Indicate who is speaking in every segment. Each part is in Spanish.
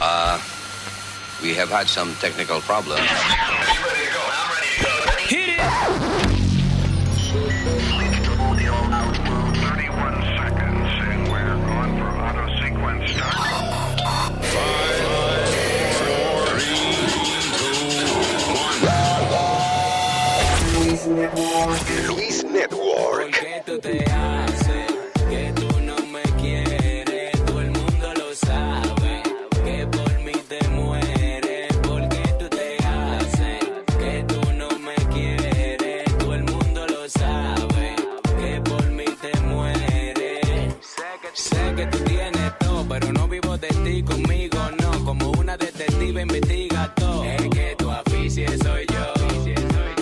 Speaker 1: Uh, we have had some technical problems.
Speaker 2: Hit it!
Speaker 3: Luis Network. Luis Network.
Speaker 2: ¿Qué tú te haces? Que tú no me quieres, todo el mundo lo sabe. Que por mí te mueres, porque tú te haces. Que tú no me quieres, todo el mundo lo sabe. Que por mí te mueres. Sé que tú tienes todo, pero no vivo de ti conmigo, no. Como una detective investiga todo. Es que tu afición soy yo.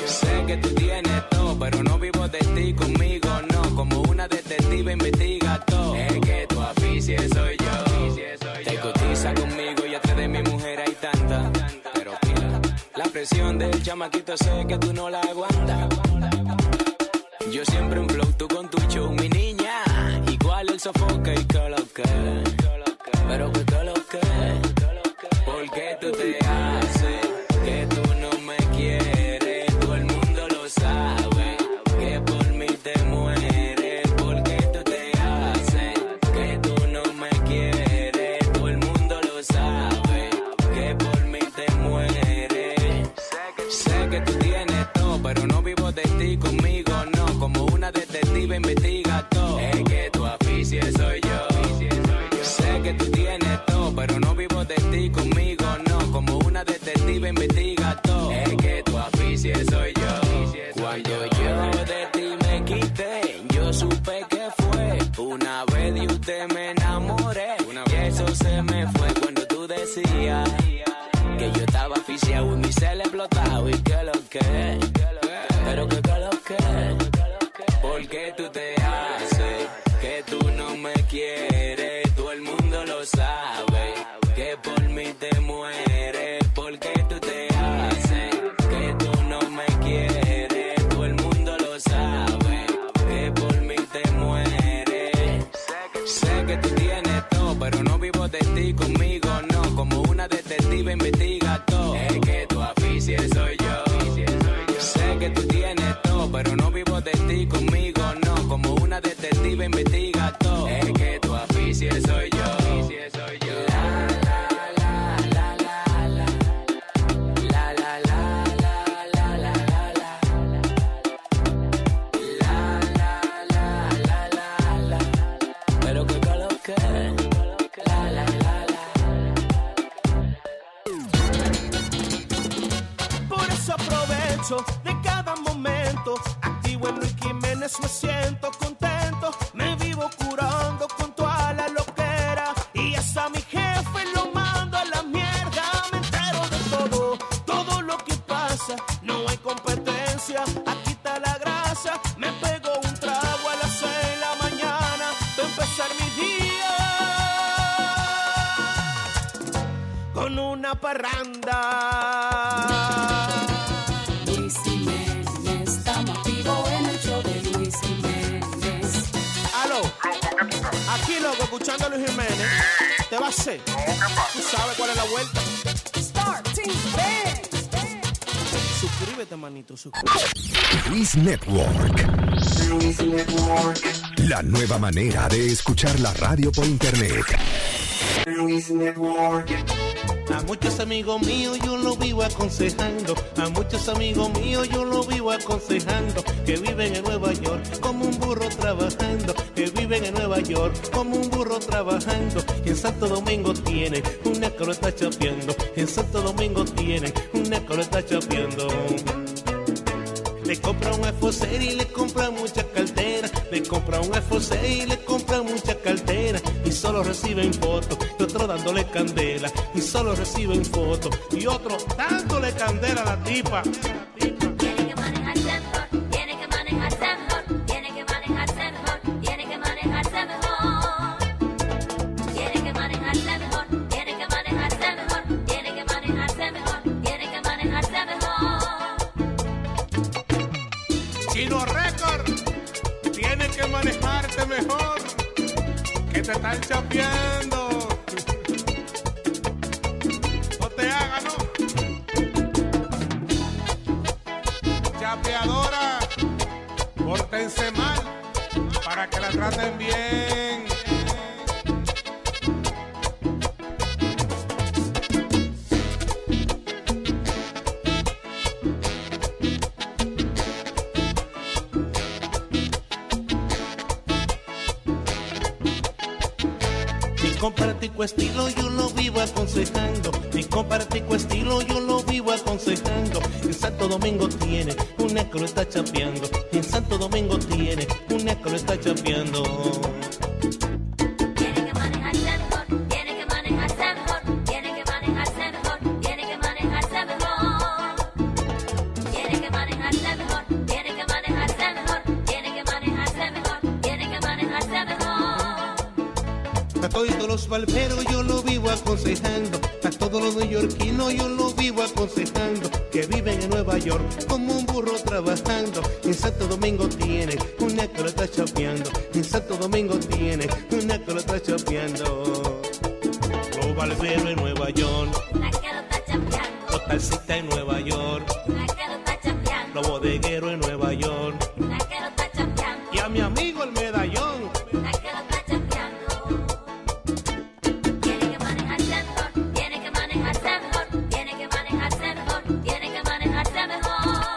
Speaker 2: Sé que tú tienes todo, pero no vivo de ti conmigo, no. Como una detective investiga todo. Es que tu afición soy yo. Te cotiza conmigo y atrás de mi mujer hay tanta. Pero pila, la presión del chamaquito sé que tú no la aguantas. Yo siempre un flow, tú con tu show, mi niña. Igual el sofoque y coloque. Pero que coloque. Porque tú te haces que tú no me quieres. Todo el mundo lo sabe. Que por mí te mueres. Porque tú te haces que tú no me quieres. Todo el mundo lo sabe. Que por mí te mueres. Sé que tú tienes todo, pero no vivo de ti conmigo, no. Como una detective investiga todo. Es que tu afición soy yo. Sé que tú tienes todo, pero no vivo de ti conmigo, no. Como una detective investiga todo. Es que tu afición soy yo. Cuando yo de ti me quité, yo supe que fue. Una vez de usted me enamoré. Y eso se me fue cuando tú decías que yo estaba asfixiado y mi cel explotado y que lo que, pero que que lo que, porque tú te haces que tú no me quieres, todo el mundo lo sabe, que por mí te mueres, porque tú te haces que tú no me quieres, todo el mundo lo sabe, que por mí te mueres. Sé que tú tienes todo, pero no vivo de ti conmigo, no. Como una detective investiga todo. Es que tu afición soy yo. Sé que tú tienes todo, pero no vivo de ti conmigo, no. Como una detective investiga todo. Es que tu afición soy yo. La, la, la, la, la, la. La, la, la, la, la, la, la, la. La, la, la, la, la, la. Pero que coloque. La, la, la, la.
Speaker 4: Por eso aprovecho de cada momento. Activo en Luis Jiménez, me siento contento. Me vivo curando con toda la loquera. Y hasta mi jefe lo mando a la mierda. Me entero de todo, todo lo que pasa. No hay competencia, aquí está la grasa. Me pego un trago a las seis de la mañana. para empezar mi día con una parranda.
Speaker 5: Luis Jiménez, estamos activos en el show de Luis Jiménez.
Speaker 4: Aló, aquí loco, escuchando a Luis Jiménez, te va a hacer. Tú sabes cuál es la vuelta. Suscríbete, manito, suscríbete.
Speaker 3: Luis Network.
Speaker 6: Luis Network.
Speaker 3: La nueva manera de escuchar la radio por internet.
Speaker 6: Luis Network.
Speaker 7: A muchos amigos míos yo lo vivo aconsejando, a muchos amigos míos yo lo vivo aconsejando, que viven en Nueva York como un burro trabajando, que viven en Nueva York como un burro trabajando, y en Santo Domingo tiene una coleta chapeando, en Santo Domingo tiene una coleta chapeando. Le compra un iPhone 6 y le compra muchas carteras. Le compra un iPhone 6 y le compra muchas carteras. Y solo reciben fotos y otro dándole candela. Y solo reciben fotos y otro dándole candela a la tipa.
Speaker 8: Tiene que manejarse mejor, tiene que manejarse mejor, tiene que manejarse mejor, tiene que manejarse mejor. Tiene que manejarse mejor, tiene que manejarse mejor, tiene que manejarse mejor, tiene que manejarse mejor.
Speaker 7: Chino Record, tienes que manejarte mejor. Que te están chapeando.
Speaker 6: traten bien.
Speaker 7: Mi comparatico estilo yo lo vivo aconsejando. Mi comparatico estilo yo lo vivo aconsejando. En Santo Domingo tiene una que lo está chapeando. En Santo Domingo tiene una que lo está chapeando.
Speaker 8: Tiene que manejarse mejor, tiene que manejarse mejor, tiene que manejarse mejor, tiene que manejarse mejor. Tiene que manejarse mejor, tiene que manejarse mejor, tiene que manejarse mejor, tiene que manejarse mejor.
Speaker 7: A todos los valveros yo lo vivo aconsejando. A todos los neoyorquinos yo lo vivo aconsejando. Que viven en Nueva York como un burro trabajando. En Santo Domingo tiene una que lo está chapeando. En Santo Domingo tiene una que lo está chapeando. Los valveros en Nueva York.
Speaker 8: La que lo está champeando,
Speaker 7: Los taxistas en Nueva York,
Speaker 8: la que lo está champeando,
Speaker 7: los bodegueros en Nueva York.
Speaker 8: la que lo está champeando,
Speaker 7: Y a mi amigo el medallón.
Speaker 8: la que lo está champeando. Tiene que manejarse mejor, tiene que manejarse mejor, tiene que manejarse mejor, tiene que manejarse mejor.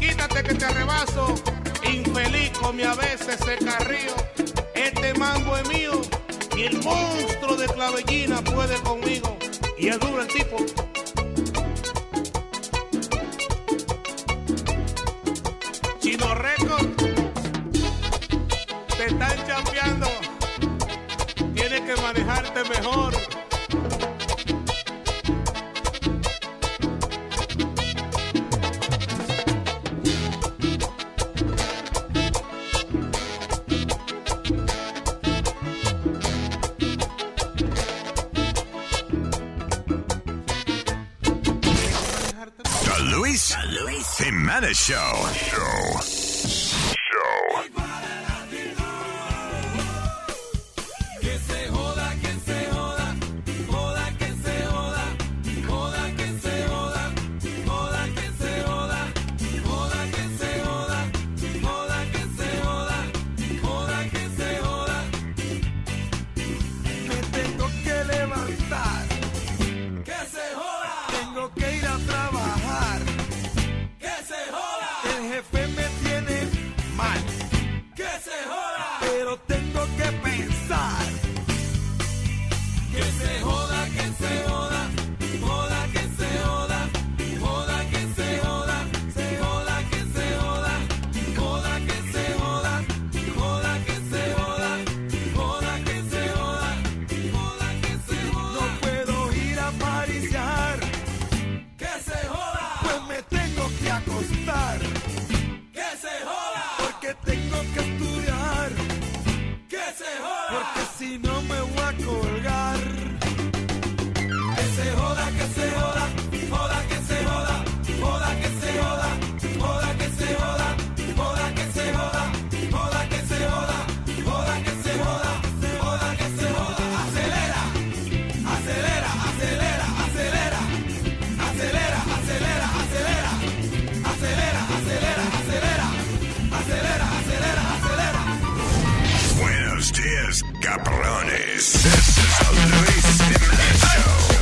Speaker 6: Quítate que te rebaso, infeliz mi a veces ese carrío. Este mango es mío y el monstruo de clavellina puede conmigo. Y es duro el tipo. Chino Record, te están champeando. Tienes que manejarte mejor.
Speaker 1: The Luis, Jimenez Show. Show. Show.
Speaker 6: Me tengo que levantar. Que se joda. Tengo que ir a trabajar. Que se joda. El jefe me tiene mal. Que se joda. Pero tengo que pensar. Que se joda, que se joda. Joda, que se joda. Joda, que se joda. Se joda, que se joda. Joda, que se joda. Joda, que se joda. Joda, que se joda. No puedo ir a pariciar. Que se joda. Pues me tengo que acostar. Que se joda. Porque tengo que estudiar. Que se joda. Porque si no me voy a colgar. Que se joda, que se joda. Joda, que se joda. Joda, que se joda. Joda, que se joda. Joda, que se joda. Joda, que se joda. Joda, que se joda. Joda, que se joda. Acelera. Acelera, acelera, acelera, acelera, acelera, acelera, acelera, acelera, acelera, acelera, acelera, acelera.
Speaker 1: Buenos días, cabrones. This is the Luis Jimenez Show.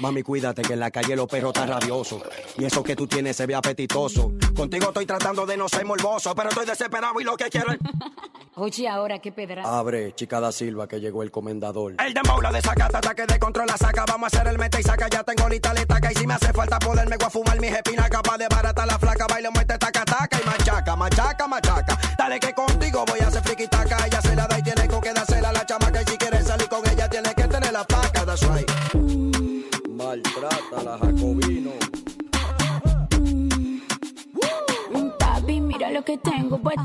Speaker 4: Mami, cuídate que en la calle los perros están rabiosos. Y eso que tú tienes se ve apetitoso. Contigo estoy tratando de no ser morboso, pero estoy desesperado y lo que quiero es.
Speaker 9: Oye, ahora qué pedra.
Speaker 4: Abre, chica da Silva, que llegó el comendador. El dembow la desacata, ataque de control la saca. Vamos a hacer el meta y saca, ya tengo lista la estaca. Y si me hace falta poderme, voy a fumar mis espinas. Capaz de barata la flaca, baile, muerte, taca, taca. Y machaca, machaca, machaca. Dale que contigo voy a hacer friki taca. Ella se la da y tiene con que dársela a la chamaca. Y si quieres salir con ella, tiene que tener la paca. That's right. Maltrata la Jacobino.
Speaker 9: Mm, Papi, mira lo que tengo para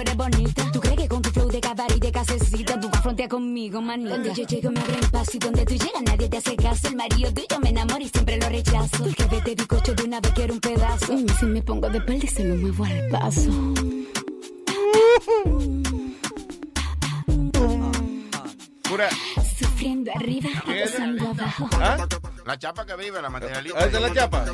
Speaker 9: eres bonita. Tú crees que con tu flow de cabaret y de casecita tú vas a frontear conmigo, manita. Donde yo llego me abren paso y donde tú llegas nadie te hace caso. El marido tuyo me enamora y siempre lo rechazo. Porque vete bicocho de una vez quiero un pedazo. Mm, Si me pongo de espalda y se lo muevo al paso.
Speaker 10: Pura.
Speaker 9: Sufriendo arriba,
Speaker 10: ¿Qué es?
Speaker 9: gozando abajo.
Speaker 10: La chapa que vive, la materialista.
Speaker 11: ¿Ah, esa es la chapa?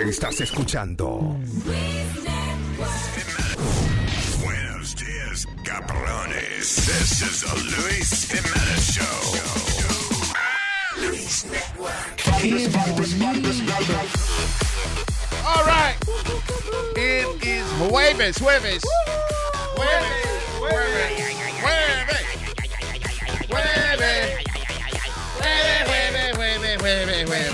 Speaker 3: Estás escuchando
Speaker 1: Buenos dias, cabrones. This is the Luis Jimenez Show. Luis Network.
Speaker 10: All right. It is jueves, jueves. Jueves, jueves, jueves. Jueves. Jueves, jueves, jueves, jueves, jueves.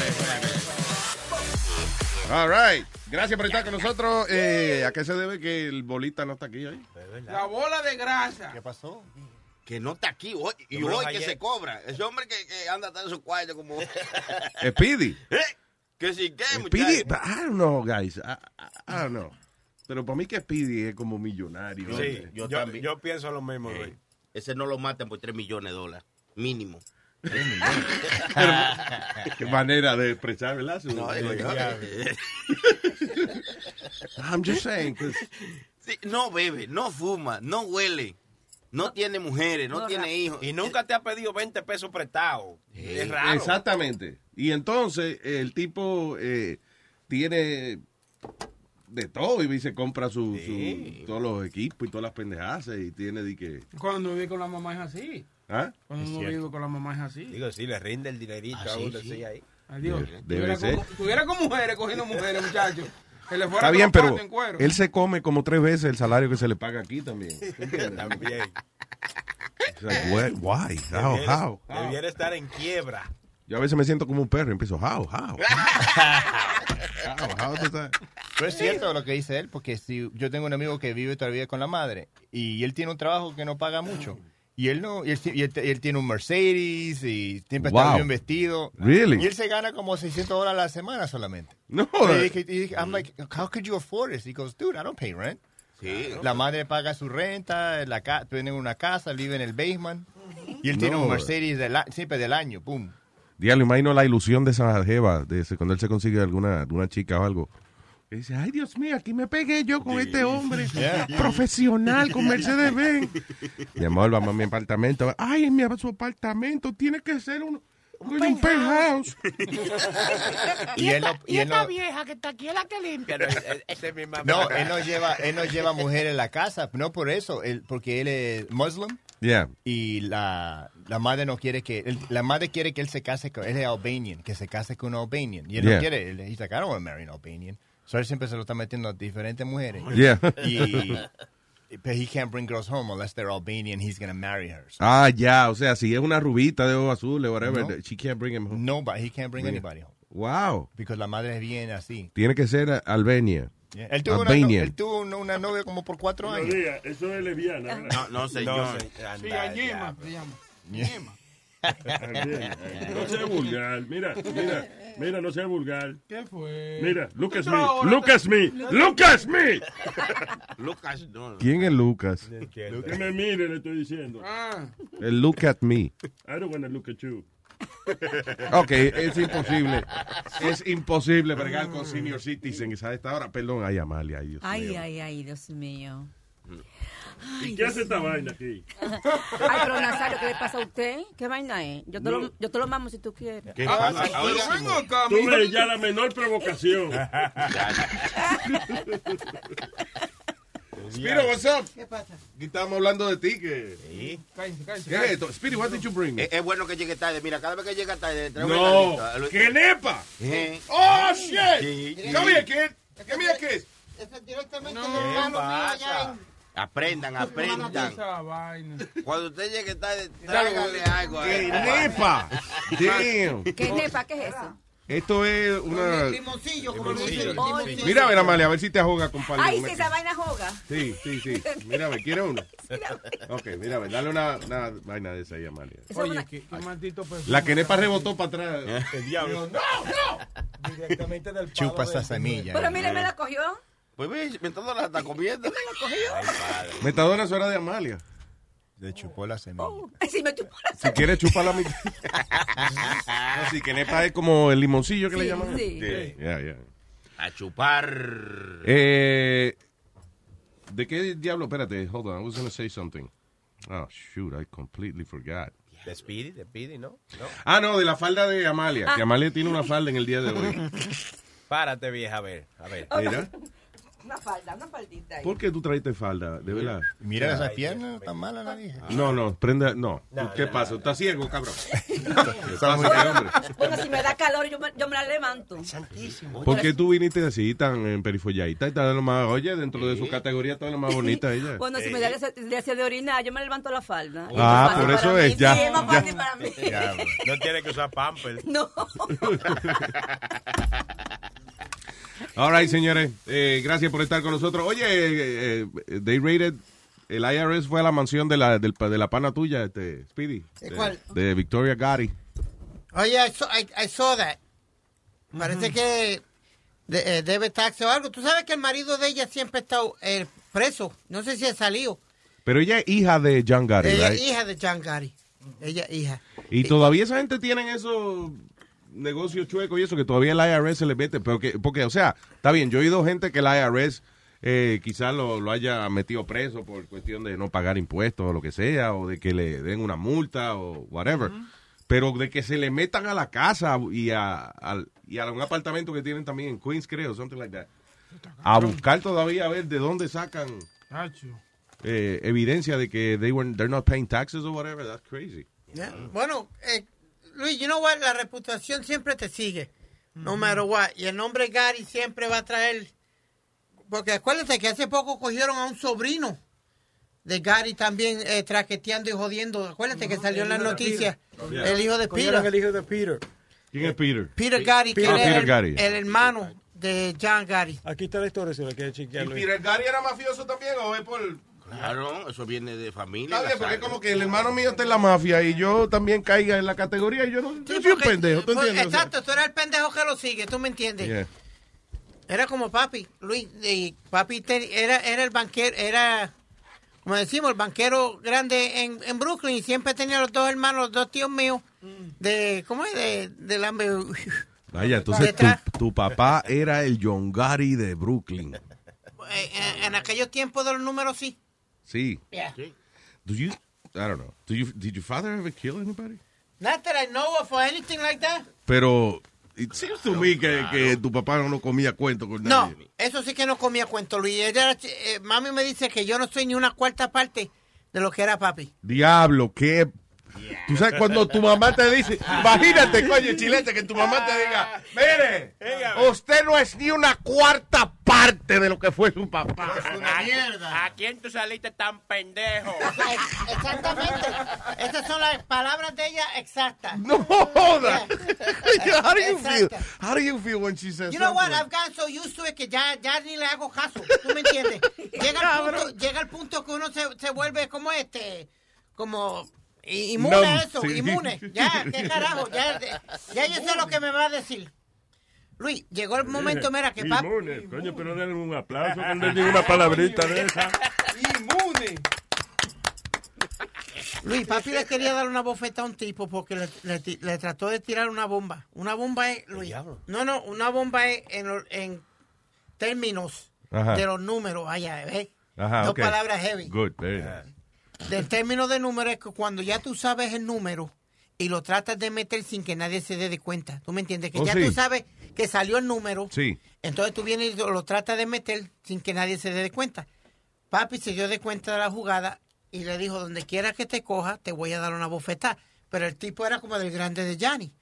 Speaker 10: All right. Gracias por estar con nosotros. Eh, ¿A qué se debe que el bolita no está aquí hoy?
Speaker 4: La bola de grasa.
Speaker 11: ¿Qué pasó?
Speaker 12: Que no está aquí hoy. Y
Speaker 10: Hombre,
Speaker 12: hoy que
Speaker 10: ayer.
Speaker 12: se cobra. Ese hombre que, que anda atrás de su cuarto como.
Speaker 10: Eh, Speedy.
Speaker 12: que si qué,
Speaker 10: Speedy,
Speaker 12: Eh, muchacho.
Speaker 10: I don't know, guys. I, I- I don't know. Pero para mí que Speedy es como millonario.
Speaker 12: Sí,
Speaker 10: hombre.
Speaker 12: yo, Eh,
Speaker 11: pienso lo mismo,
Speaker 12: Ese no lo matan por 3 millones de dólares. Mínimo.
Speaker 10: Qué manera de expresar, ¿verdad? Su- Eh,
Speaker 12: No, digo yo.
Speaker 10: I'm just saying, 'cause
Speaker 12: Sí, no bebe, no fuma, no huele, no tiene mujeres, no, tiene hijos. Eh,
Speaker 4: Y nunca te ha pedido 20 pesos prestados. Es raro.
Speaker 10: Exactamente. Y entonces el tipo eh, tiene de todo y se compra su, su- todos los equipos y todas las pendejadas y tiene de que...
Speaker 4: Cuando vive con la mamá es así.
Speaker 10: ¿Ah?
Speaker 4: Cuando uno vive con la mamá es así.
Speaker 11: Digo, sí, le rinde el dinerito
Speaker 4: Ah,
Speaker 11: a
Speaker 4: sí,
Speaker 11: uno,
Speaker 4: sí.
Speaker 11: sí, ahí.
Speaker 4: Adiós.
Speaker 10: Debe- debe
Speaker 4: Tuviera con-
Speaker 10: ser.
Speaker 4: Tuviera con mujeres cogiendo mujeres, muchachos. Que le fuera
Speaker 10: Está bien, pero
Speaker 4: en cuero.
Speaker 10: él se come como tres veces el salario que se le paga aquí también.
Speaker 11: También.
Speaker 10: It's like, what? Why? How?
Speaker 11: Debiera-
Speaker 10: How?
Speaker 11: Debiera estar en quiebra.
Speaker 10: Yo a veces me siento como un perro y empiezo, how? How? how, how does that-
Speaker 13: Pero es cierto lo que dice él, porque si yo tengo un amigo que vive todavía con la madre y él tiene un trabajo que no paga mucho. Y él no, y él, y él- y él tiene un Mercedes y siempre está
Speaker 10: Wow.
Speaker 13: bien vestido.
Speaker 10: Really?
Speaker 13: Y él se gana como 600 dólares a la semana solamente.
Speaker 10: No.
Speaker 13: y dije- y dije, I'm like, how could you afford this? He goes, dude, I don't pay rent. La madre paga su renta, la ca- tiene una casa, vive en el basement. Y él tiene
Speaker 10: No.
Speaker 13: un Mercedes del a- siempre del año, pum.
Speaker 10: Diablo, imagino la ilusión de esa jeva, de ese- cuando él se consigue alguna, alguna chica o algo. Y dice, ay Dios mío, aquí me pegué yo con este hombre profesional con Mercedes Benz. Mi amor, vamos a mi apartamento. Ay, en mi, su apartamento tiene que ser un, un, penthouse.
Speaker 13: Y él no- y él no-
Speaker 14: vieja que está aquí es la que limpia.
Speaker 11: eh, Ese es mi mamá.
Speaker 13: No, él no lleva, él no lleva mujeres a la casa, no por eso, él- porque él es muslim
Speaker 10: Yeah.
Speaker 13: y la, la madre no quiere que, él- la madre quiere que él se case con, él es Albanian, que se case con un Albanian y él
Speaker 10: Yeah.
Speaker 13: no quiere, él dice, I don't want to marry an Albanian, so él siempre se lo está metiendo a diferentes mujeres.
Speaker 10: Yeah.
Speaker 13: Y, but he can't bring girls home unless they're Albanian, he's gonna marry her.
Speaker 10: Ah, ya, o sea, si es una rubita de ojos azules, whatever,
Speaker 13: No.
Speaker 10: she can't bring him home.
Speaker 13: Nobody, he can't bring
Speaker 10: Mira.
Speaker 13: anybody home,
Speaker 10: Wow,
Speaker 13: because la madre es bien así.
Speaker 10: tiene que ser a- Albania.
Speaker 13: Yeah. Él tuvo, una, no-
Speaker 10: Albanian.
Speaker 13: él tuvo una- una novia como por cuatro años.
Speaker 11: eso es lesbiana.
Speaker 13: ¿verdad?
Speaker 12: No, no, señor.
Speaker 13: No, se-
Speaker 4: Sí,
Speaker 13: anda,
Speaker 4: a Yema se llama. Yema.
Speaker 11: No sea vulgar, mira, mira, mira, no sea vulgar.
Speaker 4: ¿Qué fue?
Speaker 11: Mira, look at
Speaker 4: Entró
Speaker 11: me,
Speaker 4: ahora,
Speaker 11: look
Speaker 4: te-
Speaker 11: at me, look at me.
Speaker 12: Lucas, no.
Speaker 10: ¿Quién es Lucas?
Speaker 11: Que me mire, le estoy diciendo.
Speaker 4: Ah.
Speaker 10: El Eh, look at me.
Speaker 11: I don't wanna look at you.
Speaker 10: Ok, es imposible. Es imposible bregar con senior citizens a esta hora. Perdón, ay, Amalia, ay, Dios
Speaker 14: Ay,
Speaker 10: mío.
Speaker 14: ay, ay, Dios mío.
Speaker 11: ¿Y
Speaker 14: Ay,
Speaker 11: qué
Speaker 14: Dios
Speaker 11: hace esta
Speaker 14: mío.
Speaker 11: vaina aquí?
Speaker 14: Ay, pero Nazario, ¿qué le pasa a usted? ¿Qué vaina es? Yo te,
Speaker 11: No.
Speaker 14: lo, yo te lo mamo si tú quieres.
Speaker 11: ¿Qué
Speaker 4: Ah,
Speaker 11: pasa?
Speaker 4: sí, pero
Speaker 11: Ahora
Speaker 4: vengo
Speaker 11: sí.
Speaker 4: acá,
Speaker 11: Tú
Speaker 4: mira.
Speaker 11: ves ya la menor provocación.
Speaker 10: Spiro, what's up? ¿Qué pasa? Aquí estábamos hablando de ti. Que...
Speaker 4: Cállense, cállense.
Speaker 10: ¿Qué es esto? Spiri, what did you bring me?
Speaker 12: Es, es bueno que llegue tarde. Mira, cada vez que llega tarde, Eh, trae un
Speaker 10: No.
Speaker 12: regalito.
Speaker 10: ¿Qué nepa?
Speaker 12: Eh,
Speaker 10: Oh, shit.
Speaker 12: Sí.
Speaker 10: Come here, kid. Give me a kiss.
Speaker 15: Ese es directamente
Speaker 12: ¿Qué
Speaker 15: del hermano mío allá
Speaker 12: pasa?
Speaker 15: en
Speaker 12: Aprendan, aprendan.
Speaker 2: Esa vaina.
Speaker 12: Cuando usted llegue tarde, tráigale algo. a
Speaker 16: ¡Qué
Speaker 12: él.
Speaker 16: nepa! Damn.
Speaker 14: ¿Qué nepa? ¿Qué es eso?
Speaker 10: Esto es una...
Speaker 14: Limoncillo,
Speaker 10: como
Speaker 14: lo
Speaker 10: dicen. Mira, a ver, Amalia, a ver si te ahoga con palo.
Speaker 14: Ay, si esa vaina joga.
Speaker 10: Sí, sí, sí. Mira, a ver, ¿quiere uno? Ok, mira, a ver, dale una, una vaina de esa ahí, Amalia.
Speaker 2: Oye, qué, qué maldito perfume.
Speaker 10: La que nepa rebotó para atrás.
Speaker 2: El
Speaker 10: diablo.
Speaker 2: No, no. Directamente del
Speaker 3: Chupa esa semilla. eh.
Speaker 14: Pero mire, me la cogió.
Speaker 12: Pues ve, Metadona la está comiendo.
Speaker 10: Metadona eso era de Amalia.
Speaker 3: Le chupó la semilla.
Speaker 14: Ay, si me chupó la
Speaker 10: Si quiere, chupa la mitad. Así que nepa es como el limoncillo que le
Speaker 14: Sí,
Speaker 10: llaman.
Speaker 14: sí.
Speaker 10: Ya, ya.
Speaker 12: A chupar.
Speaker 10: Eh, ¿De qué diablo? Espérate, hold on, I was gonna say something. Oh, shoot, I completely forgot.
Speaker 16: De Speedy, de Speedy, ¿no? No.
Speaker 10: Ah, no, de la falda de Amalia. Que
Speaker 16: Ah.
Speaker 10: Amalia tiene una falda en el día de hoy.
Speaker 16: Párate, vieja, a ver, a ver.
Speaker 10: Mira,
Speaker 14: Una falda, una faldita ahí.
Speaker 10: ¿por qué tú traiste falda? De verdad.
Speaker 3: Mira esas piernas, tan malas la dije.
Speaker 14: Ah.
Speaker 10: No, no, prenda, no.
Speaker 3: No,
Speaker 10: ¿Qué
Speaker 3: no,
Speaker 10: pasa? ¿Estás ciego, cabrón? ¿Qué
Speaker 3: Está muy
Speaker 10: pasa, hombre?
Speaker 14: Bueno, si me da calor, yo me, yo me la levanto.
Speaker 10: ¿Por
Speaker 14: Santísimo.
Speaker 10: qué tú viniste así, tan emperifulladita y tan lo más, oye, dentro de su categoría, tan lo más bonita ella?
Speaker 14: Bueno,
Speaker 3: Eh,
Speaker 14: si me da deseo deseo de orinar, yo me levanto la falda.
Speaker 10: Eh. Ah,
Speaker 14: Fácil
Speaker 10: por eso
Speaker 14: para
Speaker 10: es,
Speaker 14: mí,
Speaker 10: ya.
Speaker 14: sí, es más fácil para mí.
Speaker 16: Ya, bro. no tiene que usar pampers.
Speaker 14: No.
Speaker 10: All right, señores. Eh, gracias por estar con nosotros. Oye, eh, eh, they rated. El IRS fue a la mansión de la, del pa- de la pana tuya, este, Speedy.
Speaker 17: ¿De
Speaker 10: De-
Speaker 17: cuál?
Speaker 10: De Victoria Gary.
Speaker 17: Oh yeah, I saw, I, I saw that. Parece que de- eh, debe taxi o algo. Tú sabes que el marido de ella siempre ha estado eh, preso. No sé si ha salido.
Speaker 10: Pero ella es hija de John Gary,
Speaker 17: ella
Speaker 10: right?
Speaker 17: es hija de John Gotti. Ella es hija.
Speaker 10: Y todavía esa gente tiene esos negocios chuecos y eso, que todavía el IRS se le mete. Pero que, porque, o sea, está bien, yo he oído gente que el IRS eh, quizás lo, lo haya metido preso por cuestión de no pagar impuestos o lo que sea, o de que le den una multa o whatever. Pero de que se le metan a la casa y a, al- y a un apartamento que tienen también en Queens, creo, something like that. A buscar todavía a ver de dónde sacan
Speaker 2: Nacho.
Speaker 10: eh, evidencia de que they were, they're not paying taxes or whatever. That's crazy.
Speaker 17: Yeah.
Speaker 11: Mm.
Speaker 17: Bueno, eh, Luis, you know what? La reputación siempre te sigue.
Speaker 11: Mm-hmm.
Speaker 17: No matter what. Y el nombre Gary siempre va a traer. Porque acuérdate que hace poco cogieron a un sobrino de Gary también eh, traqueteando y jodiendo. Acuérdate
Speaker 11: Mm-hmm.
Speaker 17: que salió en las noticias.
Speaker 18: Oh,
Speaker 11: Oh, Yeah.
Speaker 17: El hijo de
Speaker 11: Cogieron
Speaker 17: Peter.
Speaker 11: El hijo de Peter.
Speaker 10: ¿Quién es Peter?
Speaker 17: Peter Gary, que
Speaker 11: Peter-
Speaker 17: era
Speaker 11: Ah, Peter
Speaker 17: el,
Speaker 11: Gary.
Speaker 17: el hermano de John Gary.
Speaker 11: Aquí está la historia, si lo quieres chequear.
Speaker 10: ¿Y
Speaker 11: Luis.
Speaker 10: Peter Gary era mafioso también o es por...?
Speaker 12: Claro, eso viene de familia.
Speaker 10: Está
Speaker 12: la
Speaker 10: bien, porque es
Speaker 12: sangre.
Speaker 10: como que el hermano mío está en la mafia y yo también caiga en la categoría y yo no... Yo soy un pendejo, ¿tú
Speaker 17: Pues,
Speaker 10: entiendes? O sea,
Speaker 17: exacto, tú eras el pendejo que lo sigue, tú me entiendes.
Speaker 10: yeah.
Speaker 17: Era como papi, Luis, y papi te- era, era el banquero, era, como decimos, el banquero grande en, en Brooklyn y siempre tenía los dos hermanos, los dos tíos míos, de, ¿cómo es? De, de la... eh,
Speaker 10: Vaya, entonces tu, tu papá era el John Gary de Brooklyn.
Speaker 17: eh, en aquellos tiempos de los números sí.
Speaker 10: Sí.
Speaker 17: Yeah.
Speaker 10: Do you... I don't know. Do you, did your father ever kill anybody?
Speaker 17: Not that I know of or anything like that.
Speaker 10: Pero... It seems to me que, que tu papá no comía cuento con
Speaker 17: No,
Speaker 10: nadie.
Speaker 17: eso sí que no comía cuento, Luis. Ella era- eh, mami me dice que yo no soy ni una cuarta parte de lo que era papi.
Speaker 10: Diablo, qué... Tú sabes cuando tu mamá te dice... Imagínate, coño, chilete, que tu mamá te diga... Mire, usted no es ni una cuarta parte de lo que fue su papá.
Speaker 16: ¿A- ¿A quién tú saliste tan pendejo?
Speaker 17: Exactamente. Estas son las palabras de ella exactas.
Speaker 10: No joda.
Speaker 17: Yeah.
Speaker 10: How do you feel?
Speaker 17: Exacto.
Speaker 10: How do you feel when she says
Speaker 17: You know what?
Speaker 10: something
Speaker 17: I've gotten so used to it que ya, ya ni le hago caso. ¿Tú me entiendes? Llega al punto, llega al punto que uno se, se vuelve como este, como i- inmune a
Speaker 12: Numb,
Speaker 17: eso,
Speaker 12: sí.
Speaker 17: inmune. Ya, qué carajo, ya, ya yo sé lo que me va a decir. Luis, llegó el momento, mira, que papi...
Speaker 11: Inmune, coño, pero denle un aplauso, que no le diga una palabrita de esa.
Speaker 17: Inmune. Luis, papi le quería dar una bofeta a un tipo porque le, le ti- le trató de tirar una bomba. Una bomba es, Luis. No, no, una bomba es en, lo- en términos
Speaker 10: Ajá.
Speaker 17: de los números. Vaya, ¿ves?
Speaker 10: Ajá,
Speaker 17: Dos
Speaker 10: okay.
Speaker 17: palabras heavy.
Speaker 10: Good, very nice.
Speaker 17: Del término de número es que cuando ya tú sabes el número y lo tratas de meter sin que nadie se dé de cuenta. ¿Tú me entiendes? Que
Speaker 10: Oh,
Speaker 17: ya
Speaker 10: sí.
Speaker 17: tú sabes que salió el número.
Speaker 10: Sí.
Speaker 17: Entonces tú vienes y lo, lo tratas de meter sin que nadie se dé cuenta. Papi se dio de cuenta de la jugada y le dijo, donde quiera que te coja, te voy a dar una bofetada. Pero el tipo era como del grande de Gianni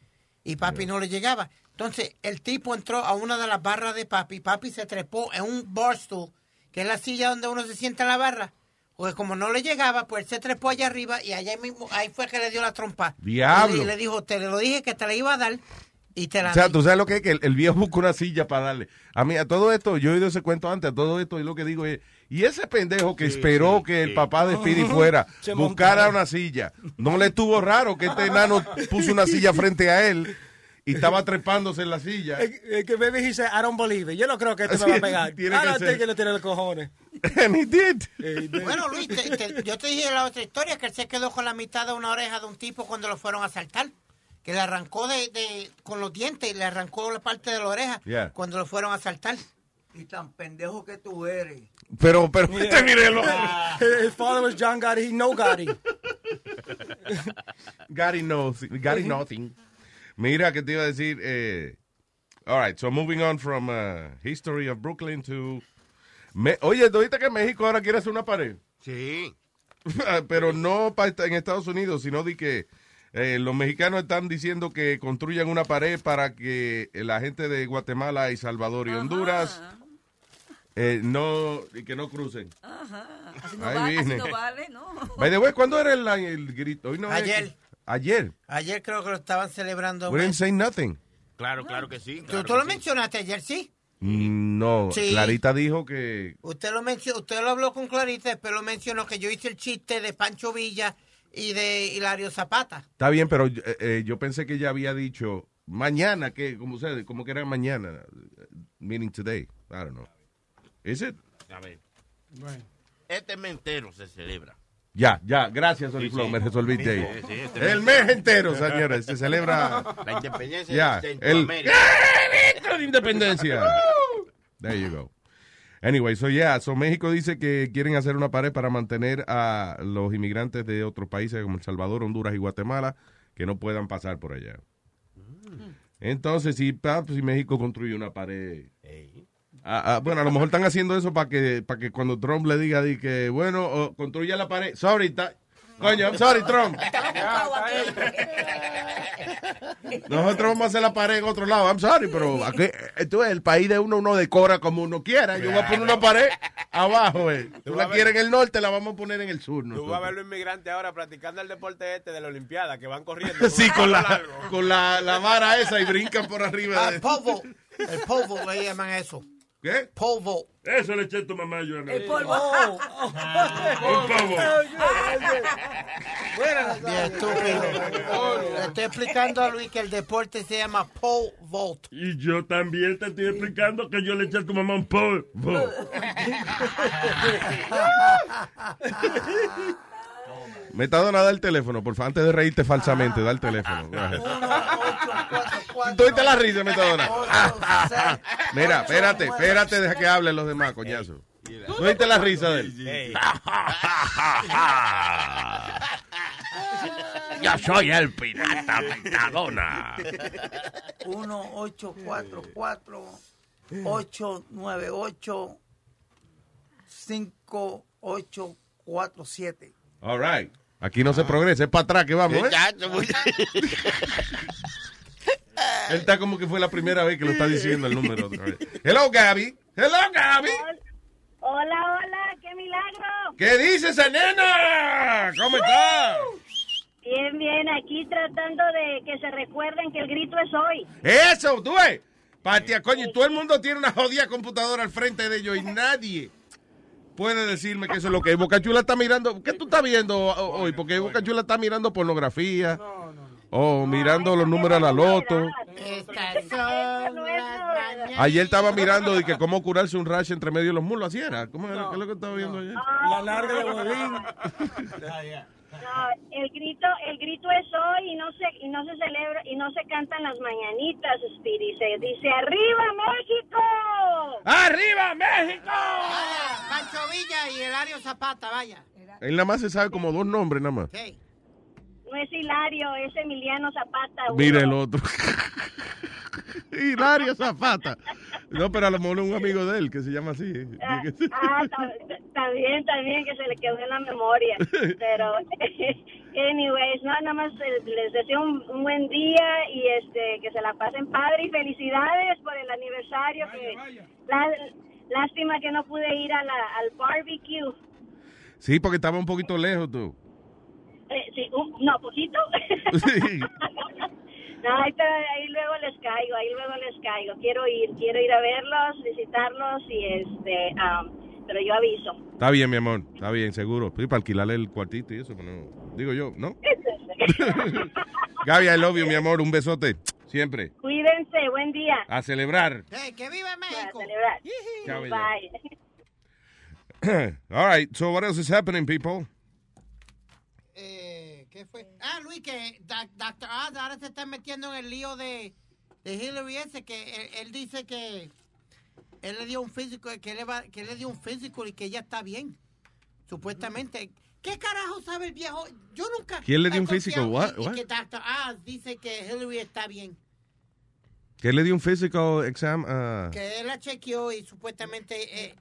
Speaker 17: y papi no le llegaba. Entonces el tipo entró a una de las barras de papi. Papi se trepó en un barstool, que es la silla donde uno se sienta en la barra. Porque como no le llegaba, pues él se trepó allá arriba y allá mismo, ahí fue que le dio la trompa.
Speaker 10: Diablo.
Speaker 17: Y le dijo, te lo dije que te la iba a dar y te la
Speaker 10: O sea,
Speaker 17: di".
Speaker 10: tú sabes lo que es que el, el viejo busca una silla para darle. A mí, a todo esto, yo he oído ese cuento antes, a todo esto, y lo que digo es, y ese pendejo que esperó que el papá de Speedy
Speaker 18: Ujú.
Speaker 10: fuera,
Speaker 18: Se
Speaker 10: buscara
Speaker 18: montaron.
Speaker 10: una silla, no le estuvo raro que este enano puso una silla frente a él y estaba trepándose en la silla.
Speaker 18: Eh, que baby dice, I don't believe it. Yo no creo que esto me va a pegar. Ah,
Speaker 10: Tiene
Speaker 18: I
Speaker 10: que
Speaker 18: don't
Speaker 10: ser.
Speaker 18: think que lo tiene los cojones. Eh,
Speaker 10: And he did.
Speaker 17: Bueno, Luis, te- te- yo te dije la otra historia, que él se quedó con la mitad de una oreja de un tipo cuando lo fueron a asaltar. Que le arrancó de, de- con los dientes y le arrancó la parte de la oreja
Speaker 10: Yeah.
Speaker 17: cuando lo fueron a asaltar.
Speaker 19: Y tan pendejo que tú eres.
Speaker 10: Pero, pero, este mírelo.
Speaker 18: Ah,
Speaker 17: Ah.
Speaker 18: His father was John Gotti. He no Gotti.
Speaker 10: Gary knows, Gary nothing. Mira, que te iba a decir. Eh, all right, so moving on from uh, history of Brooklyn to. Me- Oye, ¿tú viste que México ahora quiere hacer una pared?
Speaker 12: Sí.
Speaker 10: Pero no pa esta- en Estados Unidos, sino de que eh, los mexicanos están diciendo que construyan una pared para que la gente de Guatemala y Salvador y Honduras eh, no y que no crucen.
Speaker 6: Ajá. Así no,
Speaker 10: Ahí
Speaker 6: va, así
Speaker 10: viene.
Speaker 6: no vale, ¿no?
Speaker 10: By the way, ¿cuándo era el, el grito? Hoy no es.
Speaker 17: Ayer.
Speaker 10: Ayer.
Speaker 17: Ayer creo que lo estaban celebrando.
Speaker 10: We didn't say nothing.
Speaker 12: Claro, claro que sí.
Speaker 17: Tú, tú lo mencionaste ayer, sí.
Speaker 10: No,
Speaker 17: Sí.
Speaker 10: Clarita dijo que
Speaker 17: Usted lo mencionó, usted lo habló con Clarita, después lo mencionó que yo hice el chiste de Pancho Villa y de Hilario Zapata.
Speaker 10: está bien, pero eh, eh, yo pensé que ya había dicho mañana, que como ustedes, como que era mañana, meaning today, I don't know. Is it?
Speaker 12: A ver. Este mes entero se celebra.
Speaker 10: Ya, ya, gracias, Oriflow,
Speaker 12: sí.
Speaker 10: me resolviste ahí.
Speaker 12: Sí, sí, este
Speaker 10: el
Speaker 12: mes.
Speaker 10: mes entero, señores, se celebra
Speaker 12: La independencia
Speaker 10: Ya,
Speaker 12: de
Speaker 10: el
Speaker 12: Centroamérica.
Speaker 10: ¡Eh, grito de independencia. There you go. Anyway, so yeah, so México dice que quieren hacer una pared para mantener a los inmigrantes de otros países como El Salvador, Honduras y Guatemala que no puedan pasar por allá. Entonces, si, pa- pues, si México construye una pared. Ah, ah, bueno, a lo mejor están haciendo eso para que, para que cuando Trump le diga, di que bueno, oh, construya la pared. Sorry, ta- coño, I'm sorry, Trump. Nosotros vamos a hacer la pared en otro lado. I'm sorry, pero aquí, esto es el país de uno, uno decora como uno quiera. Yo voy a poner una pared abajo. eh. Tú la quieres en el norte, la vamos a poner en el sur.
Speaker 15: Tú
Speaker 10: nosotros.
Speaker 15: vas a ver los inmigrantes ahora practicando el deporte este de la Olimpiada, que van corriendo.
Speaker 10: Sí, con la, con la, la vara esa y brincan por arriba.
Speaker 17: Ah,
Speaker 10: de-
Speaker 17: polvo. El polvo le llaman eso.
Speaker 10: ¿Qué?
Speaker 17: Polvo.
Speaker 11: Eso le eché a tu mamá, Joana.
Speaker 17: El polvo. Oh,
Speaker 11: Un polvo.
Speaker 17: Bien estúpido. Le estoy explicando a Luis que el deporte se llama pole vault.
Speaker 11: Y yo también te estoy explicando que yo le eché a tu mamá un polvo.
Speaker 10: Me está dando da el teléfono, por favor, antes de reírte falsamente, da el teléfono. Tú te la risa, Metadona. Mira, espérate, espérate, deja que hablen los demás, coñazo. ¿No viste la risa de él?
Speaker 1: Yo soy el pirata Metadona.
Speaker 19: 1844 898 5847.
Speaker 10: All right. Aquí no se progresa, es para atrás que vamos, ¿eh? Él está como que fue la primera vez que lo está diciendo el número otra vez. Hello, Gaby. Hello, Gaby.
Speaker 20: Hola, hola, qué milagro.
Speaker 10: ¿Qué dices, nena? ¿Cómo estás?
Speaker 20: Bien, bien, aquí tratando de que se recuerden que el grito es hoy.
Speaker 10: Eso, tú ves. Patia, coño, y todo el mundo tiene una jodida computadora al frente de ellos y nadie puede decirme que eso es lo que es. Bocachula está mirando. ¿Qué tú estás viendo ho- hoy? Porque Bocachula está mirando pornografía. O mirando los números a la loto.
Speaker 17: Estas son las mañanas.
Speaker 10: Ayer estaba mirando de que cómo curarse un rash entre medio de los mulos. Así era. ¿Cómo era? ¿Qué es lo que estaba viendo ayer?
Speaker 20: La larga de No, el grito, el grito es hoy y no se y no se celebra y no se cantan las mañanitas, Spiri. Se dice arriba México.
Speaker 10: ¡Arriba, México!
Speaker 17: Pancho Villa y Hilario Zapata, vaya.
Speaker 10: Él nada más se sabe como dos nombres, nada más.
Speaker 20: No es Hilario, es Emiliano Zapata. güey.
Speaker 10: Mira el otro. Hilario Zapata. No, pero a lo mejor es un amigo de él que se llama así.
Speaker 20: Ah, ah, ta- también, también que se le quedó en la memoria. Pero, anyways, no, nada más eh, les deseo un, un buen día y este que se la pasen padre y felicidades por el aniversario. que lá- lástima que no pude ir a la, al barbecue.
Speaker 10: Sí, porque estaba un poquito lejos tú.
Speaker 20: Eh, sí, un- no, poquito.
Speaker 10: Sí.
Speaker 20: No, ahí, te- ahí luego les caigo, ahí luego les caigo. Quiero ir, quiero ir a verlos, visitarlos y este, am, pero yo aviso.
Speaker 10: Está bien, mi amor. Está bien, seguro. Sí, para alquilarle el cuartito y eso. pero no- Digo yo, ¿no? Gaby, I love you, mi amor. Un besote. Siempre.
Speaker 20: Cuídense, buen día.
Speaker 10: A celebrar.
Speaker 20: que viva México.
Speaker 10: Chao, bella.
Speaker 20: Bye.
Speaker 10: All right. So what else is happening, people?
Speaker 17: Eh, ¿Qué fue? Ah, Luis, que Doc- Dr. Oz ahora se está metiendo en el lío de, de Hillary ese, que él, él dice que él le dio un físico, que le, va, que le dio un físico y que ella está bien, supuestamente. ¿Qué carajo sabe el viejo? Yo nunca...
Speaker 10: ¿Quién le dio
Speaker 17: he
Speaker 10: un físico?
Speaker 17: confiado
Speaker 10: What?
Speaker 17: Y, y
Speaker 10: What?
Speaker 17: que Dr. Oz dice que Hillary está bien,
Speaker 10: Que le dio un physical exam a...
Speaker 17: que él la chequeó y supuestamente... eh,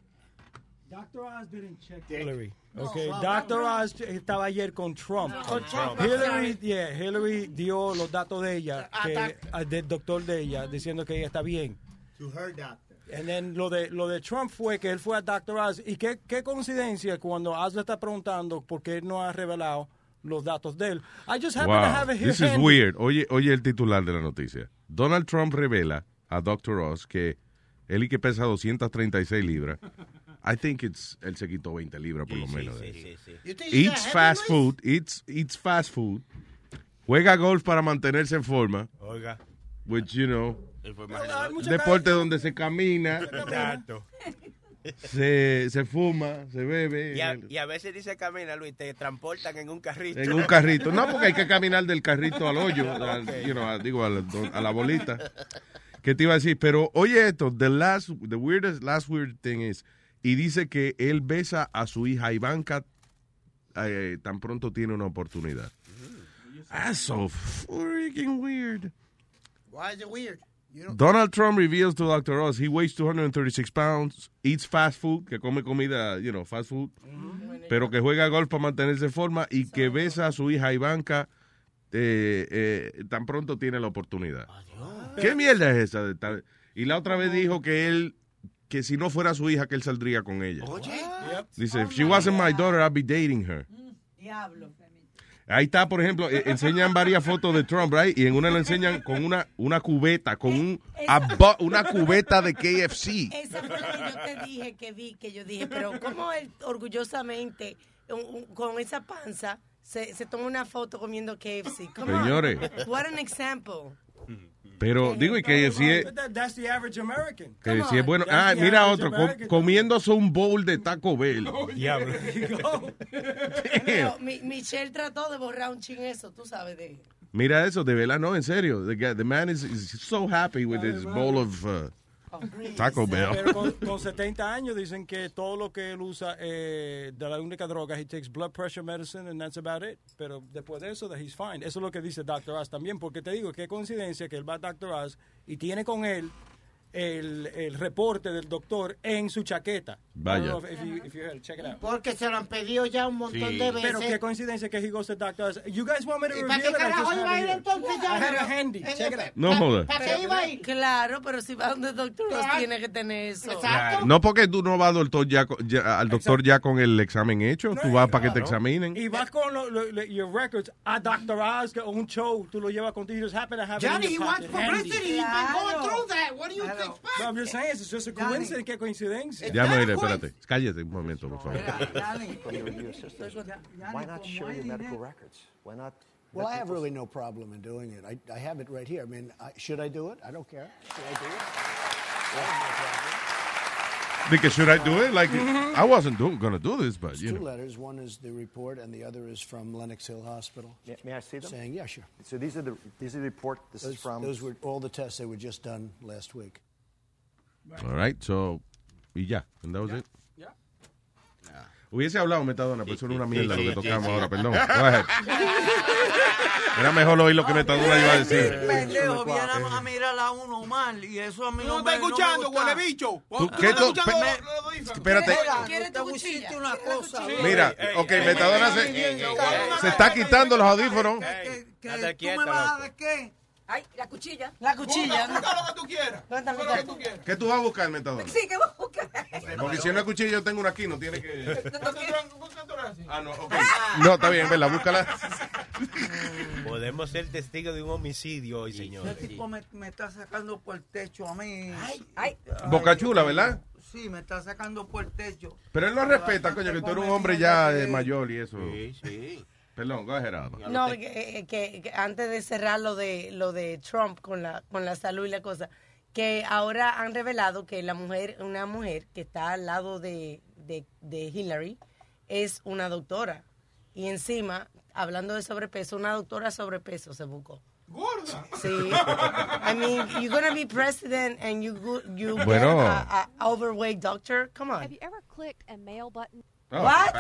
Speaker 18: Dr. Oz didn't check
Speaker 17: Hillary.
Speaker 18: Okay,
Speaker 17: No,
Speaker 18: Dr.
Speaker 17: no.
Speaker 18: Oz estaba ayer con Trump.
Speaker 17: Con Trump.
Speaker 18: Hillary, yeah, Hillary dio los datos de ella,
Speaker 13: Ah,
Speaker 18: que,
Speaker 13: doctor.
Speaker 18: ah, del doctor de ella, diciendo que ella está bien.
Speaker 13: To her doctor.
Speaker 18: And then lo de, lo de Trump fue que él fue a Dr. Oz. Y qué, qué coincidencia cuando Oz le está preguntando por qué él no ha revelado los datos de él. I just happen to
Speaker 10: Wow.
Speaker 18: have it here
Speaker 10: This is
Speaker 18: handy.
Speaker 10: weird. Oye, oye el titular de la noticia. Donald Trump revela a Dr. Oz que él y que pesa 236 libras. I think it's él se quitó 20 libras por lo menos. de eso.
Speaker 17: You think he's
Speaker 10: Eats
Speaker 17: a
Speaker 10: fast
Speaker 17: heavyweight?
Speaker 10: food, eats, eats fast food. Juega golf para mantenerse en forma.
Speaker 15: Oiga.
Speaker 10: Which, you know,
Speaker 15: Ah, mucha
Speaker 10: deporte
Speaker 15: calle.
Speaker 10: donde se camina,
Speaker 15: Exacto.
Speaker 10: se, se fuma, se bebe.
Speaker 15: Y a, y a veces dice camina, Luis, te transportan en un carrito.
Speaker 10: En un carrito. No, porque hay que caminar del carrito al hoyo, al- you know, a- digo, a la, a la bolita. ¿Qué te iba a decir? Pero oye esto, the last, the weirdest, last weird thing is, y dice que él besa a su hija Ivanka eh, tan pronto tiene una oportunidad. That's so freaking weird.
Speaker 17: Why is it weird? You don't-
Speaker 10: Donald Trump reveals to Dr. Oz he weighs 236 pounds, eats fast food, que come comida, you know, fast food, pero que juega golf para mantenerse en forma y que besa a su hija Ivanka eh, eh, tan pronto tiene la oportunidad. ¿Qué mierda es esa? de tal- Y la otra vez dijo que él, que si no fuera su hija, que él saldría con ella. Dice, if she wasn't my daughter, I'd be dating her.
Speaker 21: Diablo.
Speaker 10: Ahí está, por ejemplo, eh, enseñan varias fotos de Trump, right? Y en una lo enseñan con una, una cubeta, con un, a bu- una cubeta de KFC.
Speaker 21: Esa fue la que yo te dije que vi, que yo dije, pero cómo él orgullosamente, un- un- con esa panza, se, se toma una foto comiendo KFC. Come on.
Speaker 10: Señores.
Speaker 21: What an example.
Speaker 10: Pero digo, y que si es,
Speaker 18: That- that's the average American.
Speaker 10: que si es bueno. Ah,
Speaker 18: That's the
Speaker 10: mira
Speaker 18: average
Speaker 10: otro, co-
Speaker 18: American.
Speaker 10: comiéndose un bowl de Taco Bell.
Speaker 18: Diablo.
Speaker 21: Pero mi- Michelle trató de borrar un ching eso, tú sabes de...
Speaker 10: Mira eso, de verdad, no, en serio. The, guy- the man is, is so happy with his bowl of uh, Taco
Speaker 18: Pero
Speaker 10: Bell.
Speaker 18: con, con 70 años dicen que todo lo que él usa eh, de la única droga, he takes blood pressure medicine and that's about it. Pero después de eso, that he's fine. Eso es lo que dice Dr. Oz también, porque te digo, qué coincidencia que él va a Dr. Oz y tiene con él el, el reporte del doctor en su chaqueta.
Speaker 10: Vaya.
Speaker 18: I don't know if you- if you heard, check it out.
Speaker 17: Porque se lo han pedido ya un montón
Speaker 18: Sí.
Speaker 17: de veces.
Speaker 18: Pero qué coincidencia que he goes to Dr. Oz. You guys want me to
Speaker 17: Ah, ¿Y para
Speaker 18: review
Speaker 17: qué
Speaker 18: it? I just
Speaker 17: carajo
Speaker 18: have
Speaker 17: iba a
Speaker 18: it
Speaker 17: ir
Speaker 18: here.
Speaker 17: entonces ya? Eh,
Speaker 18: I had it handy. Check it out.
Speaker 10: No joda.
Speaker 17: ¿Para qué iba a ir?
Speaker 21: Claro, pero si va donde el doctor Oz, tiene que tener eso.
Speaker 10: No porque tú no vas al doctor ya, co- ya- al doctor ya con el examen hecho, tú vas para que te examinen.
Speaker 18: Y vas con lo- lo- lo- your records a Dr. Oz o un show, tú lo llevas contigo. You just happen to have
Speaker 17: Johnny,
Speaker 18: it in
Speaker 17: he
Speaker 18: your
Speaker 17: wants
Speaker 18: pocket handy.
Speaker 17: publicity. He's been going through that. What do you expect?
Speaker 18: No, I'm just saying, it's just a coincidence. Qué coincidencia.
Speaker 10: Ya me iré,
Speaker 18: pues.
Speaker 10: espérate. Cállate un momento, por favor.
Speaker 6: Why not show your medical records? Why not?
Speaker 22: Well, I have really no problem in doing it. I, I have it right here. I mean, I, should I do it? I don't care. Should I do it?
Speaker 10: De que, should I do it? Like, I wasn't do, gonna do this, but,
Speaker 22: It's
Speaker 10: you
Speaker 22: two
Speaker 10: know.
Speaker 22: letters. One is the report, and the other is from Lenox Hill Hospital. May, I see them? Saying, yeah, sure.
Speaker 6: So these are the these are the report. This
Speaker 22: Those,
Speaker 6: is from.
Speaker 22: those were all the tests that were just done last week.
Speaker 10: All right, so, y ya. And that was it. Hubiese hablado Metadona, pero eso era una mierda
Speaker 6: sí,
Speaker 10: lo que
Speaker 6: sí,
Speaker 10: tocamos
Speaker 6: sí.
Speaker 10: ahora, perdón. Go ahead. Era mejor oír lo que Metadona iba a decir.
Speaker 4: Pendejo,
Speaker 22: viene
Speaker 4: a mirar a uno mal y eso a mí no,
Speaker 17: me- no me gusta.
Speaker 4: bicho.
Speaker 10: ¿Tú qué tú- pe- espérate.
Speaker 4: ¿Quieres te pusiste una cosa.
Speaker 10: Mira, ok, Metadona se, se está quitando los audífonos.
Speaker 4: ¿Tú me vas a dar qué?
Speaker 14: Ay, la cuchilla.
Speaker 21: La cuchilla.
Speaker 14: Busca, busca
Speaker 21: lo que tú quieras. ¿Dónde está mi
Speaker 14: Busca lo que
Speaker 21: cuchilla?
Speaker 10: ¿Qué tú vas a buscar, Metadona?
Speaker 14: Sí, que busca.
Speaker 10: Porque si no hay cuchillo, yo tengo una aquí, no tiene que...
Speaker 23: Ah, no, ok.
Speaker 10: No, está bien, ¿verdad? Búscala.
Speaker 23: Podemos ser testigos de un homicidio hoy, señores.
Speaker 19: Ese tipo me, me está sacando por el techo a mí. Ay,
Speaker 14: ay.
Speaker 10: Boca Chula, ¿verdad?
Speaker 19: Sí, me está sacando por el techo.
Speaker 10: Pero él lo respeta, coño, que tú eres un hombre ya eh, mayor y eso. Sí,
Speaker 12: sí.
Speaker 10: Perdón, go ahead, Alba.
Speaker 21: No, que, eh, que- que antes de cerrar lo de lo de Trump con la con la salud y la cosa, que ahora han revelado que la mujer, una mujer que está al lado de, de, de Hillary es una doctora. Y encima, hablando de sobrepeso, una doctora sobrepeso se buscó.
Speaker 2: Gorda.
Speaker 21: Sí. I mean, you're gonna be president and you go- you get
Speaker 10: Bueno.
Speaker 21: a, a overweight doctor. Come on. Have you
Speaker 18: ever clicked a mail button?
Speaker 10: Oh.
Speaker 21: What?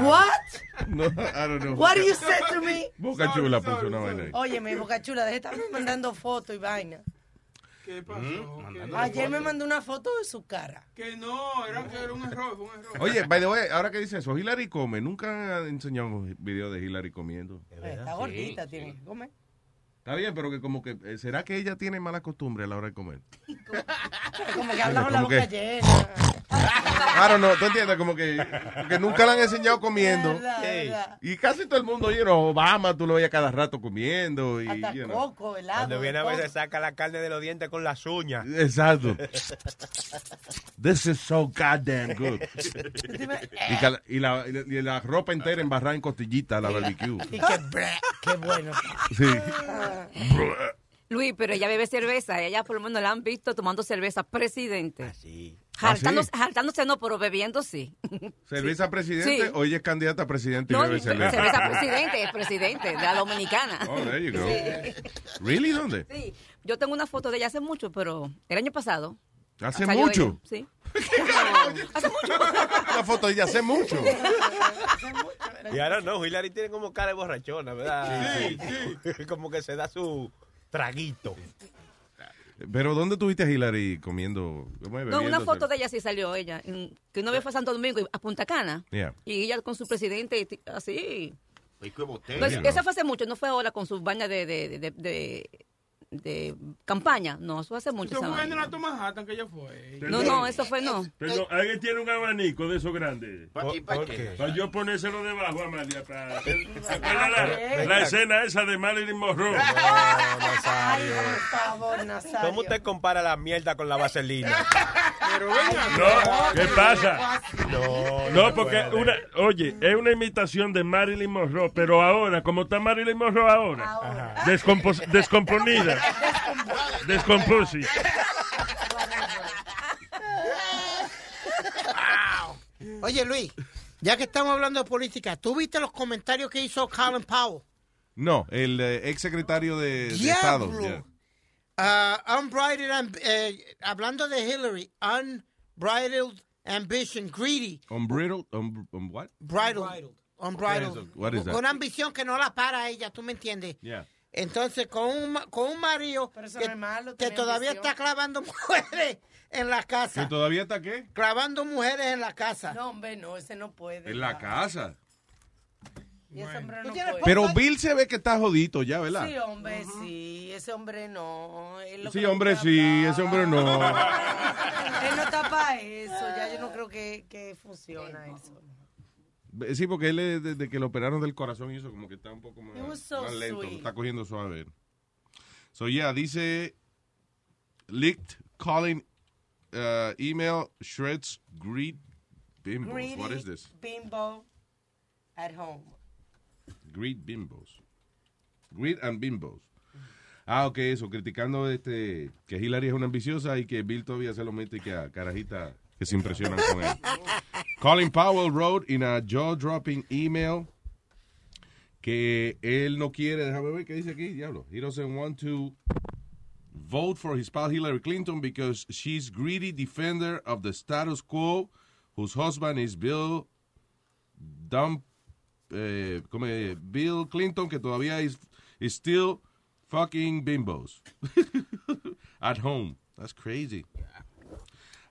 Speaker 21: What?
Speaker 10: Ah. No, I don't know.
Speaker 21: What do you say to me?
Speaker 10: Boca Chula puso una vaina ahí.
Speaker 21: Oye, mi boca chula, deje de estarme mandando fotos y vaina.
Speaker 2: ¿Qué pasó?
Speaker 10: ¿Mm?
Speaker 21: Ayer me mandó una foto de su cara.
Speaker 2: Que no, era, era un error, fue un error.
Speaker 10: Oye, by the way, ahora que dice eso, Hillary come. Nunca han enseñado un video de Hillary comiendo.
Speaker 21: Está gordita, tiene que comer.
Speaker 10: Está bien, pero que como que, eh, ¿será que ella tiene mala costumbre a la hora de comer?
Speaker 21: Como que hablas con la
Speaker 10: Como
Speaker 21: boca
Speaker 10: que-
Speaker 21: llena.
Speaker 10: Claro, no, tú entiendes, como que, que nunca la han enseñado comiendo.
Speaker 21: Verdad, verdad.
Speaker 10: Y casi todo el mundo, oye, Obama, tú lo veías cada rato comiendo. Y, you know.
Speaker 21: Coco, helado.
Speaker 23: Cuando viene a
Speaker 21: todo.
Speaker 23: veces saca la carne de los dientes con las uñas.
Speaker 10: Exacto. This is so goddamn good. Y, que la- y la, y la- y la ropa entera embarrada en costillita, la barbecue.
Speaker 21: Y que, bre, qué bueno.
Speaker 10: Sí.
Speaker 14: Luis, pero ella bebe cerveza. Ella por lo menos la han visto tomando cerveza, presidente.
Speaker 10: Ah, sí.
Speaker 14: Así. Jaltándose, jaltándose no, pero bebiendo sí.
Speaker 10: ¿Cerveza presidente?
Speaker 14: Sí.
Speaker 10: o ella es candidata a presidente y
Speaker 14: No,
Speaker 10: bebe cerveza.
Speaker 14: cerveza presidente, presidente de la dominicana.
Speaker 10: Oh, there you go.
Speaker 14: Sí.
Speaker 10: ¿Really? ¿Dónde?
Speaker 14: Sí, yo tengo una foto de ella hace mucho, pero el año pasado.
Speaker 10: Hace
Speaker 14: salió
Speaker 10: mucho.
Speaker 14: ella, Sí.
Speaker 10: La foto de ella hace mucho.
Speaker 23: Y ahora no, Hillary tiene como cara de borrachona, ¿verdad? Sí, sí. Como que se da su traguito.
Speaker 10: Pero ¿dónde tuviste a Hillary comiendo? ¿cómo es?
Speaker 14: No, una
Speaker 10: Bebiendo
Speaker 14: foto de ella sí salió ella, mm, que uno ve fue a Santo Domingo y a Punta Cana.
Speaker 10: Yeah.
Speaker 14: Y ella con su presidente y ti- así.
Speaker 12: Pico de Pues, botella.
Speaker 14: No, es- Esa fue hace mucho, no fue ahora con sus bañas de, de, de, de- de campaña. No, eso fue hace mucho.
Speaker 2: Eso
Speaker 14: esa
Speaker 2: fue en
Speaker 14: vaina.
Speaker 2: la Manhattan que ella fue.
Speaker 14: No, no, eso fue no.
Speaker 11: Perdón, alguien tiene un abanico de esos grandes.
Speaker 2: ¿Pa- y pa'
Speaker 11: ¿Por
Speaker 2: qué?
Speaker 11: qué? Para yo ponérselo debajo, Amalia. Para... ¿Se acuerda
Speaker 23: ¿Qué?
Speaker 11: la, la escena esa de Marilyn Monroe?
Speaker 21: Por favor, Nazario.
Speaker 23: ¿Cómo usted compara la mierda con la vaselina?
Speaker 11: No, ¿qué pasa?
Speaker 23: No,
Speaker 11: No, porque una, oye, es una imitación de Marilyn Monroe, pero ahora, como está Marilyn Monroe ahora, descompos- descomponida, descompusi.
Speaker 17: Oye, Luis, ya que estamos hablando de política, ¿tú viste los comentarios que hizo Colin Powell?
Speaker 10: No, el ex secretario de, de Estado.
Speaker 17: ¡Diablo!
Speaker 10: yeah.
Speaker 17: Ah, unbridled, amb- eh, hablando de Hillary, unbridled ambition, greedy,
Speaker 10: On brittle, on, on what?
Speaker 17: bridled,
Speaker 10: Eso,
Speaker 17: unbridled,
Speaker 10: what is that?
Speaker 17: con ambición que no la para ella, ¿tú me entiendes?
Speaker 10: Yeah.
Speaker 17: Entonces, con un, ma- con un marido
Speaker 21: eso
Speaker 17: que,
Speaker 21: no es malo,
Speaker 17: que
Speaker 21: tener
Speaker 17: todavía
Speaker 21: ambición.
Speaker 17: está clavando mujeres en la
Speaker 10: ¿Que
Speaker 17: casa.
Speaker 10: todavía está qué?
Speaker 17: Clavando mujeres en la casa.
Speaker 21: No, hombre, no, ese no puede.
Speaker 10: En la casa.
Speaker 21: Y ese hombre no puede.
Speaker 10: Pero Bill se ve que está jodito ya, ¿verdad?
Speaker 21: Sí, hombre, sí. Ese hombre no. Él, lo-
Speaker 10: Sí, hombre, sí, ese hombre no.
Speaker 21: él no está para eso. Ya yo no creo que, que funciona eso.
Speaker 10: Eh, Sí, porque él es- desde que lo operaron del corazón y eso como que está un poco más,
Speaker 21: It was so
Speaker 10: más lento,
Speaker 21: sweet.
Speaker 10: está cogiendo suave. So yeah, dice leaked calling uh, email shreds greed bimbos.
Speaker 21: Greedy
Speaker 10: What is this?
Speaker 21: bimbo at home.
Speaker 10: Greed bimbos. Greed and bimbos. Ah, ok, eso, criticando este que Hillary es una ambiciosa y que Bill todavía se lo mete y que a carajita que se impresionan con él. Colin Powell wrote in a jaw-dropping email que él no quiere, déjame ver qué dice aquí, diablo. He doesn't want to vote for his pal Hillary Clinton because she's greedy defender of the status quo whose husband is Bill Dump, eh, ¿cómo es? Bill Clinton que todavía is, is still fucking bimbos at home. That's crazy.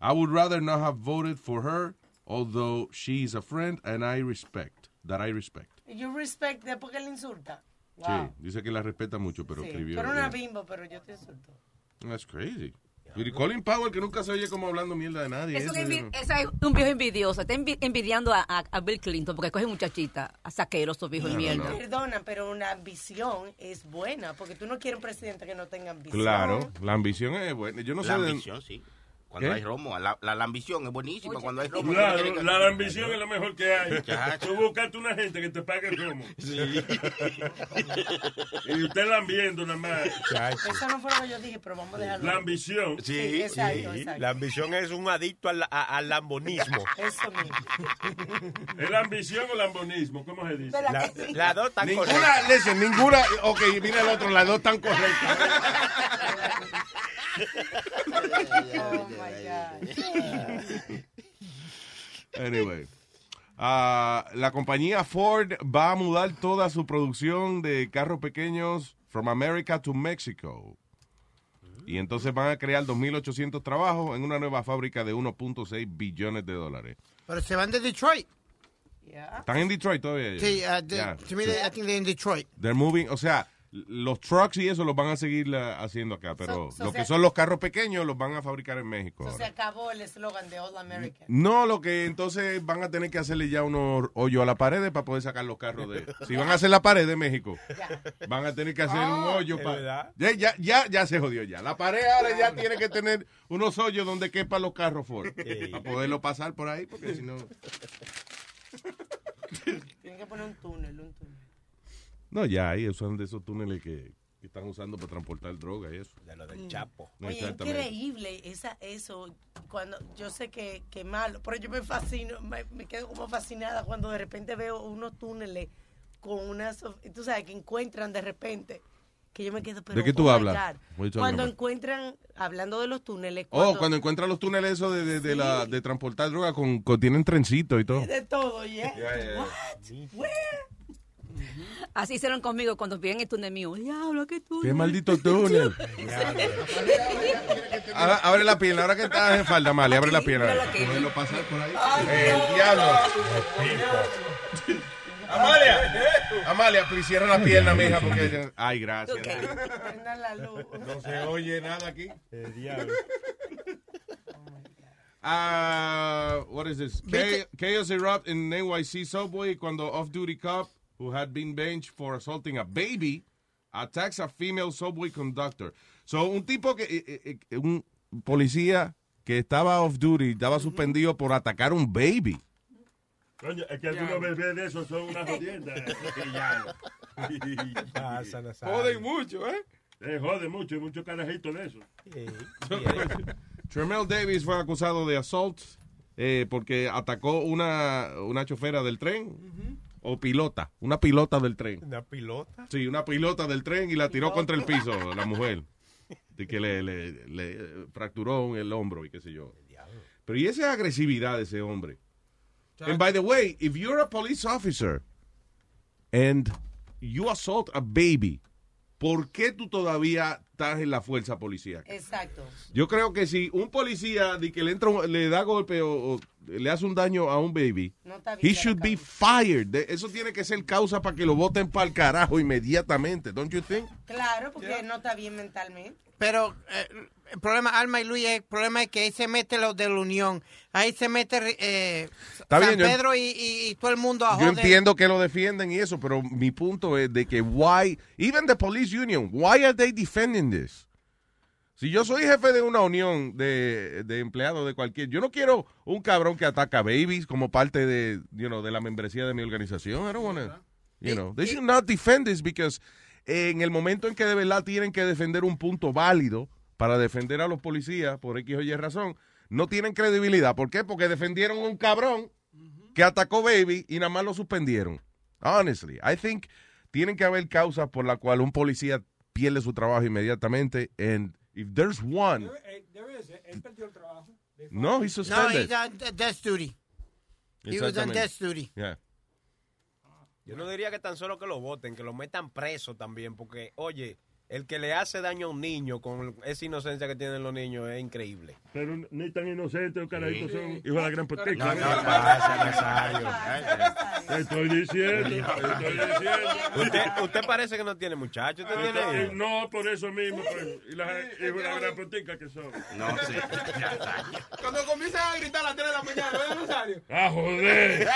Speaker 10: I would rather not have voted for her, although she is a friend and I respect that I respect.
Speaker 21: You respect, después que le insulta.
Speaker 10: Sí, dice que la respeta mucho, pero
Speaker 21: Sí.
Speaker 10: escribió.
Speaker 21: Tú eres una bimbo, pero yo te insulto.
Speaker 10: That's crazy. Y Colin Powell, que nunca se oye como hablando mierda de nadie.
Speaker 14: Es un,
Speaker 10: eso,
Speaker 14: envi-
Speaker 10: yo no-
Speaker 14: ese es un viejo envidioso. Está envi- envidiando a, a- a Bill Clinton porque coge muchachita, a saqueroso viejo de
Speaker 10: No, no,
Speaker 14: mierda.
Speaker 10: no.
Speaker 21: Perdona, pero una ambición es buena, porque tú no quieres un presidente que no tenga ambición.
Speaker 10: Claro, la ambición es buena. Yo no
Speaker 12: la
Speaker 10: sé. de-
Speaker 12: ambición, sí. Cuando
Speaker 10: ¿Qué?
Speaker 12: hay romo, la, la, la ambición es buenísima. cuando hay romo,
Speaker 11: Claro,
Speaker 12: tú no quieres-
Speaker 11: la ambición es lo mejor que hay.
Speaker 12: Chacho.
Speaker 11: Tú buscaste una gente que te pague el romo. y usted la viendo nada más.
Speaker 21: Eso no fue lo que yo dije, pero vamos a dejarlo.
Speaker 11: La ambición.
Speaker 21: Sí, exacto,
Speaker 23: Sí.
Speaker 21: exacto.
Speaker 23: La ambición es un adicto al, a- al lambonismo.
Speaker 21: Eso mismo.
Speaker 11: ¿El ambición o el lambonismo? ¿Cómo se dice?
Speaker 23: ¿Verdad La- que sí? las dos están
Speaker 10: Ninguna,
Speaker 11: correctas.
Speaker 10: listen, ninguna. Ok, mira el otro, las dos están correctas.
Speaker 21: Oh my God.
Speaker 10: Anyway. Ah, la compañía Ford va a mudar toda su producción de carros pequeños from America to Mexico. Y entonces van a crear 2.800 trabajos en una nueva fábrica de 1.6 billones de dólares.
Speaker 17: Pero se van de Detroit.
Speaker 21: Ah.
Speaker 10: ¿Están en Detroit todavía?
Speaker 17: Sí, uh, de-
Speaker 10: Ya.
Speaker 17: to me, they- I think they're in Detroit.
Speaker 10: They're moving, o sea, los trucks y eso los van a seguir la- haciendo acá, pero
Speaker 21: So- so
Speaker 10: lo
Speaker 21: se-
Speaker 10: que son los carros pequeños los van a fabricar en México.
Speaker 21: Entonces
Speaker 10: ahora.
Speaker 21: se acabó el eslogan de All America.
Speaker 10: No, lo que entonces van a tener que hacerle ya unos hoyos a la pared para poder sacar los carros de... Si van a hacer la pared de México, van a tener que hacer un hoyo
Speaker 23: ¿es
Speaker 10: para...
Speaker 23: verdad?
Speaker 10: Ya, ya, ya, ya se jodió ya. La pared ahora ya tiene que tener unos hoyos donde quepan los carros Ford. Para poderlo pasar por ahí, porque si no...
Speaker 21: Tienen que poner un túnel, un túnel.
Speaker 10: No, ya ahí usan de esos túneles que, que están usando para transportar droga y eso. Mm. De lo
Speaker 21: del Chapo. Mm. Oye, increíble esa, eso. Cuando yo sé que, que malo, pero yo me fascino, me, me quedo como fascinada cuando de repente veo unos túneles con unas, of- tú sabes, que encuentran de repente, que yo me quedo. Pero,
Speaker 10: ¿De qué tú
Speaker 21: oh my
Speaker 10: hablas?
Speaker 21: God.
Speaker 10: What are you talking
Speaker 21: Cuando
Speaker 10: about?
Speaker 21: encuentran, hablando de los túneles,
Speaker 10: Oh, cuando encuentran los túneles esos de, de, de la, de transportar droga, con, con- tienen trencito y todo.
Speaker 21: de todo, ¿ya?
Speaker 10: yeah.
Speaker 21: What? Where?
Speaker 14: Así hicieron conmigo cuando vienen el túnel mío. Diablo, qué túnel.
Speaker 10: ¡Qué maldito túnel! Ahora- abre la pierna, ahora que estás en falda, Male, abre la pierna. Poderlo pasar por ahí. ¡El diablo! ¡Amalia! Amalia, please, cierra la pierna, mija, porque... Ay, gracias.
Speaker 21: Prendan la luz.
Speaker 10: No se oye nada aquí.
Speaker 23: Eh,
Speaker 10: El diablo. Ah, what is this? Cha- Chaos erupt in NYC subway cuando off-duty cop who had been benched for assaulting a baby attacks a female subway conductor. So, un tipo que eh, eh, eh, un policía que estaba off-duty estaba suspendido por atacar un baby.
Speaker 11: Coño, es que algunos bebés de esos son una jodienda.
Speaker 23: Pasa, Nazario.
Speaker 11: Joden mucho, ¿eh? Eh, jode mucho, hay muchos carajitos de esos.
Speaker 10: Tremel Davis fue acusado de assault eh, porque atacó una, una chofera del tren o pilota, una pilota del tren.
Speaker 23: Una pilota.
Speaker 10: Sí, una pilota del tren y la tiró contra el piso, la mujer. De que le, le- le fracturó el hombro y qué sé yo. Pero y esa agresividad de ese hombre. And by the way, if you're a police officer and you assault a baby, ¿por qué tú todavía estás en la fuerza policial?
Speaker 21: Exacto.
Speaker 10: Yo creo que si un policía de que le entra un- le da golpe o, o le hace un daño a un baby,
Speaker 21: No está bien
Speaker 10: he
Speaker 21: la
Speaker 10: should be fired. De- Eso tiene que ser causa para que lo voten para el carajo inmediatamente, don't you think?
Speaker 21: Claro, porque no está bien mentalmente.
Speaker 17: Pero eh, el problema, Alma y Luis, el problema es que ahí se mete los de la Unión. Ahí se mete eh,
Speaker 10: Está
Speaker 17: San
Speaker 10: bien, yo-
Speaker 17: Pedro y, y- y todo el mundo a
Speaker 10: Yo
Speaker 17: joder.
Speaker 10: entiendo que lo defienden y eso, pero mi punto es de que why even the police union, why are they defending this? Si yo soy jefe de una unión de, de empleados de cualquier, yo no quiero un cabrón que ataca babies como parte de, you know, de la membresía de mi organización. I don't wanna, you know, they should not defend this because en el momento en que de verdad tienen que defender un punto válido para defender a los policías por X o Y razón, no tienen credibilidad. ¿Por qué? Porque defendieron a un cabrón que atacó Baby y nada más lo suspendieron. Honestly, I think tienen que haber causas por la cual un policía pierde su trabajo inmediatamente. And if there's one, no, he's
Speaker 17: No,
Speaker 10: suspended.
Speaker 17: he's on death duty. he was on
Speaker 10: Exactamente.
Speaker 17: death duty.
Speaker 10: Yeah.
Speaker 23: Yo no diría que tan solo que lo voten, que lo metan preso también, porque, oye,
Speaker 15: El que le hace daño a un niño con esa inocencia que tienen los niños es increíble.
Speaker 11: Pero ni tan inocentes, los carajitos son hijos de la gran poteca.
Speaker 15: No, no, no, pasa, Nazario.
Speaker 11: Te estoy diciendo, te estoy diciendo.
Speaker 15: Usted, usted parece que no tiene muchachos. usted tiene-
Speaker 11: Eh, No, por eso mismo. pues, Y las hijos de la gran poteca que son.
Speaker 15: No, sí.
Speaker 6: Cuando comienzan a gritar a las 3 de la mañana, ¿no es necesario?
Speaker 11: ¡Ah, joder!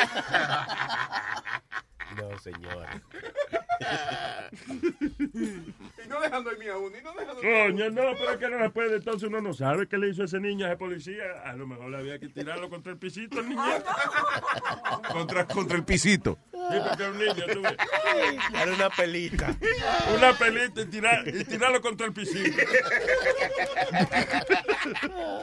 Speaker 15: No, señor.
Speaker 6: y no dejan dormir a uno, y no dejan dormir a uno.
Speaker 11: Coño, no, pero es que no se puede. Entonces uno no sabe qué le hizo ese niño a ese policía. A lo mejor le había que tirarlo contra el pisito al niño.
Speaker 10: Contra, contra el pisito.
Speaker 11: Sí, porque es un niño, tú ves.
Speaker 15: Era una pelita.
Speaker 11: Una pelita y, tirar, y tirarlo contra el pisito.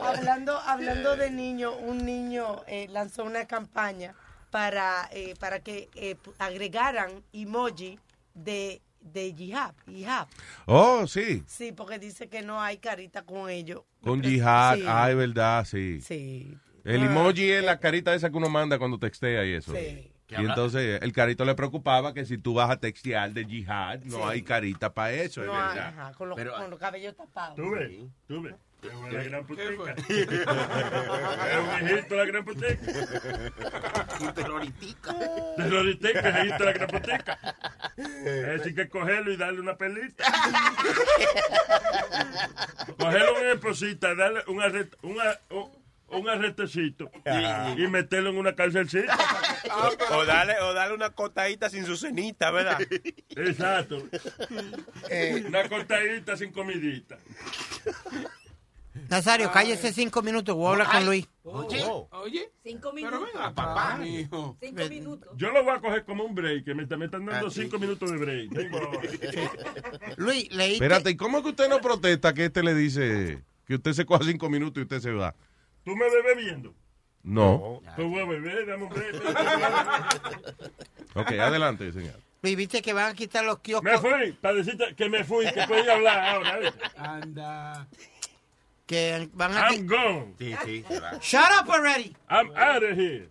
Speaker 24: hablando,
Speaker 10: Eh.
Speaker 24: hablando de niño, un niño eh, lanzó una campaña para, eh, para que eh, p- agregaran emoji de, de hijab, hijab.
Speaker 10: Oh, sí.
Speaker 24: Sí, porque dice que no hay carita con ellos.
Speaker 10: Con jihad.
Speaker 24: Sí.
Speaker 10: Ay, verdad, sí.
Speaker 24: Sí.
Speaker 10: El emoji es la carita esa que uno manda cuando textea y eso.
Speaker 24: eh, Sí.
Speaker 10: Y entonces el carito le preocupaba que si tú vas a textear de jihad, no
Speaker 24: Sí.
Speaker 10: hay carita para eso, es
Speaker 24: No,
Speaker 10: verdad.
Speaker 24: ajá, con, los,
Speaker 10: Pero-
Speaker 24: con los cabellos tapados.
Speaker 11: Tú ves, tú ves. Es una gran poteca. Es un hijito de la gran poteca.
Speaker 25: Un terroritica.
Speaker 11: Terroritica, el hijito de la gran poteca. Es decir, que cogerlo y darle una pelita. Cogerlo en esposita, darle un, arret, un, ar- un- un arrestecito
Speaker 15: Ah.
Speaker 11: y, y meterlo en una cárcelcita.
Speaker 15: O, o dale, o dale una cotadita sin su cenita, ¿verdad?
Speaker 11: Exacto. Una cortadita sin comidita.
Speaker 21: Ah,
Speaker 17: Nazario, cállese cinco minutos. Voy a hablar con Luis.
Speaker 6: Oye,
Speaker 10: Oh.
Speaker 6: oye.
Speaker 14: Cinco
Speaker 6: Pero
Speaker 14: minutos.
Speaker 6: ven acá, papá.
Speaker 17: Ah,
Speaker 14: Cinco minutos.
Speaker 11: Yo lo voy a coger como un break, que me, está- me están dando cinco minutos de break. Tengo-
Speaker 17: Ah, Luis, leí.
Speaker 10: Espérate, ¿y cómo es que usted no protesta que este le dice que usted se coja cinco minutos y usted se va?
Speaker 11: ¿Tú me ves bebiendo?
Speaker 17: Oh,
Speaker 10: No.
Speaker 11: Pues voy a beber, dame un break.
Speaker 10: Ok, adelante, señor.
Speaker 17: Luis, viste que van a quitar los kioscos.
Speaker 11: Me fui, para decirte que me fui, que podía hablar ahora. ¿ves?
Speaker 6: Anda.
Speaker 17: Que van a.
Speaker 11: I'm gone.
Speaker 12: Sí, sí,
Speaker 17: Shut up already.
Speaker 11: I'm out of here.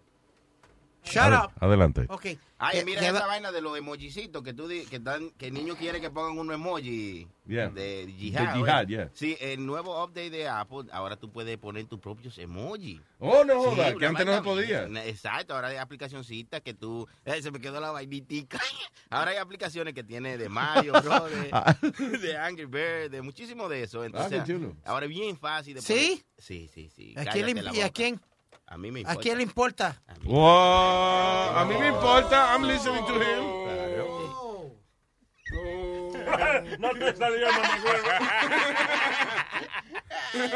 Speaker 17: Shut up.
Speaker 10: Adelante.
Speaker 17: Ok.
Speaker 12: Ay,
Speaker 17: Que-
Speaker 12: mira
Speaker 17: que
Speaker 12: esa
Speaker 17: va-
Speaker 12: vaina de los emojicitos que tú di- que dan, que el niño quiere que pongan un emoji
Speaker 10: Yeah.
Speaker 12: de
Speaker 10: De
Speaker 12: jihad.
Speaker 10: jihad,
Speaker 12: ¿eh?
Speaker 10: yeah.
Speaker 12: Sí, el nuevo update de Apple, ahora tú puedes poner tus propios emojis.
Speaker 10: Oh, no joda, que
Speaker 12: una
Speaker 10: antes no se
Speaker 12: vaina-
Speaker 10: podía.
Speaker 12: Na- Exacto, ahora hay aplicacioncitas que tú, eh, se me quedó la vainitica. Ahora hay aplicaciones que tiene de Mario, bro,
Speaker 10: Ah.
Speaker 12: de, de Angry Bird, de muchísimo de eso. Entonces,
Speaker 17: qué chulo.
Speaker 12: ahora es bien fácil de
Speaker 17: ¿Sí?
Speaker 12: poner- Sí, sí, sí.
Speaker 17: ¿A quién
Speaker 12: Cállate
Speaker 17: le
Speaker 12: la
Speaker 17: imp- ¿Y a
Speaker 12: boca.
Speaker 17: quién?
Speaker 12: A mí me
Speaker 17: ¿A
Speaker 12: importa.
Speaker 17: quién le importa?
Speaker 10: Wow, a mí me importa, I'm listening to him.
Speaker 11: eh, No te salió,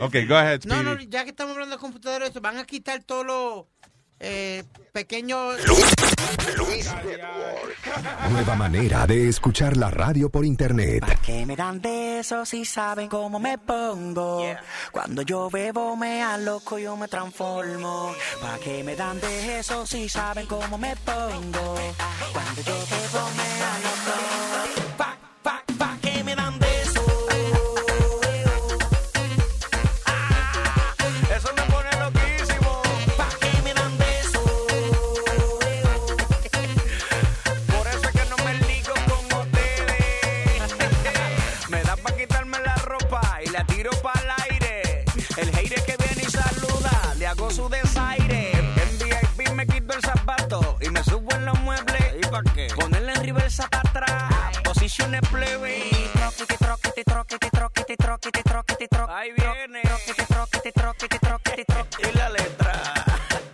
Speaker 10: Ok, go ahead,
Speaker 17: No,
Speaker 10: Speedy.
Speaker 17: no, ya que estamos hablando de computadores, eso, van a quitar todos los eh, pequeños.
Speaker 3: Nueva manera de escuchar la radio por internet.
Speaker 21: Que me dan de eso si saben cómo me pongo. Cuando yo bebo me aloco, yo me transformo. Pa' que me dan de eso si saben cómo me pongo. Cuando yo bebo me aloco. Pa, pa, pa' que me dan de eso. Ah, eso me pone loquísimo. Pa' que me dan de eso. Por eso es que no me ligo con ustedes.
Speaker 4: Me da pa' quitarme la ropa y la tiro pa'l aire. El hater que viene y saluda, le hago su desaire. En VIP me quito el zapato y me subo en los muebles. ¿Y pa' qué? Ponerle en reversa para atrás, posiciones plebe. Troquete, troquete, troquete, troquete, troquete, troquete, troquete. Ahí viene. Troquete, troquete, troquete, troquete, troquete. Y la letra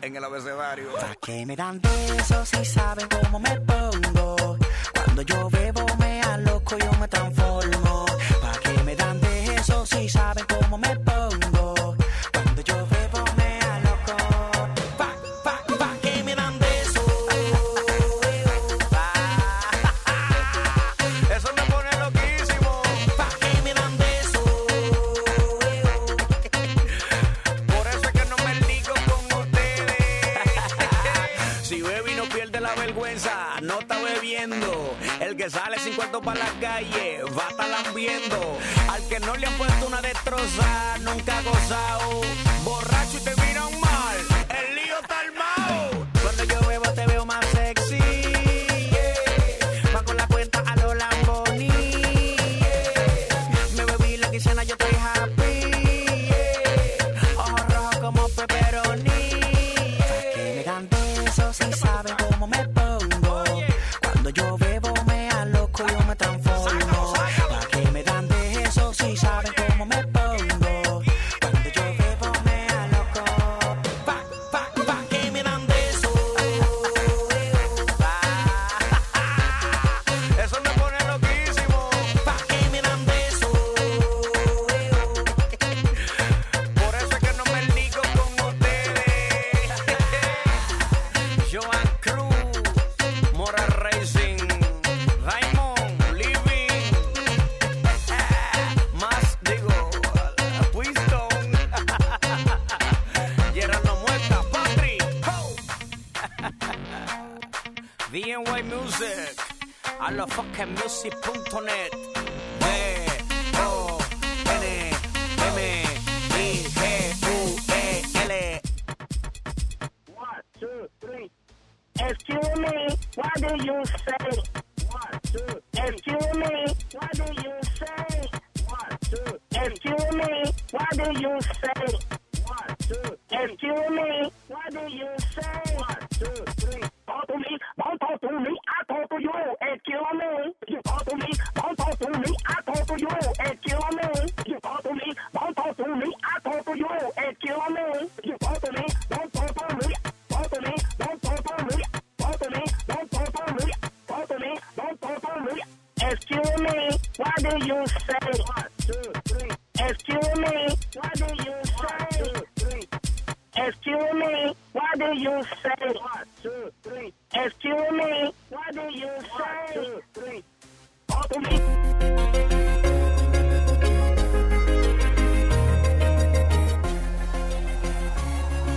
Speaker 4: en el abecedario.
Speaker 21: Que me dan de eso si saben cómo me pongo. Cuando yo bebo me aloco, yo me transformo. Pa' que me dan de eso si saben cómo me pongo. Cuando yo bebo me aloco. Pa, pa, pa, que me dan de eso.
Speaker 4: Eso me pone loquísimo. Pa' que me dan de eso. Por eso es que no me ligo con ustedes. Si bebe y no pierde la vergüenza, no está bebiendo. El que sale sin cuarto para la calle, va a estar lambiendo. Al que no le han puesto una destroza, nunca ha gozado. Borracho y te miran mal, el lío está armado. Cuando yo bebo te veo más sexy, yeah. Va con la cuenta a los Lamborghini. eh,
Speaker 26: a la fuckingmusic.net.
Speaker 4: E
Speaker 26: B-O-N-M-I-G-U-E-L.
Speaker 4: One, two, three. Excuse me, what do you say? One, two, Excuse me, what do you say? One, two, Excuse me, what do you say? One, two, Excuse me, what do you say? One, two, three. Talk to me, don't talk to me,
Speaker 27: ah,
Speaker 4: I talk to you. Excuse me, you talk to me, don't talk to me, I talk to you. Excuse me, you talk to me, don't talk to me, I talk to you. Excuse me, you talk to me, don't talk to me, talk to me, don't talk to me, talk to me, don't talk to me. Talk to me, don't talk to me. Excuse me, what do you say? One, two, three. Excuse me, what do you say? One, two, three. Excuse me, what do you say? One, two, three. Excuse me, what do you say? One, two, three. Talk to me.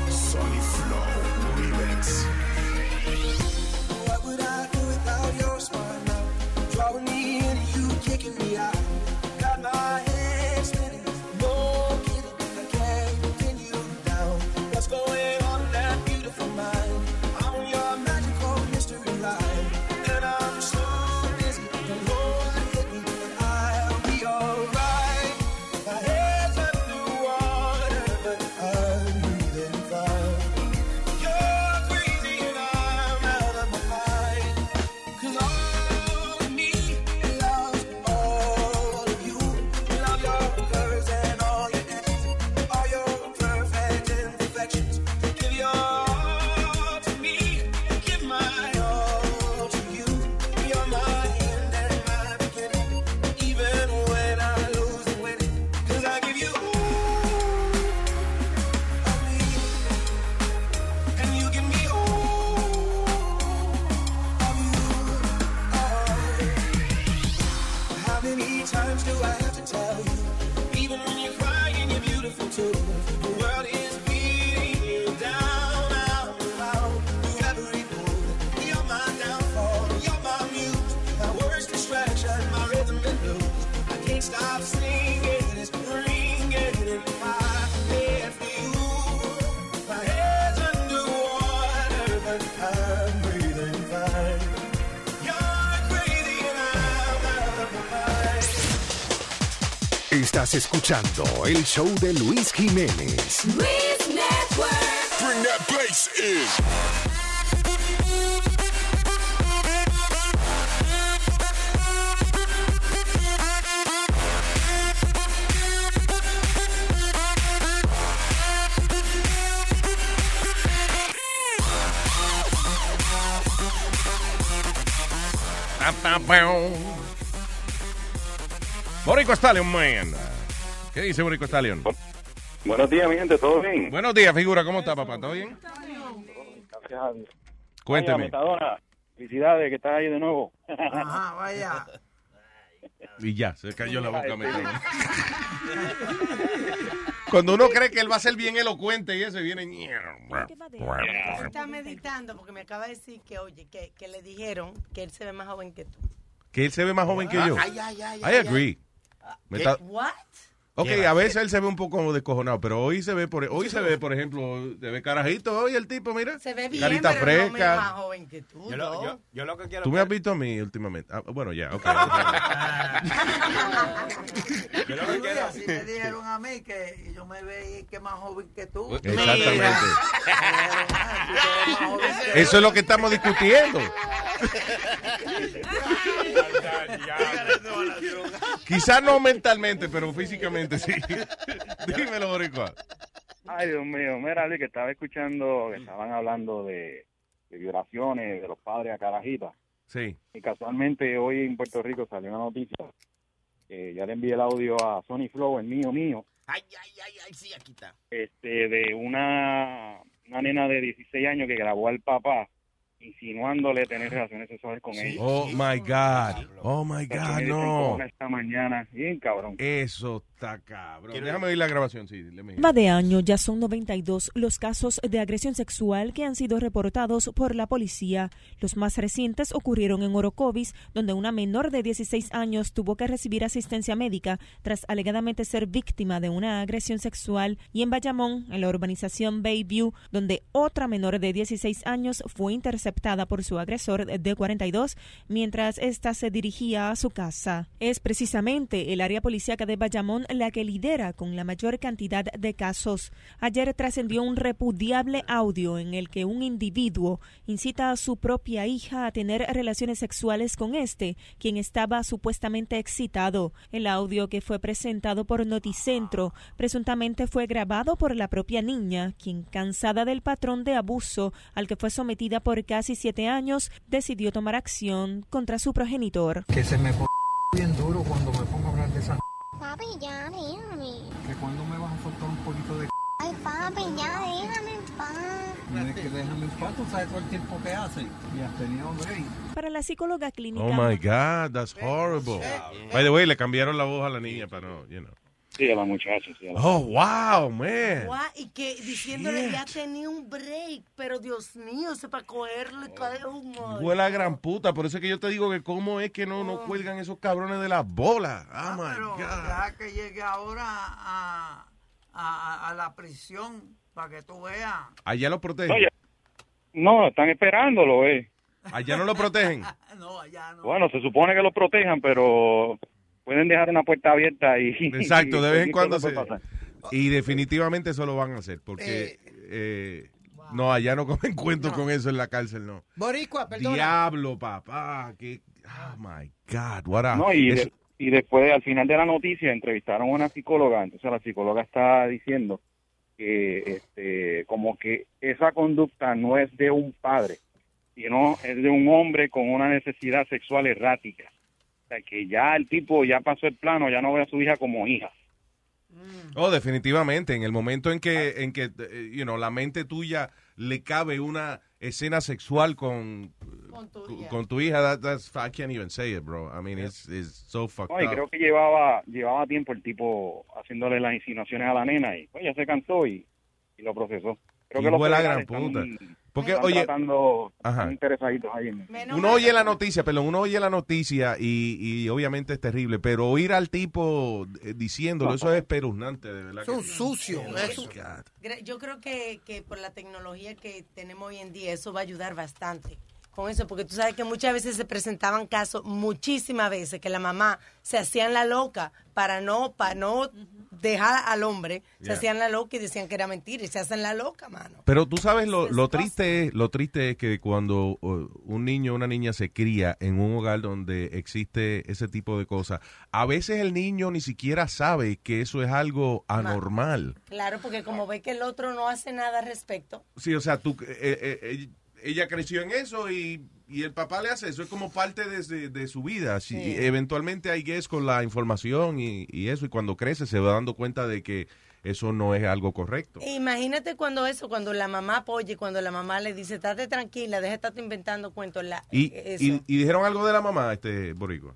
Speaker 15: Sunny Flow Remix.
Speaker 6: What would I do without your smile now? Drawing me in, you kicking me out. Got my head spinning, no kidding. I can't continue down. What's going on in that beautiful mind? I'm your magical mystery line, and I'm so dizzy. Don't know what hit me, but I'll be alright. My head's under water, but I'm breathing fine. You're crazy and I'm out of my mind. Cause all of me loves all of you. Love your curves and all your dances, all your perfect imperfections. Give your all to me, give my all to you. You're my end and my beginning, even when I lose and win it. 'Cause I give you all of me, and you give me all of you. Oh. How many times do I have to tell you? Even when you're crying, you're beautiful too. The world is beating you down, out, out. Through every move, you're my downfall. You're my muse, my worst distraction, my rhythm and blues. I can't stop singing, it's ringing in my head for you. My head's underwater, but I'm breathing fine. You're crazy and I'm out of my mind.
Speaker 28: Estás escuchando el show de Luis Jiménez.
Speaker 6: Luis Network.
Speaker 15: Bring that bass in.
Speaker 10: Pa, pa, pao. Borico Stallion, man. ¿Qué dice Borico Stallion?
Speaker 29: Buenos días, mi gente, ¿todo bien?
Speaker 10: Buenos días, figura. ¿Cómo está, papá? ¿Todo bien?
Speaker 29: Gracias a Dios.
Speaker 10: Cuénteme.
Speaker 29: Vaya, Metadona, felicidades que estás ahí de nuevo.
Speaker 19: Ajá, vaya.
Speaker 10: Y ya, se cayó la boca. me dijo. Cuando uno cree que él va a ser bien elocuente y eso, y viene...
Speaker 21: Está meditando porque me acaba de decir que, oye, que, que le dijeron que él se ve más joven que tú.
Speaker 10: Que él se ve más joven que yo.
Speaker 21: Ay, ay, ay,
Speaker 10: I
Speaker 21: ay,
Speaker 10: agree. Me está-
Speaker 21: Ah,
Speaker 10: Oh,
Speaker 21: What?
Speaker 10: Ok,
Speaker 21: ¿Qué va
Speaker 10: a veces él se ve un poco como descojonado, pero hoy se ve, por, hoy se ve, por ejemplo, se ve carajito hoy el tipo, mira.
Speaker 21: Se ve bien,
Speaker 10: Carita
Speaker 21: pero no me
Speaker 10: fresca.
Speaker 21: ve más joven que tú, ¿no?
Speaker 23: Yo lo, yo, yo lo que quiero.
Speaker 10: Tú me has visto a mí últimamente. Ah, bueno, ya, ok.
Speaker 23: Yo lo
Speaker 19: Luis,
Speaker 23: que quiero.
Speaker 19: así me dijeron a mí que yo me veía que más joven que tú. "Ah,
Speaker 10: Exactamente.
Speaker 19: Mira. Tú te ves más joven que
Speaker 10: Eso es lo que estamos discutiendo. Quizás no mentalmente, pero físicamente sí. Dímelo, Boricua.
Speaker 29: Ay, Dios mío, mira, Luis, que estaba escuchando que estaban hablando de, de violaciones de los padres a carajita.
Speaker 10: Sí.
Speaker 29: Y casualmente hoy en Puerto Rico salió una noticia. eh, ya le envié el audio a Sony Flow, el mío mío,
Speaker 12: Ay, ay, ay, ay, sí, aquí está.
Speaker 29: este, de una, una nena de 16 años que grabó al papá insinuándole tener relaciones sexuales con ella.
Speaker 10: Oh my God. Oh my God,
Speaker 29: Me dicen,
Speaker 10: no.
Speaker 29: "Cobra esta mañana, bien cabrón.
Speaker 10: Eso Está cabrón.
Speaker 13: Quiero-
Speaker 10: Déjame oír la grabación, sí. let me hear.
Speaker 30: Va de año ya son 92 los casos de agresión sexual que han sido reportados por la policía. Los más recientes ocurrieron en Orocovis, donde una menor de 16 años tuvo que recibir asistencia médica tras alegadamente ser víctima de una agresión sexual y en Bayamón, en la urbanización Bayview, donde otra menor de 16 años fue interceptada por su agresor de 42 mientras ésta se dirigía a su casa. Es precisamente el área policíaca de Bayamón la que lidera con la mayor cantidad de casos. Ayer trascendió un repudiable audio en el que un individuo incita a su propia hija a tener relaciones sexuales con este, quien estaba supuestamente excitado. El audio que fue presentado por Noticentro presuntamente fue grabado por la propia niña, quien, cansada del patrón de abuso al que fue sometida por casi siete años, decidió tomar acción contra su progenitor.
Speaker 19: Que se me pone bien duro cuando me pongo a hablar de esa.
Speaker 3: Papi, ya déjame.
Speaker 19: Que cuando me vas a soltar un poquito de.
Speaker 3: Ay, papi, Ah, pues ya déjame en paz.
Speaker 19: No es que déjame en paz, tú sabes todo el tiempo que hace. Y has tenido break.
Speaker 30: Para la psicóloga clínica.
Speaker 10: Oh my God, that's horrible. By the way, le cambiaron la voz a la niña para no, you know.
Speaker 29: Sí, a la muchacha, sí. A la
Speaker 10: Oh, wow, man.
Speaker 21: Guau, y que diciéndole ya tenía un break, pero Dios mío, se para cogerle cada uno.
Speaker 10: Fue la gran puta. Por eso es que yo te digo que cómo es que no, no cuelgan esos cabrones de las bolas. Ah, my
Speaker 19: Pero
Speaker 10: God.
Speaker 19: ya que llegue ahora a, a- a la prisión, para que tú veas.
Speaker 10: Allá lo protegen.
Speaker 29: Oye, No, están esperándolo, eh.
Speaker 10: Allá no lo protegen.
Speaker 29: Bueno, se supone que lo protejan, pero pueden dejar una puerta abierta y...
Speaker 10: Exacto, de vez en
Speaker 29: y
Speaker 10: cuando
Speaker 29: todo
Speaker 10: se...
Speaker 29: puede pasar.
Speaker 10: Y definitivamente eso lo van a hacer, porque... eh, No, allá no comen cuentos con eso en la cárcel, no.
Speaker 17: Boricua, perdona.
Speaker 10: Diablo, papá. Que, oh, my God, what a...
Speaker 29: No, y, de-
Speaker 10: eso-
Speaker 29: y después, al final de la noticia, entrevistaron a una psicóloga. Entonces, la psicóloga está diciendo que, este, como que esa conducta no es de un padre, sino es de un hombre con una necesidad sexual errática. O sea, que ya el tipo ya pasó el plano, ya no ve a su hija como hija.
Speaker 10: Oh, definitivamente. En el momento en que, en que eh, you know, la mente tuya le cabe una escena sexual con,
Speaker 21: Con tu
Speaker 10: con-
Speaker 21: hija.
Speaker 10: con tu hija, that- that's- I can't even say it, bro. I mean, it's, it's so fucked
Speaker 29: No, y
Speaker 10: up.
Speaker 29: creo que llevaba, llevaba tiempo el tipo haciéndole las insinuaciones a la nena y pues ya se cansó y, y lo procesó. Creo
Speaker 10: Y
Speaker 29: que los
Speaker 10: fue la gran
Speaker 29: federales están-
Speaker 10: puta. Porque,
Speaker 29: están
Speaker 10: oye-
Speaker 29: tratando-
Speaker 10: Ajá.
Speaker 29: están interesaditos ahí en-
Speaker 10: Uno oye la noticia, pero uno oye la noticia y, y obviamente es terrible, pero oír al tipo eh, diciéndolo, eso es espeluznante, de verdad.
Speaker 17: Es un sucio. es un-
Speaker 21: Gra- Yo creo que, que por la tecnología que tenemos hoy en día, eso va a ayudar bastante con eso, porque tú sabes que muchas veces se presentaban casos, muchísimas veces, que la mamá se hacían la loca para no, para no dejar al hombre, se
Speaker 10: Yeah.
Speaker 21: hacían la loca y decían que era mentira, y se hacen la loca, mano.
Speaker 10: Pero tú sabes lo, lo triste es, lo triste es que cuando uh, un niño o una niña se cría en un hogar donde existe ese tipo de cosas, a veces el niño ni siquiera sabe que eso es algo anormal.
Speaker 21: Claro, porque como ve que el otro no hace nada al respecto,
Speaker 10: Sí, o sea, tú eh, eh, eh, ella creció en eso y, y el papá le hace eso, es como parte de, de- de su vida. Si-
Speaker 21: Sí.
Speaker 10: Eventualmente hay guess con la información y, y eso, y cuando crece se va dando cuenta de que eso no es algo correcto.
Speaker 21: Eh, e Imagínate cuando eso, cuando la mamá apoya, y cuando la mamá le dice, estate tranquila, deja de estarte inventando cuentos. La,
Speaker 10: Y,
Speaker 21: eh, eso.
Speaker 10: y, y dijeron algo de la mamá, este Boricua.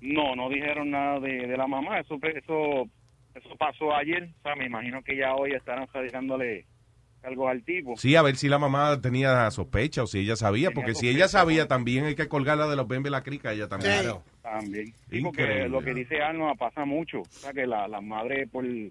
Speaker 29: No, no dijeron nada de, de la mamá. Eso, eso, eso pasó ayer. O sea, me imagino que ya hoy estarán sacándole algo al tipo.
Speaker 10: Sí, a ver si la mamá tenía sospecha o si ella sabía,
Speaker 29: Tenía
Speaker 10: porque si ella sabía también hay que colgarla de los bembes la crica, ella también.
Speaker 29: Claro. También. Sí, porque
Speaker 10: Increíble.
Speaker 29: lo que dice Alma pasa mucho. O sea, que la- las madres por, em,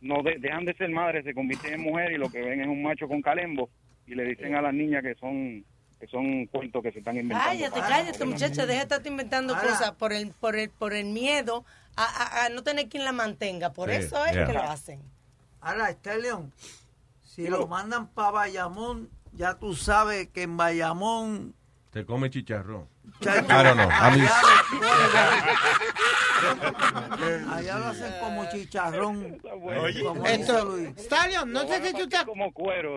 Speaker 29: no de- dejan de ser madres, se convierten en mujeres y lo que ven es un macho con calembo y le dicen a las niñas que son que son cuentos que se están inventando. Ah,
Speaker 21: Cállate, cállate, muchacha, deja de estarte inventando cosas por el, por el, por el miedo a, a- a no tener quien la mantenga. Por
Speaker 19: Sí,
Speaker 21: eso es
Speaker 19: yeah.
Speaker 21: que lo hacen.
Speaker 19: Ahora, este León, si lo mandan para Bayamón, ya tú sabes que en Bayamón.
Speaker 10: Te come chicharrón.
Speaker 19: Chacho,
Speaker 10: I don't know. I mean,
Speaker 19: Allá lo hacen como chicharrón. Como dice Luis.
Speaker 17: Esto, Stallion, no sé si tú te...
Speaker 29: Como cuero.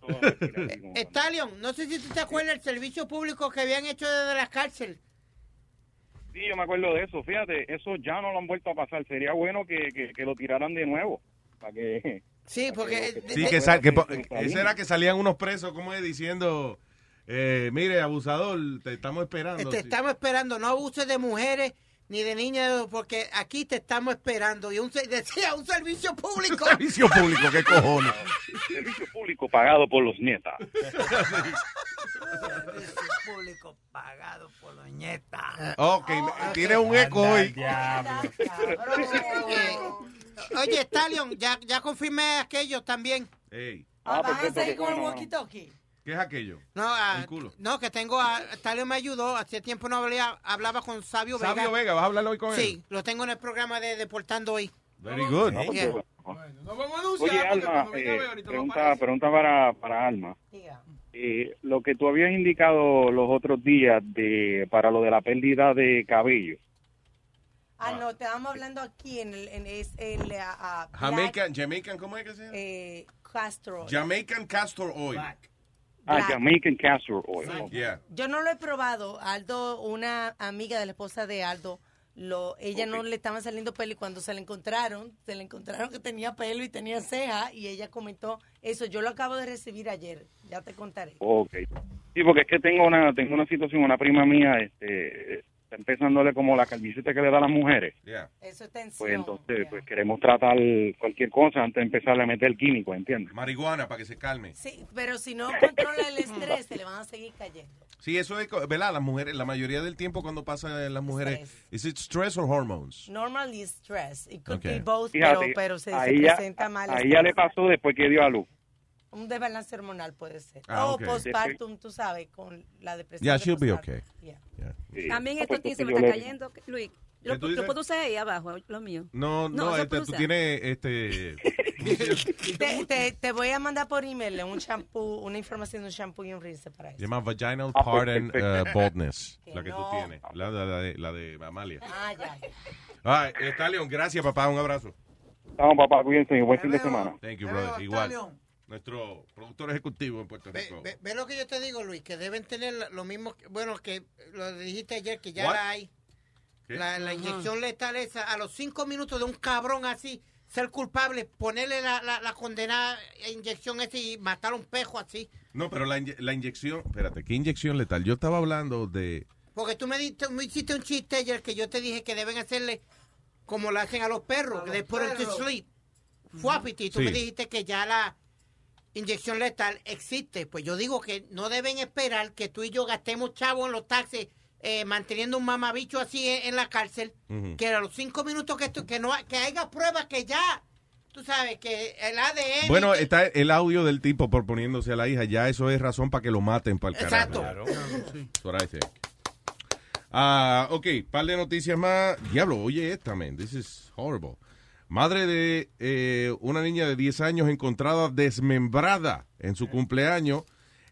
Speaker 17: Stallion, no sé si tú te acuerdas del servicio público que habían hecho desde la cárcel.
Speaker 29: Sí, yo me acuerdo de eso. Fíjate, eso ya no lo han vuelto a pasar. Sería bueno que, que, que lo tiraran de nuevo. Para que.
Speaker 17: Sí, porque...
Speaker 10: sí, que, sal- que po- ese era que salían unos presos, como es, diciendo, eh, mire, abusador, te estamos esperando.
Speaker 17: Te
Speaker 10: Sí.
Speaker 17: estamos esperando, no abuses de mujeres, ni de niña, porque aquí te estamos esperando. Y un, se- decía, un servicio público.
Speaker 13: Servicio público, qué cojones.
Speaker 29: Servicio público pagado por los nietas.
Speaker 19: público pagado por Doñeta.
Speaker 13: Ok,
Speaker 17: Ah,
Speaker 13: tiene un eco hoy.
Speaker 17: Oye, Stallion, ya, ya confirmé aquello también.
Speaker 10: Ey,
Speaker 17: Ah,
Speaker 10: perfecto,
Speaker 17: ahí
Speaker 10: con el
Speaker 17: walkie-talkie?
Speaker 10: ¿qué es aquello?
Speaker 17: No, ah,
Speaker 10: El culo.
Speaker 17: no, que tengo a Stallion me ayudó. Hace tiempo no hablaba, hablaba con Sabio Vega.
Speaker 10: Sabio Vega, ¿vas a hablar hoy con él?
Speaker 17: Sí, lo tengo en el programa de Deportando hoy.
Speaker 10: Very good.
Speaker 29: Ah, pues,
Speaker 17: Yeah.
Speaker 29: bueno.
Speaker 17: Nos vamos a
Speaker 29: Oye, Alma, eh, pregunta, pregunta para, para Alma. Eh, lo que tú habías indicado los otros días de para lo de la pérdida de cabello.
Speaker 21: Ah, no, estábamos hablando aquí en el. En es el ah, ah,
Speaker 10: Jamaican, Jamaican, ¿cómo es que se llama?
Speaker 21: eh, Castro.
Speaker 10: Jamaican Castor Oil.
Speaker 29: Ah,
Speaker 21: Black.
Speaker 29: Jamaican castor oil.
Speaker 10: Yeah.
Speaker 21: Yo no lo he probado. Aldo, una amiga de la esposa de Aldo, lo, ella no le estaban saliendo pelo y cuando se la encontraron, se le encontraron que tenía pelo y tenía ceja y ella comentó eso. Yo lo acabo de recibir ayer. Ya te contaré.
Speaker 29: Ok. Sí, porque es que tengo una tengo una situación, una prima mía este está empezándole como la calvicie que le da a las mujeres.
Speaker 21: Eso está en
Speaker 29: Pues entonces, pues queremos tratar cualquier cosa antes de empezarle a meter químico, ¿entiendes?
Speaker 10: Marihuana para que se calme.
Speaker 21: Sí, pero si no controla el estrés, se le van a seguir cayendo.
Speaker 10: Sí, eso es, co- ¿verdad? Las mujeres, la mayoría del tiempo cuando pasa en las mujeres, ¿es it stress or hormones?
Speaker 21: Normally stress. It could be
Speaker 10: Ok.
Speaker 21: both,
Speaker 29: Fíjate,
Speaker 21: pero, pero se, se
Speaker 29: a ella-
Speaker 21: presenta mal.
Speaker 29: A ella le pasó después que dio a luz.
Speaker 21: Un desbalance hormonal puede ser.
Speaker 29: Ah,
Speaker 21: o
Speaker 29: ok.
Speaker 21: postpartum, tú sabes, con la depresión.
Speaker 10: Yeah,
Speaker 21: de
Speaker 10: she'll be
Speaker 21: postpartum.
Speaker 10: okay.
Speaker 21: Yeah.
Speaker 29: Sí.
Speaker 14: También
Speaker 10: Ah,
Speaker 14: esto
Speaker 10: pues,
Speaker 14: aquí se me
Speaker 10: yo
Speaker 14: está
Speaker 10: le-
Speaker 14: cayendo, Luis.
Speaker 10: ¿Qué
Speaker 14: ¿Lo,
Speaker 10: tú
Speaker 14: lo
Speaker 10: dices?
Speaker 14: puedo usar ahí abajo, lo mío?
Speaker 10: No, no,
Speaker 14: eso
Speaker 10: este,
Speaker 14: puedo
Speaker 10: tú
Speaker 14: usar.
Speaker 10: tienes, este,
Speaker 21: Te, te- te voy a mandar por email un shampoo, una información de un shampoo y un rinse para eso.
Speaker 10: se llama vaginal
Speaker 29: Ah, pues,
Speaker 10: part and
Speaker 29: perfecto.
Speaker 10: uh, baldness, la que
Speaker 21: no.
Speaker 10: tú tienes, la, la- la de, la de Amalia.
Speaker 21: Ah, ya.
Speaker 10: Ah, Stallion, gracias, papá, un abrazo.
Speaker 29: Vamos, papá, cuídense y buen fin de semana.
Speaker 10: Thank you, brother. Igual,
Speaker 17: Stallion.
Speaker 10: nuestro productor ejecutivo en Puerto Rico.
Speaker 17: Ve, ve lo que yo te digo, Luis, que deben tener la- lo mismo, que- bueno, que lo dijiste ayer, que ya
Speaker 10: What?
Speaker 17: la hay.
Speaker 10: ¿Qué?
Speaker 17: La, la
Speaker 10: Ajá.
Speaker 17: inyección letal esa, a los cinco minutos de un cabrón así, ser culpable, ponerle la, la, la condenada inyección esa y matar a un pejo así.
Speaker 10: No, pero la, inye- la inyección, espérate, ¿qué inyección letal? Yo estaba hablando de,
Speaker 17: Porque tú me, diste, me hiciste un chiste ayer que yo te dije que deben hacerle como le hacen a los perros, que they put 'em to
Speaker 19: perros.
Speaker 17: sleep. Fuapiti, tú
Speaker 10: Sí.
Speaker 17: me dijiste que ya la inyección letal existe. Pues yo digo que no deben esperar que tú y yo gastemos chavo en los taxis eh, manteniendo un mamabicho así en, en la cárcel.
Speaker 10: Ujú.
Speaker 17: Que a los cinco minutos que, tú- que no ha- que haya pruebas que ya, tú sabes, que el ADN...
Speaker 10: Bueno, eh,
Speaker 17: que-
Speaker 10: está el audio del tipo proponiéndose a la hija. Ya eso es razón para que lo maten para el carajo.
Speaker 17: Exacto.
Speaker 10: That's what I think. Ah, ok, par de noticias más. Diablo, oye esta, man. This is horrible. Madre de eh, una niña de 10 años encontrada desmembrada en su cumpleaños.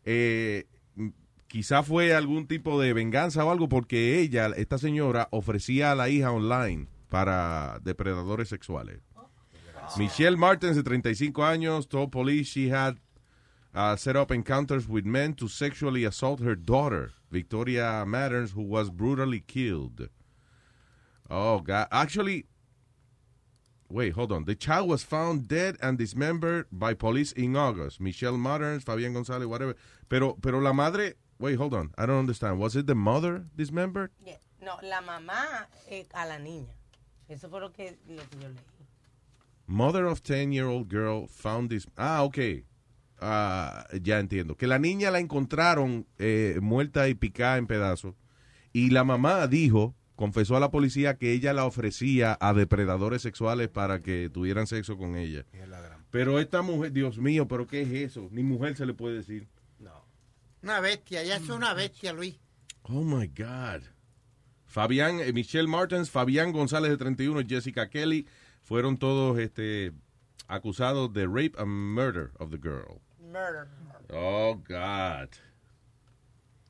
Speaker 10: Eh, m- quizá fue algún tipo de venganza o algo porque ella, esta señora, ofrecía a la hija online para depredadores sexuales. Michelle Martens, de 35 años, told police she had uh, set up encounters with men to sexually assault her daughter, Victoria Matterns, who was brutally killed. Oh, God. Actually, wait, hold on. The child was found dead and dismembered by police in August. Michelle Matterns, Fabián González, whatever. Pero, pero la madre, wait, hold on. I don't understand. Was it the mother dismembered?
Speaker 21: Yeah. No, la mamá eh, a la niña. Eso fue lo que, lo que yo leí.
Speaker 10: Mother of 10-year-old girl found this. Ah, ok. Ah, ya entiendo. Que la niña la encontraron eh, muerta y picada en pedazos. Y la mamá dijo, confesó a la policía que ella la ofrecía a depredadores sexuales para que tuvieran sexo con ella. Pero esta mujer, Dios mío, ¿pero qué es eso? Ni mujer se le puede decir.
Speaker 17: Una bestia, ya es una bestia, Luis.
Speaker 10: Oh my God. Fabián, eh, Michelle Martens, Fabián González de 31, Jessica Kelly, fueron todos este, acusados de rape and murder of the girl.
Speaker 21: Murder.
Speaker 10: Oh, God.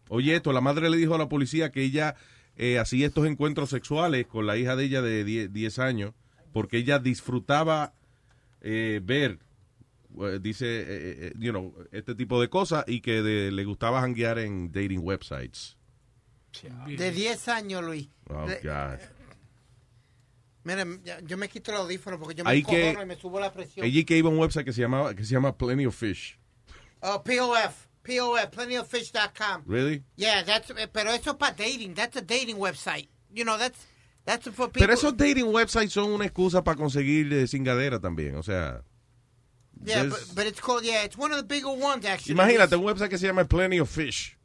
Speaker 10: Oye, esto, la madre le dijo a la policía que ella eh, hacía estos encuentros sexuales con la hija de ella de 10 10 años porque ella disfrutaba eh, ver, eh, dice, eh, eh, you know, este tipo de cosas y que de- le gustaba janguear en dating websites.
Speaker 17: De 10 años, Luis.
Speaker 10: Oh,
Speaker 17: De-
Speaker 10: God.
Speaker 17: Miren, ya- yo me quito el audífono porque yo me
Speaker 10: Ahí que,
Speaker 17: encojono y me subo la presión.
Speaker 10: allí que iba a un website que se, llamaba, que se llama Plenty of Fish.
Speaker 17: Oh, POF, POF, plentyoffish.com.
Speaker 10: Really?
Speaker 17: Yeah, that's, eh, pero eso es para dating. That's a dating website. You know, that's, That's for people.
Speaker 10: Pero esos dating websites son una excusa para conseguir eh, cingadera también, o sea.
Speaker 17: Yeah,
Speaker 10: there's-
Speaker 17: but, but it's called, yeah, it's one of the bigger ones, actually.
Speaker 10: Imagínate un website que se llama Plenty of Fish.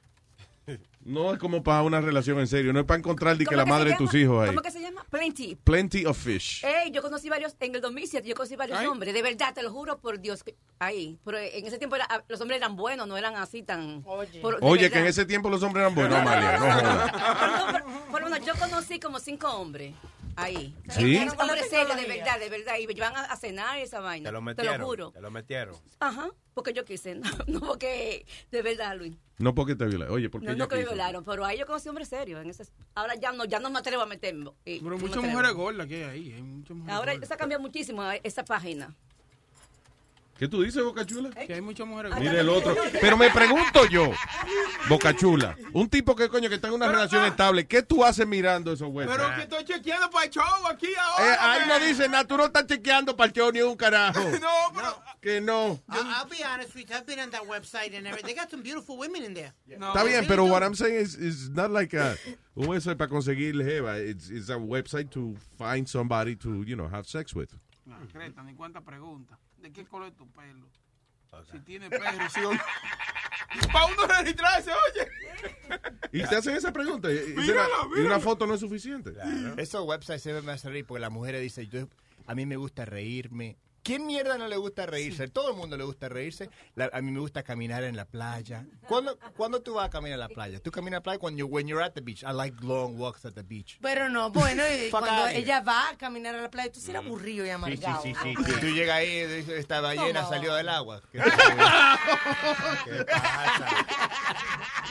Speaker 10: No es como para una relación en serio, no es para encontrar ni que la madre de tus hijos ahí.
Speaker 14: ¿Cómo que se llama? Plenty.
Speaker 10: Plenty of Fish.
Speaker 14: Ey, yo conocí varios, en el 2007 yo conocí varios
Speaker 10: Ay.
Speaker 14: hombres, de verdad, te lo juro por Dios, que- ahí, pero en ese tiempo era- los hombres eran buenos, no eran así tan... Oye,
Speaker 10: Oye, que en ese tiempo los hombres eran buenos, Amalia. No jodas.
Speaker 14: Por lo menos yo conocí como cinco hombres ahí.
Speaker 10: ¿Sí?
Speaker 14: Eran Hombres serios, de verdad, de verdad, y me iban a, a cenar y esa vaina,
Speaker 31: Te lo
Speaker 14: te
Speaker 31: metieron.
Speaker 14: lo juro.
Speaker 31: Te lo metieron.
Speaker 14: Ajá, porque yo quise, no, no porque, de verdad, Luis.
Speaker 10: No porque te violaron. Oye, porque
Speaker 14: No,
Speaker 10: yo
Speaker 14: no que me
Speaker 10: quise.
Speaker 14: violaron, pero ahí yo conocí hombres serios. En esas- ahora ya no, ya no me atrevo a meterme. eh, no
Speaker 4: Pero
Speaker 14: me
Speaker 4: muchas
Speaker 14: atrevo.
Speaker 4: mujeres gordas que hay ahí. ¿eh? Hay muchas mujeres
Speaker 14: Ahora
Speaker 4: gordas.
Speaker 14: se ha cambiado muchísimo eh, esa página.
Speaker 10: ¿Qué tú dices, Boca Chula?
Speaker 4: Que hay muchas mujeres gordas.
Speaker 10: Mira el otro. Pero me pregunto yo, Boca Chula, un tipo que coño que está en una relación estable, ¿qué tú haces mirando esos websites?
Speaker 4: Pero que estoy chequeando para el show aquí ahora.
Speaker 10: Eh, ahí
Speaker 4: man.
Speaker 10: no dice nada, tú no estás chequeando partido ni un carajo.
Speaker 4: No, pero.
Speaker 10: Que no.
Speaker 17: I, will be honest with you. I've been on that website and everything. They got some beautiful women in there.
Speaker 10: Está bien, pero what I'm saying is, is not like a, un website para conseguir jeva. It's, it's a website to find somebody to, you know, have sex with.
Speaker 4: No, creta, ni cuántas preguntas. ¿De qué color es tu pelo? Si tiene pelo, si Para uno registrarse, oye.
Speaker 10: Y te hacen esa pregunta. Y- y- y una foto no es suficiente.
Speaker 13: Esos websites se deben hacer reír porque las mujeres dicen, yo, a mí me gusta reírme. ¿Quién mierda no le gusta reírse? Todo el mundo le gusta reírse. La- a mí me gusta caminar en la playa. ¿Cuándo, ¿cuándo tú vas a caminar a la playa? Tú caminas a la playa cuando you, when you're at the beach. I like long walks at the beach.
Speaker 21: Pero no, bueno, y
Speaker 13: Fuck
Speaker 21: cuando
Speaker 13: out of here.
Speaker 21: ella va a caminar a la playa, tú sí eres aburrido y
Speaker 13: Mm. Sí,
Speaker 21: amargado. Ah.
Speaker 13: sí, sí, sí. Y tú llegas ahí, esta ballena
Speaker 21: ¿Cómo?
Speaker 13: salió del agua.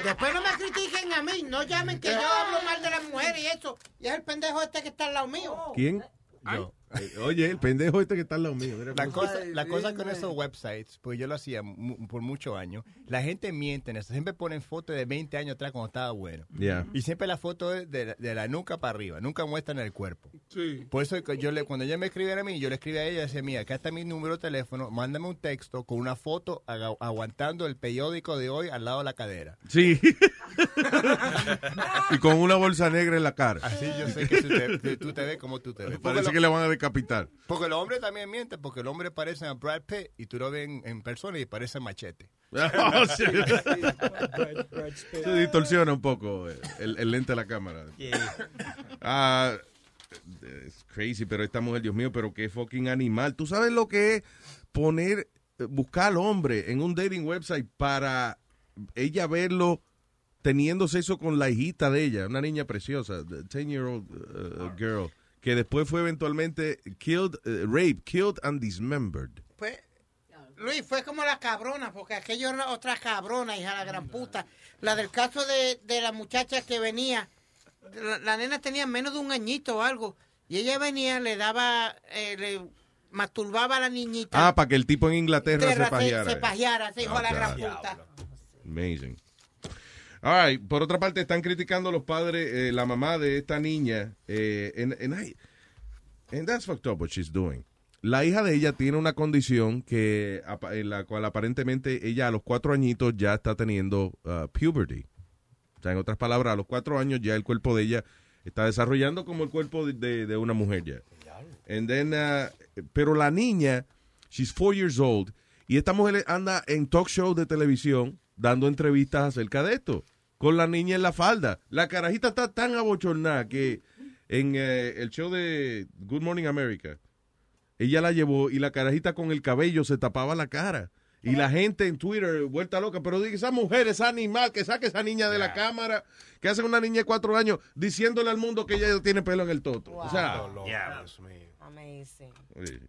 Speaker 17: Después no me critiquen a mí. No llamen que yo hablo mal de las mujeres y eso. Y es el pendejo este que está al lado mío.
Speaker 10: ¿Quién?
Speaker 13: Yo.
Speaker 10: Eh, Oye, el pendejo este que está al lado mío. mira
Speaker 13: La
Speaker 10: cómo-
Speaker 13: cosa, la cosa con esos websites, pues yo lo hacía mu- por muchos años, la gente miente en eso. Siempre ponen fotos de 20 años atrás cuando estaba bueno.
Speaker 10: Yeah.
Speaker 13: Y siempre la foto es de, la- de la nuca para arriba, nunca muestran el cuerpo. Por eso que yo le, cuando ella me escribía a mí, yo le escribía a ella, decía, mira, acá está mi número de teléfono, mándame un texto con una foto aga- aguantando el periódico de hoy al lado de la cadera.
Speaker 10: Sí. y con una bolsa negra en la cara.
Speaker 13: Así yo sé que tú te, que tú te ves como tú te ves. Porque
Speaker 10: Parece
Speaker 13: lo-
Speaker 10: que le van a decapitar.
Speaker 13: Porque el hombre también miente, porque el hombre parece a Brad Pitt y tú lo ves en, en persona y parece machete.
Speaker 10: Oh, sí. Se distorsiona un poco eh, el, el lente de la cámara. Ah, es crazy, pero esta mujer, Dios mío, pero qué fucking animal. ¿Tú sabes lo que es poner, eh, buscar al hombre en un dating website para ella verlo teniendo sexo con la hijita de ella, una niña preciosa, 10-year-old uh, girl, que después fue eventualmente killed, eh, raped, killed and dismembered.
Speaker 17: Pues, Luis, fue como la cabrona, porque aquello era otra cabrona, hija de la gran puta. Mm, La del caso de, de la muchacha que venía, la, la nena tenía menos de un añito o algo, y ella venía, le daba, eh, le masturbaba a la niñita.
Speaker 10: Ah, para que el tipo en Inglaterra
Speaker 17: Terra
Speaker 10: se pajeara.
Speaker 17: Se, pajeara, se hijo de la
Speaker 10: Ah,
Speaker 17: gran
Speaker 10: claro.
Speaker 17: puta.
Speaker 10: Amazing. All right. Por otra parte, están criticando los padres, eh, la mamá de esta niña. Eh, and, and I- and that's fucked up what she's doing. La hija de ella tiene una condición que apa- en la cual aparentemente ella a los cuatro añitos ya está teniendo uh, puberty. O sea, en otras palabras, a los cuatro años ya el cuerpo de ella está desarrollando como el cuerpo de, de- de una mujer ya. And then, uh, pero la niña, she's four years old, y esta mujer anda en talk show de televisión dando entrevistas acerca de esto, con la niña en la falda. La carajita está tan abochornada que en eh, el show de Good Morning America, ella la llevó y la carajita con el cabello se tapaba la cara. Y la gente en Twitter, vuelta loca, pero diga, esa mujer, esa animal, que saque esa niña de la cámara, que hace una niña de cuatro años diciéndole al mundo que ella ya tiene pelo en el toto. O sea,
Speaker 21: Amazing.
Speaker 10: eh,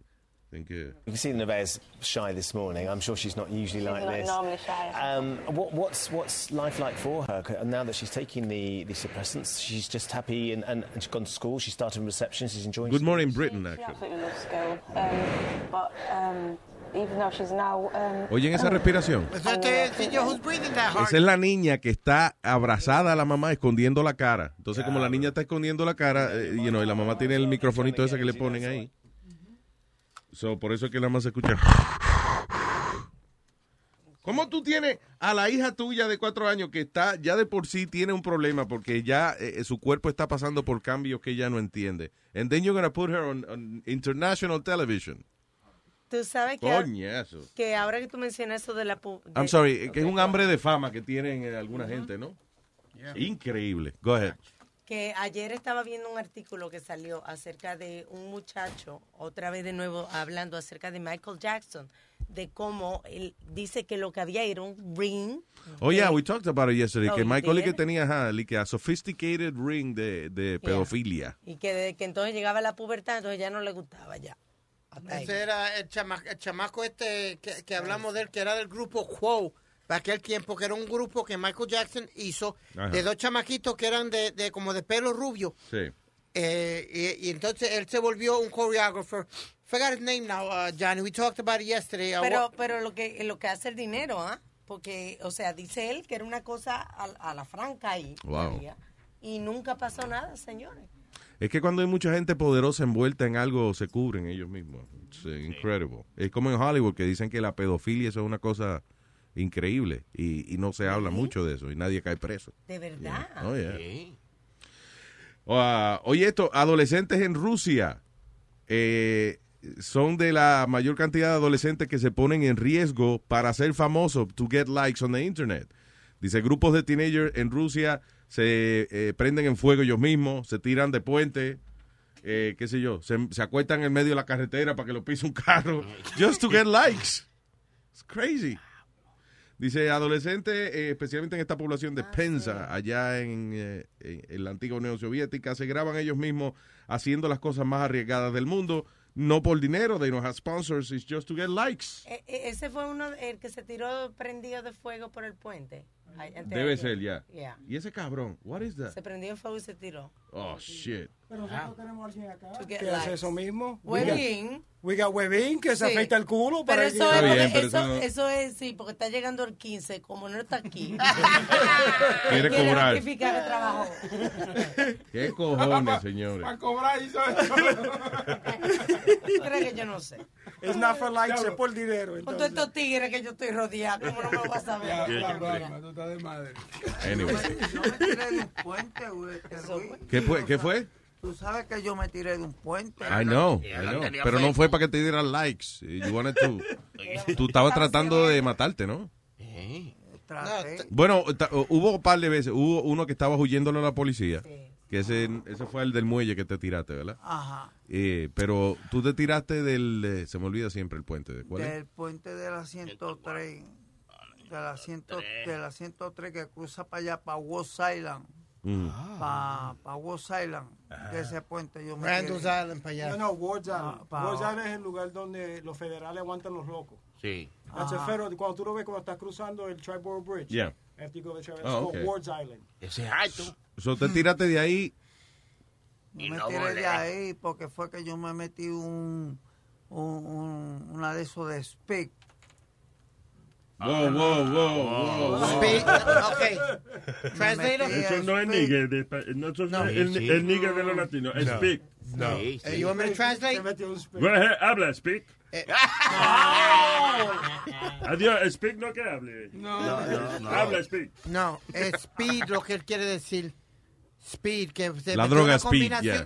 Speaker 10: thank you.
Speaker 15: You can see Nevaeh's shy this morning. I'm sure she's not usually like
Speaker 6: not
Speaker 15: this.
Speaker 6: normally shy.
Speaker 15: Um, what, what's what's life like for her C- now that she's taking the, the suppressants? She's just happy and, and, and she's gone to school. She started in reception. She's enjoying.
Speaker 10: Good morning, Britain, actually.
Speaker 6: absolutely loves school. Um, but um, even though she's now. Um,
Speaker 10: Oyen esa respiración.
Speaker 19: este,
Speaker 10: Esa es la niña que está abrazada a la mamá escondiendo la cara. Entonces, como la niña está escondiendo la cara, eh, you know, y la mamá tiene el microfonito ese que le ponen ahí. So, por eso es que la mamá se escucha. ¿Cómo tú tienes a la hija tuya de cuatro años que está ya de por sí tiene un problema porque ya eh, su cuerpo está pasando por cambios que ella no entiende? And then you're gonna put her on, on international television.
Speaker 21: Tú sabes que,
Speaker 10: Coñazo.
Speaker 21: que ahora que tú mencionas eso de la... pu- de-
Speaker 10: I'm sorry, eh, que es un hambre de fama que tienen eh, alguna gente, ¿no? Increíble. Go ahead.
Speaker 21: Que ayer estaba viendo un artículo que salió acerca de un muchacho, otra vez de nuevo hablando acerca de Michael Jackson, de cómo él dice que lo que había era un ring.
Speaker 10: Oh, yeah, we talked about it yesterday.
Speaker 21: Oh,
Speaker 10: que
Speaker 21: you
Speaker 10: Michael y
Speaker 21: did?
Speaker 10: que tenía, ajá, like a sophisticated ring de, de pedofilia.
Speaker 21: Y que desde que entonces llegaba la pubertad, entonces ya no le gustaba ya.
Speaker 17: Ese era el, chama- el chamaco este que, que hablamos de él, que era del grupo Quo, de aquel tiempo, que era un grupo que Michael Jackson hizo,
Speaker 10: Ajá.
Speaker 17: de dos chamaquitos que eran de, de como de pelo rubio.
Speaker 10: Sí.
Speaker 17: Eh, y, y entonces él se volvió un choreographer. Forgot his name now, uh, Johnny. We talked about it yesterday. Uh,
Speaker 21: Pero,
Speaker 17: what-
Speaker 21: pero lo que lo que hace el dinero, ¿ah? Porque, o sea, dice él que era una cosa a, a la franca y,
Speaker 10: Wow.
Speaker 21: María, y nunca pasó nada, señores.
Speaker 10: Es que cuando hay mucha gente poderosa envuelta en algo, se cubren ellos mismos. It's eh, incredible. Es como en Hollywood que dicen que la pedofilia eso es una cosa increíble y, y no se habla mucho de eso y nadie cae preso.
Speaker 21: De verdad.
Speaker 10: Oh, yeah. Ah, oye, esto, adolescentes en Rusia eh, son de la mayor cantidad de adolescentes que se ponen en riesgo para ser famosos, to get likes on the internet. Dice, grupos de teenagers en Rusia se eh, prenden en fuego ellos mismos, se tiran de puente, eh, qué sé yo, se, se acuestan en medio de la carretera para que lo pise un carro, just to get likes. It's crazy. Dice, adolescentes, eh, especialmente en esta población de Penza, allá en, eh, en- en la antigua Unión Soviética, se graban ellos mismos haciendo las cosas más arriesgadas del mundo, no por dinero, they don't have sponsors, it's just to get likes.
Speaker 21: E- e- ese fue uno, el que se tiró prendido de fuego por el puente. Ay, antes de
Speaker 10: Debe
Speaker 21: ayer.
Speaker 10: ser, ya.
Speaker 21: Yeah.
Speaker 10: Y ese cabrón, what is that?
Speaker 21: Se prendió en fuego y se tiró.
Speaker 10: Oh, shit.
Speaker 18: Pero
Speaker 21: Ah.
Speaker 18: nosotros tenemos a alguien acá
Speaker 21: To
Speaker 18: que
Speaker 21: get
Speaker 18: hace
Speaker 21: likes.
Speaker 18: eso mismo.
Speaker 21: Huevín.
Speaker 18: We got Huevín que se
Speaker 21: Sí.
Speaker 18: afeita el culo.
Speaker 21: Pero
Speaker 18: para
Speaker 21: eso,
Speaker 18: que-
Speaker 21: es, porque- eso, eso es, sí, porque está llegando el 15, como no está aquí.
Speaker 10: Quiere cobrar.
Speaker 21: rectificar el trabajo.
Speaker 10: ¿Qué cojones, señores?
Speaker 2: Para cobrar y saber.
Speaker 21: Creo que yo no sé.
Speaker 18: It's not for likes, es por dinero.
Speaker 21: Con todos estos tigres que yo estoy rodeada, ¿cómo no me voy a saber?
Speaker 10: Anyway.
Speaker 19: Yo me tiré de un puente, güey.
Speaker 10: ¿Qué fue? ¿Qué fue?
Speaker 19: Tú sabes que yo me tiré de un puente.
Speaker 10: I know, I know. Pero no fue para que te dieran likes. eh, You wanted to- Tú estabas tratando de matarte, ¿no? Bueno, ta- hubo un par de veces. Hubo uno que estaba huyéndole a la policía. Que ese, ese fue el del muelle que te tiraste, ¿verdad?
Speaker 19: Ajá.
Speaker 10: Eh, pero tú te tiraste del... eh, se me olvida siempre el puente. ¿de ¿Cuál es?
Speaker 19: Del puente de la 103. De la, 100 de la 103 que cruza para allá, para West Island.
Speaker 10: Mm.
Speaker 17: Ah.
Speaker 19: Para West Island. De ese puente yo me
Speaker 17: Randall's
Speaker 19: tiré.
Speaker 17: Island para allá.
Speaker 18: No, no, Ward's Island.
Speaker 19: Ah, pa-
Speaker 18: Ward's Island es el lugar donde los federales aguantan los locos.
Speaker 12: Sí.
Speaker 18: That's
Speaker 19: Ajá.
Speaker 18: a federal- cuando tú lo ves cuando estás cruzando el Triborough Bridge.
Speaker 10: Yeah.
Speaker 18: After you go to Triborough,
Speaker 10: Oh,
Speaker 18: it's
Speaker 10: okay.
Speaker 18: called Ward's Island.
Speaker 12: Ese es alto.
Speaker 10: So, te tiraste de ahí.
Speaker 19: Yo me
Speaker 12: no
Speaker 19: tiré
Speaker 12: volé.
Speaker 19: de ahí porque fue que yo me metí un, un- un- una de esos de Speak.
Speaker 10: Wow, wow, wow, wow, wow.
Speaker 19: ok.
Speaker 17: Translator.
Speaker 11: Eso no es nigga, de pa- no, eso no es el,
Speaker 10: Sí, sí.
Speaker 11: el nigga de los latinos, es
Speaker 10: No.
Speaker 11: speak.
Speaker 10: No.
Speaker 17: Eh, you want me to translate? Eh,
Speaker 11: Go ahead, habla, speak. Adiós, speak no que hable.
Speaker 19: No, no, no.
Speaker 11: Habla, speak.
Speaker 17: No, es speed lo que él quiere decir. Speed, que se
Speaker 10: La
Speaker 17: metió
Speaker 10: droga
Speaker 17: una
Speaker 10: speed,
Speaker 17: combinación-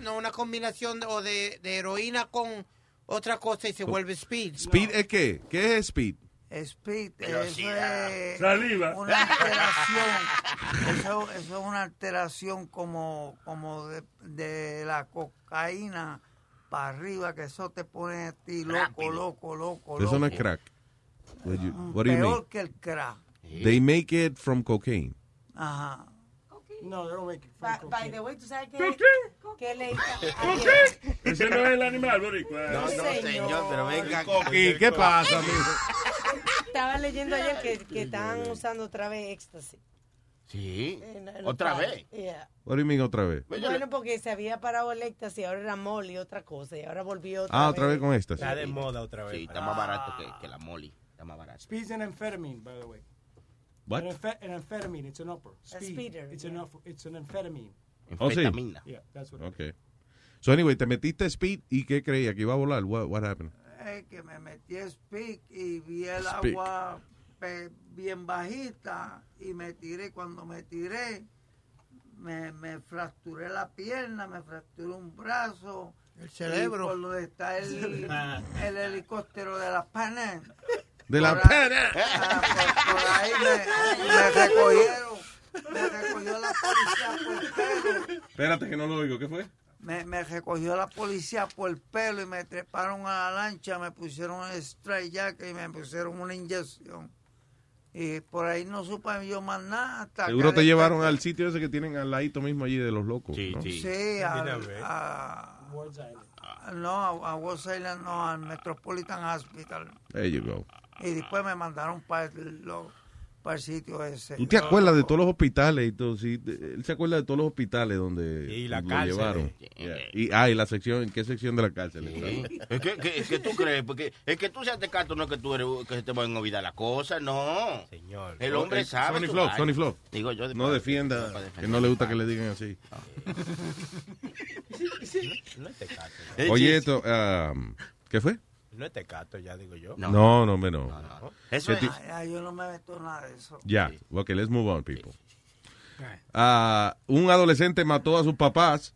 Speaker 10: yeah.
Speaker 17: No, una combinación de- o de, de heroína con otra cosa y se vuelve speed.
Speaker 10: ¿Speed es qué? ¿Qué es speed?
Speaker 19: Speed, eso Velocidad. es
Speaker 11: Saliva.
Speaker 19: una alteración. Eso, eso es una alteración como, como de, de la cocaína para arriba, que eso te pone a ti loco, loco, loco, loco. Ah, Mm,
Speaker 10: Eso no es crack. What, you, what do you
Speaker 19: Peor
Speaker 10: mean?
Speaker 19: que el crack.
Speaker 10: They make it from cocaine.
Speaker 19: Ajá.
Speaker 18: No, they don't make it from
Speaker 21: By, by
Speaker 18: cocaine.
Speaker 21: the way, ¿tú sabes qué?
Speaker 11: ¿Por
Speaker 21: ¿Qué le
Speaker 11: Ese no es el animal, boricua.
Speaker 12: No, no, señor, pero venga.
Speaker 11: Coqui, ¿qué pasa,
Speaker 21: Estaba leyendo ayer que, que estaban usando otra vez éxtasis.
Speaker 12: Sí.
Speaker 21: en- en los
Speaker 12: Otra
Speaker 21: padres.
Speaker 12: vez.
Speaker 21: Yeah.
Speaker 10: What do you mean otra vez?
Speaker 21: Bueno, porque se había parado el éxtasis, ahora era mol y otra cosa, y ahora volvió otra
Speaker 10: Ah,
Speaker 21: vez.
Speaker 10: otra vez con éxtasis.
Speaker 12: Está
Speaker 10: de
Speaker 12: moda otra vez. Sí, está más
Speaker 18: Ah.
Speaker 12: barato que, que la Molly. Está más barato.
Speaker 18: Speed's an amphetamine, by the way.
Speaker 10: What?
Speaker 18: An, amphe- an amphetamine, it's an upper. Speed.
Speaker 21: speeder,
Speaker 18: It's, an upper, it's an amphetamine.
Speaker 10: Oh, sí.
Speaker 12: Anfetamina.
Speaker 18: Yeah, that's what it is.
Speaker 10: Okay. So anyway, te metiste speed y qué
Speaker 19: eh,
Speaker 10: creía que iba a volar. What, what happened?
Speaker 19: Es que me metí a Speak y vi el
Speaker 10: Speak.
Speaker 19: agua pe- bien bajita y me tiré. Cuando me tiré, me, me fracturé la pierna, me fracturé un brazo. El
Speaker 17: cerebro.
Speaker 19: Por donde está el, el helicóptero de las panes.
Speaker 10: De la
Speaker 19: Por ahí-
Speaker 10: pana.
Speaker 19: ah, por, por ahí me, me recogieron. Me recogió la policía por el pelo.
Speaker 10: Espérate que no lo oigo. ¿Qué fue?
Speaker 19: Me, me recogió la policía por el pelo y me treparon a la lancha, me pusieron el strike jacket y me pusieron una inyección. Y por ahí no supe yo más nada. Hasta
Speaker 10: Seguro
Speaker 19: que
Speaker 10: te
Speaker 19: de-
Speaker 10: llevaron al sitio ese que tienen al ladito mismo allí de los locos. Sí,
Speaker 19: Sí, al- a, a- no, a, a West Island, no, al Metropolitan Hospital.
Speaker 10: There you go.
Speaker 19: Y después me mandaron para el, lo- para el sitio ese.
Speaker 10: ¿Tú te acuerdas de todos los hospitales? y todo? Sí, de- él se acuerda de todos los hospitales donde
Speaker 23: Y la
Speaker 10: lo
Speaker 23: cárcel.
Speaker 10: llevaron. Yeah. Y, ah, y la sección, ¿en qué sección de la cárcel?
Speaker 12: Sí. Es que, que- es que tú crees, porque es que tú seas tecato, no es que tú eres, que se te van a olvidar las cosas, no. Señor. El hombre
Speaker 10: Eh,
Speaker 12: sabe.
Speaker 10: Sony
Speaker 12: su
Speaker 10: Flow,
Speaker 12: vaina.
Speaker 10: Sony Flow.
Speaker 12: Digo yo.
Speaker 10: no defienda, que no le gusta que le digan así. Oye, esto, um, ¿qué fue?
Speaker 23: No es tecato, ya digo yo.
Speaker 10: No, no, hombre, no.
Speaker 19: Eso
Speaker 10: Que ti-
Speaker 19: Ay, ay, yo no me meto nada de eso.
Speaker 10: Ya, ok, let's move on, people. Ah, un adolescente mató a sus papás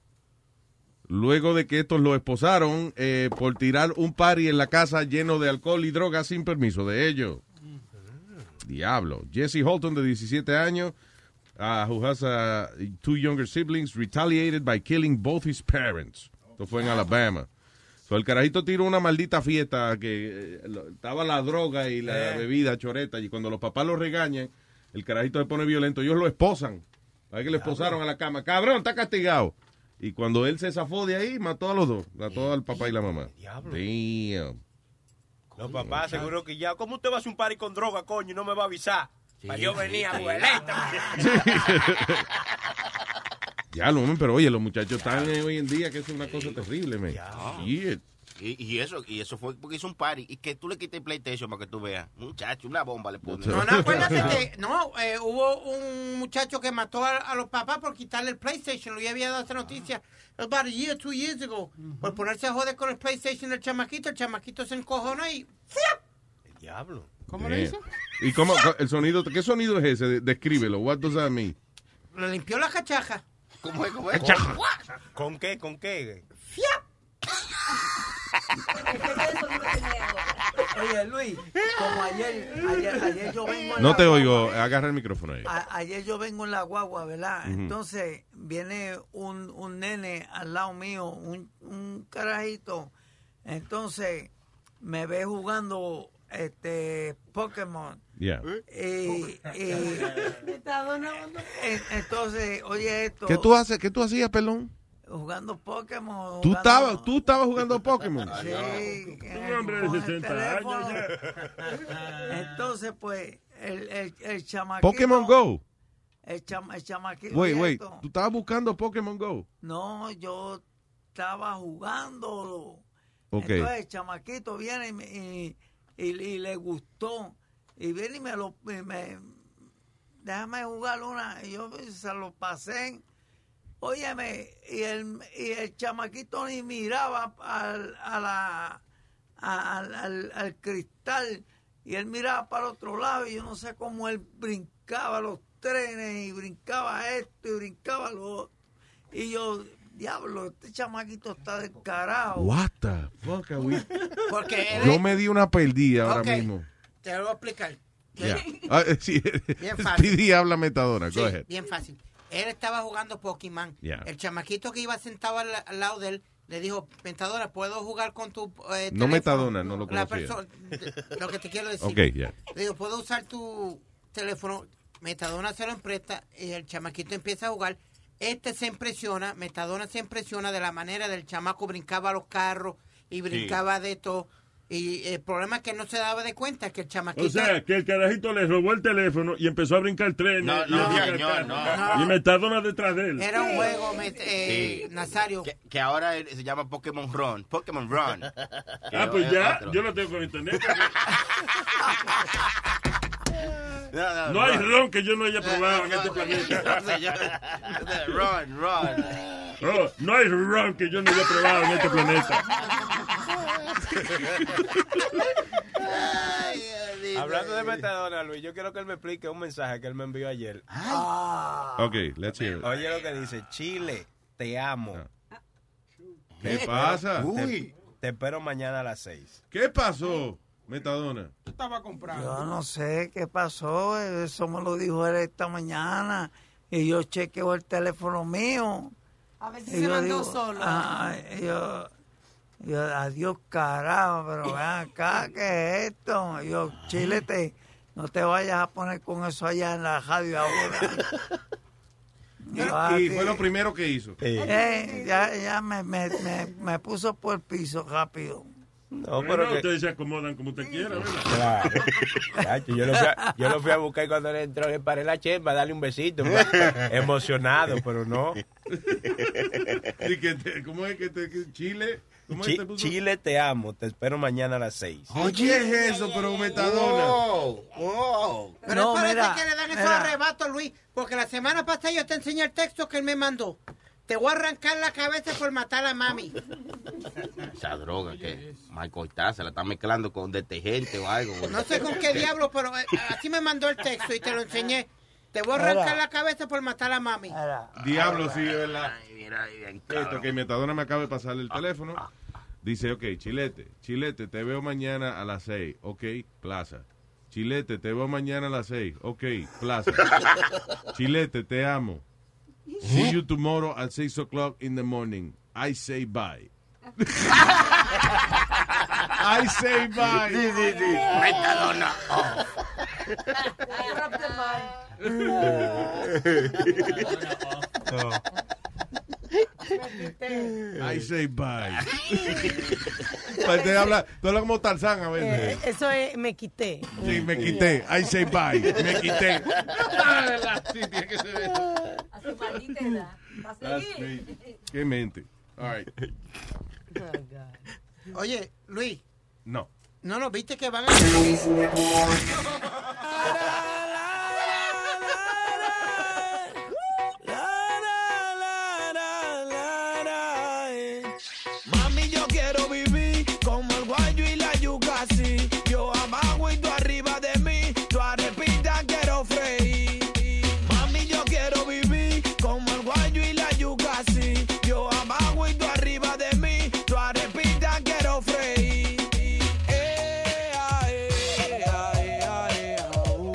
Speaker 10: luego de que estos lo esposaron eh, por tirar un party en la casa lleno de alcohol y drogas sin permiso de ellos. Diablo. Jesse Holton, de 17 años, ah, who has ah, two younger siblings, retaliated by killing both his parents. Esto fue en Alabama. So, el carajito tiró una maldita fiesta que eh, lo- estaba la droga y la
Speaker 23: Eh.
Speaker 10: bebida choreta. Y cuando los papás lo regañan, el carajito se pone violento. Ellos lo esposan. Hay que le esposaron a la cama. Cabrón, está castigado. Y cuando él se zafó de ahí, mató a los dos. Mató al papá y la mamá. Damn.
Speaker 23: No, papá, seguro que ya. ¿Cómo usted va a hacer un party con droga, coño? Y no me va a avisar. Para yo venir,
Speaker 15: este,
Speaker 23: abuelita.
Speaker 10: Ya, lo, pero oye, los muchachos están eh, hoy en día que es una cosa terrible, eh, man. Shit.
Speaker 12: Y, y eso, y eso fue porque hizo un party. Y que tú le quites el PlayStation para que tú veas. Muchacho, una bomba le pones.
Speaker 10: No, no, acuérdate
Speaker 17: Eh, no, eh, hubo un muchacho que mató a, a los papás por quitarle el PlayStation. Lo había dado esa noticia about a year, two years ago. Por ponerse a joder con el PlayStation del chamaquito. El chamaquito se encojona y...
Speaker 23: Diablo.
Speaker 17: ¿Cómo le
Speaker 10: Damn.
Speaker 17: hizo?
Speaker 10: eh. ¿Y cómo, co- el sonido, qué sonido es ese? De- Descríbelo. What does that mean?
Speaker 17: Le limpió la cachaja.
Speaker 12: ¿Cómo es? ¿Cómo
Speaker 23: es? Cachaja. ¿Con qué? ¿Con qué?
Speaker 19: Oye, Luis, como ayer, ayer, ayer yo vengo en
Speaker 10: No
Speaker 19: la
Speaker 10: te
Speaker 19: guagua.
Speaker 10: oigo. Agarra el micrófono ahí.
Speaker 19: A- ayer yo vengo en la guagua, ¿verdad?
Speaker 10: Ujú.
Speaker 19: Entonces viene un, un nene al lado mío, un, un carajito. Entonces me ve jugando este Pokémon.
Speaker 10: Yeah.
Speaker 19: Y, y- en- entonces, oye esto.
Speaker 10: ¿Qué tú, haces, ¿Qué tú hacías, pelón?
Speaker 19: Jugando Pokémon.
Speaker 10: ¿Tú
Speaker 19: jugando-
Speaker 10: estabas, tú estabas jugando a Pokémon?
Speaker 19: Sí, eh,
Speaker 11: Un hombre
Speaker 19: con
Speaker 11: de
Speaker 19: el
Speaker 11: 60 años
Speaker 19: teléfono.
Speaker 11: ya.
Speaker 19: Entonces, pues, el, el, el chamaquito.
Speaker 10: Pokémon Go.
Speaker 19: El, chama, el chamaquito.
Speaker 10: Wait,
Speaker 19: oye
Speaker 10: wait.
Speaker 19: esto.
Speaker 10: ¿Tú estabas buscando Pokémon Go?
Speaker 19: No, yo estaba jugándolo.
Speaker 10: Ok.
Speaker 19: Entonces el chamaquito viene y, me- y, y- y le gustó. Y viene y me lo... y me- déjame jugar una. Y yo se lo pasé. Óyeme, y el, y el chamaquito ni miraba al, a la, a- al, al- al cristal. Y él miraba para el otro lado y yo no sé cómo él brincaba los trenes y brincaba esto y brincaba lo otro. Y yo, diablo, este chamaquito está del carajo.
Speaker 10: What the fuck are we-
Speaker 19: Porque
Speaker 17: él
Speaker 10: Yo me di una perdida ahora
Speaker 17: eh? Ok.
Speaker 10: mismo.
Speaker 17: Te lo voy a explicar.
Speaker 10: Yeah. Ah, eh, sí.
Speaker 17: Bien fácil.
Speaker 10: Speedy habla metadora.
Speaker 17: Sí,
Speaker 10: Go ahead.
Speaker 17: bien fácil. Él estaba jugando Pokémon.
Speaker 10: Yeah.
Speaker 17: El chamaquito que iba sentado al, al lado de él le dijo, Pentadora, ¿puedo jugar con tu eh,
Speaker 10: No
Speaker 17: teléfono?"
Speaker 10: metadona, no lo
Speaker 17: La
Speaker 10: conocía.
Speaker 17: perso- Lo que te quiero decir.
Speaker 10: Ok, ya.
Speaker 17: Le digo, ¿puedo usar tu teléfono? Metadona se lo empresta y el chamaquito empieza a jugar. Este se impresiona, Metadona se impresiona de la manera del chamaco brincaba los carros y brincaba de todo. Y el problema es que no se daba de cuenta que el chamaquito...
Speaker 11: O sea, que el carajito le robó el teléfono y empezó a brincar trenes.
Speaker 17: No,
Speaker 11: y
Speaker 17: no,
Speaker 11: a brincar
Speaker 17: señor,
Speaker 11: carros.
Speaker 17: no.
Speaker 11: Y Metadona detrás de él.
Speaker 17: Era un juego, me- eh, Nazario.
Speaker 12: Que, que ahora él se llama Pokémon Run. Pokémon Run.
Speaker 11: Ah, pues ya, yo lo tengo con internet.
Speaker 12: No, no,
Speaker 11: No hay
Speaker 12: Run.
Speaker 11: ron que yo no haya probado en
Speaker 12: No,
Speaker 11: este
Speaker 12: no,
Speaker 11: planeta.
Speaker 12: no, señor. Run, run.
Speaker 11: Oh, no hay ron que yo no haya probado en este planeta.
Speaker 12: Ay, Dios mío.
Speaker 15: Hablando de Metadona, Luis, yo quiero que él me explique un mensaje que él me envió ayer.
Speaker 10: Ah.
Speaker 17: Ah.
Speaker 10: Ok, let's hear it.
Speaker 15: Oye lo que dice, Chile, te amo.
Speaker 10: ¿Qué pasa?
Speaker 15: Te-
Speaker 10: Uy.
Speaker 15: Te espero mañana a las 6.
Speaker 10: ¿Qué pasó, Metadona?
Speaker 32: estaba comprando.
Speaker 19: Yo no sé qué pasó, eso me lo dijo él esta mañana y yo chequeo el teléfono mío.
Speaker 4: A ver si
Speaker 19: Y
Speaker 4: se
Speaker 19: yo
Speaker 4: mandó
Speaker 19: digo,
Speaker 4: solo.
Speaker 19: "Ah", y yo, yo, adiós carajo, pero ven acá, ¿qué es esto? Y Yo, Chile, te- no te vayas a poner con eso allá en la radio ahora. Yo, "Ah,
Speaker 10: Y
Speaker 19: sí".
Speaker 10: fue lo primero que hizo.
Speaker 19: Eh, ya ya me, me, me, me puso por el piso rápido.
Speaker 33: No,
Speaker 19: pero que-
Speaker 33: ustedes se acomodan como usted quiera, ¿verdad?
Speaker 15: Claro. Chacho, yo, lo fui a, yo lo fui a buscar y cuando él entró le paré la chemba, darle un besito. Emocionado, pero no.
Speaker 10: Y que te- ¿Cómo es que te que Chile? ¿Cómo es
Speaker 15: Chi-
Speaker 10: que te puso?
Speaker 15: Chile, te amo. Te espero mañana a las 6.
Speaker 10: Oye, es eso, pero Metadona.
Speaker 19: Pero No,
Speaker 17: Por eso
Speaker 19: mira,
Speaker 17: es que le dan esos
Speaker 19: mira.
Speaker 17: arrebatos, Luis. Porque la semana pasada yo te enseñé el texto que él me mandó. Te voy a arrancar la cabeza por matar a mami.
Speaker 12: Esa droga que Michael está, se la está mezclando con detergente o algo. güey.
Speaker 17: No sé con qué diablo, pero eh, así me mandó el texto y te lo enseñé. Te voy a arrancar la cabeza por matar a mami.
Speaker 10: Diablo, sí, es verdad. Esto
Speaker 4: Ah,
Speaker 12: cabrón.
Speaker 10: que Metadona me acaba de pasar el teléfono. Dice, ok, Chilete, Chilete, te veo mañana a las 6. Ok, plaza. Chilete, te veo mañana a las 6. Ok, plaza. Chilete, te amo. See you tomorrow at 6 o'clock in the morning. I say bye. I say bye.
Speaker 4: Sí, sí, sí.
Speaker 12: Metadona.
Speaker 6: Oh.
Speaker 10: Oh,
Speaker 21: Este,
Speaker 10: I say bye. Pues te habla, tú hablas como Tarzán a veces.
Speaker 21: Eh, eso es, me quité.
Speaker 10: Sí, me quité. I say bye. Me quité.
Speaker 4: A su maldita edad. Va a
Speaker 10: That's
Speaker 4: seguir.
Speaker 10: me. Qué mente. All right.
Speaker 17: Oye, Luis,
Speaker 10: No.
Speaker 17: no nos viste que van a.
Speaker 4: Mami, yo quiero vivir como el guayo y la yuca así. Yo abajo y tú arriba de mí. Tú arrepita, quiero freír. Mami, yo quiero vivir como el guayo y la yuca así. Yo abajo y tú arriba de mí. Tú arrepita, quiero freír. Eh, ah, Ea, ea, ea, ea, uh.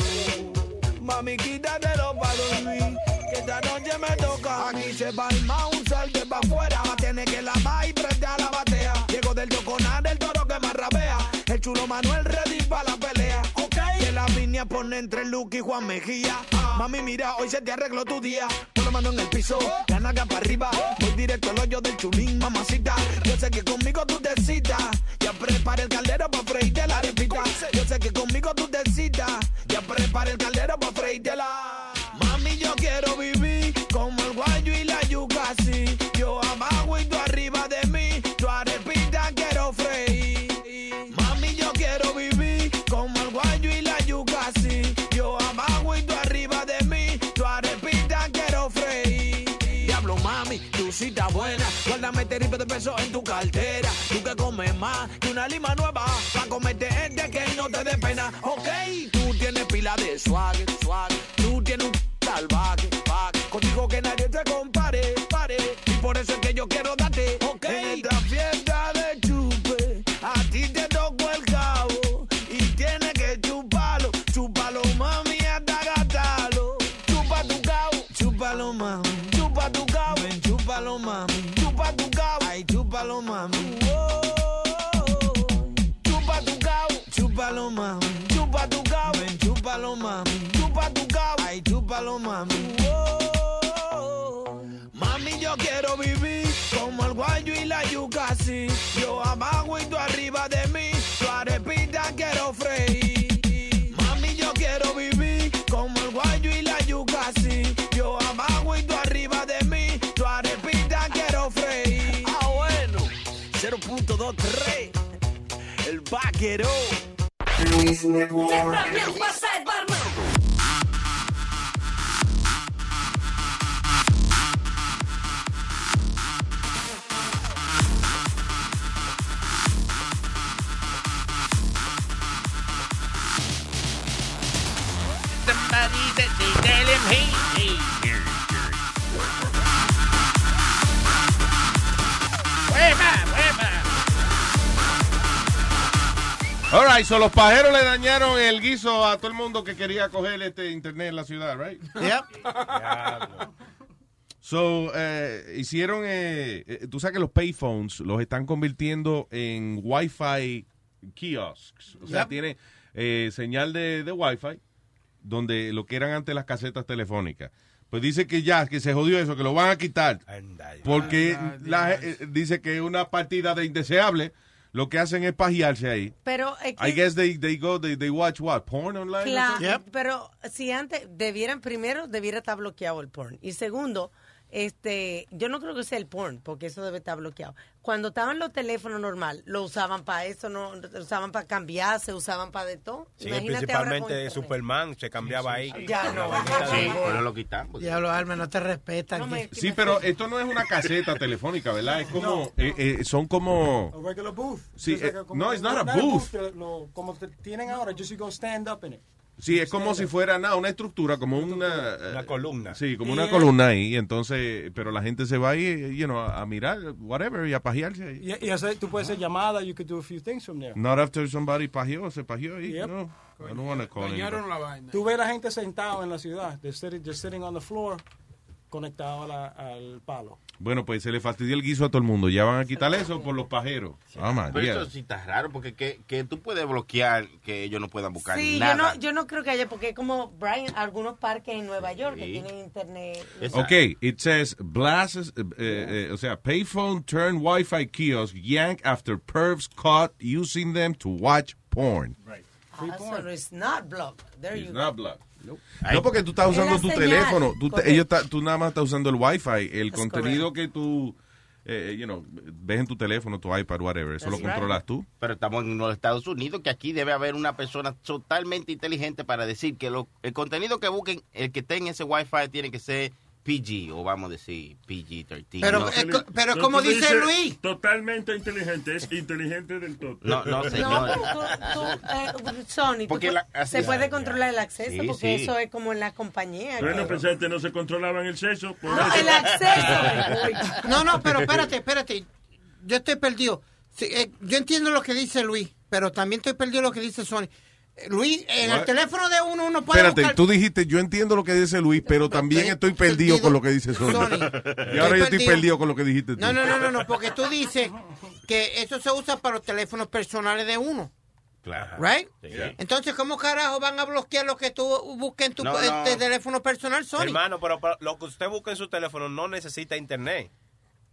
Speaker 4: Mami, quítatelo para dormir. Que esta noche me toca. Aquí se va el mouse, salte pa' afuera. Tiene que lavar y prender la batea. Llego del yoconar, el toro que me rabea. El chulo Manuel ready para la pelea. Ok. Que la línea pone entre Luke y Juan Mejía. Mami, mira, hoy se te arregló tu día. Con la mano en el piso, la naga para arriba. Voy directo al hoyo del chulín, mamacita. Yo sé que conmigo tú te citas. Ya prepara el caldero para freírte la arepita. Yo sé que conmigo tú te citas. Ya prepara el caldero para freírte la. Mami, yo quiero vivir como el guayo y la yuca así. Yo abajo y tú arriba de mí. Tu arepita quiero freír. Mami, yo quiero vivir como el guayo y la yuca así. Yo abajo y tú arriba de mí. Tu arepita quiero freír. Diablo, mami, tú sí estás buena. Guárdame este ripio de pesos en tu cartera. Tú que comes más que una lima nueva. Pa' comerte este que no te dé pena. Ok, tú tienes pila de swag, swag. Tú tienes un salvaje, pack. Contigo que nadie te compare, pare. Y por eso es que yo quiero darte, ok. En esta fiesta de chupe, a ti te tocó el cabo. Y tienes que chuparlo, chúpalo, mami, hasta gastarlo. Chupa tu cabo, chúpalo, mami. Chupa tu cabo, ven, chúpalo, mami. Chupa tu cabo, ay, chúpalo, mami. Chupa tu cabo, chúpalo, mami. Chupa tu cabo, ven, chúpalo, mami. Chupa tu cabo, ay, chúpalo, mami. Mami, yo quiero vivir como el guayo y la yuca así. Yo abajo y tú arriba de mí. Tu arepita quiero freír. Mami, yo quiero vivir como el guayo y la yuca así. Yo abajo y tú arriba de mí. Tu arepita quiero freír. Ah, bueno. 0.23. El vaquero. Luis También pasa el barman. Somebody that they tell him, hey, hey. Hueva, hueva.
Speaker 10: All right, so los pajeros le dañaron el guiso a todo el mundo que quería coger este internet en la ciudad, right? So, eh, hicieron, eh, eh, tú sabes que los payphones los están convirtiendo en Wi-Fi kiosks. O sea,
Speaker 26: Yep.
Speaker 10: tiene eh, señal de, de Wi-Fi, donde lo que eran antes las casetas telefónicas. Pues dice que ya, que se jodió eso, que lo van a quitar. Porque la- eh, dice que es una partida de indeseable. Lo que hacen es pajearse ahí.
Speaker 21: Pero eh, es que-
Speaker 10: I guess they, they go, they, they watch what? Porn online? or
Speaker 21: Claro,
Speaker 10: something?
Speaker 21: pero si antes debieran, primero, debiera estar bloqueado el porn. Y segundo, este, yo no creo que sea el porn, porque eso debe estar bloqueado. Cuando estaban los teléfonos normal, lo usaban para eso, no, lo usaban para cambiarse, usaban para de todo.
Speaker 23: Sí,
Speaker 21: Imagínate ahora con-
Speaker 23: principalmente Superman se cambiaba ahí.
Speaker 21: Ya
Speaker 23: Con la
Speaker 21: Ah, no.
Speaker 23: vainita
Speaker 21: Sí,
Speaker 23: de-
Speaker 21: pero
Speaker 12: lo quitamos.
Speaker 17: Diablo, Alma, no te respetan.
Speaker 10: Sí, pero esto no es una caseta telefónica, ¿verdad? Es como, eh, eh, son como...
Speaker 18: A regular booth.
Speaker 10: Sí,
Speaker 18: Just like
Speaker 10: eh,
Speaker 18: a- como-
Speaker 10: no, it's not a booth.
Speaker 18: que lo- como te tienen ahora, just you go stand up in it.
Speaker 10: Sí, es como si fuera nada, una estructura, como una... eh, columna. Sí, como una
Speaker 18: Y-
Speaker 10: columna ahí, entonces, pero la gente se va ahí, you know, a mirar, whatever, y a pajearse ahí.
Speaker 18: Y, y hacer, tú puedes hacer llamada, you could do a few things from there.
Speaker 10: Not after somebody pajeó, se pajeó ahí,
Speaker 18: Yep.
Speaker 10: no. I don't wanna call it.
Speaker 18: la vaina. Tú ves la gente sentada en la ciudad, they're sitting, they're sitting on the floor, conectado a la- al palo.
Speaker 10: Bueno, pues se le fastidió el guiso a todo el mundo, ya van a quitar eso por los pajeros. Ah,
Speaker 12: Pero
Speaker 10: María.
Speaker 12: eso sí está raro, porque que, que tú puedes bloquear que ellos no puedan buscar
Speaker 21: Sí, yo
Speaker 12: nada.
Speaker 21: no, yo no creo que haya, porque es como Brian, algunos parques en Nueva York que
Speaker 12: Sí.
Speaker 21: tienen internet.
Speaker 10: Okay, it says blasts, eh, eh, o sea, payphone turn Wi-Fi kiosk yank after pervs caught using them to watch porn.
Speaker 21: Ah, so it's not blocked. There
Speaker 10: It's
Speaker 21: you
Speaker 10: not
Speaker 21: go.
Speaker 10: blocked. No, porque tú estás
Speaker 21: Es la
Speaker 10: usando tu
Speaker 21: señal.
Speaker 10: teléfono. Tú, te-
Speaker 21: Correcto.
Speaker 10: ellos ta- tú nada más estás usando el Wi-Fi. El contenido que tú, eh, you know, ves en tu teléfono, tu iPad, whatever, eso
Speaker 12: That's
Speaker 10: lo
Speaker 12: right.
Speaker 10: controlas tú.
Speaker 12: Pero estamos en los Estados Unidos, que aquí debe haber una persona totalmente inteligente para decir que lo- el contenido que busquen, el que esté en ese Wi-Fi, tiene que ser PG, o vamos a decir PG-13. no,
Speaker 17: eh,
Speaker 11: No, tú Totalmente inteligente, es inteligente del todo.
Speaker 12: No, no,
Speaker 21: No,
Speaker 12: señor.
Speaker 21: pero tú, tú, eh, Sony, tú
Speaker 11: Porque
Speaker 21: pu-
Speaker 11: la- así-
Speaker 21: se puede controlar el acceso
Speaker 11: Sí,
Speaker 21: porque
Speaker 11: sí.
Speaker 21: eso es como en la compañía.
Speaker 11: Bueno,
Speaker 21: que-
Speaker 11: pues antes no se controlaban el sexo. por
Speaker 21: No,
Speaker 11: eso.
Speaker 21: el acceso.
Speaker 17: No, no, pero espérate, espérate. Yo estoy perdido. Sí, eh, yo entiendo lo que dice Luis, pero también estoy perdido lo que dice Sony. Eh, Luis, en
Speaker 10: What?
Speaker 17: el teléfono de uno uno puede
Speaker 10: Espérate,
Speaker 17: buscar-
Speaker 10: tú dijiste, yo entiendo lo que dice Luis, pero también estoy perdido con lo que dice Sony. Y ahora yo estoy
Speaker 17: perdido.
Speaker 10: perdido con lo que dijiste tú.
Speaker 17: No, no, no, no, no, porque tú dices que eso se usa para los teléfonos personales de uno,
Speaker 12: Claro.
Speaker 17: ¿right?
Speaker 12: Sí.
Speaker 17: Entonces, ¿cómo carajo van a bloquear lo que tú busques en tu
Speaker 23: No, no.
Speaker 17: este teléfono personal, Sony?
Speaker 23: Hermano, pero, pero lo que usted busca en su teléfono no necesita internet.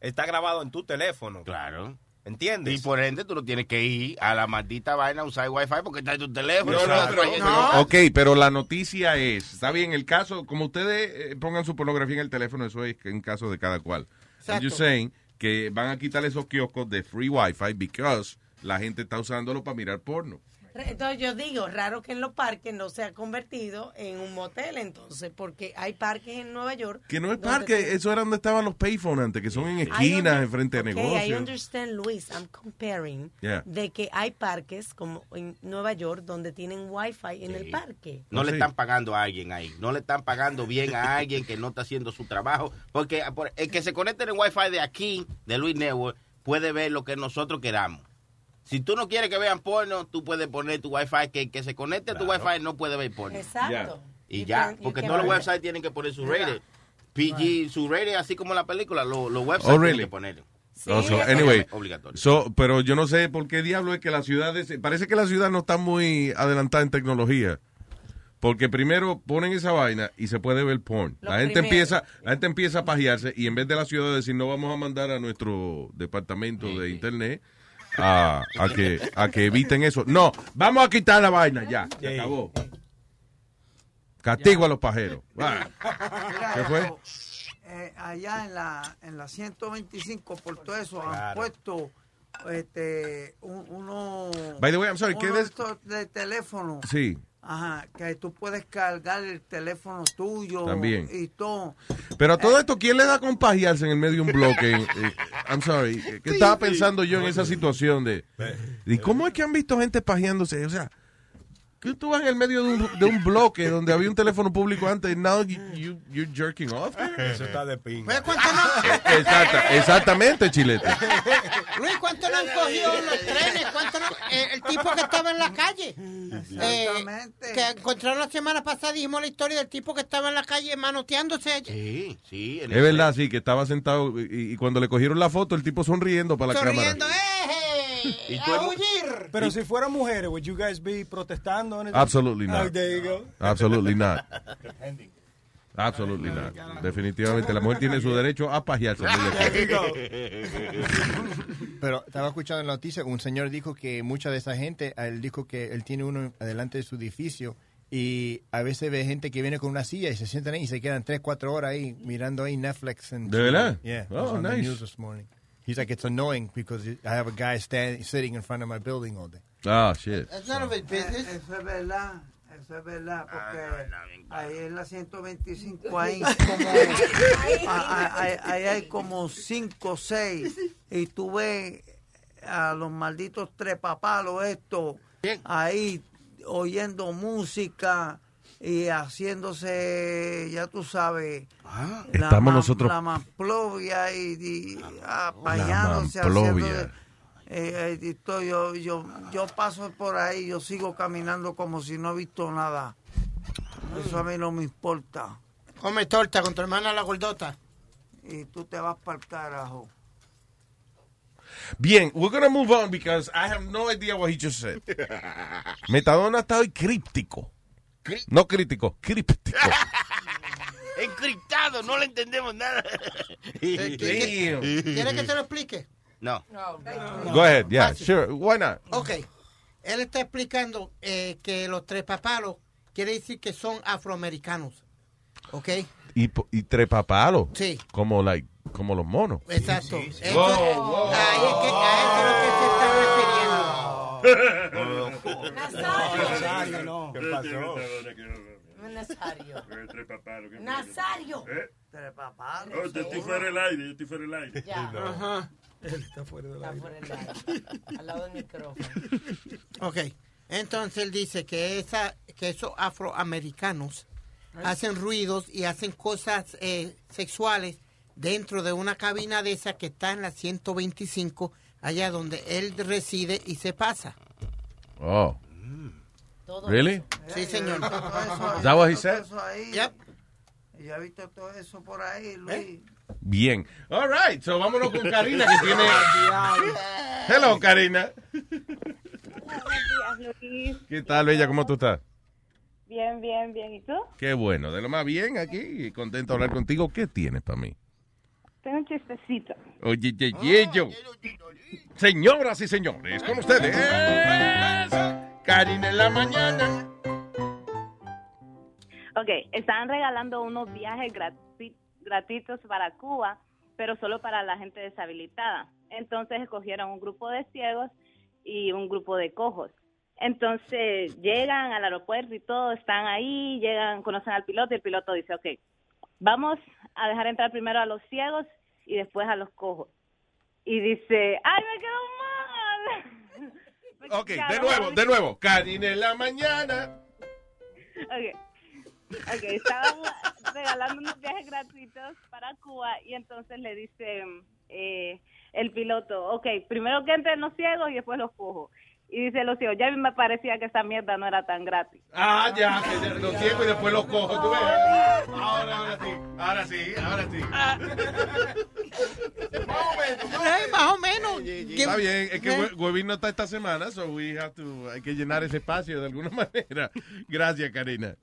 Speaker 23: Está grabado en tu teléfono.
Speaker 12: Claro.
Speaker 23: ¿Entiendes?
Speaker 12: Y por ende, tú no tienes que ir a la maldita vaina a usar el Wi-Fi porque está en tu teléfono.
Speaker 10: No, no, pero-
Speaker 12: No.
Speaker 10: Ok, pero la noticia es, está bien, el caso, como ustedes eh, pongan su pornografía en el teléfono, eso es en caso de cada cual. I'm
Speaker 12: Exacto.
Speaker 10: just saying que van a quitar esos kioscos de free wifi because la gente está usándolo para mirar porno.
Speaker 21: Entonces yo digo, raro que en los parques no se ha convertido en un motel, entonces, porque hay parques en Nueva York.
Speaker 10: Que no es
Speaker 21: donde
Speaker 10: parque, eso era donde estaban los payphones antes, que son en
Speaker 21: I
Speaker 10: esquinas,
Speaker 21: under-
Speaker 10: enfrente de
Speaker 21: Okay, I
Speaker 10: negocios.
Speaker 21: understand, Luis. I'm comparing
Speaker 10: Yeah.
Speaker 21: de que hay parques como en Nueva York donde tienen wifi en el parque.
Speaker 10: Pues
Speaker 12: No le están pagando a alguien ahí. No le están pagando bien a alguien que no está haciendo su trabajo. Porque por- el que se conecte en el Wi-Fi de aquí, de Luis Network, puede ver lo que nosotros queramos. Si tú no quieres que vean porno, tú puedes poner tu Wi-Fi. Que el que se conecte a tu Wi-Fi no puede ver porno.
Speaker 21: Exacto.
Speaker 12: Y
Speaker 21: You
Speaker 12: ya.
Speaker 21: can- you
Speaker 12: porque
Speaker 21: can
Speaker 12: todos los
Speaker 21: do that.
Speaker 12: websites tienen que poner su rating. PG, su rating, así como la película, lo- los websites
Speaker 10: Oh,
Speaker 12: tienen
Speaker 10: really?
Speaker 12: que ponerlo.
Speaker 10: Oh, so, anyway,
Speaker 12: Obligatorio.
Speaker 10: so, pero yo no sé por qué diablo es que la ciudad, es- parece que la ciudad no está muy adelantada en tecnología. Porque primero ponen esa vaina y se puede ver porn.
Speaker 21: Lo
Speaker 10: la gente
Speaker 21: primero.
Speaker 10: empieza, la gente empieza a pajearse y en vez de la ciudad decir no vamos a mandar a nuestro departamento de internet a, a que a que eviten eso. No, vamos a quitar la vaina ya. Se
Speaker 23: Sí.
Speaker 10: acabó. Castigo a los pajeros. Va.
Speaker 19: Mira,
Speaker 10: ¿Qué fue?
Speaker 19: eh, allá en la, en la 125, por todo eso, han
Speaker 10: Claro.
Speaker 19: puesto este, un- uno,
Speaker 10: By the way, I'm sorry, ¿qué
Speaker 19: uno
Speaker 10: des-
Speaker 19: de estos de teléfono.
Speaker 10: Sí.
Speaker 19: Ajá, que tú puedes cargar el teléfono tuyo
Speaker 10: También.
Speaker 19: y todo.
Speaker 10: Pero a todo esto, ¿quién le da con pajearse en el medio de un bloque? Eh, I'm sorry. ¿Qué estaba pensando yo en esa situación de, de cómo es que han visto gente pajeándose? O sea, Que tú vas en el medio de un, de un bloque donde había un teléfono público antes y now you, you- you're jerking off. there?
Speaker 23: Eso está de
Speaker 17: Pues,
Speaker 23: pinga.
Speaker 17: ¿cuánto no?
Speaker 10: Exacta- exactamente, Chilete.
Speaker 17: Luis, ¿cuánto no han cogido en los trenes? ¿Cuánto no- eh, el tipo que estaba en la calle. Eh, que encontraron la semana pasada, dijimos la historia del tipo que estaba en la calle manoteándose.
Speaker 12: Sí, sí.
Speaker 10: Es verdad, sí, que estaba sentado y, y cuando le cogieron la foto, el tipo sonriendo para la
Speaker 17: Sonriendo,
Speaker 10: cámara.
Speaker 17: ¡eh!
Speaker 18: Y tú-
Speaker 17: ¡A huir!
Speaker 18: Pero si fueran mujeres, would you guys be protestando? and everything?
Speaker 10: Absolutely not.
Speaker 18: Oh, there you go.
Speaker 10: Absolutely not. Absolutely not. Definitivamente, la mujer tiene su derecho a pajearse.
Speaker 22: Pero estaba escuchando en la noticia, un señor dijo que mucha de esa gente, él dijo que él tiene uno adelante de su edificio y a veces ve gente que viene con una silla y se sientan ahí y se quedan 3, 4 horas ahí mirando ahí Netflix. and-
Speaker 10: ¿De verdad?
Speaker 22: Yeah. it
Speaker 10: Oh,
Speaker 22: was on the
Speaker 10: nice.
Speaker 22: news this morning. He's like, it's annoying because I have a guy standing, sitting in front of my building all day.
Speaker 10: Ah, shit.
Speaker 19: Eh, Eso es verdad, eso es verdad, porque ahí es la 125, ahí como, a- a- ahí- ahí hay como 5 o 6, y tú ves a los malditos trepapalos estos, ahí oyendo música y haciéndose, ya tú sabes, la
Speaker 10: Estamos
Speaker 19: ma-
Speaker 10: nosotros-
Speaker 19: la mamplovia y, ah, y apayándose,
Speaker 10: La
Speaker 19: haciendo
Speaker 10: mamplovia.
Speaker 19: de- eh, eh, estoy- yo, yo, yo paso por ahí, yo sigo caminando como si no he visto nada. Eso a mí no me importa.
Speaker 17: Come torta con tu hermana la gordota.
Speaker 19: Y tú te vas para el carajo.
Speaker 10: Bien, we're gonna move on because I have no idea what he just said. Metadona está hoy críptico. No crítico, críptico.
Speaker 12: Encriptado, no le entendemos nada.
Speaker 17: ¿Quieres que te lo explique?
Speaker 12: No.
Speaker 10: Go ahead, yeah, sure, why not?
Speaker 17: Ok. Él está explicando eh, que los tres papalos quiere decir que son afroamericanos. ¿Ok?
Speaker 10: Y, po- y trepapalo.
Speaker 17: Sí. Eh.
Speaker 10: Como, like, como los monos.
Speaker 17: Exacto. Eso-
Speaker 10: Wow,
Speaker 17: Ahí es que, a eso es lo que se está refiriendo.
Speaker 2: Nazario.
Speaker 18: No,
Speaker 2: ¿Qué
Speaker 18: pasó?
Speaker 21: Nazario.
Speaker 11: Tres papás, lo que-
Speaker 21: Nazario.
Speaker 11: ¿Eh?
Speaker 19: Tres papás.
Speaker 11: Oh, yo estoy fuera del aire, yo estoy fuera del aire.
Speaker 21: Ya.
Speaker 11: No.
Speaker 17: Ajá.
Speaker 18: Él está fuera del
Speaker 21: Está
Speaker 18: aire.
Speaker 21: por el lado. Al lado del micrófono.
Speaker 17: Ok. Entonces él dice que, esa, que esos afroamericanos hacen ruidos y hacen cosas eh, sexuales dentro de una cabina de esa que está en la 125, allá donde él reside y se pasa.
Speaker 10: Oh. Really?
Speaker 17: Sí, señor.
Speaker 10: Is that what he said?
Speaker 19: Eh, Eso ahí. Yo he visto todo eso por
Speaker 17: Eh.
Speaker 19: ahí, Luis.
Speaker 10: Bien. All right, so vámonos con Karina que tiene. Hello, Karina. ¿Qué tal, bella? ¿Cómo tú estás?
Speaker 28: Bien, bien, bien. ¿Y tú?
Speaker 10: Qué bueno, de lo más bien aquí y contento de hablar contigo. ¿Qué tienes para mí?
Speaker 28: Tengo un chistecito.
Speaker 10: Oye, ye, ye, yo. Señoras y señores, con ustedes. Karina en la mañana.
Speaker 28: Ok, están regalando unos viajes grati- gratuitos para Cuba, pero solo para la gente deshabilitada. Entonces escogieron un grupo de ciegos y un grupo de cojos. Entonces llegan al aeropuerto y todo, están ahí, llegan, conocen al piloto y el piloto dice, ok, vamos a dejar entrar primero a los ciegos y después a los cojos. Y dice, ¡ay, pues, me quedo mal! Me
Speaker 10: Ok, de
Speaker 28: quedaron
Speaker 10: nuevo,
Speaker 28: mal.
Speaker 10: de nuevo. Karina en la mañana.
Speaker 28: Ok. Ok, estaban regalando unos viajes gratuitos para Cuba y entonces le dice eh, el piloto, ok, primero que entren los ciegos y después los cojo. Y dice los ciegos, ya a mí me parecía que esa mierda no era tan gratis.
Speaker 10: Ah, ya, que ya, los ciego y después los cojo. ¿tú ves? Ahora, ahora sí, ahora sí, ahora sí.
Speaker 17: Ay, más o menos.
Speaker 10: Está bien, es que
Speaker 17: Eh.
Speaker 10: Hue- Huevín no está esta semana, so we have to, hay que llenar ese espacio de alguna manera. Gracias, Karina.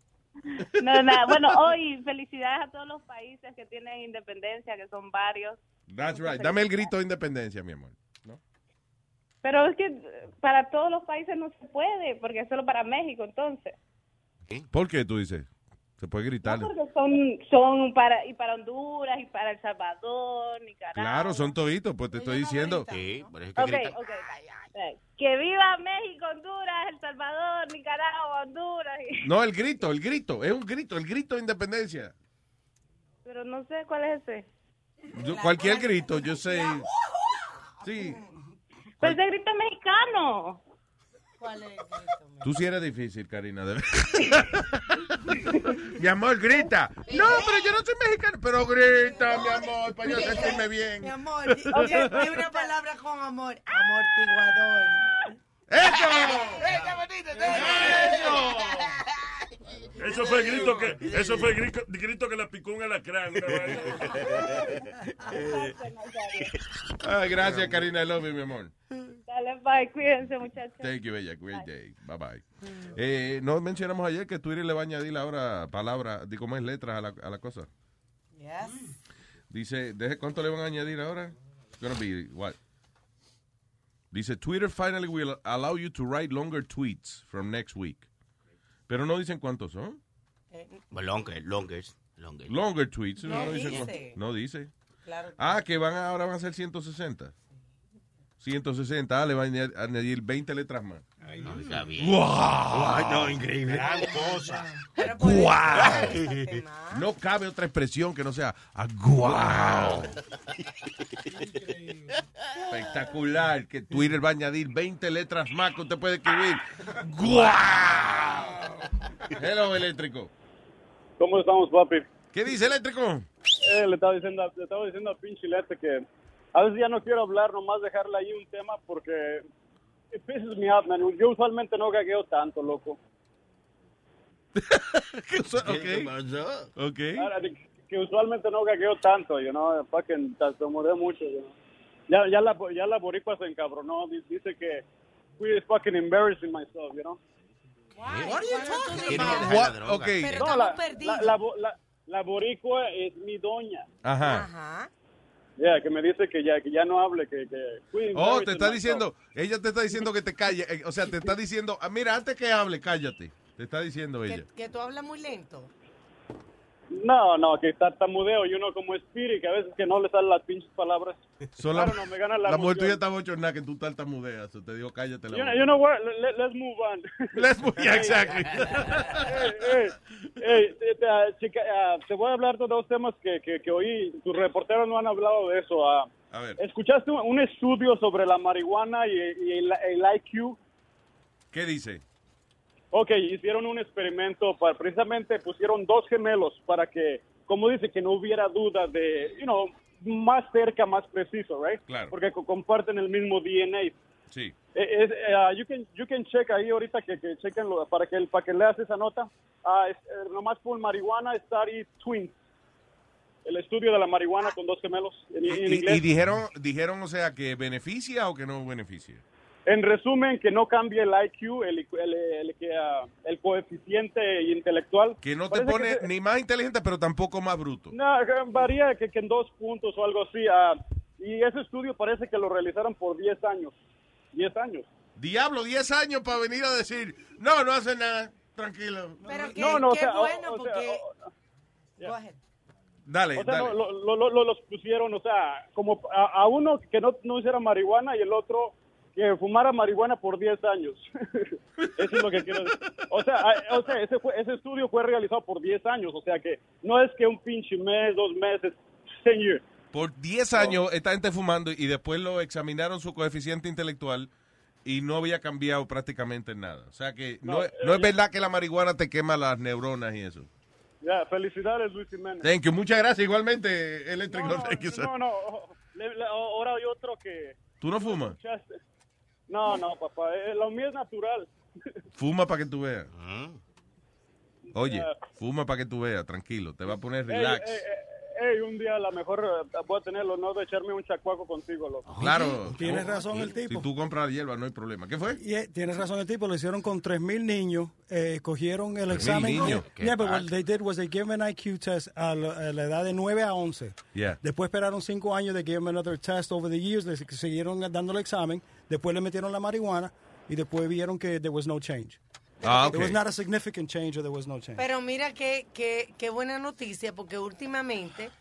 Speaker 28: No, nada. Bueno, hoy felicidades a todos los países que tienen independencia, que son varios.
Speaker 10: That's right. Dame el grito de independencia, mi amor.
Speaker 28: Pero es que eh, para todos los países no se puede, porque es solo para México entonces.
Speaker 10: ¿Por qué tú dices? Se puede gritar.
Speaker 28: Porque son, son para, y para Honduras, y para El Salvador, Nicaragua.
Speaker 10: Claro, son toditos, pues te estoy diciendo.
Speaker 12: Sí, por eso
Speaker 28: Ok, ok. Que viva México, Honduras, El Salvador, Nicaragua, Honduras. y-
Speaker 10: No, el grito, el grito, es un grito, el grito de independencia.
Speaker 28: Pero no sé cuál es ese.
Speaker 10: Yo- cualquier grito, yo sé. Sí,
Speaker 28: Pero ese grito es mexicano.
Speaker 21: ¿Cuál es?
Speaker 10: Tú sí eres difícil, Karina. de ver- mi amor, grita. No, pero yo no soy mexicano. Pero grita, mi amor, para yo sentirme bien.
Speaker 21: Mi amor, di, di- di una palabra con amor. Amortiguador.
Speaker 6: ¡Eso!
Speaker 11: Eso fue el grito que, eso fue el grito, grito que la picó un alacrán. una vaina.
Speaker 10: Ah, gracias, Karina. I love you, mi amor.
Speaker 28: Dale, bye, cuídense, muchachos.
Speaker 10: Thank you, Bella. Great day. Bye bye. Eh, no mencionamos ayer que Twitter le va a añadir ahora palabras, digo más letras a la, a la cosa.
Speaker 21: Yes.
Speaker 10: Dice, deje- ¿cuánto le van a añadir ahora? It's gonna be what? Dice, Twitter finally will allow you to write longer tweets from next week. Pero no dicen cuántos son.
Speaker 12: Well, Longer, longer, longer.
Speaker 10: Longer tweets. No,
Speaker 12: No
Speaker 10: dicen
Speaker 12: dice.
Speaker 10: cuántos. No dice.
Speaker 12: Claro que
Speaker 10: ah, que van a- ahora van a ser 160. 160, ah, le van a añadir- añadir 20 letras más.
Speaker 12: Ay, no, está bien.
Speaker 10: ¡Wow!
Speaker 12: Ay, no, increíble.
Speaker 10: Gran
Speaker 12: cosa.
Speaker 10: ¡Guau! No cabe otra expresión que no sea ah, ¡guau! Espectacular que Twitter va a añadir 20 letras más que usted puede escribir. ¡Guau! Hello, eléctrico.
Speaker 26: ¿Cómo estamos, papi?
Speaker 10: ¿Qué dice eléctrico?
Speaker 26: Eh, le estaba diciendo, a- le estaba diciendo a pinche Lete que a veces ya no quiero hablar, nomás dejarle ahí un tema porque it pisses me off, man. Yo usualmente no gagueo tanto, loco.
Speaker 10: ¿Qué
Speaker 12: pasó?
Speaker 10: Ok.
Speaker 26: Ahora, de- Que usualmente no gagueo tanto, you know, fucking, te acomodé mucho, you know. Ya, ya, la, ya la boricua se encabronó, di- dice que we is fucking embarrassing myself, you know.
Speaker 6: What are you talking
Speaker 10: about? What? Okay. Pero
Speaker 26: No,
Speaker 6: estamos
Speaker 26: la,
Speaker 6: perdidos.
Speaker 26: la- la bo- la- la boricua es mi doña.
Speaker 10: Ajá.
Speaker 26: Yeah, que me dice que ya, que ya no hable, que... que we
Speaker 10: Oh,
Speaker 26: embarrassing
Speaker 10: te está
Speaker 26: myself.
Speaker 10: diciendo, ella te está diciendo que te calle. eh, O sea, te está diciendo, ah, mira, antes que hable, cállate. Te está diciendo ella.
Speaker 21: Que tú hablas muy lento.
Speaker 26: No, no, que tartamudeo y uno como Spirit, que a veces que no le salen las pinches palabras.
Speaker 10: Solo-
Speaker 26: Claro, no, me gana la
Speaker 10: la
Speaker 26: emoción.
Speaker 10: mujer tuya está bochornada que tú tartamudeas. Te digo, cállate la
Speaker 26: You know,
Speaker 10: boca.
Speaker 26: you know what? Let- let- let's move on.
Speaker 10: Let's move- yeah, exactly.
Speaker 26: hey, hey, hey, te- te- ah, chica, ah, te voy a hablar de dos temas que, que, que oí. Tus reporteros no han hablado de eso. ah.
Speaker 10: A ver.
Speaker 26: ¿Escuchaste un, un estudio sobre la marihuana y, y el, el IQ?
Speaker 10: ¿Qué dice?
Speaker 26: Ok, hicieron un experimento para precisamente pusieron dos gemelos para que, como dice, que no hubiera duda de, you know, más cerca, más preciso, right?
Speaker 10: Claro.
Speaker 26: Porque co- comparten el mismo DNA. Eh,
Speaker 10: Sí.
Speaker 26: es, eh, ah, you, can, you can check ahí ahorita que, que chequen lo- para que el- para que leas esa nota. Ah, es- eh, nomás por marihuana está ahí twins. El estudio de la marihuana con dos gemelos en, en
Speaker 10: Y,
Speaker 26: inglés.
Speaker 10: y dijeron, dijeron, o sea, que beneficia o que no beneficia.
Speaker 26: En resumen, que no cambie el IQ, el, el, el que, ah, el coeficiente intelectual.
Speaker 10: Que no te
Speaker 26: Parece que
Speaker 10: pone
Speaker 26: se-
Speaker 10: ni más inteligente, pero tampoco más bruto.
Speaker 26: No, eh, varía que, que en dos puntos o algo así. ah, y ese estudio parece que lo realizaron por 10 años. 10 años.
Speaker 10: Diablo, 10 años para venir a decir, no, no hace nada, tranquilo.
Speaker 26: Pero que- No, no, o qué sea, o- bueno, o sea, porque-
Speaker 21: Go ahead.
Speaker 10: Dale,
Speaker 26: o sea,
Speaker 10: dale.
Speaker 26: lo- lo- lo- lo- los pusieron, o sea, como a, a uno que no, no hiciera marihuana y el otro que fumara marihuana por 10 años. Eso es lo que quiero decir. O sea, a- o sea ese, fue- ese estudio fue realizado por 10 años, o sea que no es que un pinche mes, dos meses, 10 years.
Speaker 10: Por 10 años esta gente fumando y después lo examinaron su coeficiente intelectual y no había cambiado prácticamente nada. O sea que no,
Speaker 26: No,
Speaker 10: es- no es
Speaker 26: eh,
Speaker 10: verdad que la marihuana te quema las neuronas y eso.
Speaker 26: Ya, felicidades Luis Jiménez.
Speaker 10: Thank you. Muchas gracias. Igualmente, eléctrico. Thank you, sir.
Speaker 26: No, no, oh, le- le- ahora hay otro que...
Speaker 10: ¿Tú no fumas?
Speaker 26: escuchaste. No, no, papá, eh, lo mío es natural.
Speaker 10: Fuma para que tú veas. Oye,
Speaker 26: Ah.
Speaker 10: fuma para que tú veas, tranquilo. Te va a poner
Speaker 26: Ey,
Speaker 10: relax.
Speaker 26: ey, ey, ey, un día a lo mejor eh, voy a tener el honor de echarme un chacuaco contigo, loco.
Speaker 10: Claro.
Speaker 18: Tienes
Speaker 10: Oh,
Speaker 18: razón el tipo.
Speaker 10: Si tú compras hierba, no hay problema. ¿Qué fue?
Speaker 18: Y eh, tienes razón el tipo, lo hicieron con 3.000 niños, eh, cogieron el
Speaker 10: 3,000
Speaker 18: examen.
Speaker 10: niños, qué
Speaker 18: Yeah, but
Speaker 10: pack.
Speaker 18: what they did was they gave an IQ test a la, a la edad de 9 a 11.
Speaker 10: Yeah.
Speaker 18: Después esperaron 5 años, they gave them another test over the years, les siguieron dando el examen, después le metieron la marihuana y después vieron que there was no change.
Speaker 10: Ah,
Speaker 18: There was
Speaker 10: ok.
Speaker 18: not a significant change or there was no change.
Speaker 21: Pero mira qué qué- qué buena noticia, porque últimamente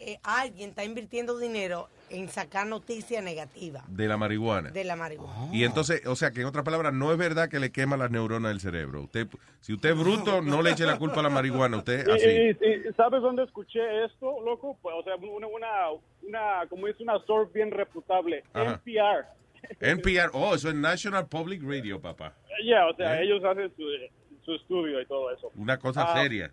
Speaker 21: eh, alguien está invirtiendo dinero en sacar noticias negativas
Speaker 10: De la marihuana.
Speaker 21: de la marihuana.
Speaker 10: Y entonces, o sea, que en otras palabras, no es verdad que le quema las neuronas del cerebro. Usted, si usted es bruto, no le eche la culpa a la marihuana. Usted,
Speaker 26: Y-
Speaker 10: así.
Speaker 26: y- y- y ¿Sabes dónde escuché esto, loco? Pues, O sea, una, una, una como dice, una
Speaker 10: Ah.
Speaker 26: source bien reputable,
Speaker 10: Ajá.
Speaker 26: NPR.
Speaker 10: NPR, oh, eso es National Public Radio, papá.
Speaker 26: ya, o sea,
Speaker 10: ¿Eh?
Speaker 26: ellos hacen su, su estudio y todo eso.
Speaker 10: Una cosa
Speaker 26: Ah,
Speaker 10: seria.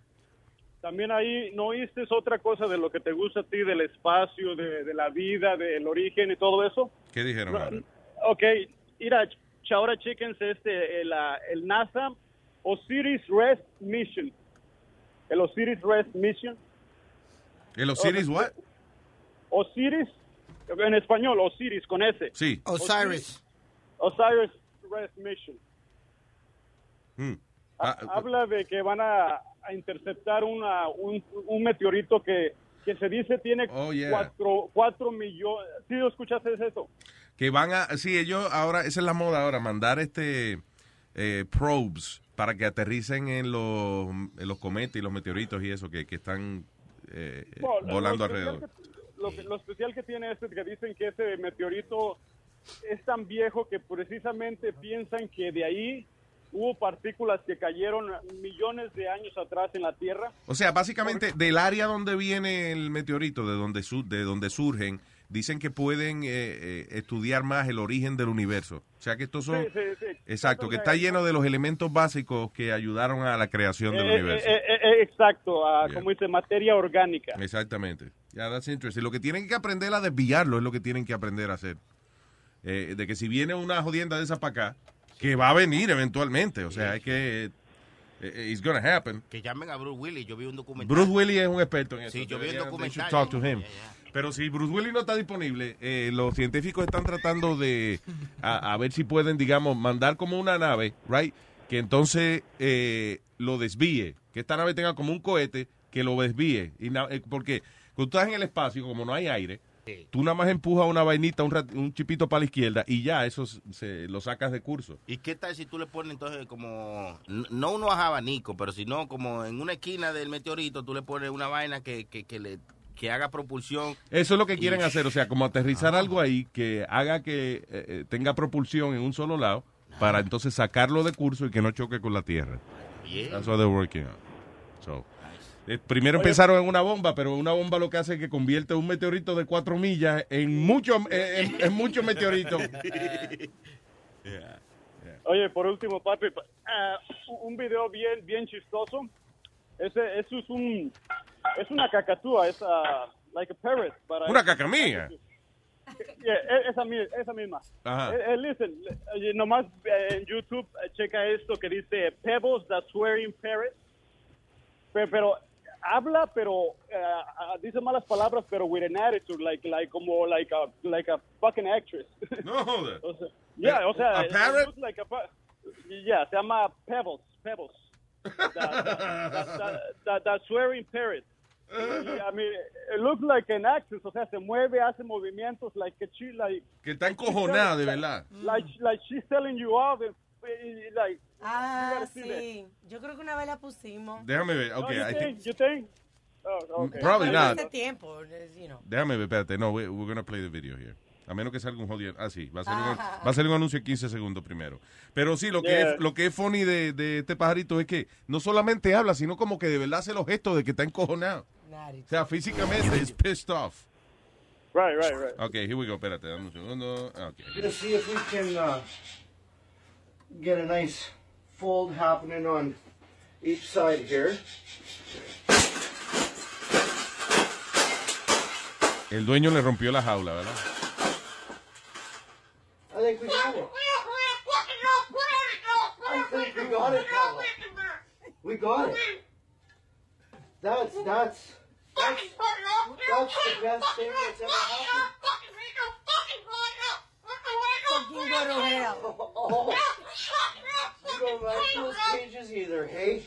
Speaker 26: También ahí, ¿no oíste otra cosa de lo que te gusta a ti, del espacio, de, de la vida, del origen y todo eso?
Speaker 10: ¿Qué dijeron ahora?
Speaker 26: Ok, mira, ch- ahora chéquense este, el, ah, el NASA Osiris Rest Mission. El Osiris Rest Mission.
Speaker 10: ¿El Osiris what?
Speaker 26: Osiris, en español, Osiris con S.
Speaker 10: Sí.
Speaker 26: Osiris. Osiris Rest Mission.
Speaker 10: Mm.
Speaker 26: Ha- Habla de que van a, a interceptar una, un, un meteorito que, que se dice tiene
Speaker 10: Oh, yeah.
Speaker 26: cuatro, cuatro millones. ¿Sí escuchaste eso?
Speaker 10: Que van a, sí, ellos ahora, esa es la moda ahora, mandar este eh, probes para que aterricen en los, en los cometas y los meteoritos y eso que, que están eh,
Speaker 26: Bueno, lo
Speaker 10: volando
Speaker 26: especial
Speaker 10: alrededor.
Speaker 26: que- lo, que- lo especial que tiene este que dicen que ese meteorito es tan viejo que precisamente piensan que de ahí hubo partículas que cayeron millones de años atrás en la Tierra.
Speaker 10: O sea, básicamente del área donde viene el meteorito, de donde su- de donde surgen, dicen que pueden eh, eh, estudiar más el origen del universo. O sea que estos son
Speaker 26: Sí, sí, sí.
Speaker 10: exacto, que está lleno de los elementos básicos que ayudaron a la creación del
Speaker 26: Eh, eh,
Speaker 10: universo.
Speaker 26: eh, eh, eh, exacto, ah, como dice, materia orgánica.
Speaker 10: Exactamente. Yeah, that's interesting. Lo que tienen que aprender a desviarlo es lo que tienen que aprender a hacer. Eh, de que si viene una jodienda de esa para acá, que va a venir eventualmente. O sea, es que. eh, eh, it's gonna happen.
Speaker 12: Que llamen a Bruce Willis. Yo vi un documental.
Speaker 10: Bruce Willis es un experto en eso.
Speaker 12: Sí, yo vi un
Speaker 10: Deberían- they
Speaker 12: documental.
Speaker 10: should talk to him. Pero si Bruce Willis no está disponible, eh, los científicos están tratando de a, a ver si pueden, digamos, mandar como una nave, right? Que entonces eh, lo desvíe, que esta nave tenga como un cohete que lo desvíe, y na- eh, porque cuando tú estás en el espacio, como no hay aire, tú nada más empujas una vainita, un, rat- un chipito para la izquierda y ya eso se- se- lo sacas de curso.
Speaker 12: ¿Y qué tal si tú le pones entonces como, n- no unos abanicos, pero sino como en una esquina del meteorito, tú le pones una vaina que, que, que le, que haga propulsión?
Speaker 10: Eso es lo que quieren
Speaker 12: Y-
Speaker 10: hacer, o sea, como aterrizar algo ahí que haga que eh, eh, tenga propulsión en un solo lado para entonces sacarlo de curso y que no choque con la tierra.
Speaker 12: Bien.
Speaker 10: That's what they're working on. So, eh, primero empezaron en una bomba, pero una bomba lo que hace es que convierte un meteorito de cuatro millas en muchos en, en muchos meteoritos.
Speaker 26: Oye, por último, papi, pa- ah, un un video bien, bien chistoso. Ese, eso es un, es una cacatúa, es ah, like a parrot. Para
Speaker 10: Una cacamía.
Speaker 26: Yeah, e- esa, mi- esa misma.
Speaker 10: Ajá.
Speaker 26: Eh, eh, listen, le- oye, nomás eh, en YouTube eh, checa esto que dice Pebbles the Swearing Parrot. Pe- Pero, habla, pero eh, ah, dice malas palabras, pero with an attitude, like, like como like a, like a fucking actress.
Speaker 10: No joder.
Speaker 26: o sea, yeah, o sea,
Speaker 10: ¿A
Speaker 26: it- it
Speaker 10: parrot?
Speaker 26: looks like a pa- yeah, se llama Pebbles, Pebbles. The, the- the- the- the swearing parrot. Y, I mean, it looks like an actress, o sea, se mueve, hace movimientos, like que she, like,
Speaker 10: Que está encojonada, de verdad.
Speaker 26: like, like she's telling you off, and, eh, like, you
Speaker 21: Ah,
Speaker 26: gotta see that.
Speaker 21: sí. Yo creo que una vez la pusimos.
Speaker 10: Déjame ver, ok,
Speaker 26: No, you
Speaker 10: I
Speaker 26: think,
Speaker 10: think-
Speaker 26: you think? Oh, okay.
Speaker 10: Mm, Probably
Speaker 21: Pero
Speaker 10: not.
Speaker 21: Hace tiempo, you know.
Speaker 10: Déjame ver, espérate, no, we- we're gonna play the video here. A menos que salga un jodido. Ah, sí, va a salir, un,
Speaker 21: Ah.
Speaker 10: va a salir un anuncio en 15 segundos primero. Pero sí, lo que,
Speaker 26: Yeah.
Speaker 10: es, lo que es funny de, de este pajarito es que no solamente habla, sino como que de verdad hace los gestos de que está encojonado. O sea, físicamente, es pissed off.
Speaker 26: Right, right, right.
Speaker 10: Ok, here we go, espérate, dame un segundo. Ok.
Speaker 15: We're gonna see if we can uh, get a nice fold happening on each side here.
Speaker 10: El dueño le rompió la jaula, ¿verdad?
Speaker 15: I think we got it. I think we got it, Paolo. We got it. That's that's that's, that's the best thing that's ever happened.
Speaker 6: Fucking go to hell.
Speaker 15: Oh, you don't like those cages either, hey?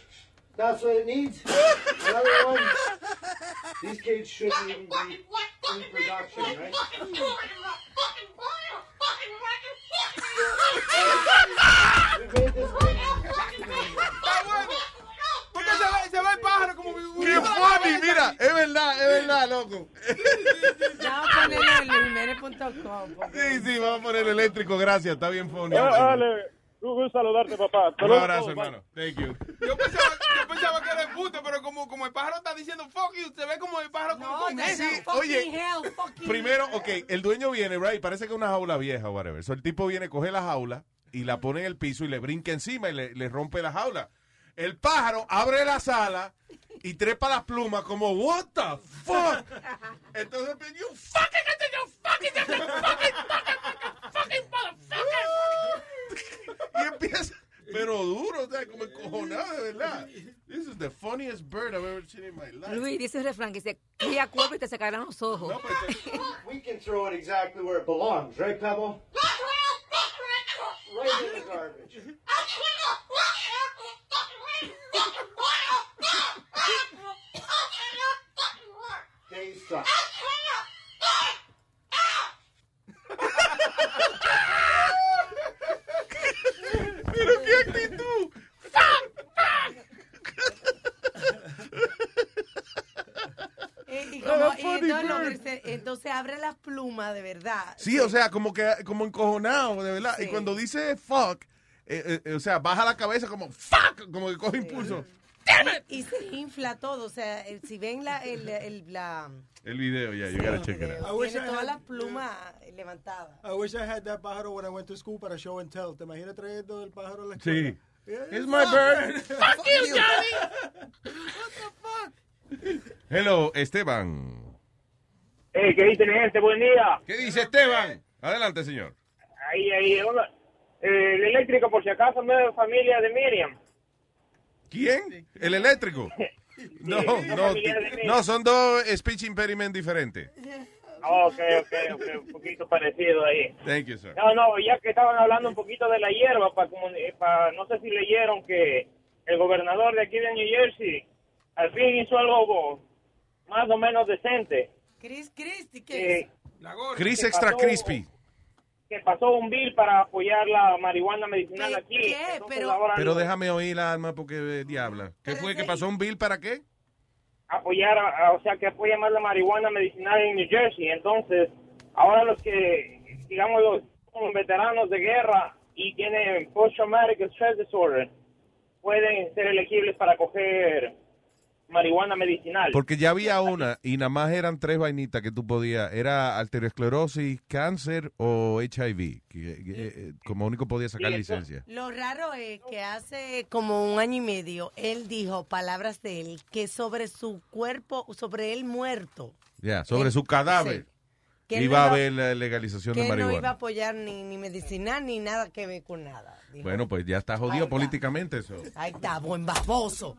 Speaker 15: That's what it needs. Another one. These cages shouldn't even be in production, right? We made this
Speaker 2: Porque se va, se va el pájaro como mi
Speaker 10: ¡Qué funny! Mira, es verdad, es verdad, loco.
Speaker 21: Ya vamos a ponerlo en luisjiménez.com.
Speaker 10: Sí, sí, vamos a poner eléctrico, gracias, está bien funny.
Speaker 26: Eh, dale, un gusto saludarte, papá.
Speaker 10: Un
Speaker 26: Saludos a
Speaker 10: abrazo,
Speaker 26: todos, bye.
Speaker 10: hermano. Thank you.
Speaker 2: Yo pensaba, yo pensaba que era el puto, pero como, como el pájaro está diciendo fuck you, se ve como el pájaro como con
Speaker 21: that's
Speaker 2: ese.
Speaker 21: fucking Oye, hell, fucking
Speaker 10: Primero, ok, el dueño viene, right? Parece que es una jaula vieja o whatever. So, el tipo viene, coge la jaula, y la pone en el piso y le brinca encima y le, le rompe la jaula. El pájaro abre la sala y trepa las plumas como, what the fuck? Entonces, you um fucking, you fucking, you fucking, fucking, fucking motherfucker. Y empieza, pero duro, o sea, como encojonado, de verdad. This is the funniest bird I've ever seen in my life.
Speaker 23: Luis, dice el refrán que dice, cría cuerpo y te sacarán los ojos.
Speaker 6: We can throw it exactly where it belongs, right, Pebble? Right in the garbage. They suck.
Speaker 10: Pero qué actitud.
Speaker 21: Eh, Y, y
Speaker 10: Ah,
Speaker 21: como- y
Speaker 10: funny
Speaker 21: entonces, lo
Speaker 10: bird.
Speaker 21: que se- entonces abre las plumas de verdad.
Speaker 10: Sí, o sea, como que como encojonado, de verdad. Y
Speaker 21: Sí.
Speaker 10: cuando dice fuck, eh, eh, o sea, baja la cabeza como fuck, como que coge impulso.
Speaker 21: Y se infla todo. O sea, eh, si ven la, el, el- la
Speaker 10: El video, ya, you gotta check it out.
Speaker 18: I wish
Speaker 21: tiene
Speaker 18: I
Speaker 21: todas
Speaker 18: had-
Speaker 21: las plumas levantadas.
Speaker 18: I wish I had that pájaro when I went to school para show and tell. ¿Te imaginas trayendo el pájaro a la escuela?
Speaker 10: Sí. It's my bird.
Speaker 18: Fuck you, Johnny.
Speaker 10: Hello, Esteban.
Speaker 27: Hey, Eh, ¿Qué dice mi gente? Buen día.
Speaker 10: ¿Qué dice Esteban? Adelante, señor.
Speaker 27: Ahí, ahí, hola. Eh, el eléctrico, por si acaso, no es de familia de Miriam.
Speaker 10: ¿Quién? ¿El eléctrico? No,
Speaker 27: Sí,
Speaker 10: no,
Speaker 27: familiar
Speaker 10: ti-
Speaker 27: de mí.
Speaker 10: no, son dos speech impediment diferentes.
Speaker 27: Ah, Ok, ok, ok, un poquito parecido ahí.
Speaker 10: Thank you, sir.
Speaker 27: No, no, ya que estaban hablando un poquito de la hierba, para no sé si leyeron que el gobernador de aquí de New Jersey al fin hizo algo más o menos decente. Eh,
Speaker 21: Chris Christie, ¿qué es?
Speaker 10: Chris
Speaker 27: que
Speaker 10: Extra
Speaker 27: pasó-
Speaker 10: Crispy.
Speaker 27: Que pasó un bill para apoyar la marihuana medicinal
Speaker 21: ¿Qué-
Speaker 27: aquí.
Speaker 21: qué?
Speaker 27: Entonces,
Speaker 21: Pero-
Speaker 27: ahora
Speaker 10: Pero déjame oír la alma porque eh, diabla. ¿Qué fue? ¿Que pasó un bill para qué?
Speaker 27: apoyar, a- a- o sea, que apoya más la marihuana medicinal en New Jersey. Entonces, ahora los que, digamos, los, son los veteranos de guerra y tienen post-traumatic stress disorder, pueden ser elegibles para coger marihuana medicinal.
Speaker 10: Porque ya había una y nada más eran tres vainitas que tú podías. Era arteriosclerosis, cáncer o HIV. que- que, eh, como único podía sacar licencia.
Speaker 21: Lo raro es que hace como un año y medio él dijo palabras de él que sobre su cuerpo, sobre él muerto,
Speaker 10: Ya, sobre su cadáver.
Speaker 21: Que él
Speaker 10: Iba a
Speaker 21: no-
Speaker 10: haber la legalización
Speaker 21: que
Speaker 10: de
Speaker 21: él no
Speaker 10: marihuana.
Speaker 21: iba a apoyar ni, ni medicinal ni nada que ver con nada. Dijo,
Speaker 10: Bueno, pues ya está jodido políticamente eso.
Speaker 21: Ahí está, buen baboso.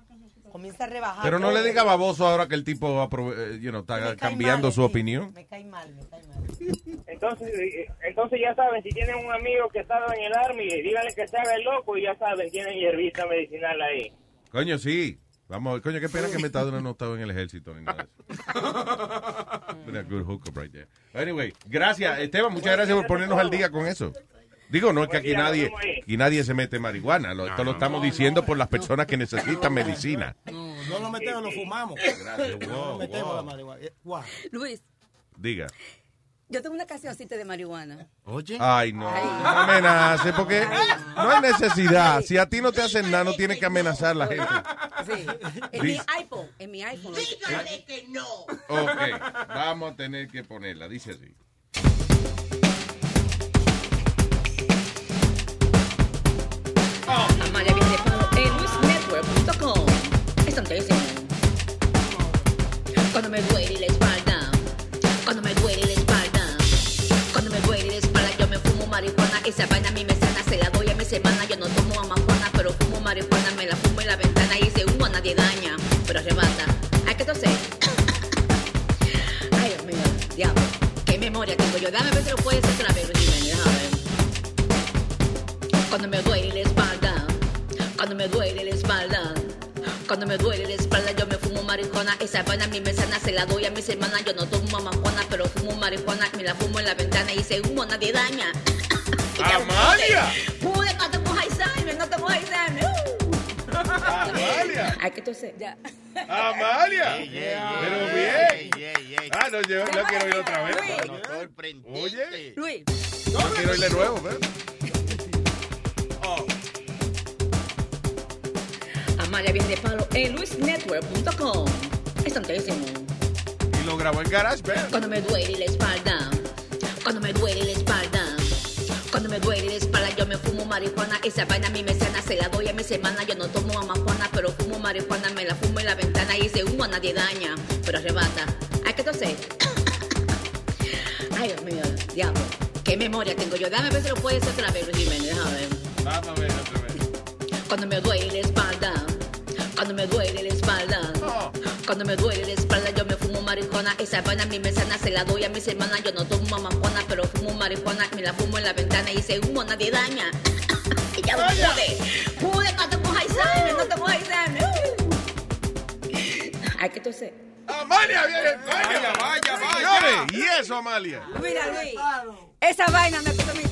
Speaker 21: Comienza a rebajar.
Speaker 10: Pero no
Speaker 21: todo.
Speaker 10: le diga baboso ahora que el tipo aprove- eh, you know, está cambiando su opinión.
Speaker 21: Me cae mal, me cae mal.
Speaker 27: Entonces, eh, entonces ya saben, si tienen un amigo que estaba en el Army, díganle que se haga el loco y ya saben, tienen hierbita medicinal ahí.
Speaker 10: Coño, sí. Vamos, a ver. coño, qué pena que Metadona no estaba en el ejército ni nada de eso. Been a good hookup right there. Anyway, gracias, Esteban, muchas gracias por ponernos al día con eso. Digo, no es Ah, que aquí nadie, aquí nadie se mete marihuana. Lo- esto lo estamos diciendo por las personas que necesitan medicina.
Speaker 18: No, no lo metemos, lo fumamos.
Speaker 10: Gracias, wow,
Speaker 18: No lo metemos
Speaker 10: wow.
Speaker 18: la marihuana. Eh, wow.
Speaker 23: Luis,
Speaker 10: Diga.
Speaker 23: yo tengo una cancioncita de marihuana.
Speaker 10: Oye. Ay, no. No amenaces, porque no hay necesidad. Si a ti no te hacen nada, no tienes que amenazar a la gente.
Speaker 23: Sí. En mi
Speaker 10: Dice-
Speaker 23: iPhone, en mi iPhone.
Speaker 10: Dígale
Speaker 23: que no.
Speaker 10: Ok, vamos a tener que ponerla. Dice así.
Speaker 23: Amalia viene de palo en luisnetwork.com. Es amazing. Cuando me duele la espalda, cuando me duele la espalda, cuando me duele la espalda, yo me fumo marihuana. Esa vaina a mí me sana, se la doy a mi semana. Yo no tomo amajuana, pero fumo marihuana, me la fumo en la ventana y según a nadie daña, pero arrebata. Ay, que entonces. Ay, Dios mío, diablo. Qué memoria tengo yo. Dame a ver si lo puedes hacer otra vez, Luis Jiménez, déjame ver. Cuando me duele la espalda, cuando me duele la espalda, cuando me duele la espalda yo me fumo marihuana. Esa vaina a mí me sana, se la doy a mis hermanas. Yo no tomo mamajona, pero fumo marihuana. Me la fumo en la ventana y ese humo nadie daña.
Speaker 34: ¡Amalia!
Speaker 23: Pude no tomo Alzheimer, no tomo Alzheimer. Uh.
Speaker 10: ¡Amalia!
Speaker 23: Ay, que entonces, ya.
Speaker 10: ¡Amalia! Pero bien. Ah, no, yo no quiero ir otra vez. Oye.
Speaker 23: Luis.
Speaker 10: No quiero ir de nuevo, pero. Oh,
Speaker 23: Amalia viene de palo en luisnetwork.com. Es tontísimo.
Speaker 10: Y lo grabó en GarageBand.
Speaker 23: Cuando me duele la espalda, cuando me duele la espalda, cuando me duele la espalda, yo me pero fumo marihuana. Esa vaina a mí me sana, se la doy a mis hermanas. Yo no tomo amapuana, pero fumo marihuana. Me la fumo en la ventana y ese humo a nadie daña. Pero arrebata. Hay que toser. Ay, Dios mío, diablo. Qué memoria tengo yo. Dame a ver si lo puedes hacer otra vez, Luis Jiménez. Déjame ver.
Speaker 6: Vamos a ver otra vez.
Speaker 23: Cuando me duele la espalda, cuando me duele la espalda, cuando me duele la espalda yo me fumo marihuana. Esa vaina a mí me sana, se la doy a mis hermanas. Yo no tomo mamapona, pero fumo marihuana. Me la fumo en la ventana y ese humo nadie daña. y ya lo pude. Pude cuando tomo Alzheimer, no tomo Alzheimer. Hay que toser.
Speaker 6: Amalia viene, vaya, vaya, vaya.
Speaker 10: Y eso, Amalia.
Speaker 14: Mira, Luis, esa vaina me costó a mí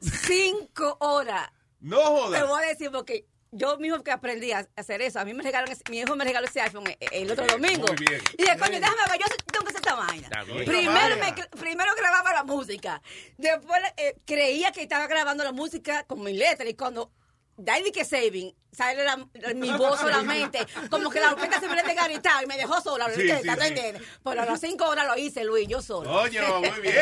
Speaker 14: cinco horas.
Speaker 10: No jodas.
Speaker 14: Te voy a decir porque yo mismo que aprendí a hacer eso, a mí me regalaron, ese- mi hijo me regaló ese iPhone el, el otro
Speaker 6: Bien,
Speaker 14: domingo.
Speaker 6: muy bien.
Speaker 14: Y dije, coño, déjame ver, yo tengo que hacer esta vaina.
Speaker 6: Está bien.
Speaker 14: Primero, me
Speaker 6: Vaya.
Speaker 14: cre- primero grababa la música, después eh, creía que estaba grabando la música con mi letra y cuando... Daddy que saving, sale la- la- mi voz solamente, como que la orquesta se me le desgaritaba y me dejó sola la
Speaker 6: Sí,
Speaker 14: orquesta,
Speaker 6: sí,
Speaker 14: ¿tú
Speaker 6: sí.
Speaker 14: entiendes? Pero a las cinco horas lo hice, Luis, yo sola.
Speaker 6: Coño, muy bien,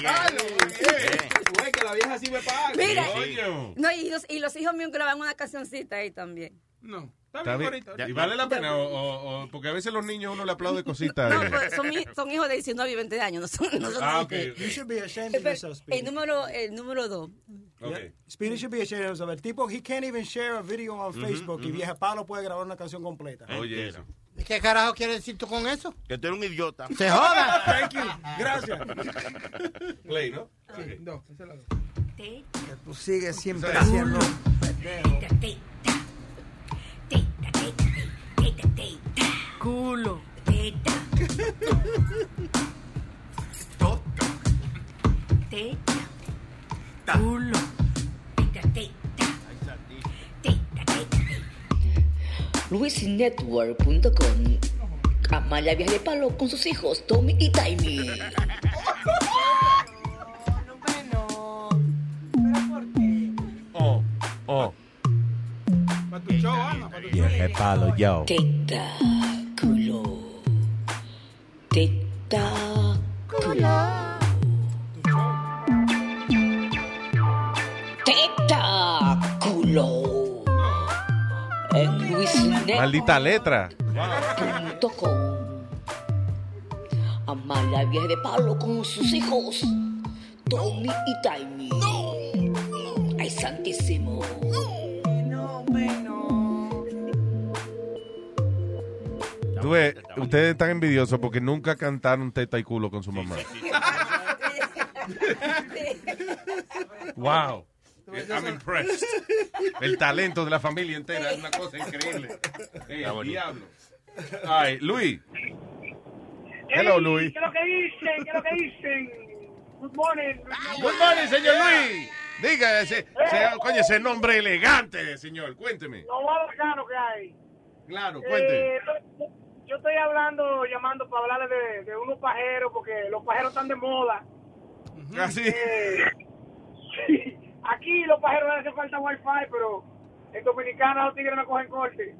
Speaker 6: Carlos, muy bien. Güey, que la vieja sí me paga.
Speaker 14: Mira,
Speaker 10: Coño.
Speaker 14: no, y, los, y los hijos míos graban una cancioncita ahí también.
Speaker 4: No.
Speaker 10: Está bien.
Speaker 4: ahorita.
Speaker 10: ¿Y vale la pena? O, o- o- porque a veces los niños uno le aplaude cositas. eh.
Speaker 14: No, pues, son, hi- son hijos de 19 y 20 años. No son, no son
Speaker 10: Ah,
Speaker 14: así
Speaker 10: ok,
Speaker 14: que-
Speaker 10: ok. You
Speaker 18: should be ashamed
Speaker 14: Pero
Speaker 18: of yourself, Speedy.
Speaker 14: El número, el número dos.
Speaker 18: Yeah. Speedy should be ashamed of himself. El tipo, he can't even share a video on
Speaker 12: Ujú,
Speaker 18: Facebook y
Speaker 12: ujú.
Speaker 18: Vieja Palo puede grabar una canción completa.
Speaker 12: Oye, eso.
Speaker 15: ¿Qué carajo quieres decir tú con eso?
Speaker 12: Que tú eres un idiota.
Speaker 15: Se joda.
Speaker 18: Thank you. Gracias.
Speaker 10: Play, ¿no?
Speaker 4: Sí, no, esa es la dos.
Speaker 19: Que tú sigues siempre
Speaker 4: Exacto.
Speaker 19: siendo
Speaker 14: Culo.
Speaker 6: Teta. Teta. Culo. Teta, teta.
Speaker 23: LuisNetwork.com Amalia Viaje de Palo con sus hijos Tommy y Taimi.
Speaker 6: Oh, oh.
Speaker 4: Para tu show, Ana, para tu show.
Speaker 6: Viaje palo, yo.
Speaker 23: Teta, culo. Teta, culo. Teta, culo. En LuisNetwork.
Speaker 10: Maldita letra.
Speaker 23: punto com. Amalia Viaje de Palo con sus hijos, Tommy y Taimi. ¡Ay, santísimo!
Speaker 10: Tú ves, ustedes están envidiosos porque nunca cantaron teta y culo con su mamá. Wow. I'm impressed. El talento de la familia entera es una cosa increíble. Eh, el diablo. Ay, Luis. Hello, Luis.
Speaker 6: ¿Qué es lo que dicen? ¿Qué es lo que dicen? Good morning.
Speaker 10: Good morning, señor Luis. Diga, ese, ese- coño, ese nombre elegante, señor. Cuénteme.
Speaker 27: Lo más bacano que hay.
Speaker 10: Claro,
Speaker 27: Eh,
Speaker 10: cuénteme.
Speaker 27: yo- yo estoy hablando, llamando para hablarles de, de unos pajeros, porque los pajeros están de moda.
Speaker 10: Así.
Speaker 27: Eh, sí. aquí los pajeros les hace falta wifi, pero en Dominicana los tigres no cogen corte.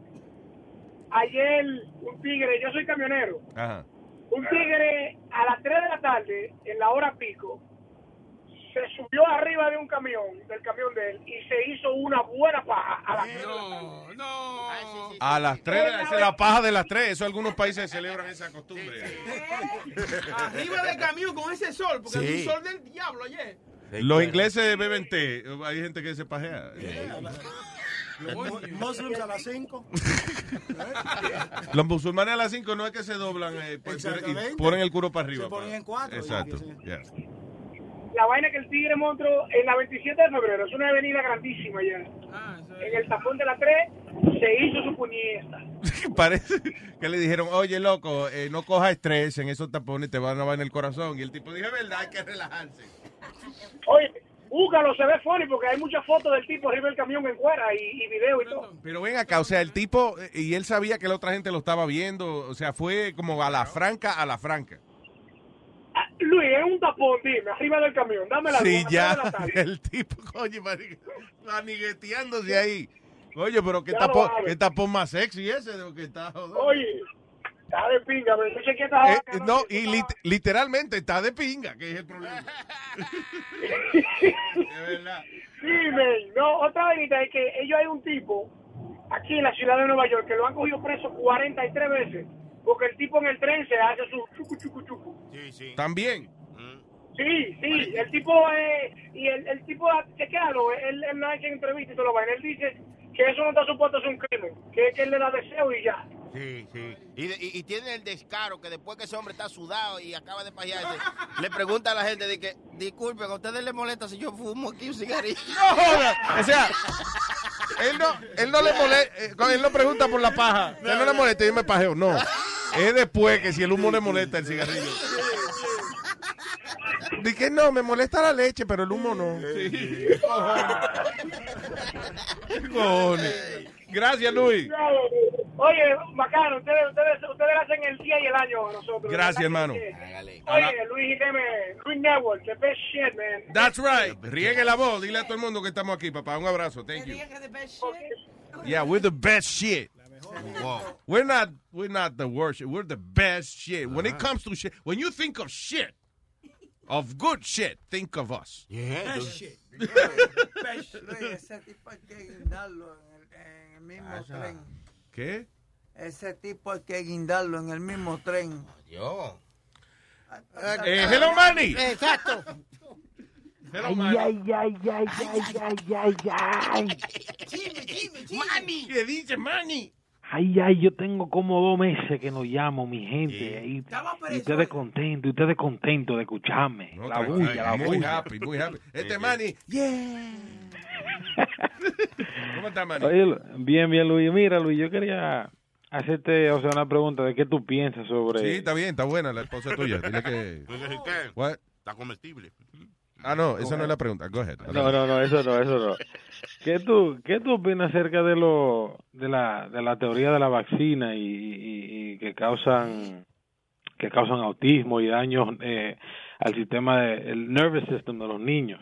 Speaker 27: Ayer un tigre, yo soy camionero,
Speaker 10: Ajá.
Speaker 27: un tigre a las 3 de la tarde, en la hora pico, se subió arriba de un camión, del camión de él, y se hizo una buena paja a las 3 de la tarde.
Speaker 10: A las 3, esa es la paja de las 3. Eso algunos países celebran esa costumbre.
Speaker 4: Arriba del camión con ese sol, porque
Speaker 10: Sí.
Speaker 4: es un sol del diablo, oye.
Speaker 10: Los ingleses beben té. Hay gente que se pajea.
Speaker 18: Los Muslims a las ¿Eh? 5.
Speaker 10: Los musulmanes a las 5 no es que se doblan eh, pues,
Speaker 27: Exactamente.
Speaker 10: y ponen el culo para arriba.
Speaker 27: Se ponen
Speaker 10: pa-
Speaker 27: en cuatro,
Speaker 10: Exacto.
Speaker 27: ya,
Speaker 10: yeah.
Speaker 27: la vaina que el Tigre Monstruo en la 27 de febrero, es una avenida grandísima ya. en el tapón de la 3 se hizo su puñeta.
Speaker 10: Parece que le dijeron, oye, loco, eh, no coja estrés en esos tapones, te van a dar en el corazón. Y el tipo dijo, es verdad, hay que relajarse.
Speaker 27: Oye, búscalo, se ve funny porque hay muchas fotos del tipo arriba del camión en cuera y, y video y todo.
Speaker 10: Pero ven acá, o sea, el tipo, eh, y él sabía que la otra gente lo estaba viendo, o sea, fue como a la franca, a la franca.
Speaker 27: Ah, Luis, es un tapón, dime, arriba del camión, dame la
Speaker 10: Sí,
Speaker 27: luz,
Speaker 10: ya,
Speaker 27: dame la tarde.
Speaker 10: el tipo, oye, manigueteándose ahí. Oye, pero qué
Speaker 27: Ya lo
Speaker 10: tapón,
Speaker 27: sabe.
Speaker 10: qué tapón más sexy ese de lo que está. joder.
Speaker 27: Oye, Está de pinga, pero yo sé que esta
Speaker 10: Eh,
Speaker 27: vaca
Speaker 10: eh,
Speaker 27: no-
Speaker 10: no, y lit- literalmente está de pinga, que es el problema.
Speaker 27: Dime, no, otra vainita es que ellos hay un tipo aquí en la ciudad de Nueva York que lo han cogido preso 43 veces porque el tipo en el tren se hace su chucu chucu chucu.
Speaker 10: También.
Speaker 27: Sí, sí, el tipo eh, y el, el tipo chequealo, él, él no hay que entrevista y todo lo vaina, él dice que eso no está supuesto es un crimen, que, que él le da deseo y ya.
Speaker 12: Sí, sí. Y, de- y- y tiene el descaro que después que ese hombre está sudado y acaba de pajearse, le pregunta a la gente de que, disculpen, ¿a ustedes les molesta si yo fumo aquí un cigarrillo?
Speaker 10: No joda. O sea, él no, él no le molesta, eh, él no pregunta por la paja. Que no le molesta, yo me pajeo. No. Es después que si el humo le molesta el cigarrillo. Dije, no, me molesta la leche, pero el humo no. Cojones. Gracias, Luis.
Speaker 27: Oye, Macano, ustedes, ustedes, ustedes hacen el día y el año a nosotros.
Speaker 10: Gracias, hermano.
Speaker 27: Oye, Luis, dime, Luis Network, the best shit, man.
Speaker 10: That's right. Riegue la voz. Dile a todo el mundo que estamos aquí, papá. Un abrazo. Thank you. Yeah, we're the best shit. Wow. We're not we're not the worst shit. We're the best shit. When it comes to shit, when you think of shit, of good shit, think of us. Yeah.
Speaker 19: Best shit. Luis, ese tipo hay que guindarlo en el, en el mismo
Speaker 10: Vaya.
Speaker 19: tren.
Speaker 10: ¿Qué?
Speaker 19: Ese tipo hay que guindarlo en el mismo tren.
Speaker 12: Dios.
Speaker 19: Eh, hello, Manny.
Speaker 17: Exacto.
Speaker 19: Ay, ay, ay, ay, ay, ay, ay, ay.
Speaker 10: Manny. ¿Qué dice Manny?
Speaker 16: Ay, ay, yo tengo como dos meses que no llamo, mi gente. Y, y ustedes contentos, y ustedes contentos de escucharme. la bulla, la
Speaker 10: muy
Speaker 16: bulla.
Speaker 10: happy, muy happy. Este Manny, yeah. ¿Cómo está Manny?
Speaker 16: Oye, Lu- bien, bien, Luis. Mira, Luis, yo quería hacerte, o sea, una pregunta de qué tú piensas sobre...
Speaker 10: Sí, está bien, está buena la esposa tuya. Dile que. What?
Speaker 35: Está comestible.
Speaker 10: Ah, no, esa no es la pregunta. Go ahead.
Speaker 16: No, no, no, eso no, eso no. ¿Qué tú, qué tú opinas acerca de lo, de la, de la teoría de la vacuna y, y- y que causan, que causan autismo y daños eh, al sistema de, el nervous system de los niños?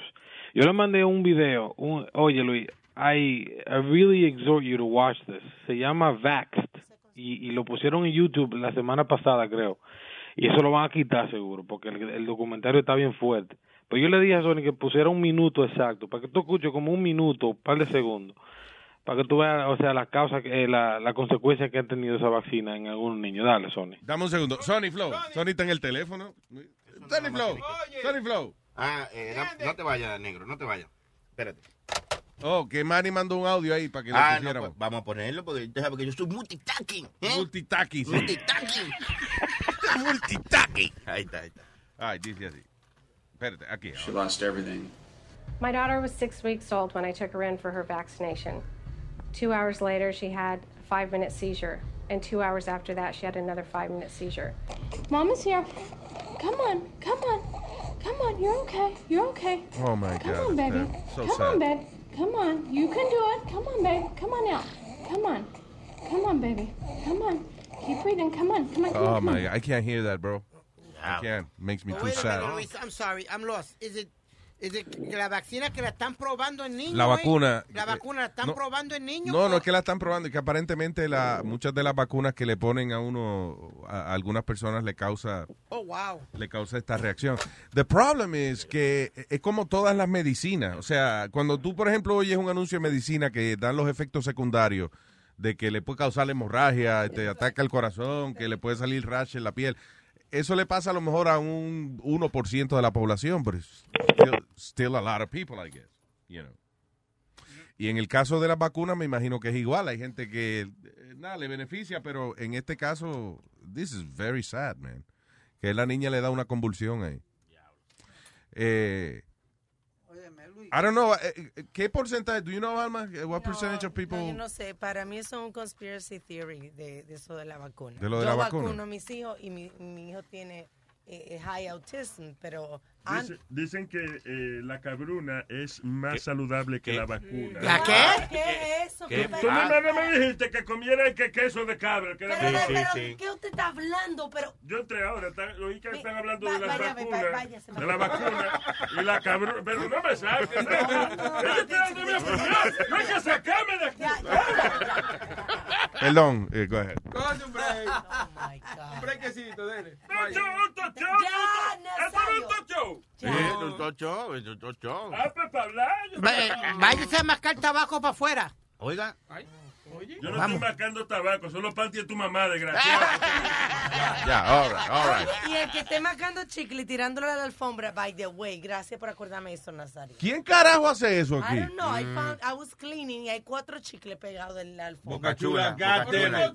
Speaker 16: Yo le mandé un video, un, oye Luis, I, I really exhort you to watch this. Se llama Vaxxed y, y lo pusieron en YouTube la semana pasada, creo. Y eso lo van a quitar seguro, porque el, el documentario está bien fuerte. Pues yo le dije a Sony que pusiera un minuto exacto, para que tú escuches como un minuto, un par de segundos, para que tú veas, o sea, las causas, que- eh, la, la consecuencia que ha tenido esa vacina en algunos niños. Dale, Sony.
Speaker 10: Dame un segundo. Sony Flow. Sony está en el teléfono. Sony Flow. Sony Flow.
Speaker 12: Ah, eh, no, no te vayas, negro, no te vayas. Espérate.
Speaker 10: Oh, que Manny mandó un audio ahí para que lo
Speaker 12: Ah, no,
Speaker 10: pusiéramos.
Speaker 12: pues, vamos a ponerlo ¿Eh? porque usted sabe que yo soy multitasking.
Speaker 10: Multitasking. sí.
Speaker 12: Multitasking. multitasking. Ahí está, ahí está.
Speaker 10: Ay, dice así. Espérate, aquí.
Speaker 36: She lost everything.
Speaker 37: My daughter was six weeks old when I took her in for her vaccination. Two hours later, she had a five minute seizure. And two hours after that, she had another five minute seizure.
Speaker 38: Mom is here. Come on, come on, come on. You're okay. You're okay.
Speaker 10: Oh my
Speaker 38: Come
Speaker 10: God.
Speaker 38: on, baby.
Speaker 10: that's So
Speaker 38: come
Speaker 10: sad.
Speaker 38: on, babe. Come on. You can do it. Come on, babe. Come on out. Come on. Come on, baby. Come on. Keep breathing. Come on. Come on. Come on.
Speaker 10: Oh
Speaker 38: come
Speaker 10: my
Speaker 38: on.
Speaker 10: God. I can't hear that, bro. I can't. Makes me too
Speaker 17: Wait a minute,
Speaker 10: sad.
Speaker 17: Luis, I'm sorry, I'm lost. Is it, is it que la vacuna que la están probando en niños?
Speaker 10: La
Speaker 17: eh?
Speaker 10: vacuna.
Speaker 17: La vacuna la están
Speaker 10: No.
Speaker 17: probando en pues. niños.
Speaker 10: No, no es que la están probando, es que aparentemente la, muchas de las vacunas que le ponen a uno, a, a algunas personas le causa,
Speaker 17: Oh, wow.
Speaker 10: le causa esta reacción. The problem is que es como todas las medicinas, o sea, cuando tú por ejemplo oyes un anuncio de medicina que dan los efectos secundarios de que le puede causar hemorragia, te ataca el corazón, que le puede salir rash en la piel. Eso le pasa a lo mejor a un 1% de la población, pero it's still, still a lot of people, I guess, you know. Y en el caso de las vacunas me imagino que es igual. Hay gente que eh, nada le beneficia, pero en este caso, this is very sad, man. Que la niña le da una convulsión ahí. Eh, I don't know. eh, eh, ¿Qué porcentaje? Do you know, Alma? Eh, What percentage of people?
Speaker 21: No, yo no sé, para mí eso es un conspiracy theory de, de eso de la vacuna.
Speaker 10: De lo de
Speaker 21: yo
Speaker 10: la vacuna.
Speaker 21: vacuno a mis hijos y mi, mi hijo tiene eh, high autism, pero
Speaker 11: Dice- dicen que eh, la cabruna es más saludable que la vacuna.
Speaker 21: ¿La
Speaker 10: Ah,
Speaker 21: qué? ¿Qué es eso?
Speaker 11: ¿Qué?
Speaker 21: Pero-
Speaker 11: Tú no me- me dijiste que comiera el que queso de cabra. Que
Speaker 21: Pero, pero, ¿qué usted está hablando? Pero
Speaker 11: Yo entré ahora, están- oí que están hablando
Speaker 21: va-
Speaker 11: de las
Speaker 21: vaya,
Speaker 11: vacunas.
Speaker 21: va- váyase,
Speaker 11: de la vacuna y la cabrona. Pero no me saques. No, Ella está dando mi
Speaker 6: pues,
Speaker 11: opinión. No hay que sacarme de aquí.
Speaker 10: Perdón, eh, go ahead.
Speaker 11: Coño, hombre. mujeres. No, yo, otro show.
Speaker 6: Ya,
Speaker 11: Esto no es otro show.
Speaker 12: Sí,
Speaker 6: Eh,
Speaker 12: es un tocho, es un tocho.
Speaker 11: Ah, pues para hablar. yo-
Speaker 17: Ve- Váyase a mascar tabaco para afuera.
Speaker 12: Oiga.
Speaker 11: Yo no
Speaker 17: Vamos.
Speaker 11: estoy marcando tabaco, solo pan tiene tu mamá, desgraciado.
Speaker 10: Ya, all right, all right.
Speaker 21: Y el que esté marcando chicle y tirándolo a la alfombra, by the way, gracias por acordarme eso, Nazario.
Speaker 10: ¿Quién carajo hace eso
Speaker 21: I
Speaker 10: aquí?
Speaker 21: don't know, I
Speaker 10: Mm.
Speaker 21: found, I was cleaning y hay cuatro chicles pegados en la alfombra.
Speaker 10: Boca
Speaker 6: Chula,
Speaker 10: Boca
Speaker 6: goddamn.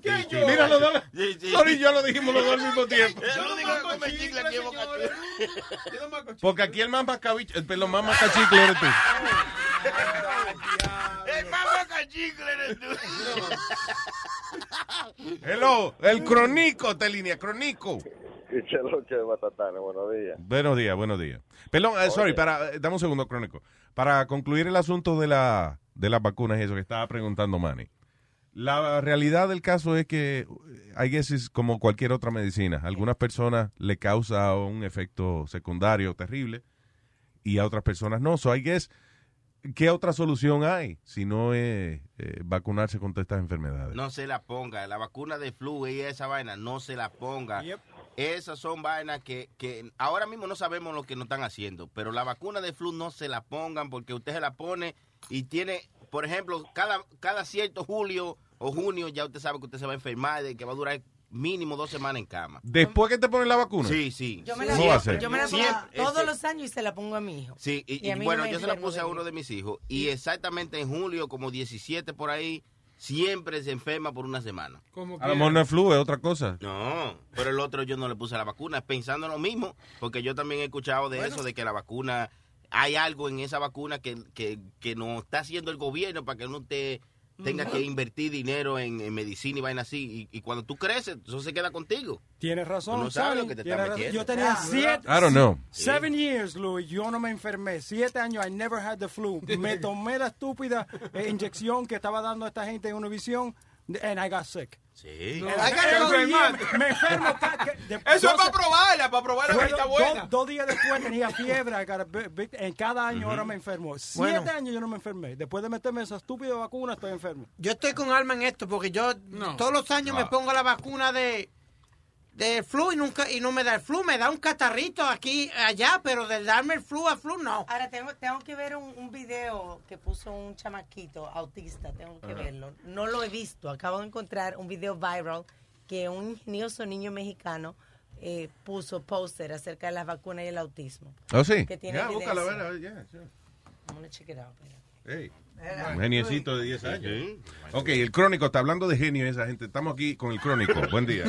Speaker 10: Chula.
Speaker 6: Sí, sí.
Speaker 10: Mira los dos.
Speaker 6: Sí, sí.
Speaker 10: Sorry, yo lo dijimos los dos al mismo tiempo.
Speaker 6: Yo no digo come chicle aquí en Boca Chula.
Speaker 10: Porque aquí el más macabicho, el pelo más macachicle eres tú.
Speaker 6: El más boca chicle eres tú.
Speaker 10: Hello, el cronico, te línea, cronico.
Speaker 39: Qué loche de Matatana, buenos días.
Speaker 10: Buenos días, buenos días. Perdón, eh, sorry, para, eh, dame un segundo, Crónico. Para concluir el asunto de, la, de las vacunas y eso que estaba preguntando Manny. La realidad del caso es que, eh, I guess, es como cualquier otra medicina. A algunas personas le causa un efecto secundario terrible y a otras personas no. So, I guess, ¿qué otra solución hay si no es eh, vacunarse contra estas enfermedades?
Speaker 12: No se la ponga. La vacuna de flu y esa vaina, no se la ponga. Esas son vainas que, que ahora mismo no sabemos lo que nos están haciendo. Pero la vacuna de flu no se la pongan porque usted se la pone y tiene, por ejemplo, cada, cada cierto julio o junio ya usted sabe que usted se va a enfermar y que va a durar mínimo dos semanas en cama.
Speaker 10: Después que te ponen la vacuna.
Speaker 12: Sí, sí.
Speaker 21: Yo me la,
Speaker 10: ¿Cómo va a ser?
Speaker 21: yo me la pongo
Speaker 12: Siempre,
Speaker 21: todos
Speaker 12: este-
Speaker 21: los años y se la pongo a mi hijo.
Speaker 12: Sí, y,
Speaker 21: Y a
Speaker 12: y
Speaker 21: mí no
Speaker 12: bueno,
Speaker 21: me
Speaker 12: yo se la
Speaker 21: enfermo
Speaker 12: puse
Speaker 21: de
Speaker 12: a uno de mis hijos y exactamente en julio, como 17 por ahí, siempre se enferma por una semana.
Speaker 10: A lo mejor no es flu, es otra cosa.
Speaker 12: No, pero el otro yo no le puse la vacuna, pensando lo mismo, porque yo también he escuchado de eso, de que la vacuna, hay algo en esa vacuna que, que, que nos está haciendo el gobierno para que uno te, tenga
Speaker 18: Ujú.
Speaker 12: que invertir dinero en, en medicina y vaina así, y, y cuando tú creces, eso se queda contigo.
Speaker 18: Tienes razón,
Speaker 12: Tú no sabes
Speaker 18: Sonny,
Speaker 12: lo que te
Speaker 18: tienes
Speaker 12: estás
Speaker 18: razón.
Speaker 12: metiendo.
Speaker 18: Yo tenía
Speaker 10: Ah.
Speaker 12: Yeah.
Speaker 18: siete.
Speaker 10: I don't know.
Speaker 18: Seven years, Luis. Yo no me enfermé. Siete años, I never had the flu. Me tomé la estúpida eh, inyección que estaba dando esta gente en Univision, and I got sick.
Speaker 12: Sí.
Speaker 18: And every year me- me enfermo. pa- que- de-
Speaker 15: Eso es
Speaker 18: doce-
Speaker 15: para probarla, para probar la
Speaker 18: Bueno,
Speaker 15: que está
Speaker 18: do-
Speaker 15: buena.
Speaker 18: Dos días después tenía fiebre. I got a big- big- en cada año ahora me enfermo. Siete
Speaker 17: Bueno.
Speaker 18: años yo no me enfermé. Después de meterme esa estúpida vacuna, estoy enfermo.
Speaker 17: Yo estoy con alma en esto porque yo todos los años me
Speaker 18: Ah.
Speaker 17: pongo la vacuna de de flu y nunca y no me da el flu, me da un catarrito aquí allá, pero de darme el flu a flu no.
Speaker 21: Ahora tengo, tengo que ver un, un video que puso un chamaquito autista, tengo que
Speaker 17: Ajá.
Speaker 21: verlo. No lo he visto, acabo de encontrar un video viral que un ingenioso niño mexicano eh, puso póster acerca de las vacunas y el autismo.
Speaker 10: ¿Oh, sí?
Speaker 21: Que tiene
Speaker 10: Ya, búscala,
Speaker 21: evidencia.
Speaker 10: a ver, ya, sure.
Speaker 21: I'm gonna check it out, espera.
Speaker 10: Hey. Un geniecito de 10 años. Ok, el crónico está hablando de genio esa gente. Estamos aquí con el crónico. Buen día.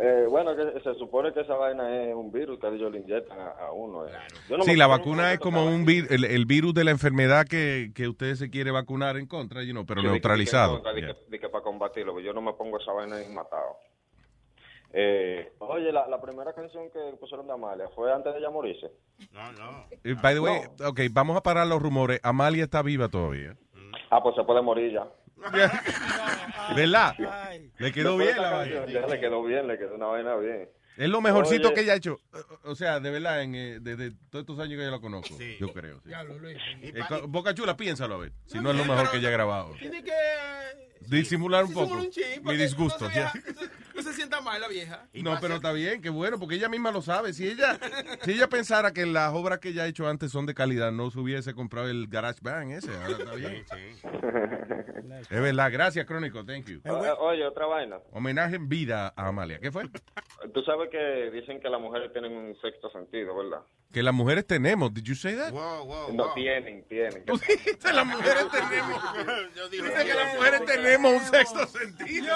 Speaker 39: Eh, bueno, que se supone que esa vaina es un virus que ellos le inyectan a, a uno. eh. Yo no
Speaker 10: Sí,
Speaker 39: me-
Speaker 10: la vacuna es como un vir- el, el virus de la enfermedad que, que usted se quiere vacunar en contra, you know, pero
Speaker 39: Sí, de que-
Speaker 10: neutralizado.
Speaker 39: de que- de que- de que para combatirlo, porque yo no me pongo esa vaina y matado. Eh, oye, la, la primera canción que pusieron de Amalia fue antes de ella morirse.
Speaker 12: No, no.
Speaker 10: Eh, By the way, ok, vamos a parar los rumores. Amalia está viva todavía.
Speaker 39: Ah, pues se puede morir ya.
Speaker 10: ¿Verdad? Le quedó
Speaker 39: Después de
Speaker 10: bien
Speaker 39: esta
Speaker 10: la
Speaker 39: canción,
Speaker 10: vaina.
Speaker 39: Ya le quedó bien, le quedó una vaina bien.
Speaker 10: Es lo mejorcito
Speaker 39: Oye.
Speaker 10: que ella ha hecho. O o sea, de verdad, en, eh, desde todos estos años que yo la conozco. Yo creo. sí. Eh, co- Boca Chula, piénsalo a ver. Si no es lo mejor que ella ha grabado.
Speaker 15: Tiene que.
Speaker 10: Disimular un
Speaker 15: Simula
Speaker 10: poco.
Speaker 15: un chin,
Speaker 10: Mi
Speaker 15: porque
Speaker 10: disgusto.
Speaker 15: no se
Speaker 10: ya.
Speaker 15: No se sienta mal la vieja.
Speaker 10: No, pero está bien, qué bueno, porque ella misma lo sabe. Si ella, si ella pensara que las obras que ella ha hecho antes son de calidad, no se hubiese comprado el Garage Band ese. Ahora está bien. Es verdad, gracias, Crónico, thank you.
Speaker 39: O- Oye, otra vaina.
Speaker 10: Homenaje en vida a Amalia. ¿Qué fue?
Speaker 39: Tú sabes que dicen que las mujeres tienen un sexto sentido, ¿verdad?
Speaker 10: Que las mujeres tenemos, did you say that?
Speaker 39: no tienen, tienen.
Speaker 10: las mujeres tenemos.
Speaker 6: Dice
Speaker 10: que las mujeres tenemos un sexto sentido.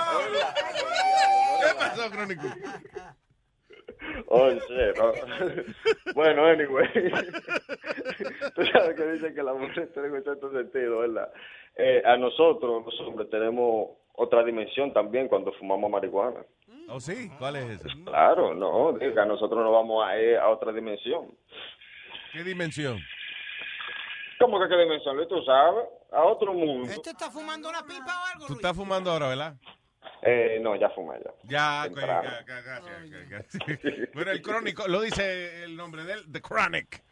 Speaker 10: ¿Qué pasó, Crónico?
Speaker 39: Oh, shit, no. bueno, anyway. Tú sabes que dicen que las mujeres tienen un cierto sentido, ¿verdad? Eh, a nosotros, los hombres, tenemos otra dimensión también cuando fumamos marihuana.
Speaker 10: ¿Oh, sí? ¿Cuál es esa?
Speaker 39: Claro, no, digo que a nosotros nos vamos a, eh, a otra dimensión.
Speaker 10: ¿Qué dimensión?
Speaker 39: ¿Cómo que qué dimensión? Luis? Tú sabes, a otro mundo.
Speaker 17: ¿Este está fumando una pipa o algo?
Speaker 10: Tú estás fumando ahora, ¿verdad?
Speaker 39: Eh, no, ya fumé, ya.
Speaker 10: Ya, coño,
Speaker 39: Temprano.
Speaker 10: ya, ya, gracias, ya, gracias. Bueno, el crónico, lo dice el nombre del The Chronic.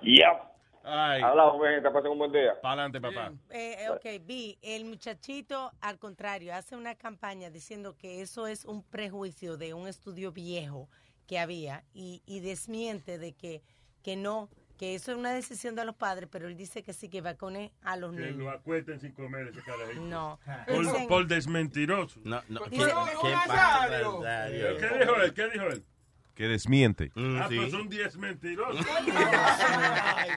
Speaker 39: Yep. Ay.
Speaker 40: Hablamos, mi gente, pasen un buen día.
Speaker 39: Pa'lante, papá.
Speaker 21: Eh, eh, ok, B, el muchachito, al contrario, hace una campaña diciendo que eso es un prejuicio de un estudio viejo que había y, y desmiente de que, que no, que eso es una decisión de los padres, pero él dice que sí que vacune a los
Speaker 11: Que lo
Speaker 21: niños.
Speaker 11: acuesten sin comer ese carajito.
Speaker 21: Ah. No.
Speaker 11: Por, por desmentiroso.
Speaker 12: No, no.
Speaker 11: ¿Qué,
Speaker 21: Dice-
Speaker 12: qué barbaridad, Dios.
Speaker 11: ¿Qué dijo él? ¿Qué dijo él?
Speaker 10: Que desmiente.
Speaker 11: Ah, pues son 10 mentirosos.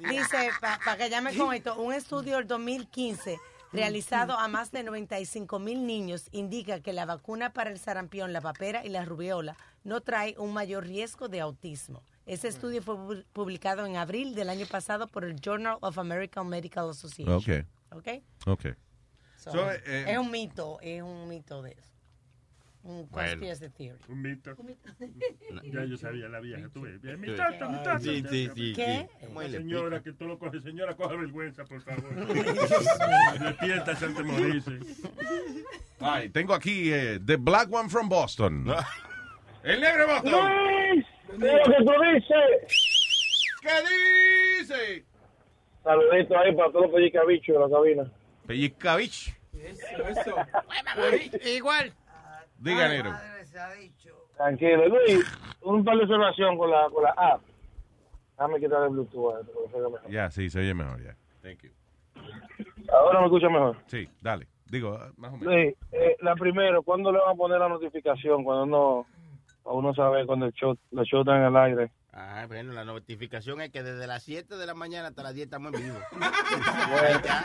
Speaker 21: Dice, para que llame con esto, un estudio del 2015 realizado a más de 95 mil niños indica que la vacuna para el sarampión, la papera y la rubiola no trae un mayor riesgo de autismo.
Speaker 11: Mm.
Speaker 21: Ese estudio fue pu- publicado en abril del año pasado por el Journal of American Medical Association.
Speaker 10: Ok.
Speaker 21: Ok.
Speaker 10: Ok.
Speaker 21: So,
Speaker 11: So, eh,
Speaker 21: es un mito, es un mito de eso. Un
Speaker 11: Bueno.
Speaker 21: conspiracy theory.
Speaker 11: Un mito. Ya yo sabía la vieja, tú ves. Mi
Speaker 39: Sí.
Speaker 11: tata, mi tata.
Speaker 39: Sí, sí, sí, ¿Qué? sí.
Speaker 11: Una Señora, que tú lo coges. Señora, coge vergüenza, por favor. Arrepiéntase antes de morirse.
Speaker 10: Ay, tengo aquí eh, The Black One from Boston.
Speaker 39: El negro de Boston.
Speaker 6: Luis, ¿qué es lo que tú dices?
Speaker 39: ¿Qué dice?
Speaker 27: Saludito ahí para todos los pellicabichos de la cabina.
Speaker 10: Pellizcavich.
Speaker 17: Igual.
Speaker 10: Diga, negro.
Speaker 27: Tranquilo, Luis, un par de observación con la, con la app. Déjame quitar el Bluetooth. a ver, porque se oiga mejor.
Speaker 10: Ya, sí, se oye mejor, ya. Thank you.
Speaker 27: Ahora me escucha mejor.
Speaker 10: Sí, dale. Digo, ah, más o menos.
Speaker 27: Luis, eh, la primero, ¿cuándo le van a poner la notificación? Cuando uno, para uno sabe cuando el show, los shows están al aire.
Speaker 12: Ah, bueno, la notificación es que desde las 7 de la mañana hasta las 10 estamos en vivo.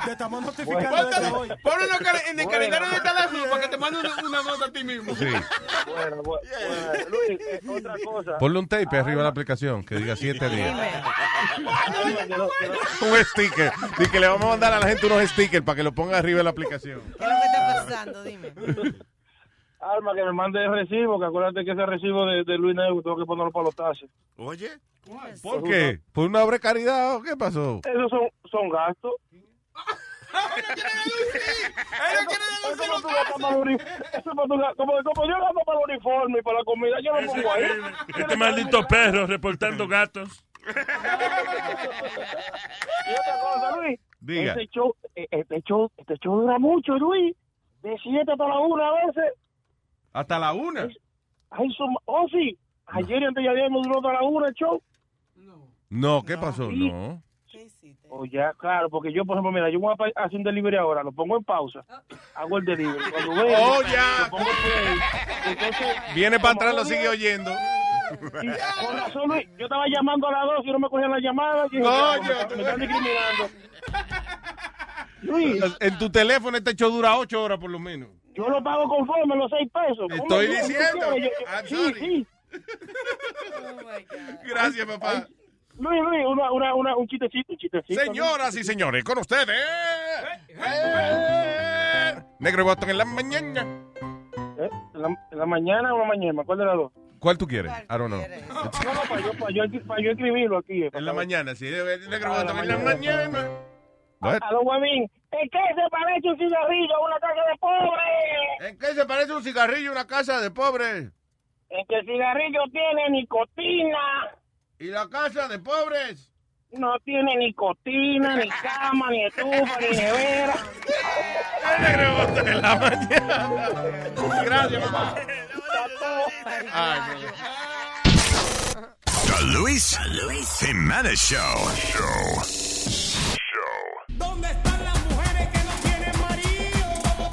Speaker 15: Te estamos notificando
Speaker 12: Bueno.
Speaker 15: desde hoy.
Speaker 12: Ponlo en el cal- en el calendario
Speaker 27: de
Speaker 12: teléfono para que te mande una, una nota a ti mismo.
Speaker 10: Sí.
Speaker 27: Bueno, bu- bueno, Luis, eh, otra cosa.
Speaker 10: Ponle un tape arriba de la aplicación que diga siete días.
Speaker 27: Que no- que no-
Speaker 10: Un sticker. Y que le vamos a mandar a la gente unos stickers para que lo ponga arriba de la aplicación.
Speaker 21: ¿Qué es lo que está pasando? Dime.
Speaker 27: Alma, que me mande el recibo, que acuérdate que ese recibo de, de Luis Negro tengo que ponerlo para los taxis.
Speaker 12: Oye,
Speaker 10: ¿Por qué? ¿Por una obra de caridad o qué pasó?
Speaker 15: Eh.
Speaker 27: Esos son, son gastos. Eso para tu gasto para el uni- eso para tu gasto- como- como yo gasto para el uniforme y para la comida, yo lo pongo ahí.
Speaker 11: Este maldito perro reportando gatos.
Speaker 27: Y otra cosa, Luis,
Speaker 11: Diga.
Speaker 27: Este show, eh, este, show, este show dura mucho, Luis. De 7 hasta la 1 a veces.
Speaker 10: Hasta la una.
Speaker 27: Ay, son, oh, sí. Ayer y antes de ayer no duró hasta la 1 el show.
Speaker 10: No, ¿qué pasó? No.
Speaker 27: O ya, claro, porque yo, por ejemplo, mira, yo voy a pa- hacer un delivery ahora, lo pongo en pausa, hago el delivery. Cuando vengo,
Speaker 10: Ah. Oh, ya.
Speaker 27: lo pongo en play. Entonces,
Speaker 10: Viene para
Speaker 27: como
Speaker 10: atrás, lo
Speaker 27: no
Speaker 10: sigue
Speaker 27: viene-
Speaker 10: oyendo.
Speaker 27: y Con razón, Luis, yo estaba llamando a las dos y no me cogían la llamada. y dije,
Speaker 10: Coño,
Speaker 27: "Ya, me,
Speaker 10: tú-
Speaker 27: me están discriminando.
Speaker 10: En tu teléfono este show dura ocho horas por lo menos.
Speaker 27: Yo lo pago conforme, los seis pesos.
Speaker 10: Te
Speaker 27: ¿Cómo
Speaker 10: estoy
Speaker 27: tú- tú
Speaker 10: diciendo.
Speaker 27: quieres?
Speaker 10: I'm
Speaker 27: Yo-
Speaker 10: sorry.
Speaker 27: sí, sí.
Speaker 10: Gracias, papá.
Speaker 27: Luis, Luis, una, una, una, un chistecito, un chistecito. Eh,
Speaker 10: Señoras y señores, con ustedes. Eh, Negro y Boston en la mañana.
Speaker 27: Eh, ¿En la, en la mañana o en la mañana? ¿Cuál de las dos?
Speaker 10: ¿Cuál tú quieres? I don't know.
Speaker 27: No, no, para yo, para yo, para yo escribirlo aquí. eh, para
Speaker 10: En la
Speaker 27: saber.
Speaker 10: mañana, sí. Negro y
Speaker 27: Ah, en
Speaker 10: Boston en la mañana.
Speaker 27: A, a los huevín. ¿En qué se parece un cigarrillo a una casa de pobre?
Speaker 10: ¿En qué se parece un cigarrillo a una casa de pobre?
Speaker 27: En que el cigarrillo tiene nicotina.
Speaker 10: ¿Y la casa de pobres?
Speaker 27: No tiene nicotina, ni cama, ni estufa, ni nevera.
Speaker 10: en la mañana. Gracias, papá.
Speaker 6: The Luis, Jiménez Show. Show. ¿Dónde están las mujeres que no tienen marido?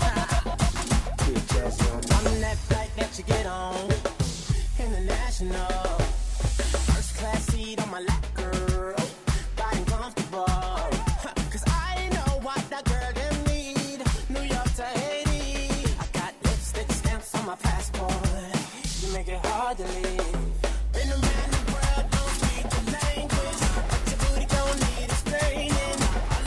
Speaker 6: I'm that flight that you get on. International. First class seat on my lap, girl. Body comfortable. Huh, Cause I know what that girl can need. New York to Haiti. I got lipstick stamps on my passport. You make it hard to leave. Been around the world, don't speak the language. But your booty don't need explaining.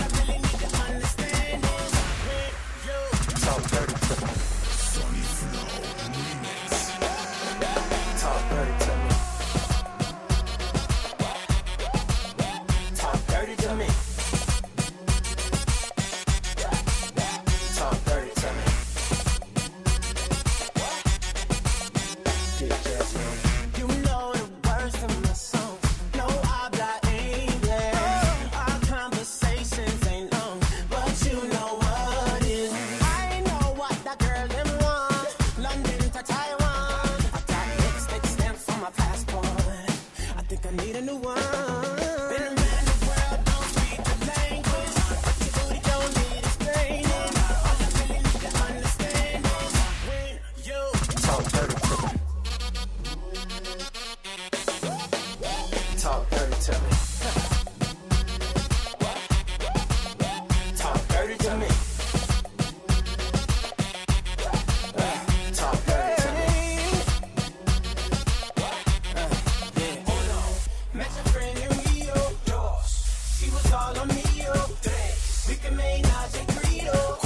Speaker 6: Reina's y Credo.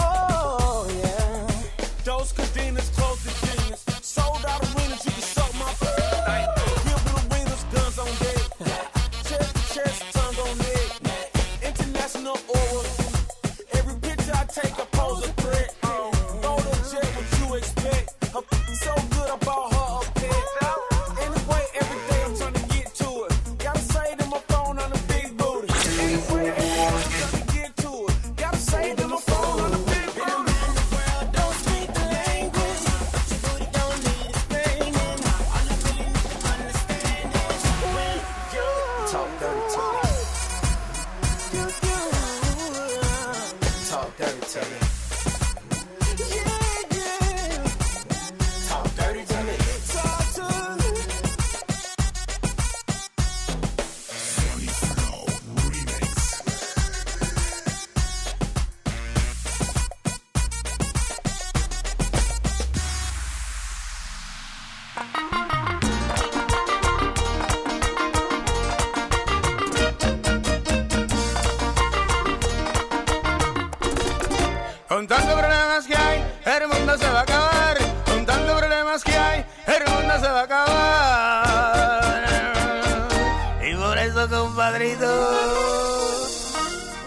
Speaker 6: Oh, yeah. Those cadenas, close the jeans. Sold out arenas, you can suck my butt. Give with arenas, guns on deck. Chest to chest, tongue on neck. International aura. Every picture I take, I pose a threat. Uh, Throw the jet, what you expect? Her f- so good, I bought her a pet. Anyway, every day I'm trying to get to it. Gotta save them my phone uh, on the big booty. Anyway, every day I'm trying to get to it. Gotta save them my phone on the big booty. In the world, don't speak the language. But your booty don't need explaining. All I really need to understand is when you talk dirty to me. You, you talk dirty to me. Yeah, yeah. Talk dirty to me. Talk to me.
Speaker 15: Con tantos problemas que hay, el mundo se va a acabar. Con tantos problemas que hay, el mundo se va a acabar. Y por eso, compadrito,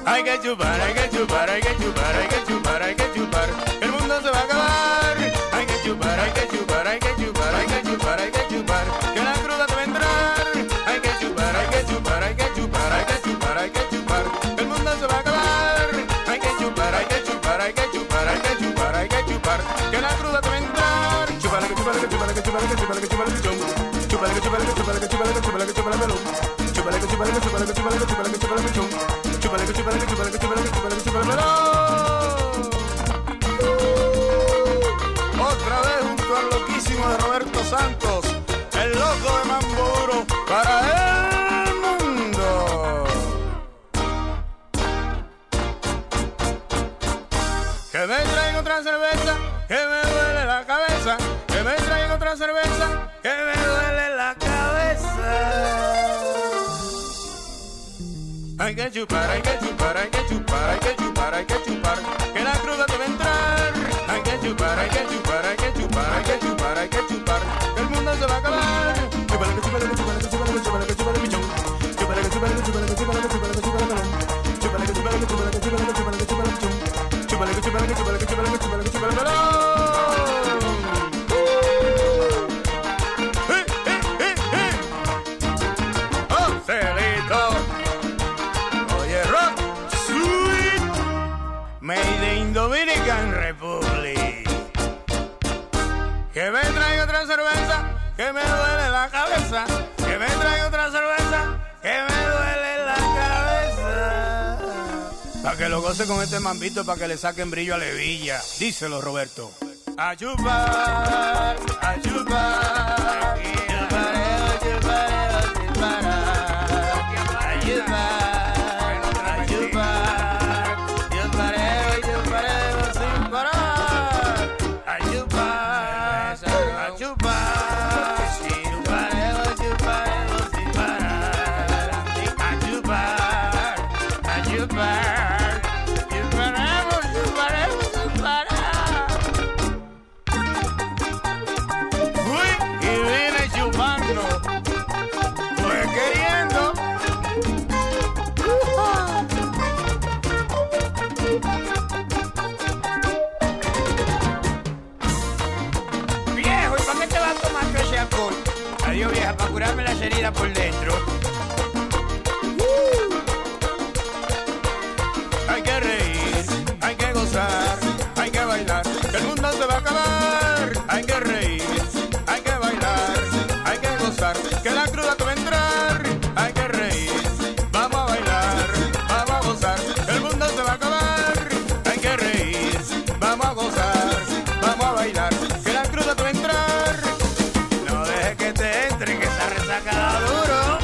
Speaker 15: hay que chupar, hay que chupar, hay que chupar, hay que chupar, hay que chupar. El mundo se va a acabar. Hay que chupar, hay que chupar, hay que chupar, hay que chupar, hay que chupar. Que la cruda te va a entrar. Hay que chupar, hay que chupar, hay que chupar, hay que chupar, hay que chupar. El mundo se va a acabar. Hay que chupar, hay que chupar, hay que chupar, hay que chupar, hay que chupar. Que la cruda te va a entrar. Chupala que chupala que chupala que chupala que chupala que chupala que chum. Chupala que chupala que chupala que chupala que chupala que chupala que lum. Chupala que chupala que chupala que chupala que chupala que chupala que chum. Chupala que chupala que chupala que chupala que chupala que chupala que lum. Otra vez junto al loquísimo de Roberto Santos, el loco de Mambo Duro para el mundo. Que me traigan otra cerveza, que me duele la cabeza. Que me traigan otra cerveza, que me duele la cabeza. Hay que chupar, hay que chupar, hay que chupar, hay que chupar, hay que chupar. Que la cruda te va a entrar. Hay que chupar, hay que chupar, hay que chupar, hay que chupar, hay que chupar. Que el mundo se va a acabar. Chupala que chupala que chupala que chupala que chupala que chupala que chum. Chupala que chupala que chupala que chupala que chupala que chupala que lum. Chupala que chupala que chupala que chupala que chupala que chupala que chum. Chupala que chupala que chupala que chupala que chupala que chupala que lum. Eh, eh, eh, eh. Oh, Celito. Oye, rock, sweet, made in Dominican Republic. Que me traiga otra cerveza, que me duele la cabeza. Que me traiga otra cerveza, que me duele la cabeza. Pa' que lo goce con este mambito, pa' que le saquen brillo a la hebilla. Díselo, Roberto. A chupar, a chupar. Chupareo, chupareo, sin parar. A chupar, a chupar. Chupareo, chupareo, sin parar. A chupar, a chupar. Chupareo, chupareo, sin parar. A chupar, a chupar. Chupareo, chupareo, sin parar. Fui y vine chupando, fue queriendo. Viejo, ¿y para qué te vas a tomar todo ese alcohol? Adiós, vieja, para curarme las heridas por dentro. Uh. Hay que reír, hay que gozar, hay que bailar. El mundo se va a acabar. Hay que reír, hay que bailar, hay que gozar. Que la cruda te va a entrar. Hay que reír, vamos a bailar, vamos a gozar. El mundo se va a acabar. Hay que reír, vamos a gozar, vamos a bailar. Que la cruda te va a entrar. No dejes que te entre, que esa resaca da duro.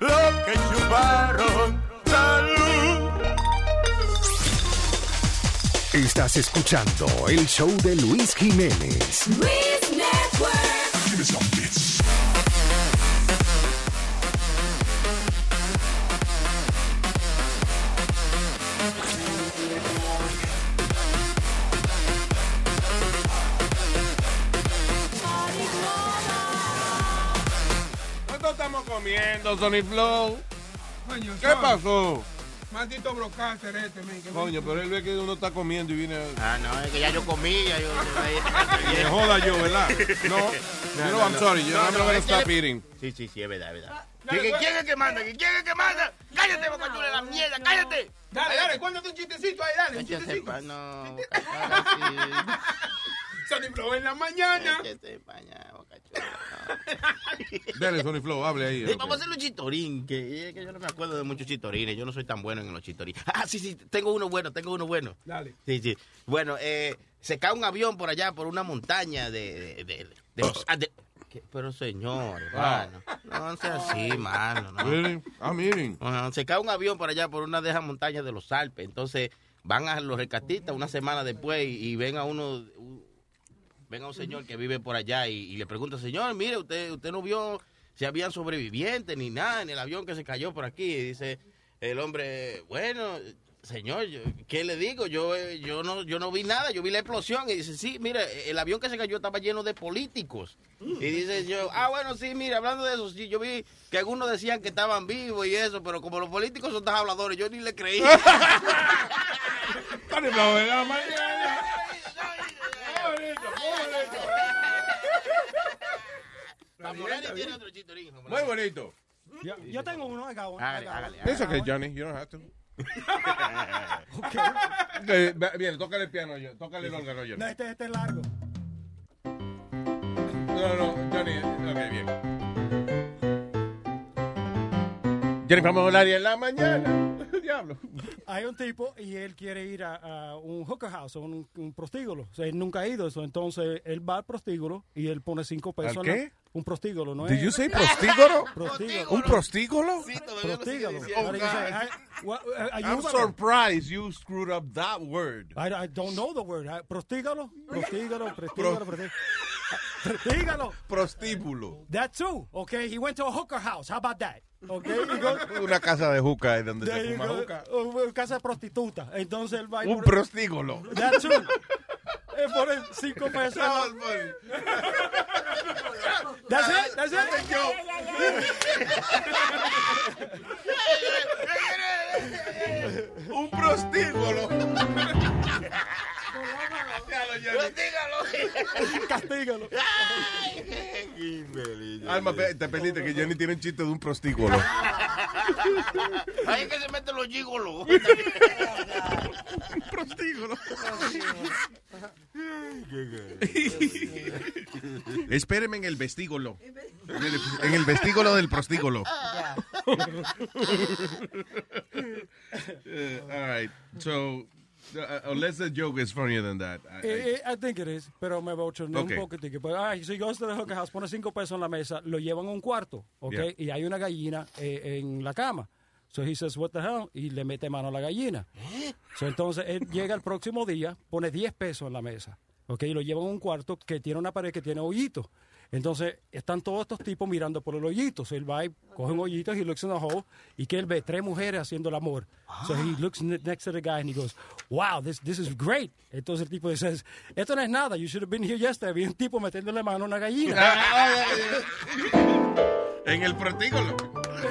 Speaker 15: Lo que chuparon, salud.
Speaker 30: Estás escuchando el show de Luis Jiménez.
Speaker 6: Network.
Speaker 22: comiendo, Sony Flow.
Speaker 2: Coño,
Speaker 22: ¿Qué
Speaker 2: Sony.
Speaker 22: pasó?
Speaker 2: Maldito brocaster este, men. que-
Speaker 22: Coño, pero él ve que uno está comiendo y viene.
Speaker 12: Ah, no, es que ya yo comí, ya yo.
Speaker 22: Me joda yo, ¿verdad? No, you know, I'm sorry, you- I'm not gonna
Speaker 12: este-
Speaker 22: stop eating.
Speaker 12: Sí, sí, sí, es verdad, es verdad.
Speaker 22: Dale,
Speaker 12: ¿Quién-
Speaker 22: pues.
Speaker 12: ¿Quién es que manda? ¿Quién es que manda? Cállate, bocachula, la mierda, cállate.
Speaker 22: Dale, dale, cuéntate un chistecito ahí, dale, un
Speaker 12: Yo
Speaker 22: chistecito.
Speaker 12: sepa, no.
Speaker 22: Sony Flow en la mañana.
Speaker 12: este Dale, Sony Flow, hable ahí.
Speaker 22: ok.
Speaker 12: vamos a hacer un chitorín, que, es que yo no me acuerdo de muchos chitorines. Yo no soy tan bueno en los chitorines. Ah, sí, sí, tengo uno bueno, tengo uno bueno.
Speaker 22: Dale.
Speaker 12: Sí, sí. Bueno, eh, se cae un avión por allá, por una montaña de... de, de- de los- ah, de- ¿Qué? pero señor, hermano. No sea así, mano. No.
Speaker 22: Really?
Speaker 12: ah, Ajá, se cae un avión por allá, por una de esas montañas de los Alpes. Entonces van a los rescatistas una semana después y, y ven a uno... u- Ven a un señor que vive por allá y, y le pregunta, señor, mire, usted usted no vio si habían sobrevivientes ni nada en el avión que se cayó por aquí. Y dice el hombre, bueno, señor, yo- ¿qué le digo? Yo, eh, yo, no, yo no vi nada, yo vi la explosión. Y dice, sí, mire, el avión que se cayó estaba lleno de políticos. Y dice yo, ah, bueno, sí, mira, hablando de eso, sí, yo vi que algunos decían que estaban vivos y eso, pero como los políticos son tan habladores, yo ni le creí.
Speaker 22: Muy bonito.
Speaker 18: Yo, yo tengo uno, I got one. I
Speaker 22: Hágale,
Speaker 18: got
Speaker 22: hágale,
Speaker 18: one.
Speaker 10: It's okay, Johnny. You don't have to.
Speaker 22: Eh, va- Bien, tócale el piano, yo- tócale el órgano, yo.
Speaker 18: No, este, este es largo.
Speaker 22: No, no, Johnny, ok, bien.
Speaker 10: Johnny, vamos a hablar en la mañana. Diablo.
Speaker 18: Hay un tipo y él quiere ir a, a un hooker house, un, un prostíbulo. O sea, él nunca ha ido eso. Entonces, él va al prostíbulo y él pone cinco pesos.
Speaker 10: ¿Al
Speaker 18: en la-
Speaker 10: qué?
Speaker 18: un prostíbulo, ¿no
Speaker 10: Did
Speaker 18: es?
Speaker 10: you say prostígolo?
Speaker 18: Prostígolo.
Speaker 10: ¿Un prostígolo?
Speaker 18: Prostígolo.
Speaker 10: Oh,
Speaker 18: Ahora, you say,
Speaker 10: God.
Speaker 18: I- well, uh, are you
Speaker 10: I'm
Speaker 18: about-
Speaker 10: surprised you screwed up that word.
Speaker 18: I, I don't know the word. I- prostígalo, prostígalo, prostígalo, prostígalo. Prostígalo.
Speaker 10: Prostíbulo.
Speaker 18: That too. Okay, he went to a hooker house. How about that? Okay, he goes.
Speaker 10: Una casa de juca es donde
Speaker 18: There
Speaker 10: se
Speaker 18: you
Speaker 10: fuma
Speaker 18: go.
Speaker 10: juca.
Speaker 18: Uh, uh, casa de prostituta. Entonces él va y
Speaker 10: Un
Speaker 18: por-
Speaker 10: prostígolo.
Speaker 18: That too. Él pone cinco pesos.
Speaker 6: That was
Speaker 18: That's it. That's it.
Speaker 6: Un prostíbulo.
Speaker 18: Castígalo.
Speaker 10: Alma, pe- te perdiste que Johnny tiene un chiste de un prostígolo.
Speaker 12: Ahí es que se meten los gigolos.
Speaker 6: Prostíbulo.
Speaker 10: Espéreme en el vestígolo. En el, en el vestígolo del prostígolo. Eh, all right. So, uh, unless the joke is funnier than that. I- I-
Speaker 18: Eh, eh, I think it is, pero me bochorné
Speaker 10: Okay.
Speaker 18: un poquitico. Pero, ah, si yo estoy de Hooker House, pone cinco pesos en la mesa, lo llevan a un cuarto, ¿ok?
Speaker 10: Yeah.
Speaker 18: Y hay una gallina eh, en la cama. So he says, what the hell? Y le mete mano a la gallina. So entonces él llega el próximo día, pone 10 pesos en la mesa, ¿ok? Y lo llevan a un cuarto que tiene una pared que tiene hoyitos. Entonces están todos estos tipos mirando por el hoyito. So él va y coge un hoyito, he looks in the hole, y que él ve tres mujeres haciendo el amor. So he looks ne- next to the guy and he goes, wow, this, this is great. Entonces el tipo dice, esto no es nada, you should have been here yesterday. Había un tipo metiéndole mano a una
Speaker 10: Ah,
Speaker 18: gallina.
Speaker 10: en el prostígolo.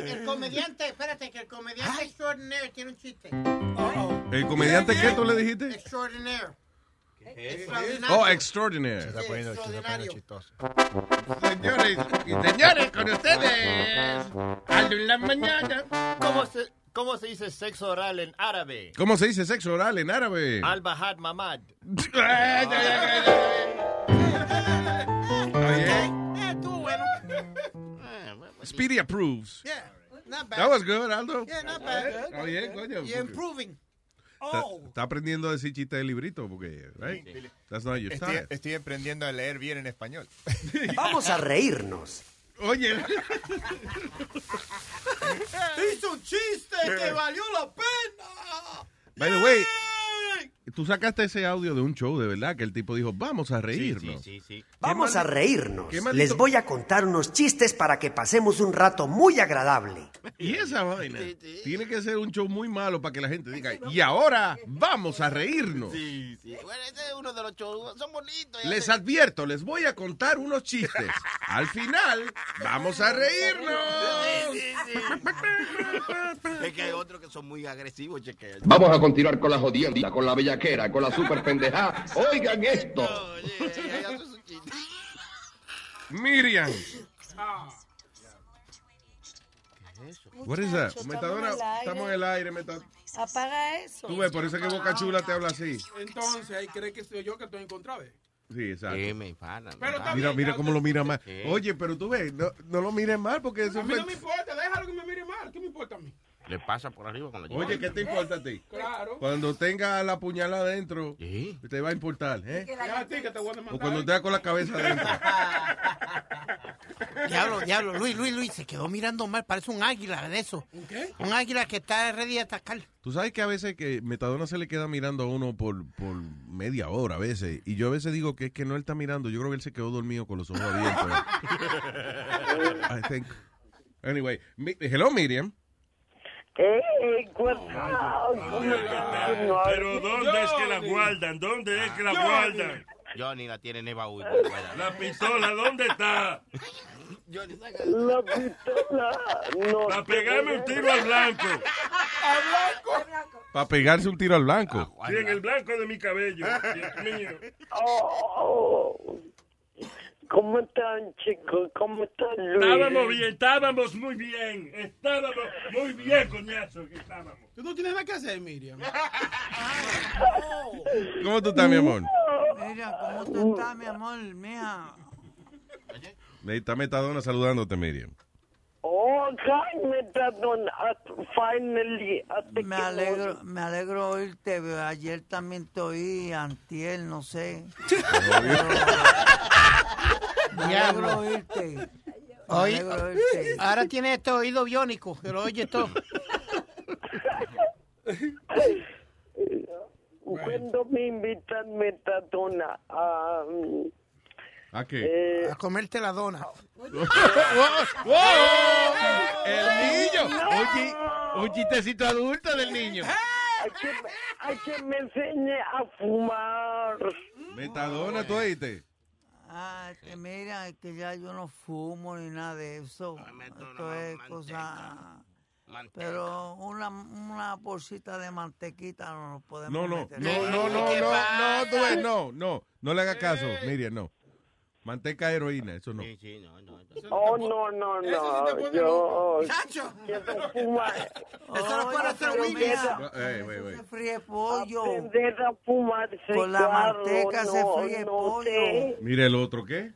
Speaker 17: El comediante, espérate, que el comediante extraordinaire tiene un chiste.
Speaker 10: ¿El comediante qué tú le dijiste?
Speaker 17: Extraordinaire.
Speaker 10: Oh, extraordinary.
Speaker 6: Señores y señores, con ustedes. Aldo en la mañana.
Speaker 13: ¿Cómo se, ¿Cómo se dice sexo oral en árabe?
Speaker 10: ¿Cómo se dice sexo oral en árabe?
Speaker 13: Al-Bahad Mamad. Ah.
Speaker 10: Speedy approves.
Speaker 17: Yeah, not bad.
Speaker 10: That was good, Aldo.
Speaker 17: Yeah, not bad.
Speaker 10: Está bien, coño.
Speaker 17: You're improving.
Speaker 10: Está,
Speaker 17: Oh.
Speaker 10: está aprendiendo a decir chistes de librito porque, right? That's not
Speaker 17: Este,
Speaker 10: your
Speaker 30: Estoy,
Speaker 10: style.
Speaker 30: estoy aprendiendo a leer bien en español.
Speaker 16: Vamos a reírnos.
Speaker 10: Oye.
Speaker 6: Hizo un chiste que valió la pena.
Speaker 10: By the way, Tú sacaste ese audio de un show, de verdad, que el tipo dijo, vamos a reírnos.
Speaker 12: Sí, sí, sí.
Speaker 18: Vamos a
Speaker 10: maldito-
Speaker 18: reírnos.
Speaker 10: qué maldito-
Speaker 18: Les voy a contar unos chistes para que pasemos un rato muy agradable.
Speaker 10: Y esa vaina. Tiene que ser un show muy malo para que la gente diga, y ahora vamos a reírnos.
Speaker 12: Sí, Bueno, ese es uno de los shows. Son bonitos.
Speaker 10: Les advierto, les voy a contar unos chistes. Al final, vamos a reírnos.
Speaker 12: Es que hay otros que son muy agresivos, chequea.
Speaker 3: Vamos a continuar con la jodienda, con la bellaquera, con la super pendejada. Oigan esto.
Speaker 10: Miriam.
Speaker 15: Ah.
Speaker 10: What is that?
Speaker 41: Muchacho,
Speaker 10: Metadona, estamos en el aire. Meta-
Speaker 41: Apaga eso.
Speaker 10: Tú ves, por eso es que Boca Chula te habla así.
Speaker 4: Ah, Entonces, ahí cree que soy yo que estoy en contra de.
Speaker 10: Sí, exacto.
Speaker 4: Pero está
Speaker 10: mira,
Speaker 4: bien,
Speaker 10: mira cómo lo mira mal.
Speaker 12: Sí.
Speaker 10: Oye, pero tú ves, no, no lo mires mal porque eso
Speaker 4: A mí
Speaker 10: fue...
Speaker 4: no me importa, déjalo que me mire mal. ¿Qué me importa a mí?
Speaker 12: Le pasa por arriba con la
Speaker 10: Oye, ¿qué te importa a ti?
Speaker 4: Claro.
Speaker 10: Cuando tenga la puñalada adentro, te va a importar, ¿eh?
Speaker 4: Ya a ti que te voy a
Speaker 10: O
Speaker 4: demandar.
Speaker 10: cuando te da con la cabeza adentro.
Speaker 17: Diablo, diablo. Luis, Luis, Luis, se quedó mirando mal. Parece un águila de eso. Un águila que está ready de atacar.
Speaker 10: Tú sabes que a veces que Metadona se le queda mirando a uno por, por media hora a veces. Y yo a veces digo que es que no él está mirando. Yo creo que él se quedó dormido con los ojos abiertos. I think. Anyway, mi- hello Miriam.
Speaker 42: Hey, what's up?
Speaker 11: Pero ¿dónde es que la guardan? ¿Dónde es que la
Speaker 12: Johnny.
Speaker 11: guardan?
Speaker 12: Johnny la tiene en el baúl.
Speaker 11: La pistola, ¿dónde está?
Speaker 42: La pistola. No.
Speaker 11: Para pegarme un tiro al blanco.
Speaker 42: ¿Al blanco?
Speaker 10: Para pegarse un tiro al blanco.
Speaker 11: Sí, en el blanco de mi cabello. Dios mío.
Speaker 42: Oh. ¿Cómo están, chicos? ¿Cómo están, Luis?
Speaker 11: Estábamos bien, estábamos muy bien. Estábamos muy bien, coñazo, que estábamos.
Speaker 4: Tú no tienes nada que hacer, Miriam.
Speaker 10: ¿Cómo tú estás, mi amor?
Speaker 19: Mira, ¿cómo tú estás, mi amor? Mira.
Speaker 10: Ahí está Metadona saludándote, Miriam.
Speaker 42: Oh, God, me da don. at- Finally. hasta
Speaker 19: Me
Speaker 42: que-
Speaker 19: alegro, me alegro oírte. bebé. Ayer también te oí, antier, no sé.
Speaker 17: Me
Speaker 19: alegro oírte. Me
Speaker 17: Oí-
Speaker 19: alegro oírte.
Speaker 17: ah, ahora tiene este oído biónico, que lo oye todo.
Speaker 42: Cuando me invitan metadona a... um,
Speaker 10: ¿A
Speaker 42: eh, Oh.
Speaker 17: A comerte la dona.
Speaker 42: El niño. Oye,
Speaker 10: un chistecito adulto del niño.
Speaker 42: a que, me- a que me enseñe a fumar.
Speaker 10: Metadona, ¿tú oíste?
Speaker 19: Ah, que mira, es que ya yo no fumo ni nada de eso. Esto es cosa. Pero una, una bolsita de mantequita no nos podemos
Speaker 10: No, no, no,
Speaker 19: meter.
Speaker 10: no, no, no, no, tú ves, no, no. No le hagas caso, Miriam, no. Manteca heroína, eso no.
Speaker 42: Oh, no, no, no. Yo quiero fumar.
Speaker 19: Eso no puede hacer
Speaker 42: pero mira,
Speaker 10: Eh, wait, wait.
Speaker 19: Fríe pollo.
Speaker 42: Aprender a fumar
Speaker 19: Con la
Speaker 42: cigarro,
Speaker 19: manteca se
Speaker 42: no,
Speaker 19: fríe
Speaker 42: no
Speaker 19: pollo.
Speaker 42: sé.
Speaker 10: Mira el otro, ¿qué?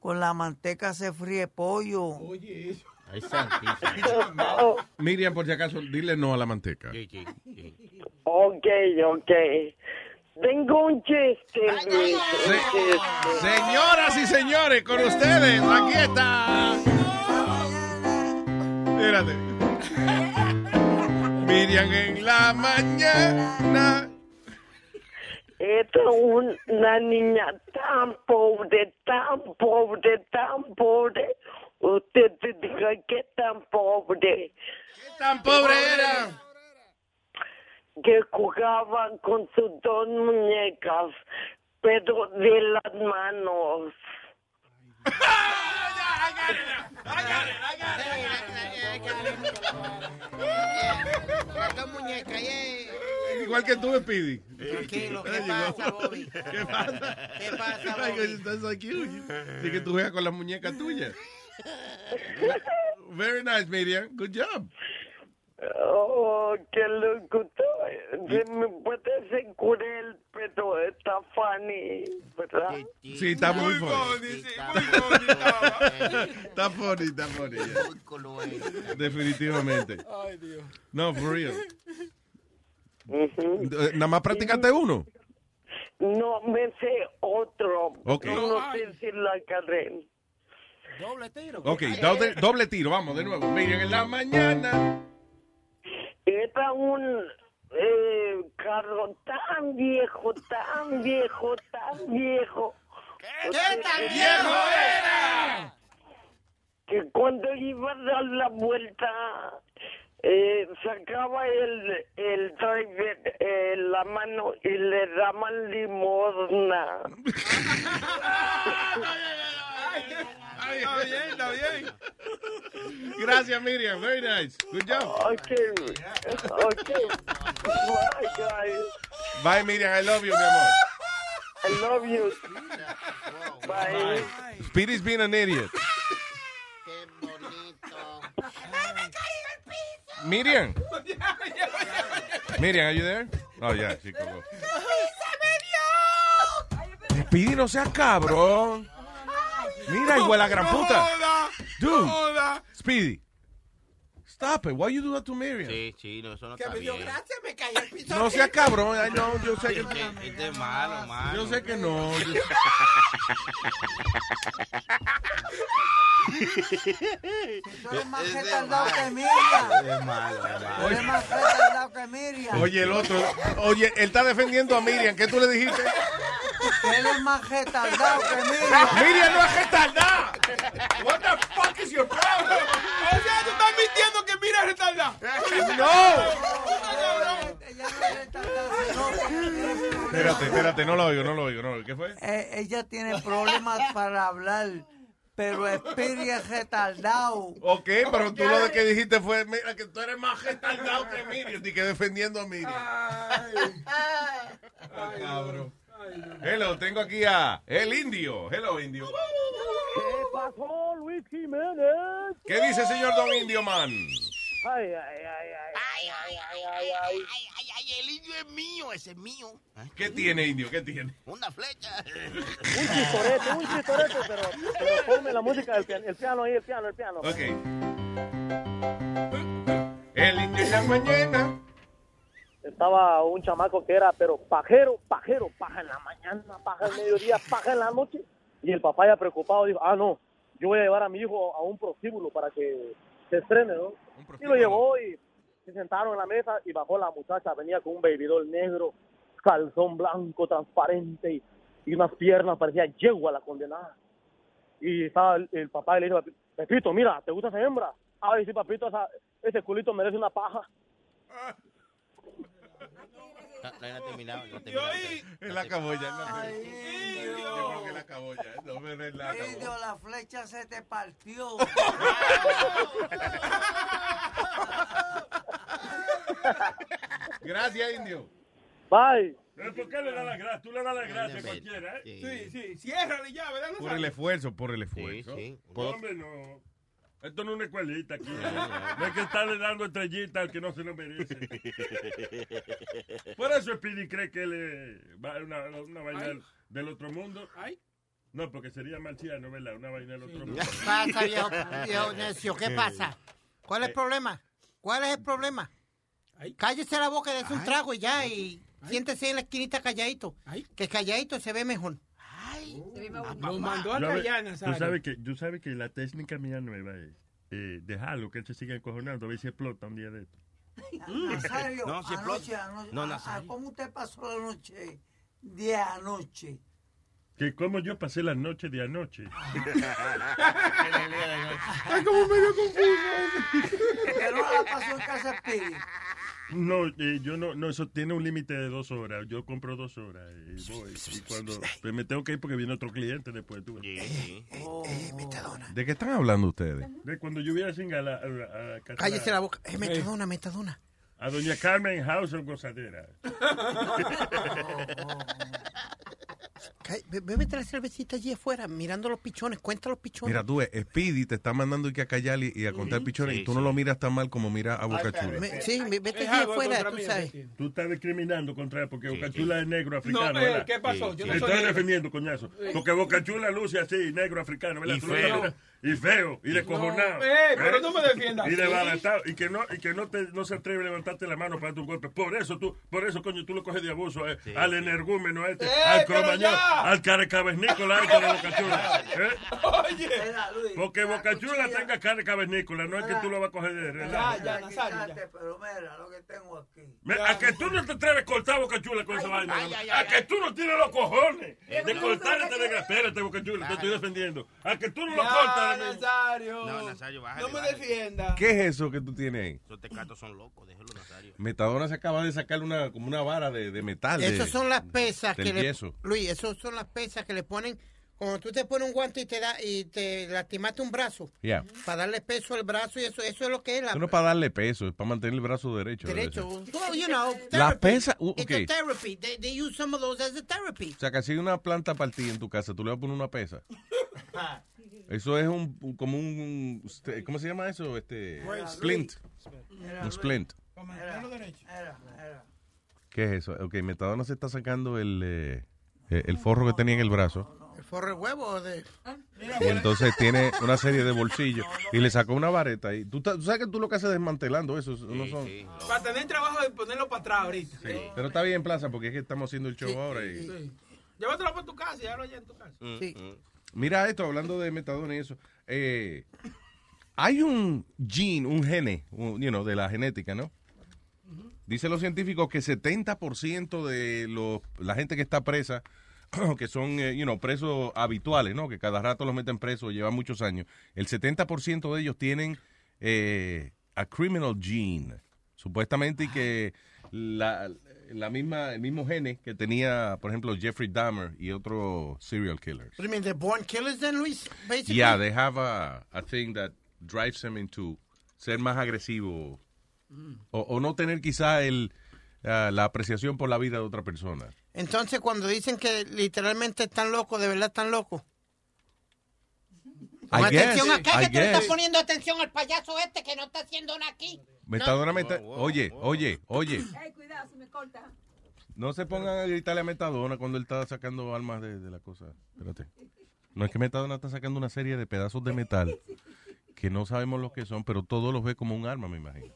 Speaker 19: Con la manteca se fríe pollo.
Speaker 4: Oye,
Speaker 10: Ahí Miriam, por si acaso, dile no a la manteca.
Speaker 42: Ok, ok. Tengo un chiste, Luis. un chiste.
Speaker 10: Señoras y señores, con ustedes, aquí está. Espérate. Miriam en la mañana.
Speaker 42: Esta es un- una niña tan pobre, tan pobre, tan pobre. Usted te diga que tan pobre. ¿Qué
Speaker 10: tan pobre era?
Speaker 42: Que jugaba con sus dos muñecas, pero de las manos.
Speaker 17: Dos muñecas,
Speaker 10: Igual que tú, Speedy.
Speaker 17: Tranquilo, ¿qué
Speaker 10: There you go.
Speaker 17: pasa, Bobby?
Speaker 10: ¿Qué pasa?
Speaker 17: ¿Qué pasa,
Speaker 10: Like,
Speaker 17: Bobby?
Speaker 10: that's so cute. Así que tú juegas con las muñecas tuyas. Very nice, Miriam. Good job.
Speaker 42: Oh, qué loco. Se me puede ser cruel, pero está funny, ¿verdad?
Speaker 10: Sí, está muy funny. Está funny, está funny. yeah. Definitivamente.
Speaker 4: Ay, Dios.
Speaker 10: No, for real. Eh, Nada más practicaste uno.
Speaker 42: No me sé otro.
Speaker 10: Ok.
Speaker 42: No sé si la carrera.
Speaker 43: Doble tiro.
Speaker 10: Ok, doble, doble tiro. Vamos, de nuevo. Miriam en la mañana.
Speaker 42: Era un, eh, carro tan viejo, tan viejo, tan viejo. ¿Qué tan viejo era? Que cuando iba a dar la vuelta, eh, sacaba el, el driver eh, la mano y le daban limosna.
Speaker 4: Está bien, está bien.
Speaker 10: Gracias, Miriam. Very nice. Good job.
Speaker 42: Okay. Okay. Bye, guys.
Speaker 10: Bye, Miriam. I love you, mi amor.
Speaker 42: I love you. Bye.
Speaker 10: Speedy's being an idiot. Miriam. Miriam, are you there? Oh, yeah, she colgó. Speedy, no seas cabrón. Mira, igual la gran puta. Dude, Speedy. Stop it. Why you do that to Miriam?
Speaker 12: Sí, chino, eso no
Speaker 17: Que
Speaker 12: está
Speaker 17: me dio
Speaker 12: bien.
Speaker 17: gracias, me caí al piso.
Speaker 10: No seas cabrón. I know, yo sé que...
Speaker 12: Este, este es malo, malo.
Speaker 10: Yo sé que no.
Speaker 4: Tú
Speaker 19: eres más
Speaker 4: Este
Speaker 19: retardado
Speaker 4: es
Speaker 19: que
Speaker 4: malo.
Speaker 19: Miriam.
Speaker 12: Es malo, es malo.
Speaker 19: Tú eres más retardado que Miriam.
Speaker 10: Oye, el otro. Oye, él está defendiendo a Miriam. ¿Qué tú le dijiste?
Speaker 19: Él es más retardado que Miriam.
Speaker 10: Miriam no es
Speaker 4: retardada. What the fuck is your problem? O sea, tú estás mintiendo que mira retardada.
Speaker 10: Espérate, espérate. No lo oigo, no lo oigo. No lo oigo. ¿Qué fue?
Speaker 19: Eh, ella tiene problemas para hablar, pero Speedy es retardado.
Speaker 10: Ok, pero tú lo de que dijiste fue, mira, que tú eres más retardado que Miriam, y que defendiendo a Miriam. Ay, cabrón. Hello, tengo aquí a El Indio. Hello, Indio.
Speaker 44: ¿Qué pasó, Luis Jiménez?
Speaker 10: ¿Qué dice, señor Don Indio Man?
Speaker 44: Ay, ay, ay, ay. Ay, ay, ay, ay, ay.
Speaker 12: ay, ay, el indio es mío, ese es mío.
Speaker 10: ¿Qué tiene, Indio? ¿Qué tiene?
Speaker 12: Una flecha.
Speaker 44: Un chistorete, un chistorete, pero, pero ponme la música del piano, el piano ahí, el piano, el piano.
Speaker 10: Ok. El Indio en la mañana.
Speaker 44: Estaba un chamaco que era, pero pajero, pajero, paja en la mañana, paja al mediodía, paja en la noche. Y el papá ya preocupado dijo, ah, no, yo voy a llevar a mi hijo a un prostíbulo para que se estrene, ¿no? Y lo llevó y se sentaron en la mesa y bajó la muchacha, venía con un babydoll negro, calzón blanco, transparente y, y unas piernas, parecía yegua la condenada. Y estaba el, el papá y le dijo, Pepito, mira, ¿te gusta esa hembra? Ay, sí, papito, esa- ese culito merece una paja.
Speaker 12: No, no, no ha terminado, no ha terminado.
Speaker 10: Él acabó ya. él acabó. Yo creo que él
Speaker 19: Indio,
Speaker 10: acabó ya. No me él la
Speaker 19: Indio,
Speaker 10: acabó.
Speaker 19: la flecha se te partió.
Speaker 10: Gracias, Indio.
Speaker 44: Bye.
Speaker 11: Pero Eh, ¿Por qué le das la gracia? Tú le das la gracia a cualquiera, ¿eh?
Speaker 15: Sí,
Speaker 11: sí, ciérrale ya, ¿verdad?
Speaker 10: Por el esfuerzo, por el esfuerzo.
Speaker 11: No, hombre, no. Esto no es una escuelita aquí. No hay que estarle dando estrellitas al que no se lo merece. Por eso Speedy cree que él es va- una, una vaina
Speaker 15: Ay.
Speaker 11: del otro mundo. No, porque sería marciano, ¿verdad? Una vaina del otro mundo.
Speaker 17: ¿Qué pasa, viejo, viejo necio?
Speaker 15: Eh,
Speaker 17: ¿Qué pasa? ¿Cuál es el problema? ¿Cuál es el problema? Cállese la boca, des un trago y ya, y siéntese en la esquinita calladito. Que calladito se ve mejor.
Speaker 15: Ah, Nos mandó a
Speaker 11: Yo a ver,
Speaker 15: callar,
Speaker 11: Tú
Speaker 15: Nazario.
Speaker 11: sabes, que, tú sabes que la técnica mía nueva es eh, dejarlo, que él se siga encojonando, a ver si explota un día de esto.
Speaker 19: Nazario,
Speaker 11: No, si
Speaker 19: anoche,
Speaker 11: explota.
Speaker 19: anoche,
Speaker 11: No,
Speaker 19: a- a-
Speaker 11: Nazario.
Speaker 19: ¿cómo usted pasó la noche de anoche?
Speaker 11: Que como yo pasé la noche de anoche.
Speaker 4: Ay, como medio confuso.
Speaker 19: Pero no la pasó en casa de Speedy.
Speaker 11: No, eh, yo no, no, eso tiene un límite de dos horas. Yo compro dos horas eh, y voy. Y cuando pues me tengo que ir porque viene otro cliente después. Tú.
Speaker 17: Eh,
Speaker 10: ¿De qué están hablando ustedes?
Speaker 11: De cuando yo voy a Singa a la, a la- a la casa-
Speaker 17: Cállese la boca. Eh,
Speaker 11: Eh,
Speaker 17: metadona, metadona.
Speaker 11: a doña Carmen House en Gozadera.
Speaker 17: Cá- be- Bébete la cervecita allí afuera, mirando los pichones, cuenta los pichones.
Speaker 10: Mira, tú, ves, Speedy te está mandando aquí a callar y, y a contar pichones y tú no lo miras tan mal como mira a Boca Chula.
Speaker 17: Me- sí, me- vete
Speaker 15: Es
Speaker 17: allí
Speaker 15: algo
Speaker 17: afuera,
Speaker 15: contra
Speaker 17: tú
Speaker 15: mí,
Speaker 17: sabes.
Speaker 11: Tú estás discriminando contra él porque Boca Chula es negro africano.
Speaker 15: No, eh,
Speaker 11: ¿verdad?
Speaker 15: ¿qué pasó? Sí, Yo no
Speaker 11: Te
Speaker 15: soy
Speaker 11: estoy
Speaker 15: negro.
Speaker 11: defendiendo, coñazo.
Speaker 15: Sí.
Speaker 11: Porque Boca Chula luce así, negro africano, ¿verdad?
Speaker 15: Y
Speaker 11: Tú lo
Speaker 15: feo.
Speaker 11: miras- Y feo, y descojonado.
Speaker 15: No, eh, pero no me defiendas
Speaker 11: Y
Speaker 15: así.
Speaker 11: desbaratado. Y que, no, y que no, te, no se atreve a levantarte la mano para tu golpe. Por eso, tú, por eso, coño, tú lo coges de abuso eh, al energúmeno este,
Speaker 15: Eh,
Speaker 11: al
Speaker 15: pero ya
Speaker 42: al carecavernícola este de Bocachula. ¿eh?
Speaker 6: Oye.
Speaker 42: Porque
Speaker 15: Ah,
Speaker 42: Bocachula tenga carecavernícola, no es que tú lo vas a coger de relajo.
Speaker 19: ya, Nazario. Pero mira lo que tengo aquí.
Speaker 42: Me- A que tú no te atreves a cortar Bocachula con esa vaina.
Speaker 19: ay, ay,
Speaker 42: a que tú no tienes los cojones
Speaker 19: Eh,
Speaker 42: de
Speaker 19: no,
Speaker 42: cortar
Speaker 19: no,
Speaker 42: este
Speaker 19: no,
Speaker 42: de Espérate, Bocachula, te estoy defendiendo. A que tú no lo
Speaker 6: Ya,
Speaker 42: cortas. de-
Speaker 6: Nazario.
Speaker 12: No, Nazario, bájale,
Speaker 6: No me
Speaker 12: bájale.
Speaker 6: defienda.
Speaker 10: ¿Qué es eso que tú tienes ahí?
Speaker 12: Esos tecatos son locos, déjalo, Nazario.
Speaker 10: Metadona se acaba de sacar una, como una vara de, de metal. de-
Speaker 17: Esas son las pesas
Speaker 10: del
Speaker 17: que le,
Speaker 10: yeso.
Speaker 17: Luis, esas son las pesas que le ponen cuando tú te pones un guante y te da y te lastimaste un brazo
Speaker 10: Yeah.
Speaker 17: para darle peso al brazo y eso eso es lo que es la
Speaker 10: Eso no es para darle peso, es para mantener el brazo derecho.
Speaker 17: derecho. Well, you know,
Speaker 10: La
Speaker 17: therapy.
Speaker 10: pesa, uh,
Speaker 17: It's a
Speaker 10: ok.
Speaker 17: therapy. They, they use some of those as a therapy.
Speaker 10: O sea, que si hay una planta partida en tu casa, tú le vas a poner una pesa. Eso es un, un- como un, este, ¿cómo se llama eso? Este,
Speaker 19: Mira,
Speaker 10: splint.
Speaker 19: Luis.
Speaker 10: Un splint.
Speaker 19: Era, era.
Speaker 10: ¿Qué es eso? Ok, Metadona se está sacando el, eh, el forro que tenía en el brazo.
Speaker 17: El forro de huevo o de
Speaker 10: Y entonces tiene una serie de bolsillos. Y le sacó una vareta. Y tú, ta- tú sabes que tú lo que haces es desmantelando eso. eso no son-
Speaker 4: Para tener trabajo de ponerlo para atrás ahorita.
Speaker 10: Pero está bien, Plaza, porque es que estamos haciendo el show ahora. Y...
Speaker 4: Sí. Llévatelo para tu casa y hazlo allá en tu casa.
Speaker 10: Mm.
Speaker 12: Mm,
Speaker 10: Mira esto, hablando de metadona y eso. eh, hay un gene, un gene, un- you know, de la genética, ¿no? Dicen los científicos que 70% de los, la gente que está presa, que son eh, you know, presos habituales, ¿no? Que cada rato los meten presos, llevan muchos años. El 70% de ellos tienen eh, a criminal gene. Supuestamente y que la, la misma, el mismo gene que tenía, por ejemplo, Jeffrey Dahmer y otro serial killer.
Speaker 17: What do you mean, they're born killers then, Luis? Basically.
Speaker 10: Yeah, they have a, a thing that drives them into ser más agresivo
Speaker 17: Mm.
Speaker 10: o, o no tener quizá el, ah, la apreciación por la vida de otra persona.
Speaker 17: Entonces, cuando dicen que literalmente están locos, de verdad están locos. Pon
Speaker 10: I guess,
Speaker 17: atención acá,
Speaker 10: I
Speaker 17: que tú le estás
Speaker 10: guess.
Speaker 17: poniendo atención al payaso este que no está haciendo nada aquí.
Speaker 10: Metadona, meta- oye, oye, oye,
Speaker 17: cuidado, se me corta.
Speaker 10: no se pongan a gritarle a Metadona cuando él está sacando armas de, de la cosa. Espérate. No es que Metadona está sacando una serie de pedazos de metal que no sabemos lo que son, pero todos los ve como un arma, me imagino.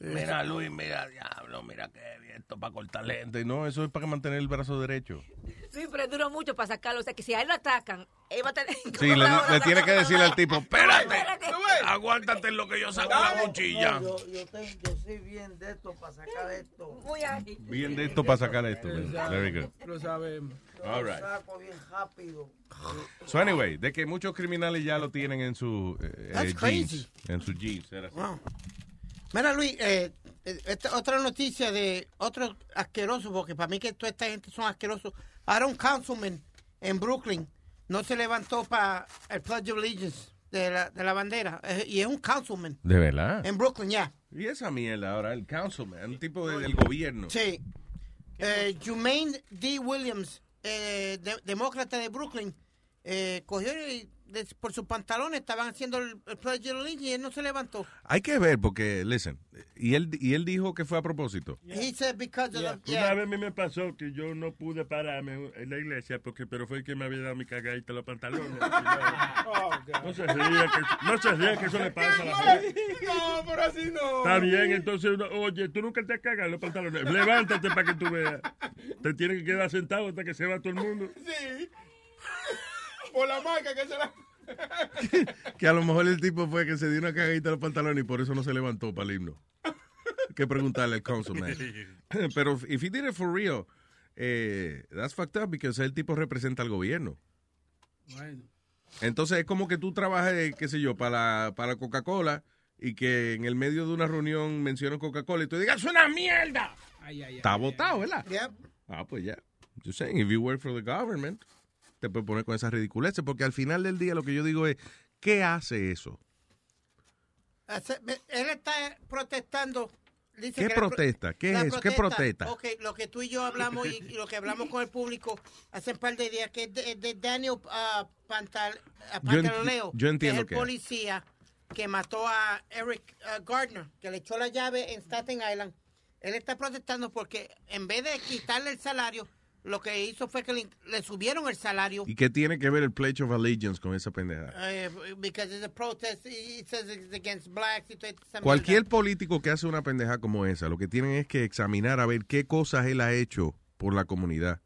Speaker 6: Mira, Luis,
Speaker 10: mira, diablo, mira qué bien esto para cortarle. Gente, No, eso es para mantener el brazo derecho.
Speaker 23: Sí, pero duró mucho para sacarlo. O sea, que si a él lo atacan, él va a tener.
Speaker 10: Sí, le, le tiene que decirle al tipo, espérate,
Speaker 23: Espérate.
Speaker 10: aguántate en lo que yo saco la mochilla.
Speaker 19: No, yo, yo, tengo- yo soy bien de esto para sacar esto.
Speaker 23: Muy ágil.
Speaker 10: Bien de esto para sacar esto. Very good.
Speaker 4: Lo sabemos.
Speaker 10: All right.
Speaker 19: Saco bien rápido.
Speaker 10: So anyway, de que muchos criminales ya lo tienen en su eh,
Speaker 17: That's
Speaker 10: eh,
Speaker 17: crazy.
Speaker 10: jeans, en su jeans. era así.
Speaker 17: Wow. Mira, Luis, eh, eh, esta otra noticia de otro asqueroso, porque para mí que toda esta gente son asquerosos. Aaron Councilman en Brooklyn no se levantó para el Pledge of Allegiance de la, de la bandera. eh, y es un councilman.
Speaker 10: ¿De verdad?
Speaker 17: En Brooklyn, ya.
Speaker 10: Y esa mierda ahora, el councilman, un tipo de- del gobierno.
Speaker 17: Sí. Este, Eh, Jumaine D. Williams, eh, de- demócrata de Brooklyn, eh, cogió y des- por sus pantalones estaban haciendo el, el Pledge of Allegiance y él no se levantó.
Speaker 10: Hay que ver porque, listen, y él, y él dijo que fue a propósito.
Speaker 17: He said because of the-
Speaker 42: Una vez a mí me pasó que yo no pude pararme en la iglesia porque pero fue el que me había dado mi cagadita en los pantalones.
Speaker 19: Oh,
Speaker 42: No se ría que, no se ría que eso le pasa a la gente.
Speaker 6: No, pero así no.
Speaker 42: Está
Speaker 10: eh.
Speaker 42: bien, entonces, uno, oye, tú nunca te cagas en los pantalones. Levántate para que tú veas. Te tienes que quedar sentado hasta que se va todo el mundo.
Speaker 6: Sí. Por la marca que se la.
Speaker 10: Que a lo mejor el tipo fue que se dio una cagadita en los pantalones y por eso no se levantó para el himno. Hay que preguntarle al councilman. Pero if he did it for real, eh, that's fucked up because el tipo representa al gobierno.
Speaker 2: Bueno.
Speaker 10: Entonces es como que tú trabajes, qué sé yo, para, la- para Coca-Cola y que en el medio de una reunión mencionan Coca-Cola y tú digas, suena mierda.
Speaker 2: Ay, ay, ay.
Speaker 10: Está votado, ¿verdad?
Speaker 17: Yep.
Speaker 10: Ah, pues ya. Yo sé, if you work for the government, te puedes poner con esas ridiculeces porque al final del día lo que yo digo es, ¿qué hace eso?
Speaker 17: Hace- me- Él está protestando. Dice
Speaker 10: ¿Qué
Speaker 17: que la pro-
Speaker 10: protesta? ¿Qué
Speaker 17: la
Speaker 10: es eso? ¿Qué protesta?
Speaker 17: Ok, lo que tú y yo hablamos y, y lo que hablamos con el público hace un par de días, que es de, de Daniel ah, Pantal, ah,
Speaker 10: Yo enti-
Speaker 17: Pantaloneo,
Speaker 10: yo entiendo
Speaker 17: que
Speaker 10: que-
Speaker 17: es el policía que mató a Eric ah, Gardner, que le echó la llave en Staten Island. Él está protestando porque en vez de quitarle el salario, lo que hizo fue que le, le subieron el salario.
Speaker 10: ¿Y qué tiene que ver el Pledge of Allegiance con esa pendejada?
Speaker 17: eh, because it's a protest, it says it's against blacks y toda esa mierda.
Speaker 10: Cualquier político que hace una pendejada como esa, lo que tienen es que examinar a ver qué cosas él ha hecho por la comunidad.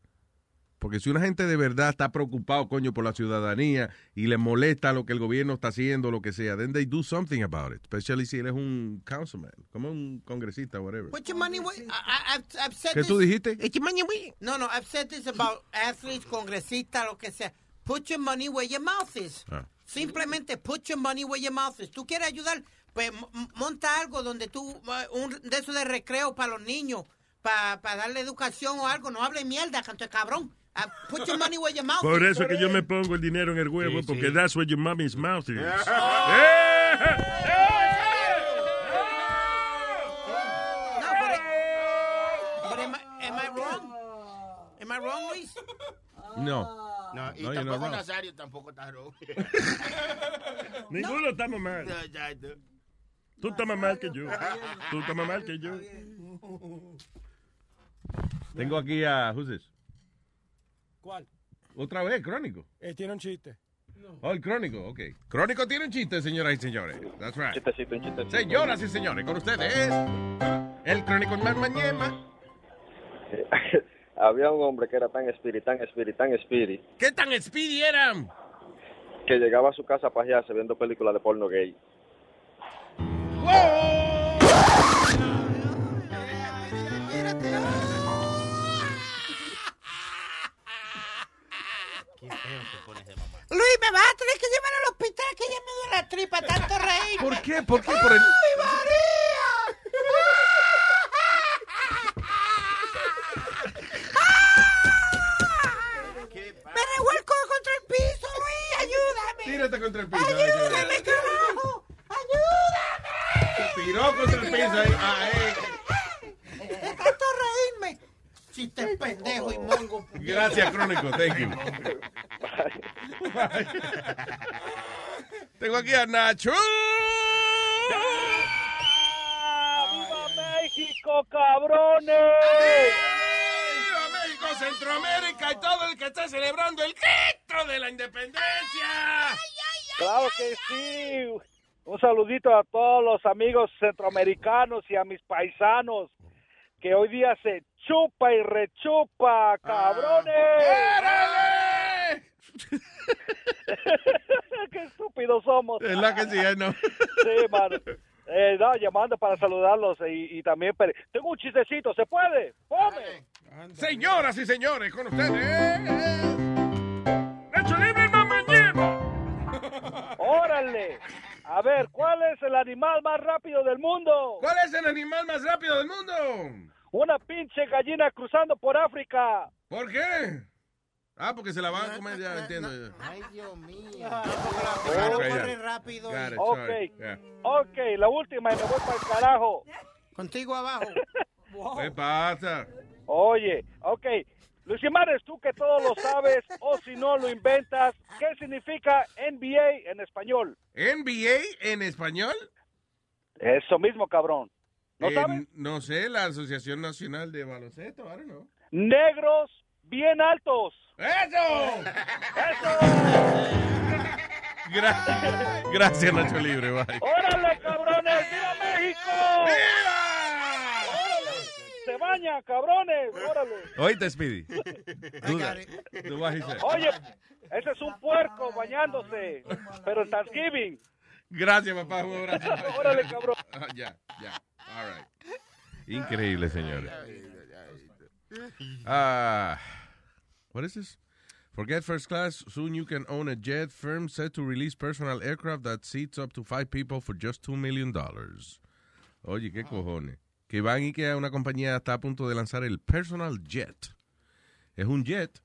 Speaker 10: Porque si una gente de verdad está preocupado, coño, por la ciudadanía y le molesta lo que el gobierno está haciendo, lo que sea, then they do something about it. Especially si él es un councilman, como un congresista, whatever.
Speaker 17: What's your money? Wait, I, I, I've, I've said
Speaker 10: ¿Qué
Speaker 17: this.
Speaker 10: tú dijiste?
Speaker 17: It's your money. Wait. No, no, I've said this about athletes, congresistas, lo que sea. Put your money where your mouth is.
Speaker 10: Ah.
Speaker 17: Simplemente put your money where your mouth is. Tú quieres ayudar, pues m- m- monta algo donde tú, eh, un de eso de recreo para los niños, para darle educación o algo. No hable mierda, canto de cabrón. Ah, put your money where your mouth
Speaker 11: Por
Speaker 17: is.
Speaker 11: eso que yo me pongo el dinero en el huevo, porque that's where your mommy's mouth is.
Speaker 6: ¡Eh!
Speaker 17: Ah.
Speaker 6: ¡Eh!
Speaker 17: No, but, I- but am, I, am I wrong? Am I wrong, Luis?
Speaker 10: No.
Speaker 12: No, y
Speaker 10: No, you're not
Speaker 12: tampoco
Speaker 10: wrong.
Speaker 12: Nazario tampoco está rojo.
Speaker 11: Ninguno estamos mal.
Speaker 12: No, ya, no.
Speaker 11: Tú estás más mal que yo. Tú estás más mal que yo.
Speaker 10: Tengo aquí a, who's this?
Speaker 18: ¿Cuál?
Speaker 10: Otra vez, Crónico.
Speaker 18: Él tiene un chiste.
Speaker 10: Oh, el Crónico, ok. Crónico tiene un chiste, señoras y señores. That's right.
Speaker 27: Chistecito, un chistecito.
Speaker 10: Señoras y señores, con ustedes, el Crónico más mañema.
Speaker 39: Había un hombre que era tan spirit, tan spirit, tan spirit,
Speaker 10: ¿Qué tan speedy eran?
Speaker 39: que llegaba a su casa a pajearse viendo películas de porno gay.
Speaker 17: Luis, me vas a tener que llevar al hospital que ya me duele la tripa, tanto reír.
Speaker 10: ¿Por qué? ¿Por qué? Por el...
Speaker 17: ¡Ah! ¡Me revuelco contra el piso, Luis! ¡Ayúdame!
Speaker 10: Tírate contra el piso.
Speaker 17: ¡Ayúdame, carajo!
Speaker 10: Se tiró contra el piso ahí. Ah, eh.
Speaker 17: ¡De tanto reírme! Chiste pendejo y mongo.
Speaker 10: Gracias, Crónico. Thank you. Tengo aquí a Nacho.
Speaker 6: ¡Viva México, cabrones!
Speaker 15: ¡Viva México, Centroamérica y todo el que está celebrando el grito de la independencia!
Speaker 27: Claro que sí. Un saludito a todos los amigos centroamericanos y a mis paisanos que hoy día se chupa y rechupa, cabrones. Qué estúpidos somos.
Speaker 10: Es la que sí, eh, no.
Speaker 27: Sí, mano. Eh, no, llamando para saludarlos y, y también pero- tengo un chistecito, ¿se puede? ¡Pome!
Speaker 10: Señoras y señores, con ustedes.
Speaker 27: ¡Nacho Libre
Speaker 10: Ah.
Speaker 27: ¡Órale! A ver, ¿cuál es el animal más rápido del mundo?
Speaker 10: ¿Cuál es el animal más rápido del mundo?
Speaker 27: Una pinche gallina cruzando por África.
Speaker 10: ¿Por qué? Ah, porque se la van a comer, ya entiendo.
Speaker 12: Ay, Dios mío. Ah,
Speaker 10: corre
Speaker 17: rápido.
Speaker 10: Got it,
Speaker 27: Ok,
Speaker 10: sorry. Yeah.
Speaker 27: ok, la última y me voy para el carajo.
Speaker 17: Contigo abajo.
Speaker 10: ¿Qué pasa?
Speaker 27: Oye, ok. Luis Jiménez, tú que todo lo sabes, o si no lo inventas, ¿qué significa NBA en español?
Speaker 10: ¿NBA en español?
Speaker 27: Eso mismo, cabrón. ¿No
Speaker 10: Eh,
Speaker 27: sabes?
Speaker 10: No sé, la Asociación Nacional de Baloncesto, I don't know.
Speaker 27: Negros bien altos.
Speaker 10: ¡Eso! Gra- Gracias, Nacho Libre, bye.
Speaker 27: ¡Órale, cabrones! ¡Viva México! ¡Órale! ¡Se baña, cabrones! ¡Órale!
Speaker 10: Oíste, Speedy. Do that. Do what he said.
Speaker 27: Oye, ese es un puerco bañándose, pero en Thanksgiving.
Speaker 10: Gracias, papá. Un abrazo.
Speaker 27: Órale, cabrón.
Speaker 10: Ah, ya, ya. All right. Increíble, señores. Ah, what is this? Forget first class. Soon you can own a jet. Firm set to release personal aircraft that seats up to five people for just two million dollars. Oye, qué cojones. Que van y que una compañía está a punto de lanzar el personal jet. Es un jet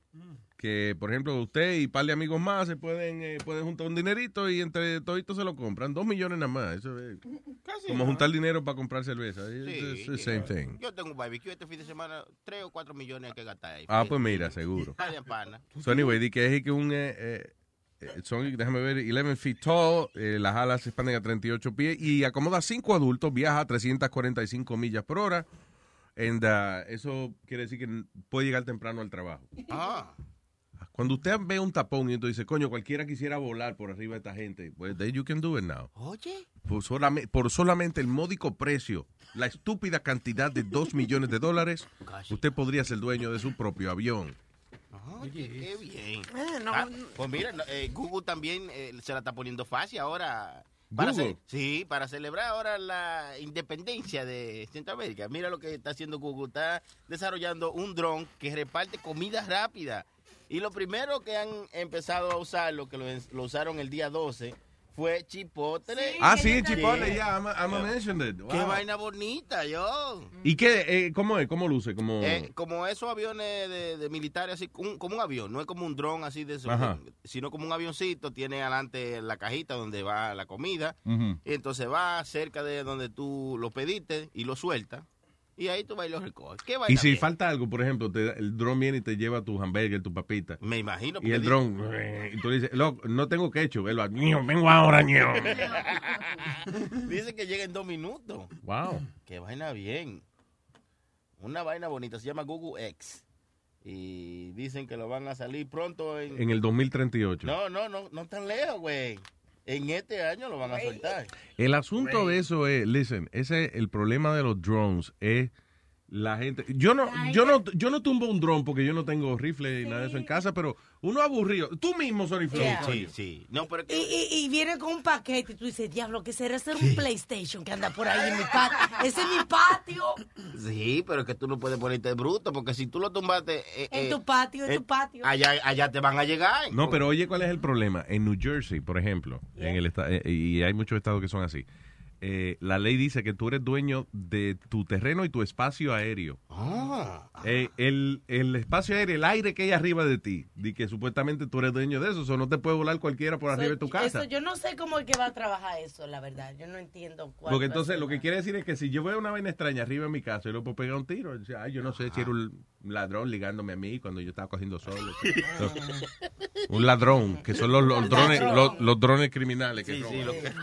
Speaker 10: que, por ejemplo, usted y un par de amigos más se pueden, eh, pueden juntar un dinerito y entre toditos se lo compran. Dos millones nada más. Eso es como juntar dinero para comprar cerveza. It's the same thing.
Speaker 12: Yo tengo un barbecue este fin de semana, 3 o 4 millones hay que gastar ahí.
Speaker 10: Ah, pues mira, seguro.
Speaker 12: Está de pana.
Speaker 10: So anyway, di que es que un... eh, eh, eh, son, déjame ver, 11 feet tall, eh, las alas se expanden a 38 pies y acomoda 5 adultos, viaja a 345 millas por hora. And, uh, eso quiere decir que n- puede llegar temprano al trabajo.
Speaker 12: Ah.
Speaker 10: Cuando usted ve un tapón y entonces dice, coño, cualquiera quisiera volar por arriba de esta gente, pues then you can do it now.
Speaker 12: Oye.
Speaker 10: Por, solame- por solamente el módico precio, la estúpida cantidad de 2 millones de dólares, usted podría ser dueño de su propio avión.
Speaker 12: Oye, qué bien.
Speaker 6: Eh, no,
Speaker 12: Ah,
Speaker 6: no.
Speaker 12: pues mira, no, eh, Google también eh, se la está poniendo fácil ahora. Para
Speaker 6: ¿Google?
Speaker 12: ce- sí, para celebrar ahora la independencia de Centroamérica. Mira lo que está haciendo Google. Está desarrollando un dron que reparte comida rápida. Y lo primero que han empezado a usarlo, que lo, ens- lo usaron el día 12, fue Chipotle.
Speaker 10: Ah, sí, Chipotle, yeah, I'm a- I'm a mentioned it.
Speaker 12: Qué
Speaker 10: Wow.
Speaker 12: vaina bonita, yo.
Speaker 10: ¿Y qué? eh, ¿Cómo es? ¿Cómo luce? Como...
Speaker 12: Eh, como esos aviones de, de militares, así un- como un avión, no es como un dron así de eso,
Speaker 10: Ajá.
Speaker 12: sino como un avioncito, tiene adelante la cajita donde va la comida,
Speaker 10: Ujú.
Speaker 12: y entonces va cerca de donde tú lo pediste y lo sueltas, y ahí tú vas y lo recoges. ¿Qué
Speaker 10: Y
Speaker 12: vaina
Speaker 10: si
Speaker 12: bien?
Speaker 10: falta algo, por ejemplo, te da- el dron viene y te lleva tu hamburger, tu papita.
Speaker 12: Me imagino.
Speaker 10: Y
Speaker 12: porque
Speaker 10: el
Speaker 12: di-
Speaker 10: dron, y tú le dices, loco, no tengo quecho. Él va, "Ño, vengo ahora, ño.
Speaker 12: Dice que llega en dos minutos.
Speaker 10: Wow.
Speaker 12: Qué vaina bien. Una vaina bonita, se llama Google X. Y dicen que lo van a salir pronto en...
Speaker 10: En el 2038.
Speaker 12: No, no, no, no tan lejos, güey. En este año lo van a soltar.
Speaker 10: El asunto de eso es, listen, ese es el problema de los drones, es la gente. Yo no, yo no, yo no tumbo un dron porque yo no tengo rifle y nada de eso en casa, pero uno aburrido. Tú mismo, Sony Flow.
Speaker 21: Yeah.
Speaker 10: coño.
Speaker 12: Sí, sí. No, pero
Speaker 21: Y, y, y viene con un paquete y tú dices, diablo, ¿qué será ser un PlayStation que anda por ahí en mi patio? Ese es mi patio.
Speaker 12: Sí, pero es que tú no puedes ponerte bruto, porque si tú lo tumbaste... eh,
Speaker 21: En
Speaker 12: eh,
Speaker 21: tu patio, en
Speaker 12: eh,
Speaker 21: tu patio.
Speaker 12: Allá, allá te van a llegar.
Speaker 10: No, pero oye, ¿cuál es el problema? En New Jersey, por ejemplo, en el esta- eh, y hay muchos estados que son así. eh, la ley dice que tú eres dueño de tu terreno y tu espacio aéreo.
Speaker 21: Ah.
Speaker 10: Eh, el, el espacio aéreo, el aire que hay arriba de ti, di que supuestamente tú eres dueño de eso, o sea, no te puede volar cualquiera por arriba de tu casa.
Speaker 21: Eso, yo no sé cómo es que va a trabajar eso, la verdad. Yo no entiendo cuál.
Speaker 10: Porque
Speaker 21: va a
Speaker 10: entonces
Speaker 21: ser.
Speaker 10: lo que quiere decir es que si yo veo una vaina extraña arriba en mi casa, yo le puedo pegar un tiro. O sea, ay, yo no sé si era un ladrón ligándome a mí cuando yo estaba cogiendo solo. No. un ladrón, que son los, los drones, los, los drones criminales. Que roban.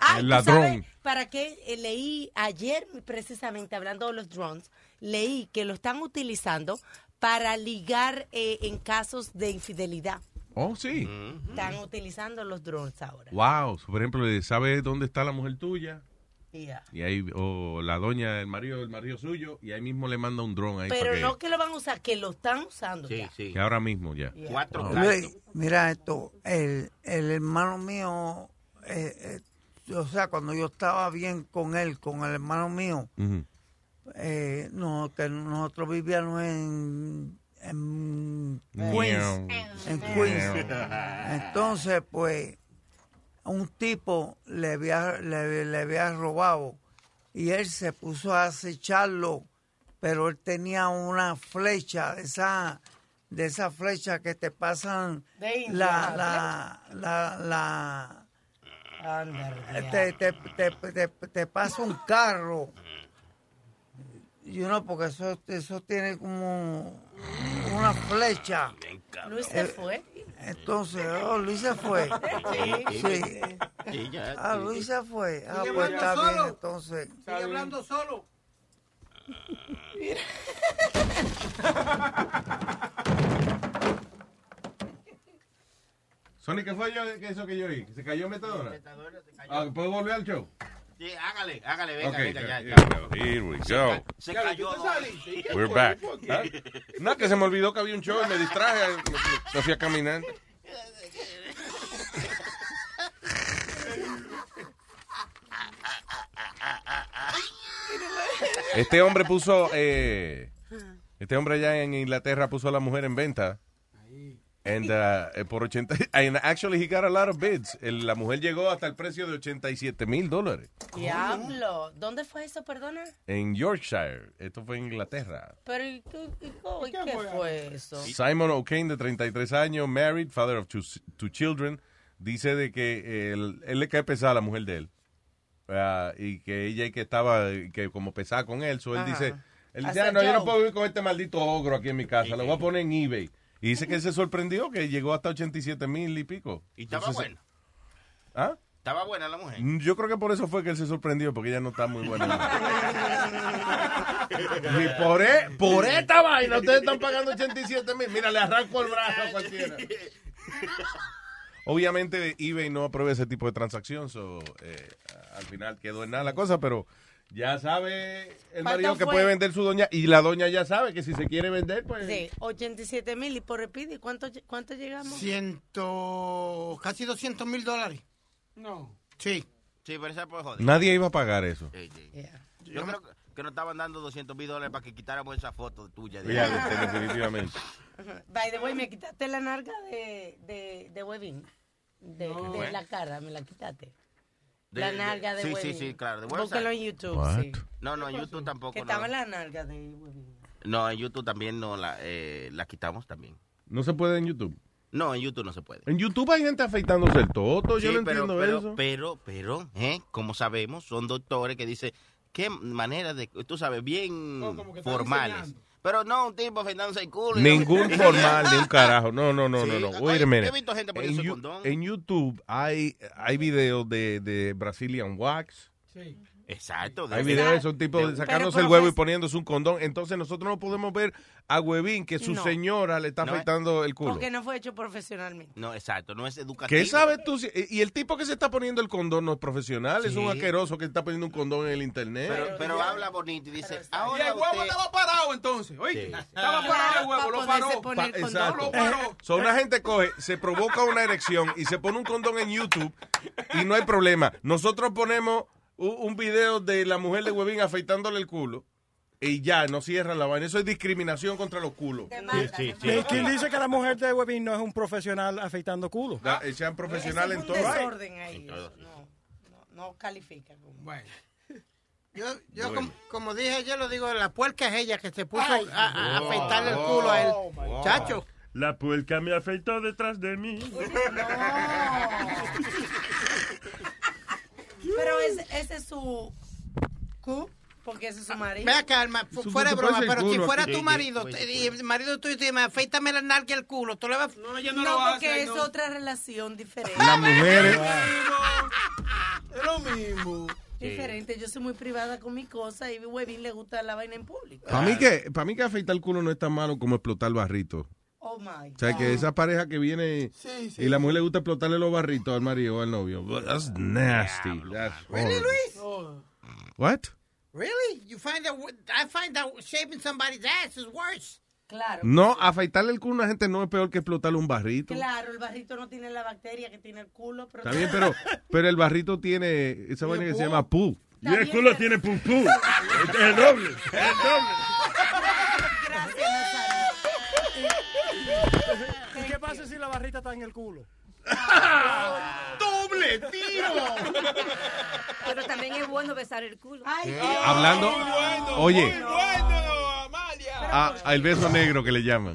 Speaker 21: Ah,
Speaker 10: El
Speaker 21: ¿tú
Speaker 10: ladrón.
Speaker 21: sabes ¿Para qué Eh, leí ayer, precisamente hablando de los drones, leí que lo están utilizando para ligar eh, en casos de infidelidad?
Speaker 10: Oh, sí.
Speaker 21: Están utilizando los drones ahora.
Speaker 10: Wow. Por ejemplo, ¿sabes dónde está la mujer tuya?
Speaker 21: Ya.
Speaker 10: Y ahí, o la doña, el marido, el marido suyo, y ahí mismo le manda un dron ahí. para
Speaker 21: Pero
Speaker 10: que-
Speaker 21: no que lo van a usar, que lo están usando ya.
Speaker 10: Que ahora mismo ya. Oh.
Speaker 12: Cuatro
Speaker 10: Wow.
Speaker 19: Luis, mira esto, el, el hermano mío, eh, eh, o sea, cuando yo estaba bien con él, con el hermano mío,
Speaker 6: Ujú.
Speaker 19: eh, no, que nosotros vivíamos en, en Queens.
Speaker 6: Meow.
Speaker 19: En Queens.
Speaker 6: Meow.
Speaker 19: Entonces, pues, un tipo le había, le, le había robado y él se puso a acecharlo, pero él tenía una flecha, esa de esa flecha que te pasan
Speaker 21: De India,
Speaker 19: la, la, la, la- te, te, te, te, te pasa un carro. Y uno, porque eso, eso tiene como una flecha.
Speaker 21: Luis se
Speaker 19: Eh,
Speaker 21: fue.
Speaker 19: Entonces, oh, Luis se fue.
Speaker 6: Sí.
Speaker 19: Sí.
Speaker 12: Sí, ya,
Speaker 19: Ah,
Speaker 12: sí.
Speaker 19: Luis se fue. Ah,
Speaker 17: Y
Speaker 19: pues
Speaker 17: hablando
Speaker 19: está bien,
Speaker 17: solo.
Speaker 19: entonces.
Speaker 17: Sigue hablando solo.
Speaker 10: Sony, ¿qué fue yo, que eso que yo oí? ¿Se cayó Metadona? Ah, ¿Puedo volver al show?
Speaker 12: Sí, hágale, hágale, venga,
Speaker 10: Ok,
Speaker 12: venga, ya,
Speaker 10: here
Speaker 12: ya.
Speaker 10: we go, Here we go.
Speaker 12: Se cayó.
Speaker 10: We're back. Ah, No, que se me olvidó que había un show y me distraje. eh, Me, me fui a caminar. Este hombre puso. eh, este hombre allá en Inglaterra puso a la mujer en venta. And, uh, eh, por 80. And actually, he got a lot of bids. El- la mujer llegó hasta el precio de 87 mil dólares
Speaker 21: Diablo. ¿Dónde fue eso, perdona?
Speaker 10: en Yorkshire. Esto fue en Inglaterra.
Speaker 21: Pero, ¿y tú- y cómo- y qué fue eso?
Speaker 10: Simon O'Kane, de 33 años, married, father of two, two children, dice de que él, él le cae pesada a la mujer de él. Ah, y que ella y que estaba y que como pesada con él. So él
Speaker 6: Ajá.
Speaker 10: dice, él dice,
Speaker 6: Hacer
Speaker 10: "Ah, no, yo no
Speaker 6: show".
Speaker 10: puedo vivir con este maldito ogro aquí en mi casa, lo voy a poner en eBay. Y dice que él se sorprendió que llegó hasta 87 mil y pico.
Speaker 12: Y estaba
Speaker 10: Entonces, ¿Ah?
Speaker 12: Estaba buena la mujer.
Speaker 10: Yo creo que por eso fue que él se sorprendió, porque ella no está muy buena. Y por, e- por esta vaina ustedes están pagando 87 mil. Mira, le arranco el brazo a cualquiera. Obviamente eBay no aprueba ese tipo de transacción, so, eh, al final quedó en nada la cosa, pero Ya sabe el
Speaker 21: ¿Cuánto
Speaker 10: marido que
Speaker 21: fue?
Speaker 10: puede vender su doña y la doña ya sabe que si se quiere vender, pues...
Speaker 21: Sí, 87 mil. Y por repetir, ¿cuánto, ¿cuánto llegamos?
Speaker 17: Ciento, casi 200 mil dólares. No. Sí.
Speaker 12: Sí, pero esa pues joder.
Speaker 10: Nadie iba a pagar eso.
Speaker 12: Sí, sí. Yo creo que- que nos estaban dando 200 mil dólares para que quitáramos esa foto tuya. de-
Speaker 10: Ya, este, definitivamente.
Speaker 21: By the way, me quitaste la narga de, de, de Webin. De,
Speaker 12: No.
Speaker 21: de
Speaker 12: ¿Eh?
Speaker 21: la cara, me la quitaste.
Speaker 12: de-
Speaker 21: la narga de
Speaker 12: Sí,
Speaker 21: Webin.
Speaker 12: sí, sí, claro. De
Speaker 21: Búsquelo en
Speaker 12: website.
Speaker 21: YouTube, sí.
Speaker 12: No, no, en YouTube
Speaker 21: Que
Speaker 12: tampoco. No.
Speaker 21: estaba la narga de Webin.
Speaker 12: no, en YouTube también no la, eh, la quitamos también.
Speaker 10: No se puede en YouTube.
Speaker 12: No, en YouTube no se puede.
Speaker 10: En YouTube hay gente afeitándose el toto, yo
Speaker 12: Sí,
Speaker 10: no
Speaker 12: pero,
Speaker 10: entiendo
Speaker 12: pero,
Speaker 10: eso.
Speaker 12: Pero, pero, ¿eh? como sabemos, son doctores que dicen, qué manera de, tú sabes, bien formales. Pero no un tipo afeitándose el culo. y-
Speaker 10: Ningún formal, ni un carajo. No, no, no, no, no.
Speaker 12: Ay,
Speaker 10: Wait a
Speaker 12: yo he
Speaker 10: minute.
Speaker 12: visto gente
Speaker 10: en,
Speaker 12: poniéndose
Speaker 10: Yu-
Speaker 12: condón.
Speaker 10: en YouTube hay, hay videos de, de Brazilian Wax.
Speaker 12: Exacto.
Speaker 10: Hay videos de esos tipos de sacándose el
Speaker 12: pues
Speaker 10: huevo y poniéndose un condón. Entonces nosotros no podemos ver a Huevín que su
Speaker 21: No.
Speaker 10: señora le está
Speaker 12: No, eh.
Speaker 10: afeitando el culo.
Speaker 21: Porque no fue hecho profesionalmente.
Speaker 12: No, exacto, no es educativo.
Speaker 10: ¿Qué sabes tú? si- eh, y el tipo que se está poniendo el condón no es profesional, es
Speaker 12: Sí.
Speaker 10: un asqueroso que está poniendo un condón en el internet.
Speaker 12: Pero, pero habla bonito y dice, ahora
Speaker 4: Y el huevo
Speaker 12: usted-
Speaker 4: estaba parado entonces, oye.
Speaker 17: Ah,
Speaker 4: Estaba
Speaker 12: Sí.
Speaker 4: parado el
Speaker 12: Claro,
Speaker 4: huevo,
Speaker 12: para
Speaker 4: lo
Speaker 12: ponerse
Speaker 4: paró.
Speaker 12: poner
Speaker 4: Pa-
Speaker 12: condón.
Speaker 4: exacto. Eh, Lo paró.
Speaker 10: So, una gente coge, se provoca una erección y se pone un condón en YouTube y no hay problema. Nosotros ponemos u- un, video de la mujer de Huevín afeitándole el culo y ya, no cierran la vaina. Eso es discriminación contra los culos.
Speaker 18: ¿Y ¿Quién dice que la mujer de Webin no es un profesional afeitando culo?
Speaker 10: Da- eh, Sean profesionales en
Speaker 21: Un
Speaker 10: todo.
Speaker 21: desorden ahí. eso No, no, no califica. como-
Speaker 17: Yo, yo
Speaker 21: Bueno.
Speaker 17: com- como dije ayer, lo digo, la puerca es ella que se puso a, a- a
Speaker 11: Wow.
Speaker 17: afeitarle el culo a él.
Speaker 11: Oh
Speaker 17: Chacho.
Speaker 11: La puerca me afeitó detrás de mí.
Speaker 21: Pero es- ese es su cu, porque ese es su marido.
Speaker 17: Ve acá, alma, Ah, fu- fuera de
Speaker 21: tú pasas
Speaker 17: broma,
Speaker 21: el
Speaker 17: pero si
Speaker 21: culo
Speaker 17: fuera
Speaker 21: aquí.
Speaker 17: tu
Speaker 21: Sí,
Speaker 17: marido,
Speaker 21: sí,
Speaker 17: te-
Speaker 21: sí,
Speaker 17: y el marido tuyo te dice, afeítame la narga y el culo, tú le vas...
Speaker 21: No,
Speaker 17: no lo va a
Speaker 21: porque
Speaker 17: hacer,
Speaker 21: es
Speaker 17: no.
Speaker 21: otra relación diferente.
Speaker 10: Las mujeres.
Speaker 21: Es lo mismo.
Speaker 10: Sí.
Speaker 21: Diferente, yo soy muy privada con mi cosa y a Webin le gusta la vaina en público.
Speaker 10: Para mí, que, para mí que afeitar el culo no es tan malo como explotar barritos.
Speaker 21: Oh my.
Speaker 10: O sea, que esa pareja que viene y la mujer le gusta explotarle los barritos al marido o al novio. That's nasty. That's
Speaker 17: Really,
Speaker 10: horrible.
Speaker 17: Luis?
Speaker 10: What?
Speaker 17: Really? You find that, I find that shaving somebody's ass is worse.
Speaker 21: Claro.
Speaker 10: No, afeitarle el culo a una gente no es peor que explotarle un barrito.
Speaker 21: Claro, el barrito no tiene la bacteria que tiene el culo, pero
Speaker 10: Está bien, pero, pero el barrito tiene esa vaina que se llama pu.
Speaker 21: Y el
Speaker 11: culo tiene pum pum.
Speaker 10: Es doble.
Speaker 18: ¿Y qué pasa si la barrita está en el culo?
Speaker 4: ¡Doble
Speaker 14: ¡Ah! Pero también es bueno besar el culo.
Speaker 10: Hablando. Oye. Ah,
Speaker 14: Pero-
Speaker 10: el beso negro que le llaman.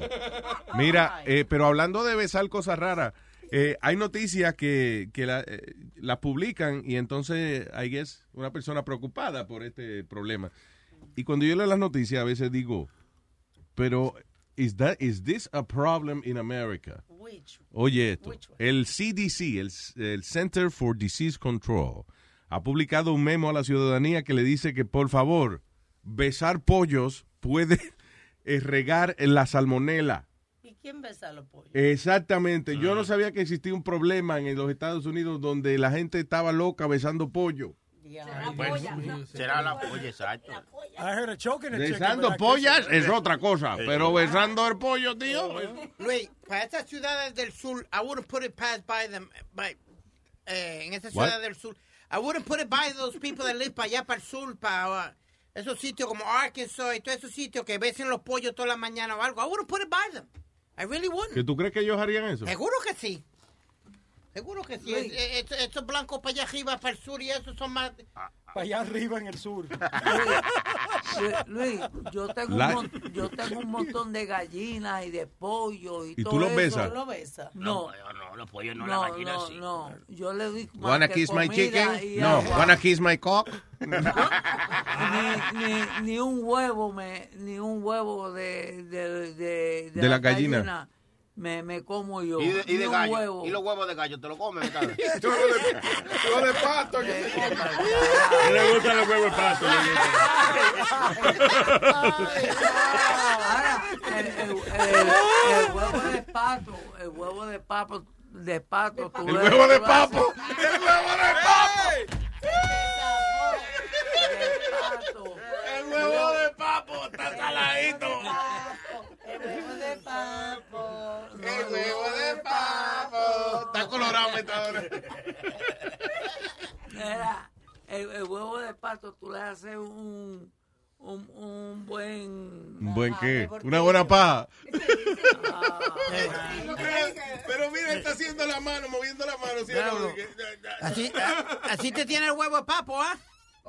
Speaker 10: Mira, eh, pero hablando de besar cosas raras, eh, hay noticias que, que la- eh, las publican y entonces I guess, una persona preocupada por este problema. Y cuando yo leo las noticias a veces digo, pero is that is this a problem in America? Oye esto, el CDC, el, el Center for Disease Control, ha publicado un memo a la ciudadanía que le dice que por favor besar pollos puede eh, regar la salmonela.
Speaker 21: ¿y quién besa los pollos?
Speaker 10: Exactamente. Yo no sabía que existía un problema en los Estados Unidos donde la gente estaba loca besando pollo.
Speaker 12: Pues, será la polla, exacto.
Speaker 18: I
Speaker 10: Ah,
Speaker 18: heard a choking a chicken with
Speaker 10: Besando
Speaker 18: that
Speaker 10: pollas
Speaker 18: kiss.
Speaker 10: es otra cosa, pero besando el pollo, tío.
Speaker 17: Luis, para estas ciudades del sur, I wouldn't put it past by them, by, eh, en estas
Speaker 10: What?
Speaker 17: ciudades del sur, I wouldn't put it by those people that live para allá, para el sur, para uh, esos sitios como Arkansas y todos esos sitios que besen los pollos toda la mañana o algo. I wouldn't put it by them. I really wouldn't.
Speaker 10: ¿Que tú crees que ellos harían eso?
Speaker 17: Seguro que sí. Seguro que sí.
Speaker 18: Luis.
Speaker 17: Es- es- estos blancos para allá arriba, para el sur y esos son más...
Speaker 10: Ah,
Speaker 18: Para allá arriba en el sur.
Speaker 19: Luis, yo tengo, un
Speaker 10: La-
Speaker 19: mon- yo tengo un montón de gallinas y de pollo y,
Speaker 10: ¿Y tú
Speaker 19: todo
Speaker 10: los
Speaker 19: eso.
Speaker 10: besas? ¿Tú
Speaker 19: lo
Speaker 10: los
Speaker 19: besas?
Speaker 12: No,
Speaker 19: No,
Speaker 12: no, no, los pollos no, la
Speaker 19: no,
Speaker 12: gallina
Speaker 19: no,
Speaker 12: sí.
Speaker 19: no. Yo le doy más
Speaker 10: Wanna
Speaker 19: que
Speaker 10: kiss my
Speaker 19: comida
Speaker 10: chicken?
Speaker 19: y
Speaker 10: No.
Speaker 19: agua.
Speaker 10: Wanna kiss my cock?
Speaker 19: Ni, ni- ni un huevo me, ni un huevo de de, de,
Speaker 10: De la gallina.
Speaker 19: me, me como yo.
Speaker 12: Y de, y
Speaker 19: Ni
Speaker 12: de
Speaker 19: un
Speaker 12: gallo.
Speaker 19: huevo.
Speaker 12: Y los huevos de gallo, te lo comes, ¿verdad?
Speaker 10: de pato.
Speaker 11: Le gustan los huevos de pato. le gustan.
Speaker 19: Ahora, el, el- el- el huevo de pato, el huevo de papo, de pato. tú
Speaker 6: El
Speaker 19: le-
Speaker 6: huevo
Speaker 19: tú
Speaker 6: de
Speaker 19: le-
Speaker 6: papo. El huevo de papo.
Speaker 15: huevo de papo está saladito. El huevo de papo.
Speaker 10: Está colorado, metadona.
Speaker 19: Mira, el, el huevo de pato tú le haces un, un, un buen...
Speaker 10: ¿Un buen qué? Una buena paja.
Speaker 19: Ah,
Speaker 15: Pero mira, está haciendo la mano, moviendo la mano.
Speaker 10: Diablo.
Speaker 17: Así, a- así te tiene el huevo de papo, ¿ah?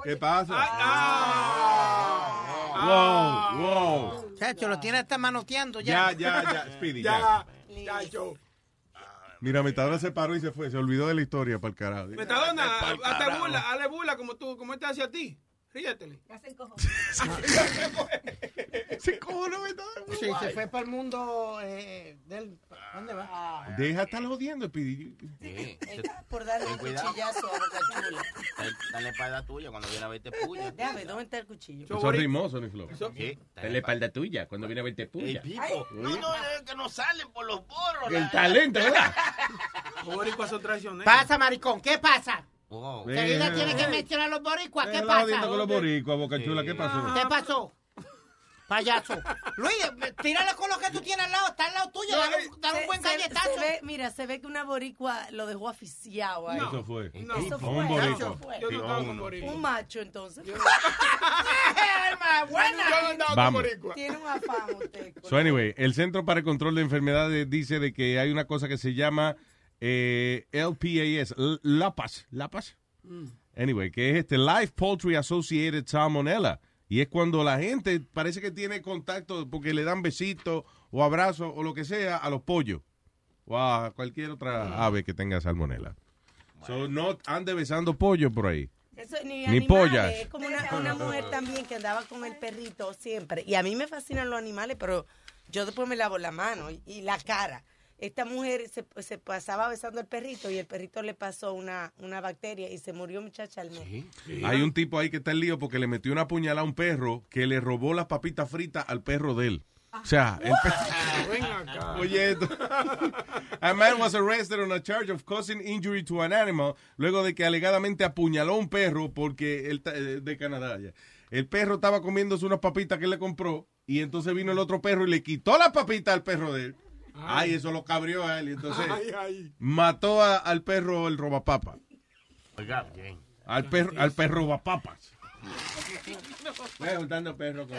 Speaker 10: ¿Qué pasa?
Speaker 15: Ah.
Speaker 10: Ah. Wow, wow.
Speaker 17: Chacho, lo tiene hasta manoteando
Speaker 10: Ya,
Speaker 17: ya.
Speaker 10: ya, ya, Speedy,
Speaker 4: Ya, ya, yo.
Speaker 10: Mira, metadona se paró y se fue. Se olvidó de la historia para el carajo.
Speaker 4: Metadona,
Speaker 10: Pa'l
Speaker 4: hazte
Speaker 10: carajo.
Speaker 4: burla, hazle burla como tú, como él te hace a ti. Ríetele.
Speaker 45: Ya se encojó.
Speaker 10: Se cojonó, Metadona.
Speaker 17: Sí, se fue para el mundo eh, del... ¿Dónde va?
Speaker 10: Deja estar jodiendo, Speedy.
Speaker 21: Por darle
Speaker 12: Ten
Speaker 21: un
Speaker 12: cuidado.
Speaker 21: cuchillazo a Boca Chula.
Speaker 12: Dale- Dale espalda tuya cuando viene a verte puya.
Speaker 21: Déjame, ¿dónde está el cuchillo?
Speaker 10: Eso rimó, Sony Flow.
Speaker 12: Sí.
Speaker 10: Es la espalda tuya cuando viene a verte puya.
Speaker 12: No, no, es que no salen por los poros.
Speaker 10: El talento, ¿verdad?
Speaker 4: Los boricuas son traicioneros.
Speaker 17: Pasa, maricón, ¿qué pasa?
Speaker 12: Wow.
Speaker 17: Seguida
Speaker 10: Eh,
Speaker 17: tiene que
Speaker 10: eh.
Speaker 17: mencionar a los boricuas, ¿qué
Speaker 10: Déjala jodiendo con los
Speaker 17: pasa? Ah.
Speaker 10: boricuas, Boca Chula, ¿qué pasó?
Speaker 17: ¿Qué pasó? Payaso. Luis, me- tírale con lo que tú tienes al lado, está al lado tuyo, dale un, dale un
Speaker 21: Se-
Speaker 17: buen
Speaker 21: se-
Speaker 17: galletazo.
Speaker 21: se ve- mira, se ve que una boricua lo dejó aficiado ahí.
Speaker 10: Eso fue.
Speaker 21: No. Eso fue.
Speaker 10: Un boricua.
Speaker 21: Eso fue.
Speaker 10: Yo no estaba con boricua.
Speaker 21: Un macho, entonces.
Speaker 17: ¡Alma, buena!
Speaker 15: Yo no andaba con
Speaker 10: Vamos.
Speaker 15: boricua.
Speaker 21: Tiene un afán usted.
Speaker 10: So anyway, el Centro para el Control de Enfermedades dice de que hay una cosa que se llama eh, LPAS, L- LAPAS, LAPAS. Anyway, que es este Live Poultry Associated Salmonella. Y es cuando la gente parece que tiene contacto porque le dan besitos o abrazos o lo que sea a los pollos o a cualquier otra ave que tenga salmonella. So, no ande besando pollo por ahí.
Speaker 21: Eso,
Speaker 10: Ni
Speaker 21: ni animales,
Speaker 10: pollas.
Speaker 21: Es como una, una mujer también que andaba con el perrito siempre. Y a mí me fascinan los animales, pero yo después me lavo la mano y, y la cara. Esta mujer se, se pasaba besando al perrito y el perrito le pasó una, una bacteria y se murió muchacha al mes.
Speaker 10: Hay un tipo ahí que está en lío porque le metió una puñalada a un perro que le robó las papitas fritas al perro de él. O sea, el perro...
Speaker 4: Ven acá.
Speaker 10: Oye, esto. a man was arrested on a charge of causing injury to an animal luego de que alegadamente apuñaló a un perro porque él ta- eh, de Canadá ya. El perro estaba comiéndose unas papitas que le compró y entonces vino el otro perro y le quitó las papitas al perro de él. Ay, eso lo cabrió a él y entonces
Speaker 15: Ay, ay.
Speaker 10: mató a- al perro el robapapa.
Speaker 12: Oiga, bien.
Speaker 10: Al perro, al perro robapapas. Voy juntando perro con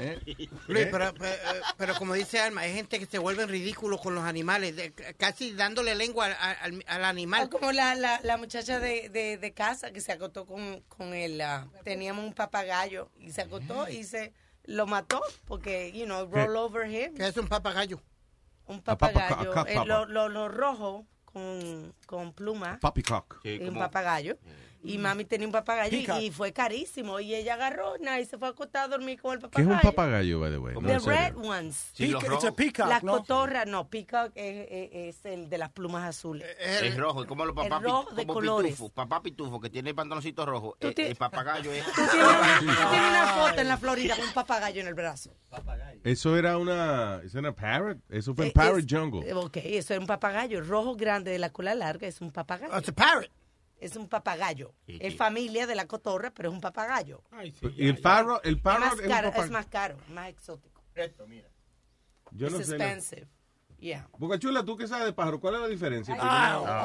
Speaker 10: Eh,
Speaker 17: Luis, pero, pero, eh, pero como dice Alma, hay gente que se vuelve ridículo con los animales, de- casi dándole lengua al, al- al animal.
Speaker 21: O Ah, como la, la, la muchacha de, de, de casa que se acostó con, con él. ah, teníamos un papagayo y se acostó y se lo mató porque, you know, roll
Speaker 17: ¿Qué?
Speaker 21: over him.
Speaker 17: ¿Qué es un papagayo?
Speaker 21: Un
Speaker 10: A papaca-
Speaker 21: papagayo.
Speaker 10: a ca-
Speaker 21: eh,
Speaker 10: papa.
Speaker 21: lo, lo, lo rojo con, con pluma.
Speaker 10: Poppycock.
Speaker 21: y un papagayo.
Speaker 17: eh.
Speaker 21: Y mami tenía un papagayo y- y, fue carísimo. Y ella agarró nada, y se fue a acostar a dormir con el
Speaker 10: ¿Qué es
Speaker 21: papagayo.
Speaker 10: un papagayo, by the way? No,
Speaker 21: The
Speaker 10: en serio.
Speaker 21: red ones.
Speaker 10: Sí, los Peacock, it's a rojos.
Speaker 21: Las
Speaker 10: peacock,
Speaker 21: la
Speaker 10: ¿no?
Speaker 21: cotorra, no, peacock es, es- es el de las plumas azules.
Speaker 12: El rojo, es como los papá
Speaker 21: El rojo
Speaker 12: pi-
Speaker 21: de
Speaker 12: como
Speaker 21: colores.
Speaker 12: pitufo, papá pitufo que tiene el pantaloncito rojo,
Speaker 21: Tú
Speaker 12: eh,
Speaker 21: ti-
Speaker 12: el papagayo es
Speaker 21: Tiene una foto en la Florida con un papagayo en el brazo.
Speaker 10: Eso era una. Eso era parrot. Eso fue en
Speaker 21: Eh,
Speaker 10: Parrot
Speaker 21: es-
Speaker 10: Jungle.
Speaker 21: eh, Ok, eso es un papagayo. Rojo grande de la cola larga es un papagayo. Es un papagayo.
Speaker 10: Sí,
Speaker 21: Es
Speaker 10: sí. Pues,
Speaker 21: familia de la cotorra, pero es un papagayo.
Speaker 10: Y el parrot, el
Speaker 21: Es más
Speaker 10: parrot es un
Speaker 21: caro,
Speaker 10: papagayo.
Speaker 21: es más caro, más exótico. Esto, mira.
Speaker 10: Yo no
Speaker 21: It's
Speaker 10: sé.
Speaker 21: expensive. Yeah.
Speaker 10: Bocachula, ¿tú qué sabes de pájaro? ¿Cuál es la diferencia?
Speaker 21: Ah,
Speaker 10: Entre-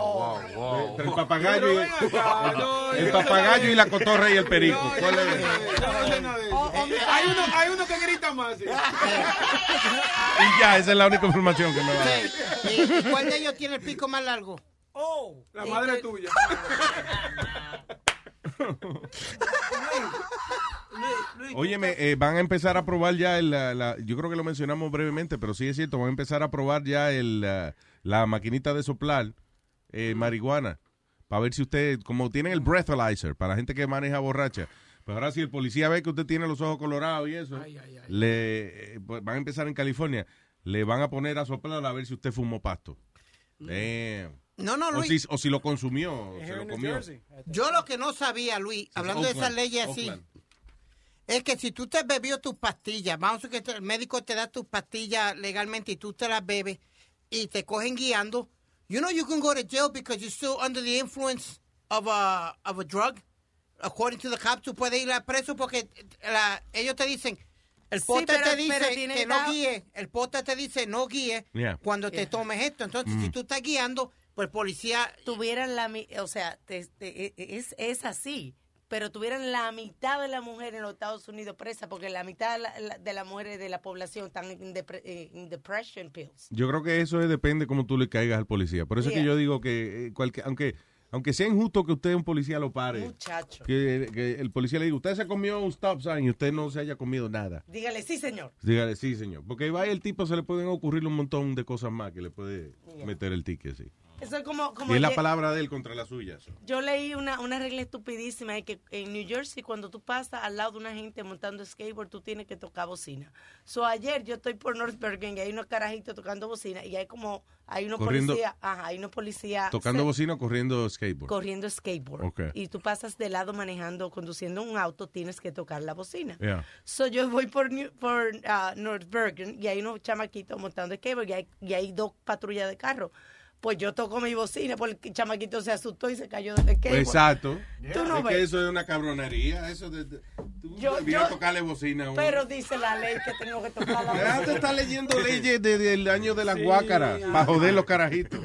Speaker 12: wow, wow.
Speaker 10: Entre el papagayo
Speaker 15: Pero
Speaker 10: y,
Speaker 15: ven acá, no,
Speaker 10: el
Speaker 15: yo no
Speaker 10: papagayo
Speaker 15: sé.
Speaker 10: y la cotorra y el perico. ¿Cuál es?
Speaker 4: Eh, Hay uno, hay uno que grita más. sí.
Speaker 10: Y ya, esa es la única información que me va a dar.
Speaker 17: ¿Y, Eh, y cuál de ellos tiene el pico más largo? Eh,
Speaker 4: Oh, la madre tuya.
Speaker 10: Óyeme, eh, van a empezar a probar ya el, la, la- yo creo que lo mencionamos brevemente, pero sí es cierto, van a empezar a probar ya el, la, la maquinita de soplar eh, marihuana, para ver si usted, como tienen el breathalyzer, para la gente que maneja borracha, pues ahora si el policía ve que usted tiene los ojos colorados y eso, le eh, pues van a empezar en California, le van a poner a soplar a ver si usted fumó pasto. Damn.
Speaker 17: Mm. No, no,
Speaker 10: o
Speaker 17: Luis.
Speaker 10: si, o si lo consumió, o se lo comió.
Speaker 17: Yo lo que no sabía, Luis, hablando de esas
Speaker 10: Oakland,
Speaker 17: leyes así,
Speaker 10: Oakland.
Speaker 17: es que si tú te bebió tus pastillas, vamos a decir que te- el médico te da tus pastillas legalmente y tú te las bebes y te cogen guiando, you know you can go to jail because you're still under the influence of a, of a drug. according to the cops, tú puedes ir a preso porque la- ellos te dicen, el
Speaker 21: Sí,
Speaker 17: pota
Speaker 21: pero-
Speaker 17: te dice
Speaker 21: pero tiene
Speaker 17: que no
Speaker 21: edad.
Speaker 17: guíe, el pota te dice no guíe
Speaker 21: Yeah.
Speaker 17: cuando te
Speaker 21: Yeah.
Speaker 17: tomes esto. Entonces,
Speaker 21: Mm.
Speaker 17: si tú estás guiando, pues policía...
Speaker 21: Tuvieran la... mi- O sea, te- te- e- e- es, es así. Pero tuvieran la mitad de las mujeres en los Estados Unidos presas porque la mitad de la- la- de las mujeres de la población están en, depre- eh, en depression pills.
Speaker 10: Yo creo que eso es- depende cómo tú le caigas al policía. Por eso es que
Speaker 21: Yeah.
Speaker 10: yo digo que, eh, cualquier- aunque, aunque sea injusto que usted un policía lo pare,
Speaker 21: Muchacho.
Speaker 10: que, que el policía le diga, usted se comió un stop sign y usted no se haya comido nada.
Speaker 21: Dígale, sí, señor.
Speaker 10: Dígale, sí, señor. Porque ahí va el tipo, se le pueden ocurrir un montón de cosas más que le puede
Speaker 21: Yeah.
Speaker 10: meter el ticket, sí.
Speaker 21: Eso es como... como
Speaker 10: Y es la
Speaker 21: ye-
Speaker 10: palabra de él contra la suya. so.
Speaker 21: Yo leí una, una regla estupidísima de que en New Jersey cuando tú pasas al lado de una gente montando skateboard, tú tienes que tocar bocina. So ayer yo estoy por North Bergen y hay unos carajitos tocando bocina y hay como, hay unos
Speaker 10: Corriendo-
Speaker 21: policías, ajá, hay unos policías
Speaker 10: Tocando
Speaker 21: se-
Speaker 10: bocina o corriendo skateboard.
Speaker 21: corriendo skateboard.
Speaker 10: Ok.
Speaker 21: Y tú pasas de lado manejando, conduciendo un auto, tienes que tocar la bocina.
Speaker 10: Yeah.
Speaker 21: So yo voy por, New- por ah, North Bergen y hay unos chamaquitos montando skateboard y hay, y hay dos patrullas de carro. Pues yo toco mi bocina porque el chamaquito se asustó y se cayó del skateboard.
Speaker 10: Pues, Exacto.
Speaker 21: Tú no
Speaker 10: Es
Speaker 21: ves.
Speaker 10: que eso es una cabronería. Eso de, de- tú
Speaker 21: Yo-
Speaker 10: debías
Speaker 21: yo-
Speaker 10: tocarle bocina a uno.
Speaker 21: Pero dice la ley que tengo que tocar la
Speaker 10: Ya Ah, te
Speaker 21: bocina.
Speaker 10: está leyendo leyes de- del año de las
Speaker 21: Sí.
Speaker 10: guácaras para joder los carajitos.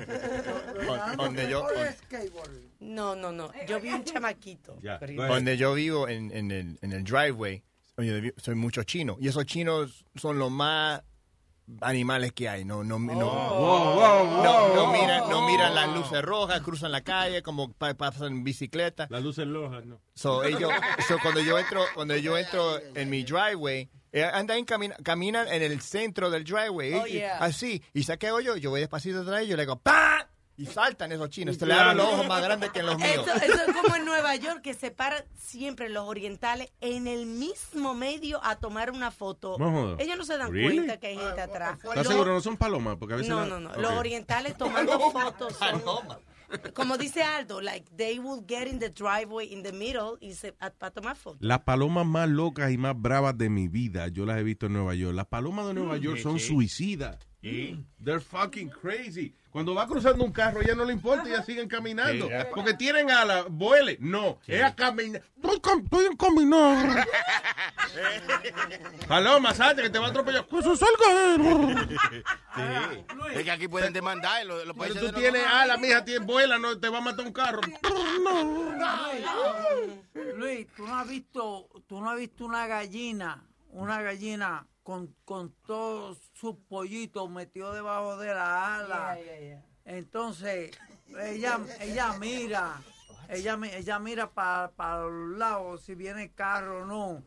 Speaker 13: Donde yo,
Speaker 21: No, no, no. Yo vi un chamaquito. corriendo.
Speaker 13: donde yo vivo en, en el, en el driveway, oye, soy mucho chino. Y esos chinos son los más animales que hay. No, no, no,
Speaker 10: Oh.
Speaker 6: wow,
Speaker 13: no,
Speaker 6: wow,
Speaker 13: no
Speaker 6: wow.
Speaker 13: miran, no miran las luces rojas, cruzan la calle, como pa- pasan en bicicleta.
Speaker 10: Las luces rojas, no.
Speaker 13: So, ellos, so, cuando yo entro, cuando yo entro en mi driveway, eh, andan camina- caminan en el centro del driveway,
Speaker 6: Oh,
Speaker 13: y-
Speaker 6: yeah.
Speaker 13: así, y saqué yo, yo voy despacito atrás y yo le digo ¡pa! Y saltan esos chinos, se le abren los ojos más grandes que los míos.
Speaker 21: Eso, eso es como en Nueva York, que se paran siempre los orientales en el mismo medio a tomar una foto.
Speaker 10: No joda.
Speaker 21: Ellos no se dan
Speaker 10: Really?
Speaker 21: cuenta que hay gente atrás.
Speaker 10: ¿Estás
Speaker 21: Los-
Speaker 10: seguro? No son palomas, porque a veces.
Speaker 21: No,
Speaker 10: la-
Speaker 21: no, no.
Speaker 10: Ok.
Speaker 21: Los orientales tomando fotos. son- como dice Aldo, like they will get in the driveway in the middle y se para tomar fotos.
Speaker 10: Las palomas más locas y más bravas de mi vida, yo las he visto en Nueva York. Las palomas de Nueva
Speaker 22: Mm.
Speaker 10: York
Speaker 22: Sí,
Speaker 10: son
Speaker 22: sí.
Speaker 10: suicidas. They're fucking crazy. Cuando va cruzando un carro, ya no le importa, ya siguen caminando.
Speaker 22: Sí, ya.
Speaker 10: Porque tienen alas, vuele. No, es a caminar. Estoy, cam- estoy en caminar. Paloma, salte que te va a atropellar. Pues salga.
Speaker 12: Es que aquí pueden demandar lo- los
Speaker 10: Pero
Speaker 12: países
Speaker 10: tú
Speaker 12: de los-
Speaker 10: tienes alas, mija, tienes vuela, no te va a matar un carro.
Speaker 19: Luis, tú no has visto, tú no has visto una gallina, una gallina con, con todos sus pollitos metidos debajo de la ala. Entonces, ella, ella mira, ella, mi- ella mira para los lados si viene el carro o no.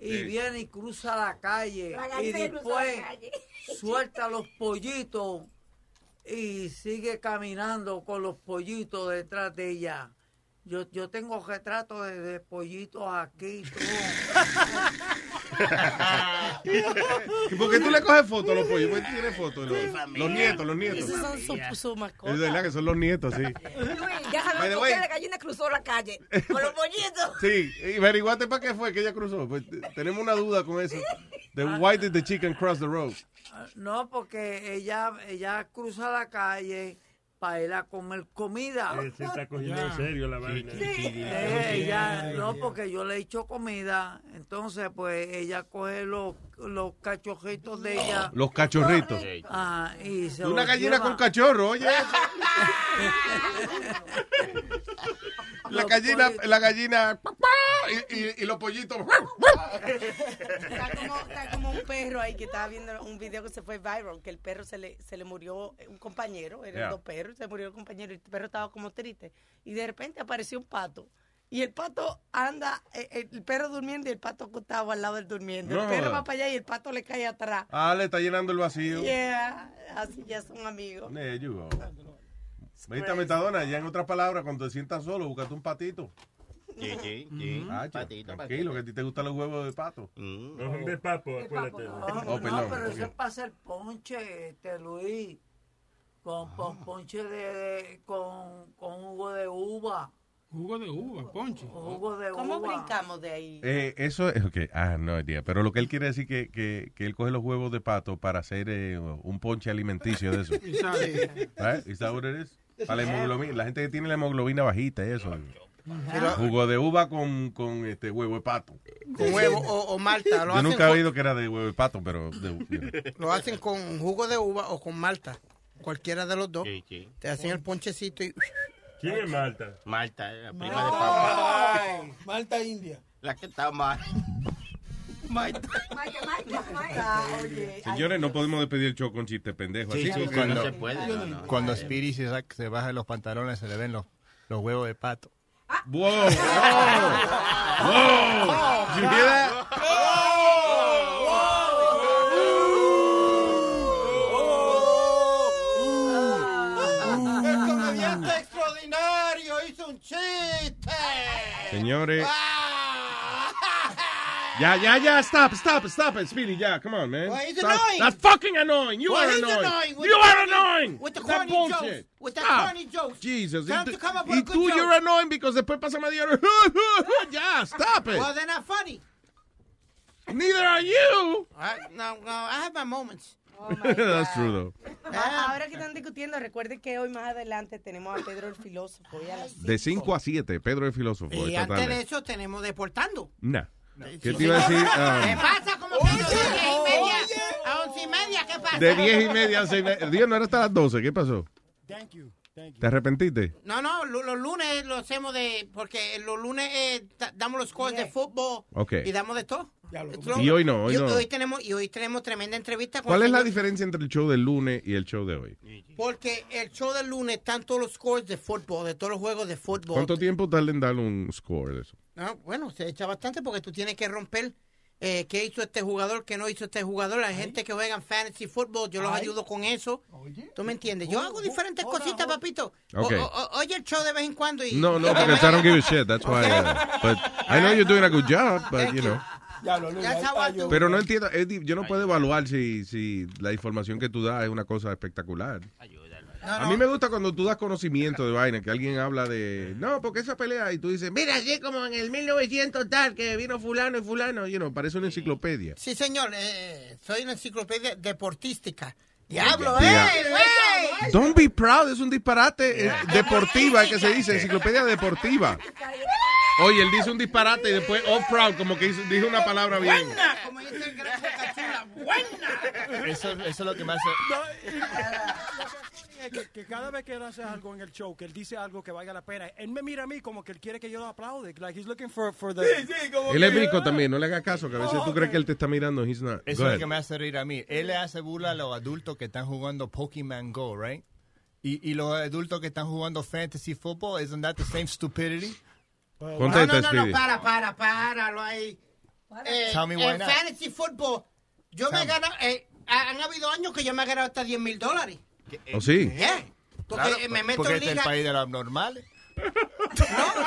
Speaker 19: Y
Speaker 6: Sí.
Speaker 19: viene y cruza la calle.
Speaker 6: La gallina
Speaker 19: y
Speaker 6: cruza la
Speaker 19: después
Speaker 6: calle.
Speaker 19: suelta los pollitos y sigue caminando con los pollitos detrás de ella. Yo, yo tengo retratos de, de pollitos aquí. tú.
Speaker 10: ¿Y por qué tú le coges fotos a los pollos? ¿Por qué tiene fotos? Los, los nietos, los nietos.
Speaker 23: Esos son su, su mascota.
Speaker 10: Es verdad que son los nietos, sí.
Speaker 23: Luis, ya
Speaker 10: By the
Speaker 23: sabemos por
Speaker 10: way.
Speaker 23: qué la gallina cruzó la calle con los pollitos.
Speaker 10: Sí, y averiguate para qué fue que ella cruzó. Pues, t- tenemos una duda con eso. De why did the chicken cross the road?
Speaker 19: No, porque ella, ella cruza la calle para ir a comer comida.
Speaker 42: Eh, Se está cogiendo en serio la vaina.
Speaker 19: Eh, ella, no, porque yo le he hecho comida, entonces pues ella coge los, los cachojitos de ella.
Speaker 10: Los cachorritos.
Speaker 19: Ajá, y se
Speaker 10: Una
Speaker 19: los
Speaker 10: gallina
Speaker 19: lleva.
Speaker 10: con cachorro, oye. La gallina, la gallina, y, y- y los pollitos.
Speaker 21: Está como, está como un perro ahí que estaba viendo un video que se fue viral, que el perro se le, se le murió eh, un compañero, eran
Speaker 19: Yeah.
Speaker 21: dos perros, se murió el compañero y el perro estaba como triste. Y de repente apareció un pato. Y el pato anda, eh, eh, el perro durmiendo y el pato acostado al lado del durmiendo.
Speaker 10: No.
Speaker 21: El perro va para allá y el pato le cae atrás.
Speaker 10: Ah, le está llenando el vacío.
Speaker 21: Yeah, así ya son amigos.
Speaker 10: There you go. Vete a Metadona, ya en otras palabras, cuando te sientas solo, búscate un patito.
Speaker 12: Sí, sí, sí.
Speaker 10: Hacho,
Speaker 12: Patito, Mm.
Speaker 10: tranquilo, que a ti te gustan los huevos de pato.
Speaker 42: Los de papo, acuérdate.
Speaker 10: Oh,
Speaker 19: No,
Speaker 10: perdón.
Speaker 19: pero
Speaker 10: ok.
Speaker 19: eso es para hacer ponche, este Luis. Con,
Speaker 10: Ah.
Speaker 19: con ponche de, de- con, con jugo de uva.
Speaker 2: Jugo de uva, ponche.
Speaker 19: Jugo de
Speaker 21: ¿Cómo
Speaker 19: uva.
Speaker 21: brincamos de ahí?
Speaker 10: Eh, eso es, ok, ah, no idea. Pero lo que él quiere decir que, que, que él coge los huevos de pato para hacer eh, un ponche alimenticio de eso.
Speaker 6: Exacto.
Speaker 10: ¿Right? Is that what it is? Para la hemoglobina, la gente que tiene la hemoglobina bajita y eso. Jugo de uva con, con este huevo de pato.
Speaker 17: Con huevo o, o malta. Lo
Speaker 10: Yo
Speaker 17: hacen
Speaker 10: nunca he
Speaker 17: con-
Speaker 10: oído que era de huevo de pato, pero. de- you know.
Speaker 17: Lo hacen con jugo de uva o con malta. Cualquiera de los dos. Te hacen el ponchecito y.
Speaker 46: ¿Quién es Malta?
Speaker 12: Malta, la prima de Pablo.
Speaker 17: Ay, Malta India.
Speaker 12: La que está mal. Malta.
Speaker 6: Malta,
Speaker 12: oye.
Speaker 10: Señores, no podemos despedir el show con chiste pendejo.
Speaker 13: Sí,
Speaker 10: así
Speaker 13: sí,
Speaker 10: porque-
Speaker 13: cuando, cuando Speedy se, saca- se baja los pantalones, se le ven los, los huevos de pato.
Speaker 10: ¡Wow! ¡Wow! ¡Wow! You hear that?
Speaker 6: El comediante extraordinario hizo un chiste.
Speaker 10: Señores.
Speaker 6: Ah.
Speaker 10: Ya, ya, ya, stop, stop, stop it, Speedy, ya, come on, man.
Speaker 6: Well, he's
Speaker 10: Stop.
Speaker 6: annoying.
Speaker 10: That's fucking annoying. You
Speaker 6: Well,
Speaker 10: are
Speaker 6: he's
Speaker 10: annoying.
Speaker 6: annoying with
Speaker 10: You
Speaker 6: the
Speaker 10: are
Speaker 6: corny-
Speaker 10: annoying.
Speaker 6: with the
Speaker 10: That
Speaker 6: corny
Speaker 10: bullshit.
Speaker 6: jokes. With the
Speaker 10: Stop.
Speaker 6: corny jokes.
Speaker 10: Jesus.
Speaker 6: Time
Speaker 10: y
Speaker 6: to
Speaker 10: tú-
Speaker 6: come up with
Speaker 10: y
Speaker 6: a good
Speaker 10: tú,
Speaker 6: joke.
Speaker 10: you're annoying because después pasa media hora. ya, stop it.
Speaker 17: Well, they're not funny.
Speaker 10: Neither are you.
Speaker 17: I, Ah, no, no, I have my moments.
Speaker 6: Oh,
Speaker 10: That's true, though.
Speaker 21: Ah, Ahora que están discutiendo, recuerde que hoy más adelante tenemos a Pedro el filósofo. y a las-
Speaker 10: De 5 a 7, Pedro el filósofo.
Speaker 17: Y
Speaker 10: esta
Speaker 17: antes de
Speaker 10: tarde.
Speaker 17: eso tenemos deportando.
Speaker 10: Nah. ¿Qué te iba a decir?
Speaker 17: ¿Qué
Speaker 10: Ah,
Speaker 17: pasa? Como que de diez y media a once y media, ¿qué pasa?
Speaker 10: de 10 y media a 6 y media. Dios, no era hasta las 12. ¿Qué pasó?
Speaker 17: Thank you. Thank
Speaker 10: ¿Te arrepentiste?
Speaker 17: No, no, lo- los lunes lo hacemos de. Porque los lunes eh, da- damos los scores de fútbol
Speaker 10: Ok.
Speaker 17: y damos de todo.
Speaker 10: Y hoy no, hoy
Speaker 17: y,
Speaker 10: no.
Speaker 17: Hoy tenemos, y hoy tenemos tremenda entrevista con
Speaker 10: ¿Cuál
Speaker 17: el
Speaker 10: es la
Speaker 17: señor-
Speaker 10: diferencia entre el show del lunes y el show de hoy?
Speaker 17: Porque el show del lunes están todos los scores de fútbol, de todos los juegos de fútbol.
Speaker 10: ¿Cuánto tiempo tarda en darle un score de eso?
Speaker 17: Ah, bueno, se echa bastante porque tú tienes que romper eh, qué hizo este jugador, qué no hizo este jugador. La gente que juega en fantasy football, yo los
Speaker 6: Ay.
Speaker 17: ayudo con eso. ¿Tú me entiendes? Yo hago diferentes cositas, papito. O-
Speaker 10: Ok.
Speaker 17: o- o- oye el show de vez en cuando y...
Speaker 10: No, no,
Speaker 17: y-
Speaker 10: because I don't give a shit. That's why. uh, but I know you're doing a good job, but you know.
Speaker 17: That's how I do.
Speaker 10: Pero no entiendo, es di- yo no puedo evaluar si, si la información que tú das es una cosa espectacular. A mí me gusta cuando tú das conocimiento de vaina, que alguien habla de, no, porque esa pelea y tú dices, mira, así como en el 1900 tal, que vino fulano y fulano, you know, parece una enciclopedia.
Speaker 17: Sí, señor, eh, soy una enciclopedia deportística. ¡Diablo,
Speaker 10: Yeah.
Speaker 17: eh! güey!
Speaker 10: Don't be proud, es un disparate eh, deportiva que se dice, enciclopedia deportiva. Oye, él dice un disparate y después, oh, proud, como que hizo- dijo una palabra bien.
Speaker 17: ¡Buena! Como dice el gran Bocachula, ¡buena!
Speaker 13: Eso, eso es lo que más...
Speaker 18: que, que cada vez que él hace algo en el show, que él dice algo que valga la pena, él me mira a mí como que él quiere que yo lo aplaude. Like he's looking for, for the...
Speaker 10: Él es rico también, no le hagas caso, que a veces tú crees que él te está mirando, he's not.
Speaker 13: Eso
Speaker 10: Go
Speaker 13: es
Speaker 10: ahead.
Speaker 13: lo que me hace reír a mí. Él le hace burla a los adultos que están jugando Pokémon Go, right? Y, y los adultos que están jugando fantasy football, isn't that the same stupidity?
Speaker 10: Contesta,
Speaker 17: no, no, no, para, para, páralo ahí. Eh,
Speaker 13: Tell me why
Speaker 17: en
Speaker 13: not.
Speaker 17: fantasy football, yo me he ganado, eh, ha- han habido años que yo me he ganado hasta 10 mil dólares.
Speaker 10: ¿O sí?
Speaker 17: Yeah, porque
Speaker 13: Claro,
Speaker 17: eh, me meto
Speaker 13: porque
Speaker 17: en
Speaker 13: este es
Speaker 17: liga.
Speaker 13: el país de los abnormales.
Speaker 17: No,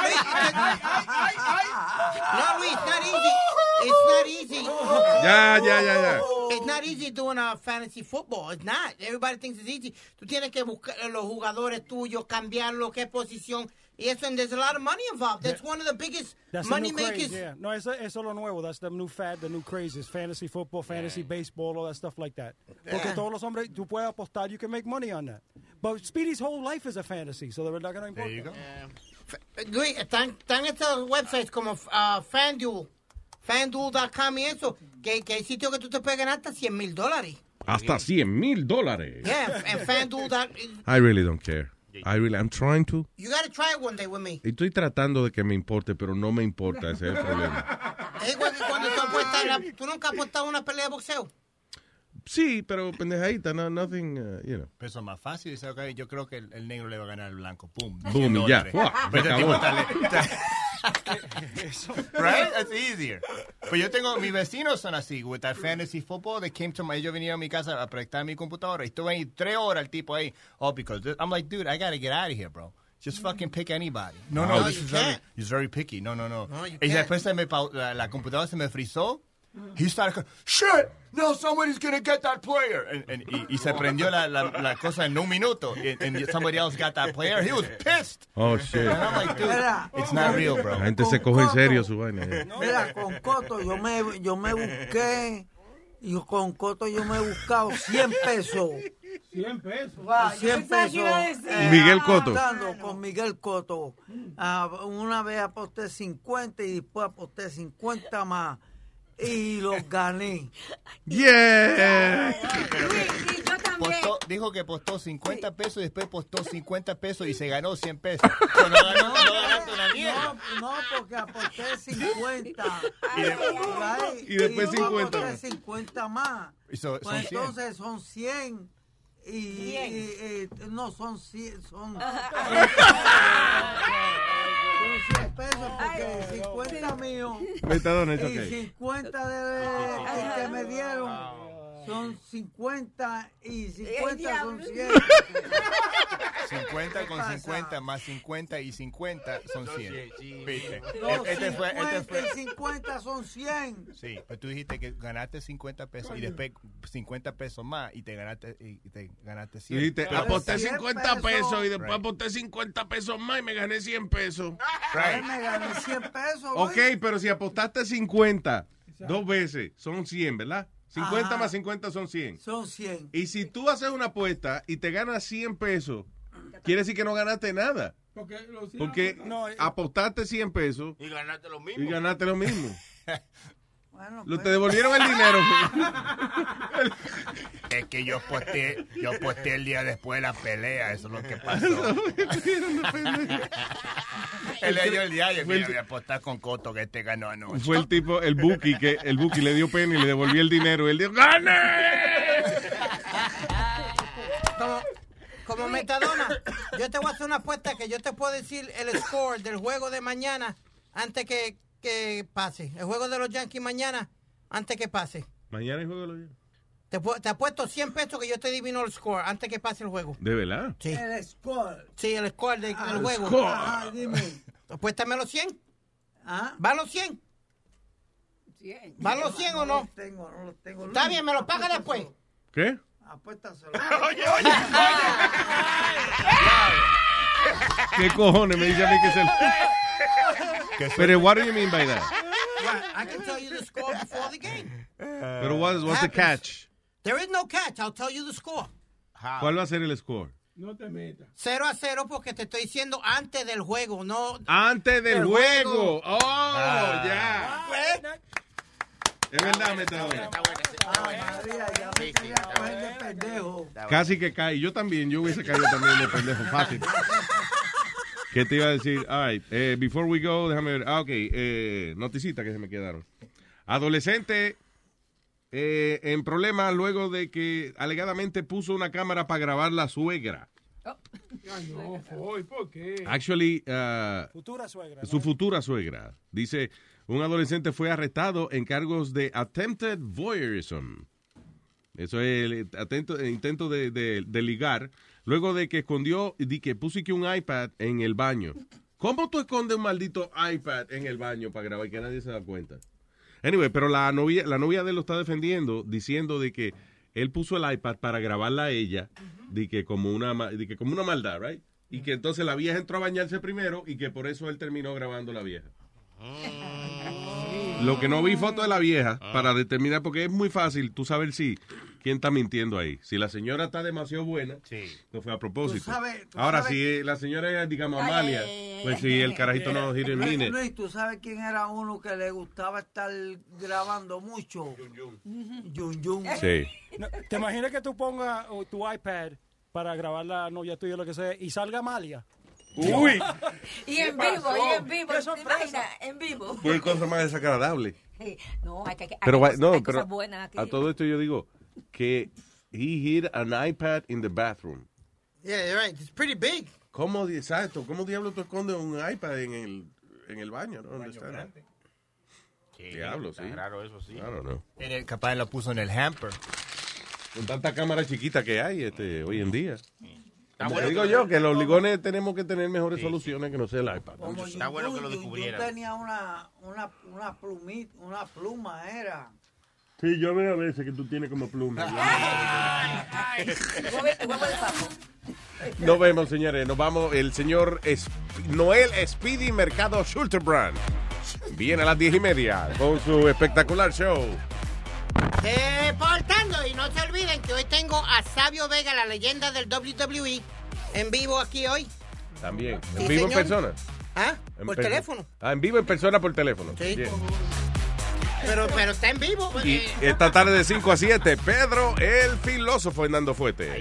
Speaker 17: Luis, it's not easy. It's not easy.
Speaker 10: Ya, ya, ya, ya.
Speaker 17: It's not easy doing a fantasy football. It's not. Everybody thinks it's easy. Tú tienes que buscar a los jugadores tuyos, cambiarlo, qué posición. Y eso, and there's a lot of money involved. That's one of the biggest
Speaker 18: That's the
Speaker 17: money
Speaker 18: new craze,
Speaker 17: makers.
Speaker 18: yeah. No, eso, eso es lo nuevo. That's the new fad, the new craze. It's fantasy football, fantasy baseball, all that stuff like that. Porque
Speaker 17: Yeah.
Speaker 18: todos los hombres, tú puedes apostar, you can make money on that. But Speedy's whole life is a fantasy, so de verdad que no importa.
Speaker 17: Luis, están, están estos websites como ah, FanDuel, FanDuel.com y eso, que, que hay sitios que tú te puedes ganar hasta 100 mil dólares.
Speaker 10: Hasta 100 mil dólares.
Speaker 17: Yeah, en FanDuel. dot-
Speaker 10: I really don't care. I really, I'm trying to.
Speaker 17: You gotta try it one day with me.
Speaker 10: Estoy tratando de que me importe, pero no me importa, ese es el problema.
Speaker 17: Es igual que cuando tú apuestas, la- tú nunca has apostado una pelea de boxeo.
Speaker 10: Sí, pero pendejadita, no, nothing, uh, you know.
Speaker 13: Pero eso es más fácil. dice, ok, yo creo que el, el negro le va a ganar al blanco. Boom.
Speaker 10: Boom,
Speaker 13: Cien
Speaker 10: y ya.
Speaker 13: dólares.
Speaker 10: Fuah,
Speaker 13: Pero
Speaker 10: se
Speaker 13: este tipo
Speaker 10: acabó.
Speaker 13: está le- está- Right? That's easier. Pero yo tengo, mis vecinos son así. With that fantasy football, they came to my, ellos vinieron a mi casa a proyectar mi computadora. Y estuve ahí tres horas el tipo ahí. Oh, because this- I'm like, dude, I gotta get out of here, bro. Just fucking pick anybody. No, no,
Speaker 10: No,
Speaker 13: this
Speaker 10: you
Speaker 13: is very,
Speaker 10: can't.
Speaker 13: he's very picky. No, no, no.
Speaker 6: you
Speaker 13: y
Speaker 6: can't.
Speaker 13: después se me, pau- la, la computadora se me frizó. He started, co- shit, no, somebody's gonna get that player. And, and, y, y se prendió la, la, la cosa en un minuto. And, and somebody else got that player. He was pissed.
Speaker 10: Oh, shit.
Speaker 13: And I'm like, dude,
Speaker 19: Mira.
Speaker 13: it's not real, bro.
Speaker 10: La gente se coge en serio su vaina.
Speaker 19: Mira, con Coto yo me, yo me busqué, y con Coto yo me he buscado 100 pesos
Speaker 6: 100 pesos.
Speaker 19: Wow, yo
Speaker 6: 100
Speaker 19: pensaba que iba a
Speaker 6: pesos.
Speaker 19: decir- Eh,
Speaker 47: Miguel Cotto.
Speaker 19: apostando Con Miguel Coto. ah, una vez aposté 50 y después aposté 50 más. Y los gané.
Speaker 47: Yeah.
Speaker 13: Postó- dijo que postó 50 pesos y después postó 50 pesos y se ganó 100 pesos. Pero no ganó, no ganaste una mierda.
Speaker 19: No, porque aposté 50. Ah.
Speaker 13: Y de-
Speaker 19: Right.
Speaker 13: y después
Speaker 19: luego
Speaker 13: 50.
Speaker 19: aposté 50 más.
Speaker 13: Y so-
Speaker 19: Pues
Speaker 13: son 100.
Speaker 19: entonces son 100. Y,
Speaker 48: Cien.
Speaker 19: y- eh, no son 100, son
Speaker 48: Son
Speaker 19: 100 pesos porque 50 míos
Speaker 10: Metadona, it's
Speaker 19: y
Speaker 10: okay.
Speaker 19: 50 de, que me dieron son 50 y 50 son 100.
Speaker 13: 50 con
Speaker 19: pasa?
Speaker 13: 50 más 50 y 50 son 100. ¿Viste?
Speaker 19: No,
Speaker 13: Este fue, este
Speaker 19: 50 y
Speaker 13: fue.
Speaker 19: 50 son 100.
Speaker 13: Sí, pero tú dijiste que ganaste 50 pesos y
Speaker 19: Coño.
Speaker 13: después 50 pesos más y te ganaste, y y te ganaste 100.
Speaker 10: Dijiste,
Speaker 13: Pero-
Speaker 10: aposté 50 pesos y después
Speaker 13: Right.
Speaker 10: aposté 50 pesos más y me gané 100 pesos.
Speaker 19: Ay, me gané 100 pesos.
Speaker 10: Ok,
Speaker 19: güey.
Speaker 10: pero si apostaste 50 dos veces, son 100, ¿verdad? 50
Speaker 19: Ajá.
Speaker 10: más 50 son 100.
Speaker 19: Son 100.
Speaker 10: Y si tú haces una apuesta y te ganas 100 pesos, quiere decir que no ganaste nada.
Speaker 6: Porque los hijos-
Speaker 10: Porque
Speaker 6: No, eh,
Speaker 10: apostaste 100 pesos
Speaker 12: Y ganaste lo mismo.
Speaker 10: y ganaste lo mismo.
Speaker 19: Bueno,
Speaker 10: Lo- Te devolvieron el dinero.
Speaker 13: Es que yo aposté, yo aposté el día después de la pelea, eso es lo que pasó. Él leyó el diario, mira, voy a apostar con Coto que este ganó anoche.
Speaker 10: Fue el tipo, el Buki, que el Buki le dio pena y le devolvió el dinero. Él dijo, ¡gané!
Speaker 17: Como, como Metadona, yo te voy a hacer una apuesta que yo te puedo decir el score del juego de mañana antes que, que pase. El juego de los Yankees mañana antes que pase.
Speaker 10: Mañana el juego lo llevo.
Speaker 17: Te, pu- te apuesto 100 pesos que yo te adivino el score antes que pase el juego.
Speaker 10: ¿De verdad?
Speaker 17: Sí. El score. Sí, el score del del
Speaker 19: el
Speaker 17: juego.
Speaker 19: score. Ajá,
Speaker 17: dime. Apuéstame los 100.
Speaker 19: ¿Ah?
Speaker 17: ¿Va los 100? ¿Va los 100 o no?
Speaker 19: los tengo, no los tengo.
Speaker 17: Está bien, me lo paga después.
Speaker 10: ¿Qué?
Speaker 19: Apuéstaselo.
Speaker 17: Oye, oye, Ah.
Speaker 10: ¿Qué cojones? Me dice a mí que se... Pero what do you mean by that?
Speaker 17: I can tell you the score before the game.
Speaker 10: Uh, Pero what, what's
Speaker 17: Ah,
Speaker 10: the
Speaker 17: pues,
Speaker 10: catch?
Speaker 17: There is no catch. I'll tell you the score. ah.
Speaker 10: ¿Cuál va a ser el score?
Speaker 17: No te metas. 0 a 0 porque te estoy diciendo antes del juego, no.
Speaker 10: Antes del
Speaker 17: Del
Speaker 10: juego.
Speaker 17: juego. Ah.
Speaker 10: Oh, ya.
Speaker 17: ¿Eh?
Speaker 10: Es verdad, Metadona. Casi que cae. Yo también, yo hubiese caído también de pendejo fácil. ¿Qué te iba a decir? All right, eh, before we go, déjame ver. Ah, ok, eh, noticita que se me quedaron. Adolescente eh, en problemas luego de que alegadamente puso una cámara para grabar la suegra.
Speaker 6: Ay, no, Foy, ¿por qué?
Speaker 10: Actually, uh,
Speaker 6: Futura suegra,
Speaker 10: su futura suegra. Dice, un adolescente fue arrestado en cargos de attempted voyeurism. Eso es el atento- el intento de, de- de ligar. Luego de que escondió, di que puso y que un iPad en el baño. ¿Cómo tú escondes un maldito iPad en el baño para grabar y que nadie se da cuenta? Anyway, pero la novia, la novia de él lo está defendiendo diciendo de que él puso el iPad para grabarla a ella, de que como una, ma- de que como una maldad, right? Y que entonces la vieja entró a bañarse primero y que por eso él terminó grabando a la vieja. Lo que no
Speaker 19: Ah.
Speaker 10: vi foto de la vieja para determinar, porque es muy fácil tú saber si quién está mintiendo ahí. Si la señora está demasiado buena, no fue a propósito.
Speaker 19: Tú sabes- tú
Speaker 10: Ahora,
Speaker 19: sabes-
Speaker 10: si la señora es, digamos, Amalia, pues si el carajito no gira el
Speaker 19: Luis,
Speaker 10: mine.
Speaker 19: Luis, ¿tú sabes quién era uno que le gustaba estar grabando mucho? Yun Yun.
Speaker 10: Sí.
Speaker 18: No, ¿Te imaginas que tú pongas oh, tu iPad para grabar la novia tuya o lo que sea y salga Amalia?
Speaker 10: Uy.
Speaker 14: Y en
Speaker 18: ¿Qué
Speaker 14: vivo,
Speaker 18: pasó?
Speaker 14: y en vivo.
Speaker 18: Qué
Speaker 14: ¿Te imaginas? En vivo.
Speaker 10: Fue cosa más desagradable.
Speaker 14: Sí. No, hay que. hay
Speaker 10: Pues Pero,
Speaker 14: cosas-
Speaker 10: no,
Speaker 14: hay
Speaker 10: pero
Speaker 14: cosas buenas aquí.
Speaker 10: a todo esto yo digo que he hid an iPad in the bathroom.
Speaker 17: Yeah, you're right. It's pretty big.
Speaker 10: ¿Cómo, di- exacto, ¿cómo diablo tú escondes un iPad en el, en el baño? ¿no? ¿Dónde está? Diablo, sí.
Speaker 12: Claro, eso sí.
Speaker 10: Claro, no.
Speaker 13: En el- eh, capaz lo puso en el hamper.
Speaker 10: Con tanta cámara chiquita que hay este, hoy en día. Te
Speaker 12: bueno
Speaker 10: digo
Speaker 12: que-
Speaker 10: yo que los ligones tenemos que tener mejores soluciones que no sea el iPad.
Speaker 12: Está bueno que lo
Speaker 19: Yo
Speaker 12: descubrieran.
Speaker 19: tenía una, una, una plumita, una pluma era.
Speaker 49: Sí, yo veo a veces que tú tienes como pluma.
Speaker 10: Nos vemos, señores. Nos vamos. El señor Es- Noel Speedy Mercado Schulterbrand viene a las diez y media con su espectacular show.
Speaker 17: Reportando, Eh, y no se olviden que hoy tengo a Sabio Vega, la leyenda del WWE, en vivo aquí hoy.
Speaker 10: También. En
Speaker 17: Sí,
Speaker 10: vivo
Speaker 17: señor.
Speaker 10: en persona.
Speaker 17: ¿Ah?
Speaker 10: En
Speaker 17: ¿Por
Speaker 10: per-
Speaker 17: teléfono?
Speaker 10: Ah, en vivo en persona por teléfono.
Speaker 17: Sí.
Speaker 10: Yeah.
Speaker 17: Pero, pero está en vivo.
Speaker 10: Y
Speaker 17: eh,
Speaker 10: esta tarde de 5 a 7, Pedro el filósofo Hernando Fuete.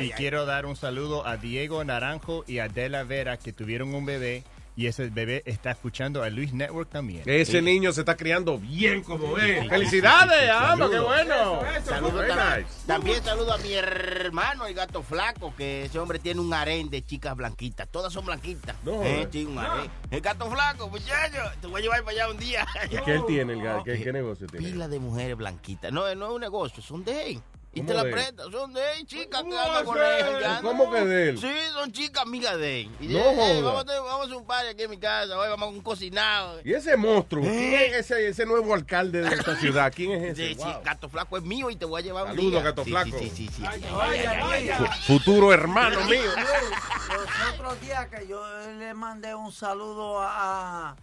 Speaker 13: Y quiero dar un saludo a Diego Naranjo y a Adela Vera que tuvieron un bebé y ese bebé está escuchando a Luis Network también.
Speaker 10: Ese
Speaker 13: Sí.
Speaker 10: niño se está criando bien como es.
Speaker 13: Sí.
Speaker 10: ¡Felicidades! ¡Ah,
Speaker 13: Saludos.
Speaker 10: qué bueno!
Speaker 12: Saludo
Speaker 10: Very
Speaker 12: también,
Speaker 10: nice.
Speaker 12: también saludo a mi hermano, el gato flaco, que ese hombre tiene un harén de chicas blanquitas. Todas son blanquitas.
Speaker 10: No,
Speaker 12: Eh,
Speaker 10: eh.
Speaker 12: sí, un harén. El gato flaco, muchacho, te voy a llevar para allá un día.
Speaker 10: ¿Y qué él tiene, el gato? ¿Qué, qué negocio tiene?
Speaker 12: Pila de mujeres blanquitas. No, eh, no es un negocio, son de él. Y te
Speaker 10: ¿Cómo
Speaker 12: la
Speaker 10: de él?
Speaker 12: prestas, son de él, chicas que
Speaker 15: ¿Cómo
Speaker 12: andan con
Speaker 15: va a
Speaker 12: él.
Speaker 15: ser?
Speaker 12: ya,
Speaker 10: ¿Cómo
Speaker 12: ¿no?
Speaker 10: que de él?
Speaker 12: Sí, son chicas amigas de él. Y
Speaker 10: No
Speaker 12: dice, "Hey,
Speaker 10: joda.
Speaker 12: vamos, a, vamos a un party aquí en mi casa, hoy vamos a un cocinado.
Speaker 10: ¿Y ese monstruo? ¿Quién
Speaker 12: Eh.
Speaker 10: es ese, ese nuevo alcalde de esta ciudad? ¿Quién es ese?
Speaker 12: Sí, sí,
Speaker 10: Wow.
Speaker 12: Gato Flaco es mío y te voy a llevar un día.
Speaker 10: Saludos, gato
Speaker 12: Sí,
Speaker 10: flaco.
Speaker 12: Sí, sí, sí.
Speaker 10: Fu- Futuro hermano mío.
Speaker 19: Los otros días que yo le mandé un saludo a,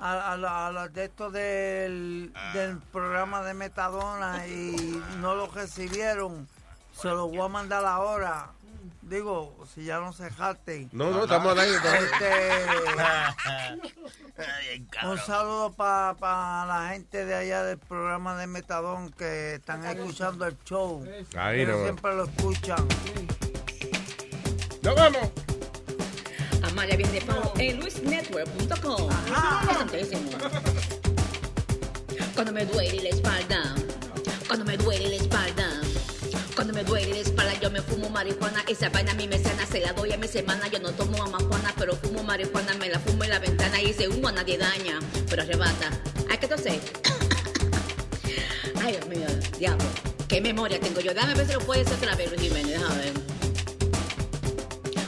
Speaker 19: a, a, la- a la de esto del,
Speaker 10: Ah.
Speaker 19: del programa de Metadona y no lo recibieron, se lo voy a mandar ahora. Digo, si ya no se jaten.
Speaker 10: No, no, estamos al aire, estamos-
Speaker 19: Este, un saludo para la gente de allá del programa de Metadón que están escuchando el show.
Speaker 10: Ahí
Speaker 19: Que
Speaker 10: nomás.
Speaker 19: siempre lo escuchan.
Speaker 10: ¡Nos vamos!
Speaker 23: Amalia viene de pavo en luisnetwork.com. Interesantísimo. Cuando me duele la espalda, cuando me duele la espalda, cuando me duele la espalda yo me fumo marihuana, esa vaina a mí me sana, se la doy a mi semana, yo no tomo amajuana, pero fumo marihuana, me la fumo en la ventana y ese humo a nadie daña, pero arrebata. Hay que entonces. Ay, Dios mío, diablo. ¿Qué memoria tengo yo? Dame a ver si lo puedes hacer otra vez, Luis Jiménez, déjame ver.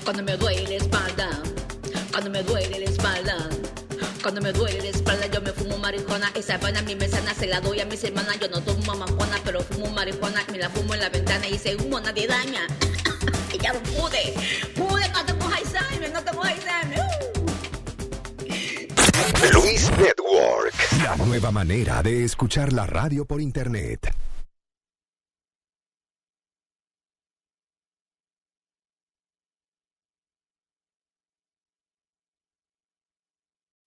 Speaker 23: Cuando me duele la espalda, cuando me duele la espalda, cuando me duele la espalda yo me fumo marihuana, esa vaina a mí me sana, se la doy a mis hermanas, yo no tomo amajuana, pero fumo marihuana, me la fumo en la ventana y ese humo nadie daña. y ya no pude, pude, no tengo Alzheimer, no tengo Alzheimer. ¡Uh!
Speaker 3: Luis Network. La nueva manera de escuchar la radio por internet.